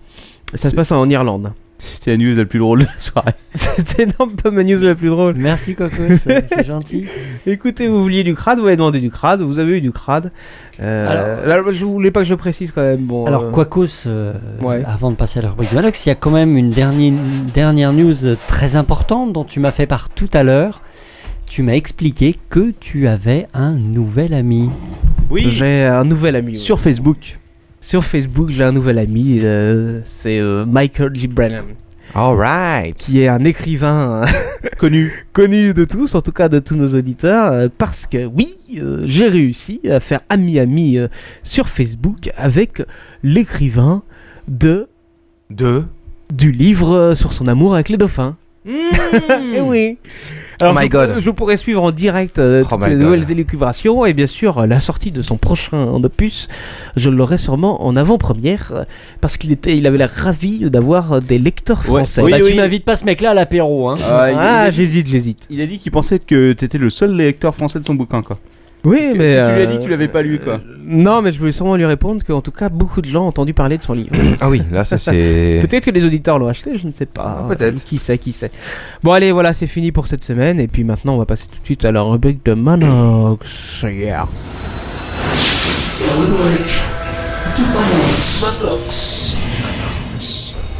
Speaker 7: Ça se passe en Irlande. [LAUGHS]
Speaker 5: C'était la news la plus drôle de la soirée.
Speaker 7: C'était énorme pas ma news la plus
Speaker 6: euh,
Speaker 7: drôle.
Speaker 6: Merci Coco, [LAUGHS] c'est c'est gentil.
Speaker 7: Écoutez, vous vouliez du crade, vous avez demandé du crade, vous avez eu du crade. Euh, là, je voulais pas que je précise quand même. Bon,
Speaker 6: Alors,
Speaker 7: euh,
Speaker 6: Quacos, euh,
Speaker 7: Ouais.
Speaker 6: avant de passer à la rubrique de Manox, il y a quand même une dernière, une dernière news euh, très importante dont tu m'as fait part tout à l'heure. Tu m'as expliqué que tu avais un nouvel ami.
Speaker 5: Oui.
Speaker 7: J'ai un nouvel ami.
Speaker 5: Sur Facebook.
Speaker 7: Sur Facebook, j'ai un nouvel ami. euh, c'est euh, Michael G. Brennan.
Speaker 1: Alright.
Speaker 7: Qui est un écrivain hein, [LAUGHS]
Speaker 5: connu.
Speaker 7: connu de tous, en tout cas de tous nos auditeurs, euh, parce que oui, euh, j'ai réussi à faire ami-ami euh, sur Facebook avec l'écrivain de.
Speaker 1: De.
Speaker 7: Du livre euh, sur son amour avec les dauphins. [LAUGHS] Eh oui.
Speaker 1: Oh my
Speaker 7: je,
Speaker 1: God.
Speaker 7: je pourrais suivre en direct euh,
Speaker 1: Oh
Speaker 7: toutes
Speaker 1: my
Speaker 7: les
Speaker 1: God.
Speaker 7: nouvelles élucubrations et bien sûr euh, la sortie de son prochain opus. Je l'aurai sûrement en avant-première euh, parce qu'il était, il avait la ravie d'avoir euh, des lecteurs français.
Speaker 6: Bah, tu m'invites pas ce mec-là à l'apéro, hein.
Speaker 7: Ah, j'hésite, j'hésite.
Speaker 5: Il a dit qu'il pensait que t'étais le seul lecteur français de son bouquin, quoi.
Speaker 7: Oui,
Speaker 5: Tu
Speaker 7: mais.
Speaker 5: lui as dit
Speaker 7: euh,
Speaker 5: que tu l'avais pas lu, quoi.
Speaker 7: Non, mais je voulais sûrement lui répondre qu'en tout cas, beaucoup de gens ont entendu parler de son livre.
Speaker 1: Ah oui, là, ça, c'est-
Speaker 7: [LAUGHS] Peut-être que les auditeurs l'ont acheté, je ne sais
Speaker 12: Ah,
Speaker 7: pas.
Speaker 1: Peut-être.
Speaker 7: Qui sait, qui sait. Bon, allez, voilà, c'est fini pour cette semaine. Et puis maintenant, on va passer tout de suite à la rubrique de Manox. Yeah.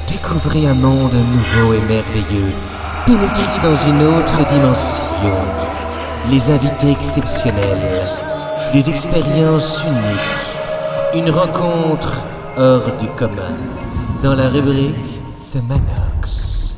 Speaker 14: Découvrez un monde nouveau et merveilleux. Pénétrez dans une autre dimension. Les invités exceptionnels. Des expériences uniques. Une rencontre hors du commun. Dans la rubrique de Manox.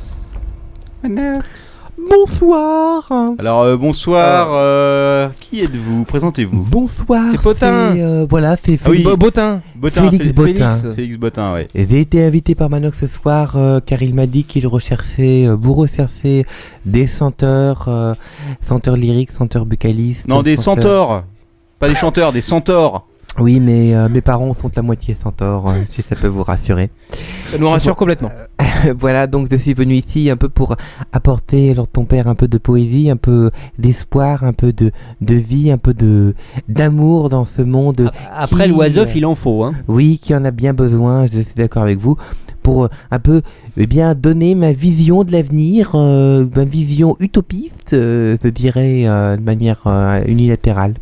Speaker 12: Bonsoir.
Speaker 5: Alors euh, bonsoir, euh, qui êtes-vous Présentez-vous.
Speaker 12: Bonsoir.
Speaker 5: C'est Potin.
Speaker 12: c'est, euh, voilà, c'est
Speaker 5: Ah oui,
Speaker 12: Félix.
Speaker 5: Botin. Botin,
Speaker 12: Félix
Speaker 5: Félix.
Speaker 12: Botin.
Speaker 5: Félix. Félix Botin, ouais.
Speaker 12: J'ai été invité par Manox ce soir euh, car il m'a dit qu'il recherchait, euh, vous recherchez des senteurs, euh, senteurs lyriques, senteurs bucalistes.
Speaker 5: Non, des centaures. Pas des chanteurs, des centaures.
Speaker 12: Oui, mais euh, mes parents sont à moitié centaures, euh, si ça peut vous rassurer. [LAUGHS]
Speaker 7: Ça nous rassure complètement.
Speaker 12: voilà, donc je suis venu ici un peu pour apporter, alors ton père, un peu de poésie, un peu d'espoir, un peu de, de vie, un peu de d'amour dans ce monde.
Speaker 6: Ah, après
Speaker 12: qui,
Speaker 6: l'oiseuf,
Speaker 12: euh,
Speaker 6: il en faut, hein.
Speaker 12: Oui, qui en a bien besoin, je suis d'accord avec vous, pour euh, un peu eh bien donner ma vision de l'avenir, euh, ma vision utopiste, euh, je dirais, euh, de manière euh, unilatérale.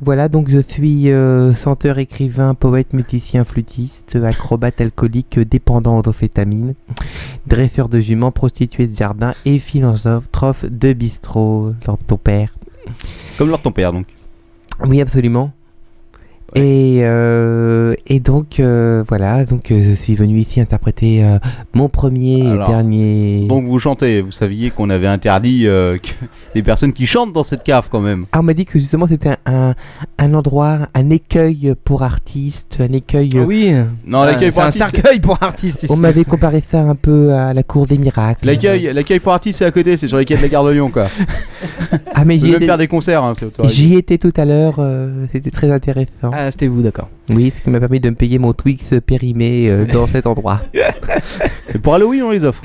Speaker 12: Voilà, donc je suis euh, chanteur, écrivain, poète, musicien, flûtiste, acrobate alcoolique, dépendant aux amphétamines, dresseur de juments, prostituée de jardin et philosophe de bistrot, lors de ton père.
Speaker 5: Comme leur ton père, donc.
Speaker 12: Oui, absolument. Et, euh, et donc, euh, voilà, donc euh, je suis venu ici interpréter euh, mon premier et
Speaker 5: Alors,
Speaker 12: dernier.
Speaker 5: Donc vous chantez, vous saviez qu'on avait interdit euh, [LAUGHS] que- les personnes qui chantent dans cette cave quand même.
Speaker 12: Ah, on m'a dit que justement c'était un, un, un endroit, un écueil pour artistes, un écueil.
Speaker 7: Ah oui.
Speaker 5: Non, l'accueil pour artiste,
Speaker 7: cercueil pour artiste ici.
Speaker 12: On m'avait comparé ça un peu à la cour des miracles.
Speaker 5: L'accueil, l'accueil pour artistes, c'est à côté, c'est sur les quais de la gare de Lyon, quoi.
Speaker 12: Ah, mais
Speaker 5: Vous
Speaker 12: j'y
Speaker 5: pouvez
Speaker 12: étais-
Speaker 5: faire des concerts, hein, c'est autorisé.
Speaker 12: J'y étais tout à l'heure, euh, c'était très intéressant.
Speaker 7: Ah, c'était vous, d'accord.
Speaker 12: Oui, ce qui m'a permis de me payer mon Twix périmé euh, dans cet endroit.
Speaker 5: pour Halloween, on les offre.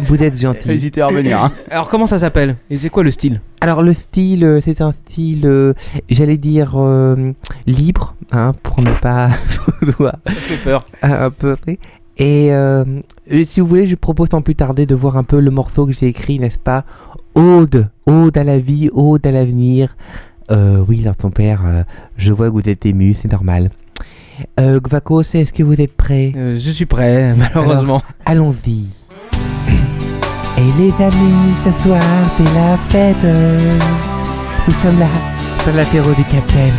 Speaker 12: Vous êtes gentil.
Speaker 5: Hésitez à revenir. hein.
Speaker 7: Alors, comment ça s'appelle Et c'est quoi le style
Speaker 12: Alors le style, euh, c'est un style, euh, j'allais dire euh, libre, hein, pour ne pas [LAUGHS] vouloir
Speaker 7: peur.
Speaker 12: un peu. oui. Et euh, euh, si vous voulez, je propose sans plus tarder de voir un peu le morceau que j'ai écrit, n'est-ce pas Aude, Aude à la vie, Aude à l'avenir. Euh, oui, alors ton père, euh, je vois que vous êtes ému, c'est normal. Euh, Gvakos, est-ce que vous êtes prêt
Speaker 7: Euh, Je suis prêt, [LAUGHS] malheureusement.
Speaker 12: Alors, Allons-y. Et les amis, ce soir, c'est la fête. Nous sommes là, sur l'apéro du capitaine.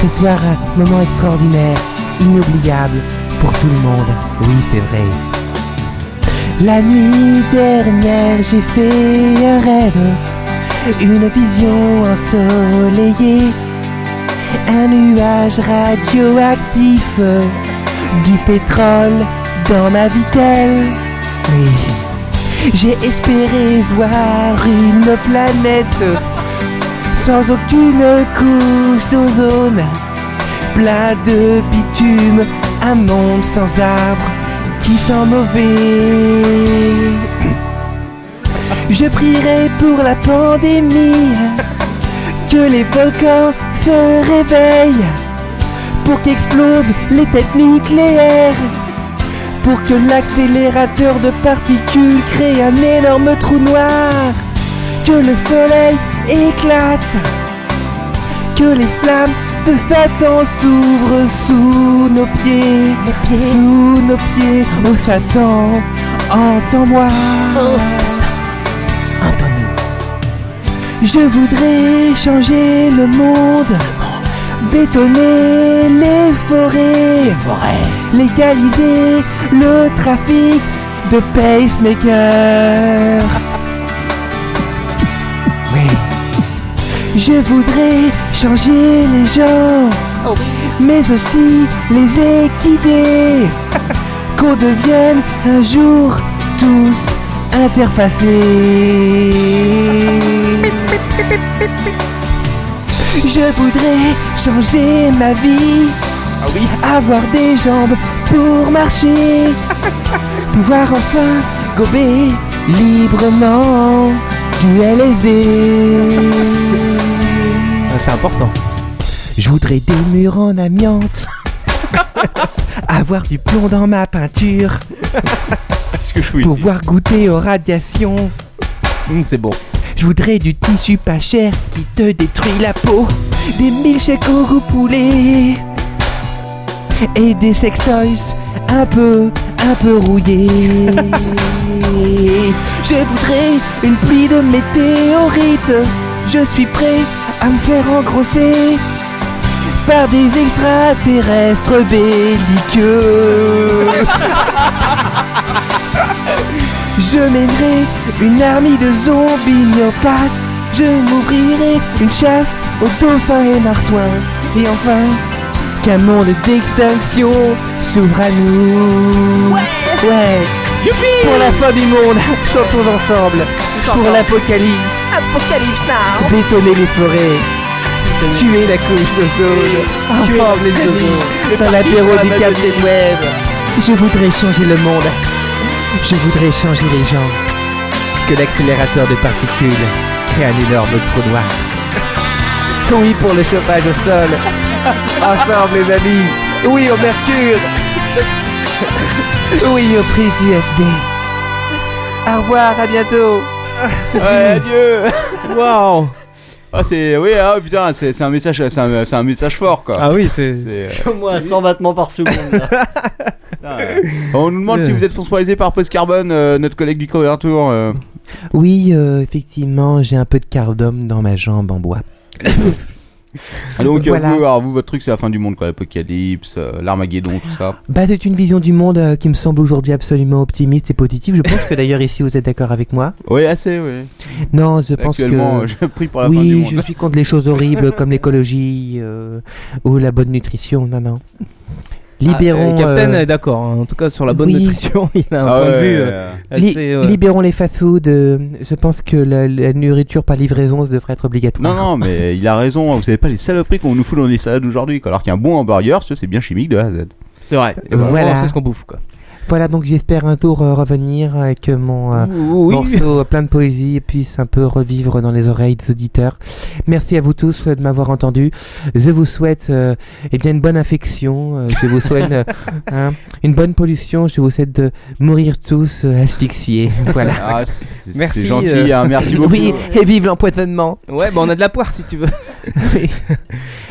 Speaker 12: Ce soir, un moment extraordinaire, inoubliable, pour tout le monde. Oui, c'est vrai. La nuit dernière, j'ai fait un rêve, une vision ensoleillée, un nuage radioactif, du pétrole dans ma vitelle. Oui. J'ai espéré voir une planète sans aucune couche d'ozone, plein de bitume, un monde sans arbres qui sent mauvais. Je prierai pour la pandémie, que les volcans se réveillent, pour qu'explosent les têtes nucléaires, pour que l'accélérateur de particules crée un énorme trou noir, que le soleil éclate, que les flammes de Satan s'ouvrent sous nos pieds, sous nos pieds, oh Satan, entends-moi. Oh, Je voudrais changer le monde, bétonner les forêts, légaliser le trafic de pacemakers. Je voudrais changer les gens, mais aussi les équider, [LAUGHS] qu'on devienne un jour tous interfacés. Je voudrais changer ma vie.
Speaker 7: Ah
Speaker 12: Avoir des jambes pour
Speaker 7: [LAUGHS]
Speaker 12: marcher. Pouvoir enfin gober librement du LSD.
Speaker 7: Ah, C'est important.
Speaker 12: Je voudrais des murs en
Speaker 7: [LAUGHS]
Speaker 12: amiante. Avoir du plomb dans ma peinture. Pouvoir goûter aux radiations.
Speaker 13: c'est bon.
Speaker 12: Je voudrais du tissu pas cher qui te détruit la peau. Des milkshakes au goût poulet. Et des sextoys un peu, un peu rouillés. Je voudrais une pluie de météorites. Je suis prêt à me faire engrosser par des extraterrestres belliqueux. Je mènerai une armée de zombies myopathes. Je m'ouvrirai une chasse aux dauphins et marsouins. Et enfin, qu'un monde d'extinction s'ouvre à nous. Ouais, Pour la fin du monde, [LAUGHS] chantons ensemble. Pour l'apocalypse,
Speaker 8: Apocalypse Now
Speaker 12: bétonner les forêts. Tuer la couche d'ozone, informe les ozone, dans l'apéro du Captain Web. Je voudrais changer le monde. Je voudrais changer les gens. Que l'accélérateur de particules crée un énorme trou noir. [LAUGHS] Oui pour le chauffage au sol.
Speaker 5: Ah,
Speaker 12: Ensemble les amis. Oui au mercure. [LAUGHS] Oui aux prises USB. Au revoir, à bientôt.
Speaker 5: Ouais, adieu Waouh ah c'est oui ah putain c'est c'est un message c'est un, c'est un message fort quoi
Speaker 7: Ah oui, c'est-
Speaker 5: euh,
Speaker 6: Au moins 100 battements par seconde.
Speaker 5: on nous demande si
Speaker 12: Euh.
Speaker 5: vous êtes sponsorisé par Post Carbone euh, notre collègue du Cover Tour euh.
Speaker 12: Oui, euh, effectivement, j'ai un peu de cardome dans ma jambe en bois.
Speaker 5: Ah, donc euh,
Speaker 12: Voilà.
Speaker 5: vous, alors, vous, votre truc c'est la fin du monde quoi l'apocalypse euh, l'armageddon tout ça
Speaker 12: Bah, c'est une vision du monde euh, qui me semble aujourd'hui absolument optimiste et positive. Je pense que d'ailleurs ici vous êtes d'accord avec moi.
Speaker 5: oui assez oui
Speaker 12: Non, je pense
Speaker 5: Actuellement,
Speaker 12: que.
Speaker 5: je prie pour la
Speaker 12: oui,
Speaker 5: fin du monde.
Speaker 12: je suis contre les choses horribles [LAUGHS] comme l'écologie euh, ou la bonne nutrition. Non, non. Libérons.
Speaker 7: Ah, euh, Captain
Speaker 12: euh,
Speaker 7: est d'accord. hein. En tout cas, sur la bonne
Speaker 12: oui.
Speaker 7: nutrition, [LAUGHS] il a un
Speaker 5: Ah
Speaker 7: point de
Speaker 5: ouais,
Speaker 7: vue.
Speaker 5: ouais,
Speaker 7: euh,
Speaker 5: ouais.
Speaker 12: li-
Speaker 7: assez, ouais.
Speaker 12: Libérons les fast-food. euh, je pense que la, la nourriture par livraison ça devrait être
Speaker 5: non
Speaker 12: obligatoire.
Speaker 5: non mais il a raison hein, vous savez pas les saloperies qu'on nous fout dans les salades aujourd'hui quoi. alors qu'un bon hamburger ce, c'est bien chimique de A à Z
Speaker 7: c'est vrai
Speaker 12: Voilà.
Speaker 7: C'est ce qu'on bouffe quoi.
Speaker 12: Voilà, donc j'espère un jour euh, revenir et que mon euh,
Speaker 7: Oui.
Speaker 12: morceau euh, plein de poésie puisse un peu revivre dans les oreilles des auditeurs. Merci à vous tous euh, de m'avoir entendu. Je vous souhaite euh, eh bien une bonne infection. euh, je vous souhaite
Speaker 7: [LAUGHS]
Speaker 12: euh, hein, une bonne pollution. Je vous souhaite de mourir tous euh, asphyxiés. [LAUGHS] Voilà.
Speaker 5: Ah, c'est- c'est Merci, gentil, euh. hein, merci beaucoup.
Speaker 12: Oui, et vive l'empoisonnement.
Speaker 7: Ouais, bah on a de la poire si [LAUGHS] tu veux.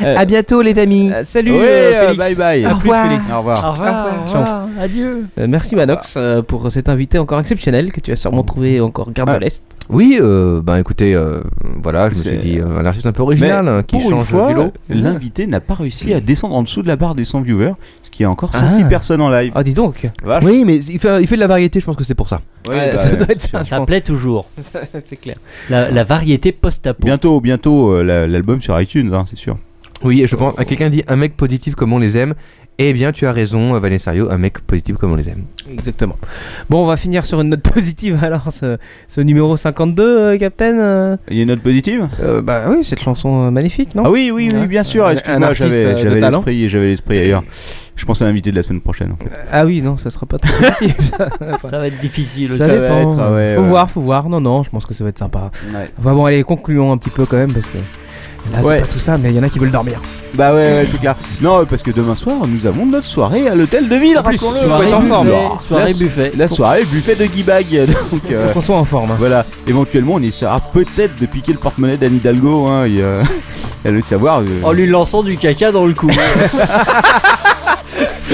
Speaker 12: À bientôt les amis.
Speaker 7: salut.
Speaker 5: Ouais,
Speaker 7: euh,
Speaker 5: euh,
Speaker 7: Félix.
Speaker 5: bye bye.
Speaker 7: À
Speaker 5: Au
Speaker 7: plus,
Speaker 5: revoir.
Speaker 7: Félix.
Speaker 5: Au revoir. Au
Speaker 6: revoir, au
Speaker 7: Chance.
Speaker 6: revoir, adieu.
Speaker 7: Euh, merci Manox euh, pour cet invité encore exceptionnel que tu vas sûrement trouver encore garde de l'Est.
Speaker 1: Oui, euh, ben écoutez, euh, voilà, je me suis dit, euh, un artiste un peu original
Speaker 5: Mais
Speaker 1: hein, qui
Speaker 5: pour
Speaker 1: change
Speaker 5: une fois,
Speaker 1: du lot.
Speaker 5: L'invité n'a pas réussi à descendre en dessous de la barre des 100 viewers, ce qui est encore
Speaker 1: Ah.
Speaker 5: 106 personnes en live.
Speaker 7: Ah, dis donc
Speaker 1: Oui, mais il fait, il fait de la variété, je pense que c'est pour ça.
Speaker 5: Ouais,
Speaker 6: ça
Speaker 5: bah,
Speaker 6: doit être
Speaker 5: c'est
Speaker 6: ça.
Speaker 5: sûr.
Speaker 6: Ça plaît toujours.
Speaker 7: c'est clair.
Speaker 6: La, la variété post-apo.
Speaker 5: Bientôt, bientôt euh, la- l'album sur iTunes, hein, c'est sûr.
Speaker 1: Oui, je pense. à Quelqu'un dit un mec positif comme on les aime. Eh bien, tu as raison, Valessario, un mec positif comme on les aime.
Speaker 7: Exactement. Bon, on va finir sur une note positive [LAUGHS] alors, ce, ce numéro 52, euh, Captain. euh,
Speaker 5: Il y a une note positive
Speaker 7: euh, bah oui, cette chanson euh, magnifique, non
Speaker 5: Ah oui, oui, oui, bien sûr.
Speaker 7: Un- un
Speaker 5: Excuse-moi,
Speaker 7: artiste, euh,
Speaker 5: j'avais
Speaker 7: de
Speaker 5: j'avais
Speaker 7: talent.
Speaker 5: l'esprit, j'avais l'esprit ailleurs. Je pense à l'invité de la semaine prochaine.
Speaker 7: Ah oui, non, ça sera [LAUGHS] pas très positif. ça.
Speaker 6: Ça va être difficile.
Speaker 7: Ça,
Speaker 6: aussi.
Speaker 7: dépend.
Speaker 5: être, ah ouais,
Speaker 7: faut
Speaker 5: ouais.
Speaker 7: voir, faut voir. Non, non, je pense que ça va être sympa.
Speaker 5: Ouais.
Speaker 7: Enfin bon, allez, concluons un petit peu quand même parce que là,
Speaker 5: Ouais.
Speaker 7: c'est pas tout ça, mais il y en a qui veulent dormir.
Speaker 5: Bah ouais, ouais, c'est clair. Non, parce que demain soir, nous avons notre soirée à l'hôtel de ville.
Speaker 7: En plus,
Speaker 5: raconte-le,
Speaker 7: soirée
Speaker 5: faut être en
Speaker 7: buffet,
Speaker 5: forme.
Speaker 7: soirée
Speaker 5: la, so-
Speaker 7: buffet.
Speaker 5: La
Speaker 7: Faut-
Speaker 5: soirée buffet de Guy Bag. [LAUGHS] Donc, euh,
Speaker 7: qu'on soit en forme. hein.
Speaker 5: Voilà. Éventuellement, on essaiera peut-être de piquer le porte-monnaie d'Anne Hidalgo. Hein, et, [LAUGHS] euh, elle veut savoir. euh,
Speaker 7: Oh,
Speaker 6: En lui lançant du caca dans
Speaker 5: [LAUGHS]
Speaker 6: le cou.
Speaker 5: je,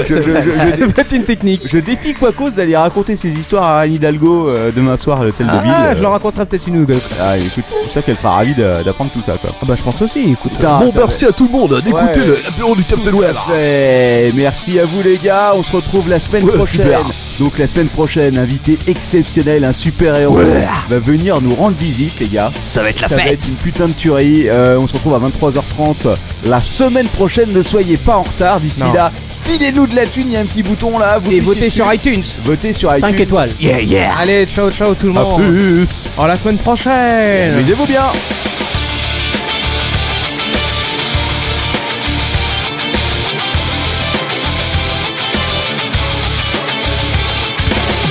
Speaker 6: [LAUGHS]
Speaker 5: je,
Speaker 7: [LAUGHS]
Speaker 5: je- je-
Speaker 7: une technique.
Speaker 5: Je défie quoi cause d'aller raconter ces histoires à Anne Hidalgo euh, demain soir à l'hôtel de ville.
Speaker 7: Ah, je
Speaker 5: euh.
Speaker 7: leur raconterai peut-être une nouvelle.
Speaker 5: Ah, écoute, je suis sûr qu'elle sera ravie de- d'apprendre tout ça, quoi.
Speaker 7: Ah bah, je pense aussi, écoute.
Speaker 10: bon, merci à tout le monde d'écouter le l'apéro du Captain Web.
Speaker 5: Parfait. Merci à vous les gars, on se retrouve la semaine
Speaker 10: Ouais,
Speaker 5: prochaine.
Speaker 10: super.
Speaker 5: Donc la semaine prochaine, invité exceptionnel, un super héros
Speaker 10: Ouais.
Speaker 5: va venir nous rendre visite les gars.
Speaker 3: Ça va être la
Speaker 5: Ça va
Speaker 3: fête.
Speaker 5: être une putain de tuerie. Euh, on se retrouve à 23h30 la semaine prochaine. Ne soyez pas en retard d'ici
Speaker 7: Non.
Speaker 5: là. Filez-nous de la thune, il y a un petit bouton là. Vous
Speaker 7: Et
Speaker 5: cliquez
Speaker 7: votez
Speaker 5: dessus.
Speaker 7: sur iTunes.
Speaker 5: Votez sur iTunes.
Speaker 7: 5 étoiles.
Speaker 5: Yeah, yeah.
Speaker 7: Allez, ciao, ciao tout le
Speaker 5: À
Speaker 7: monde.
Speaker 5: plus.
Speaker 7: À la semaine prochaine.
Speaker 5: Amusez-vous bien.
Speaker 2: Thank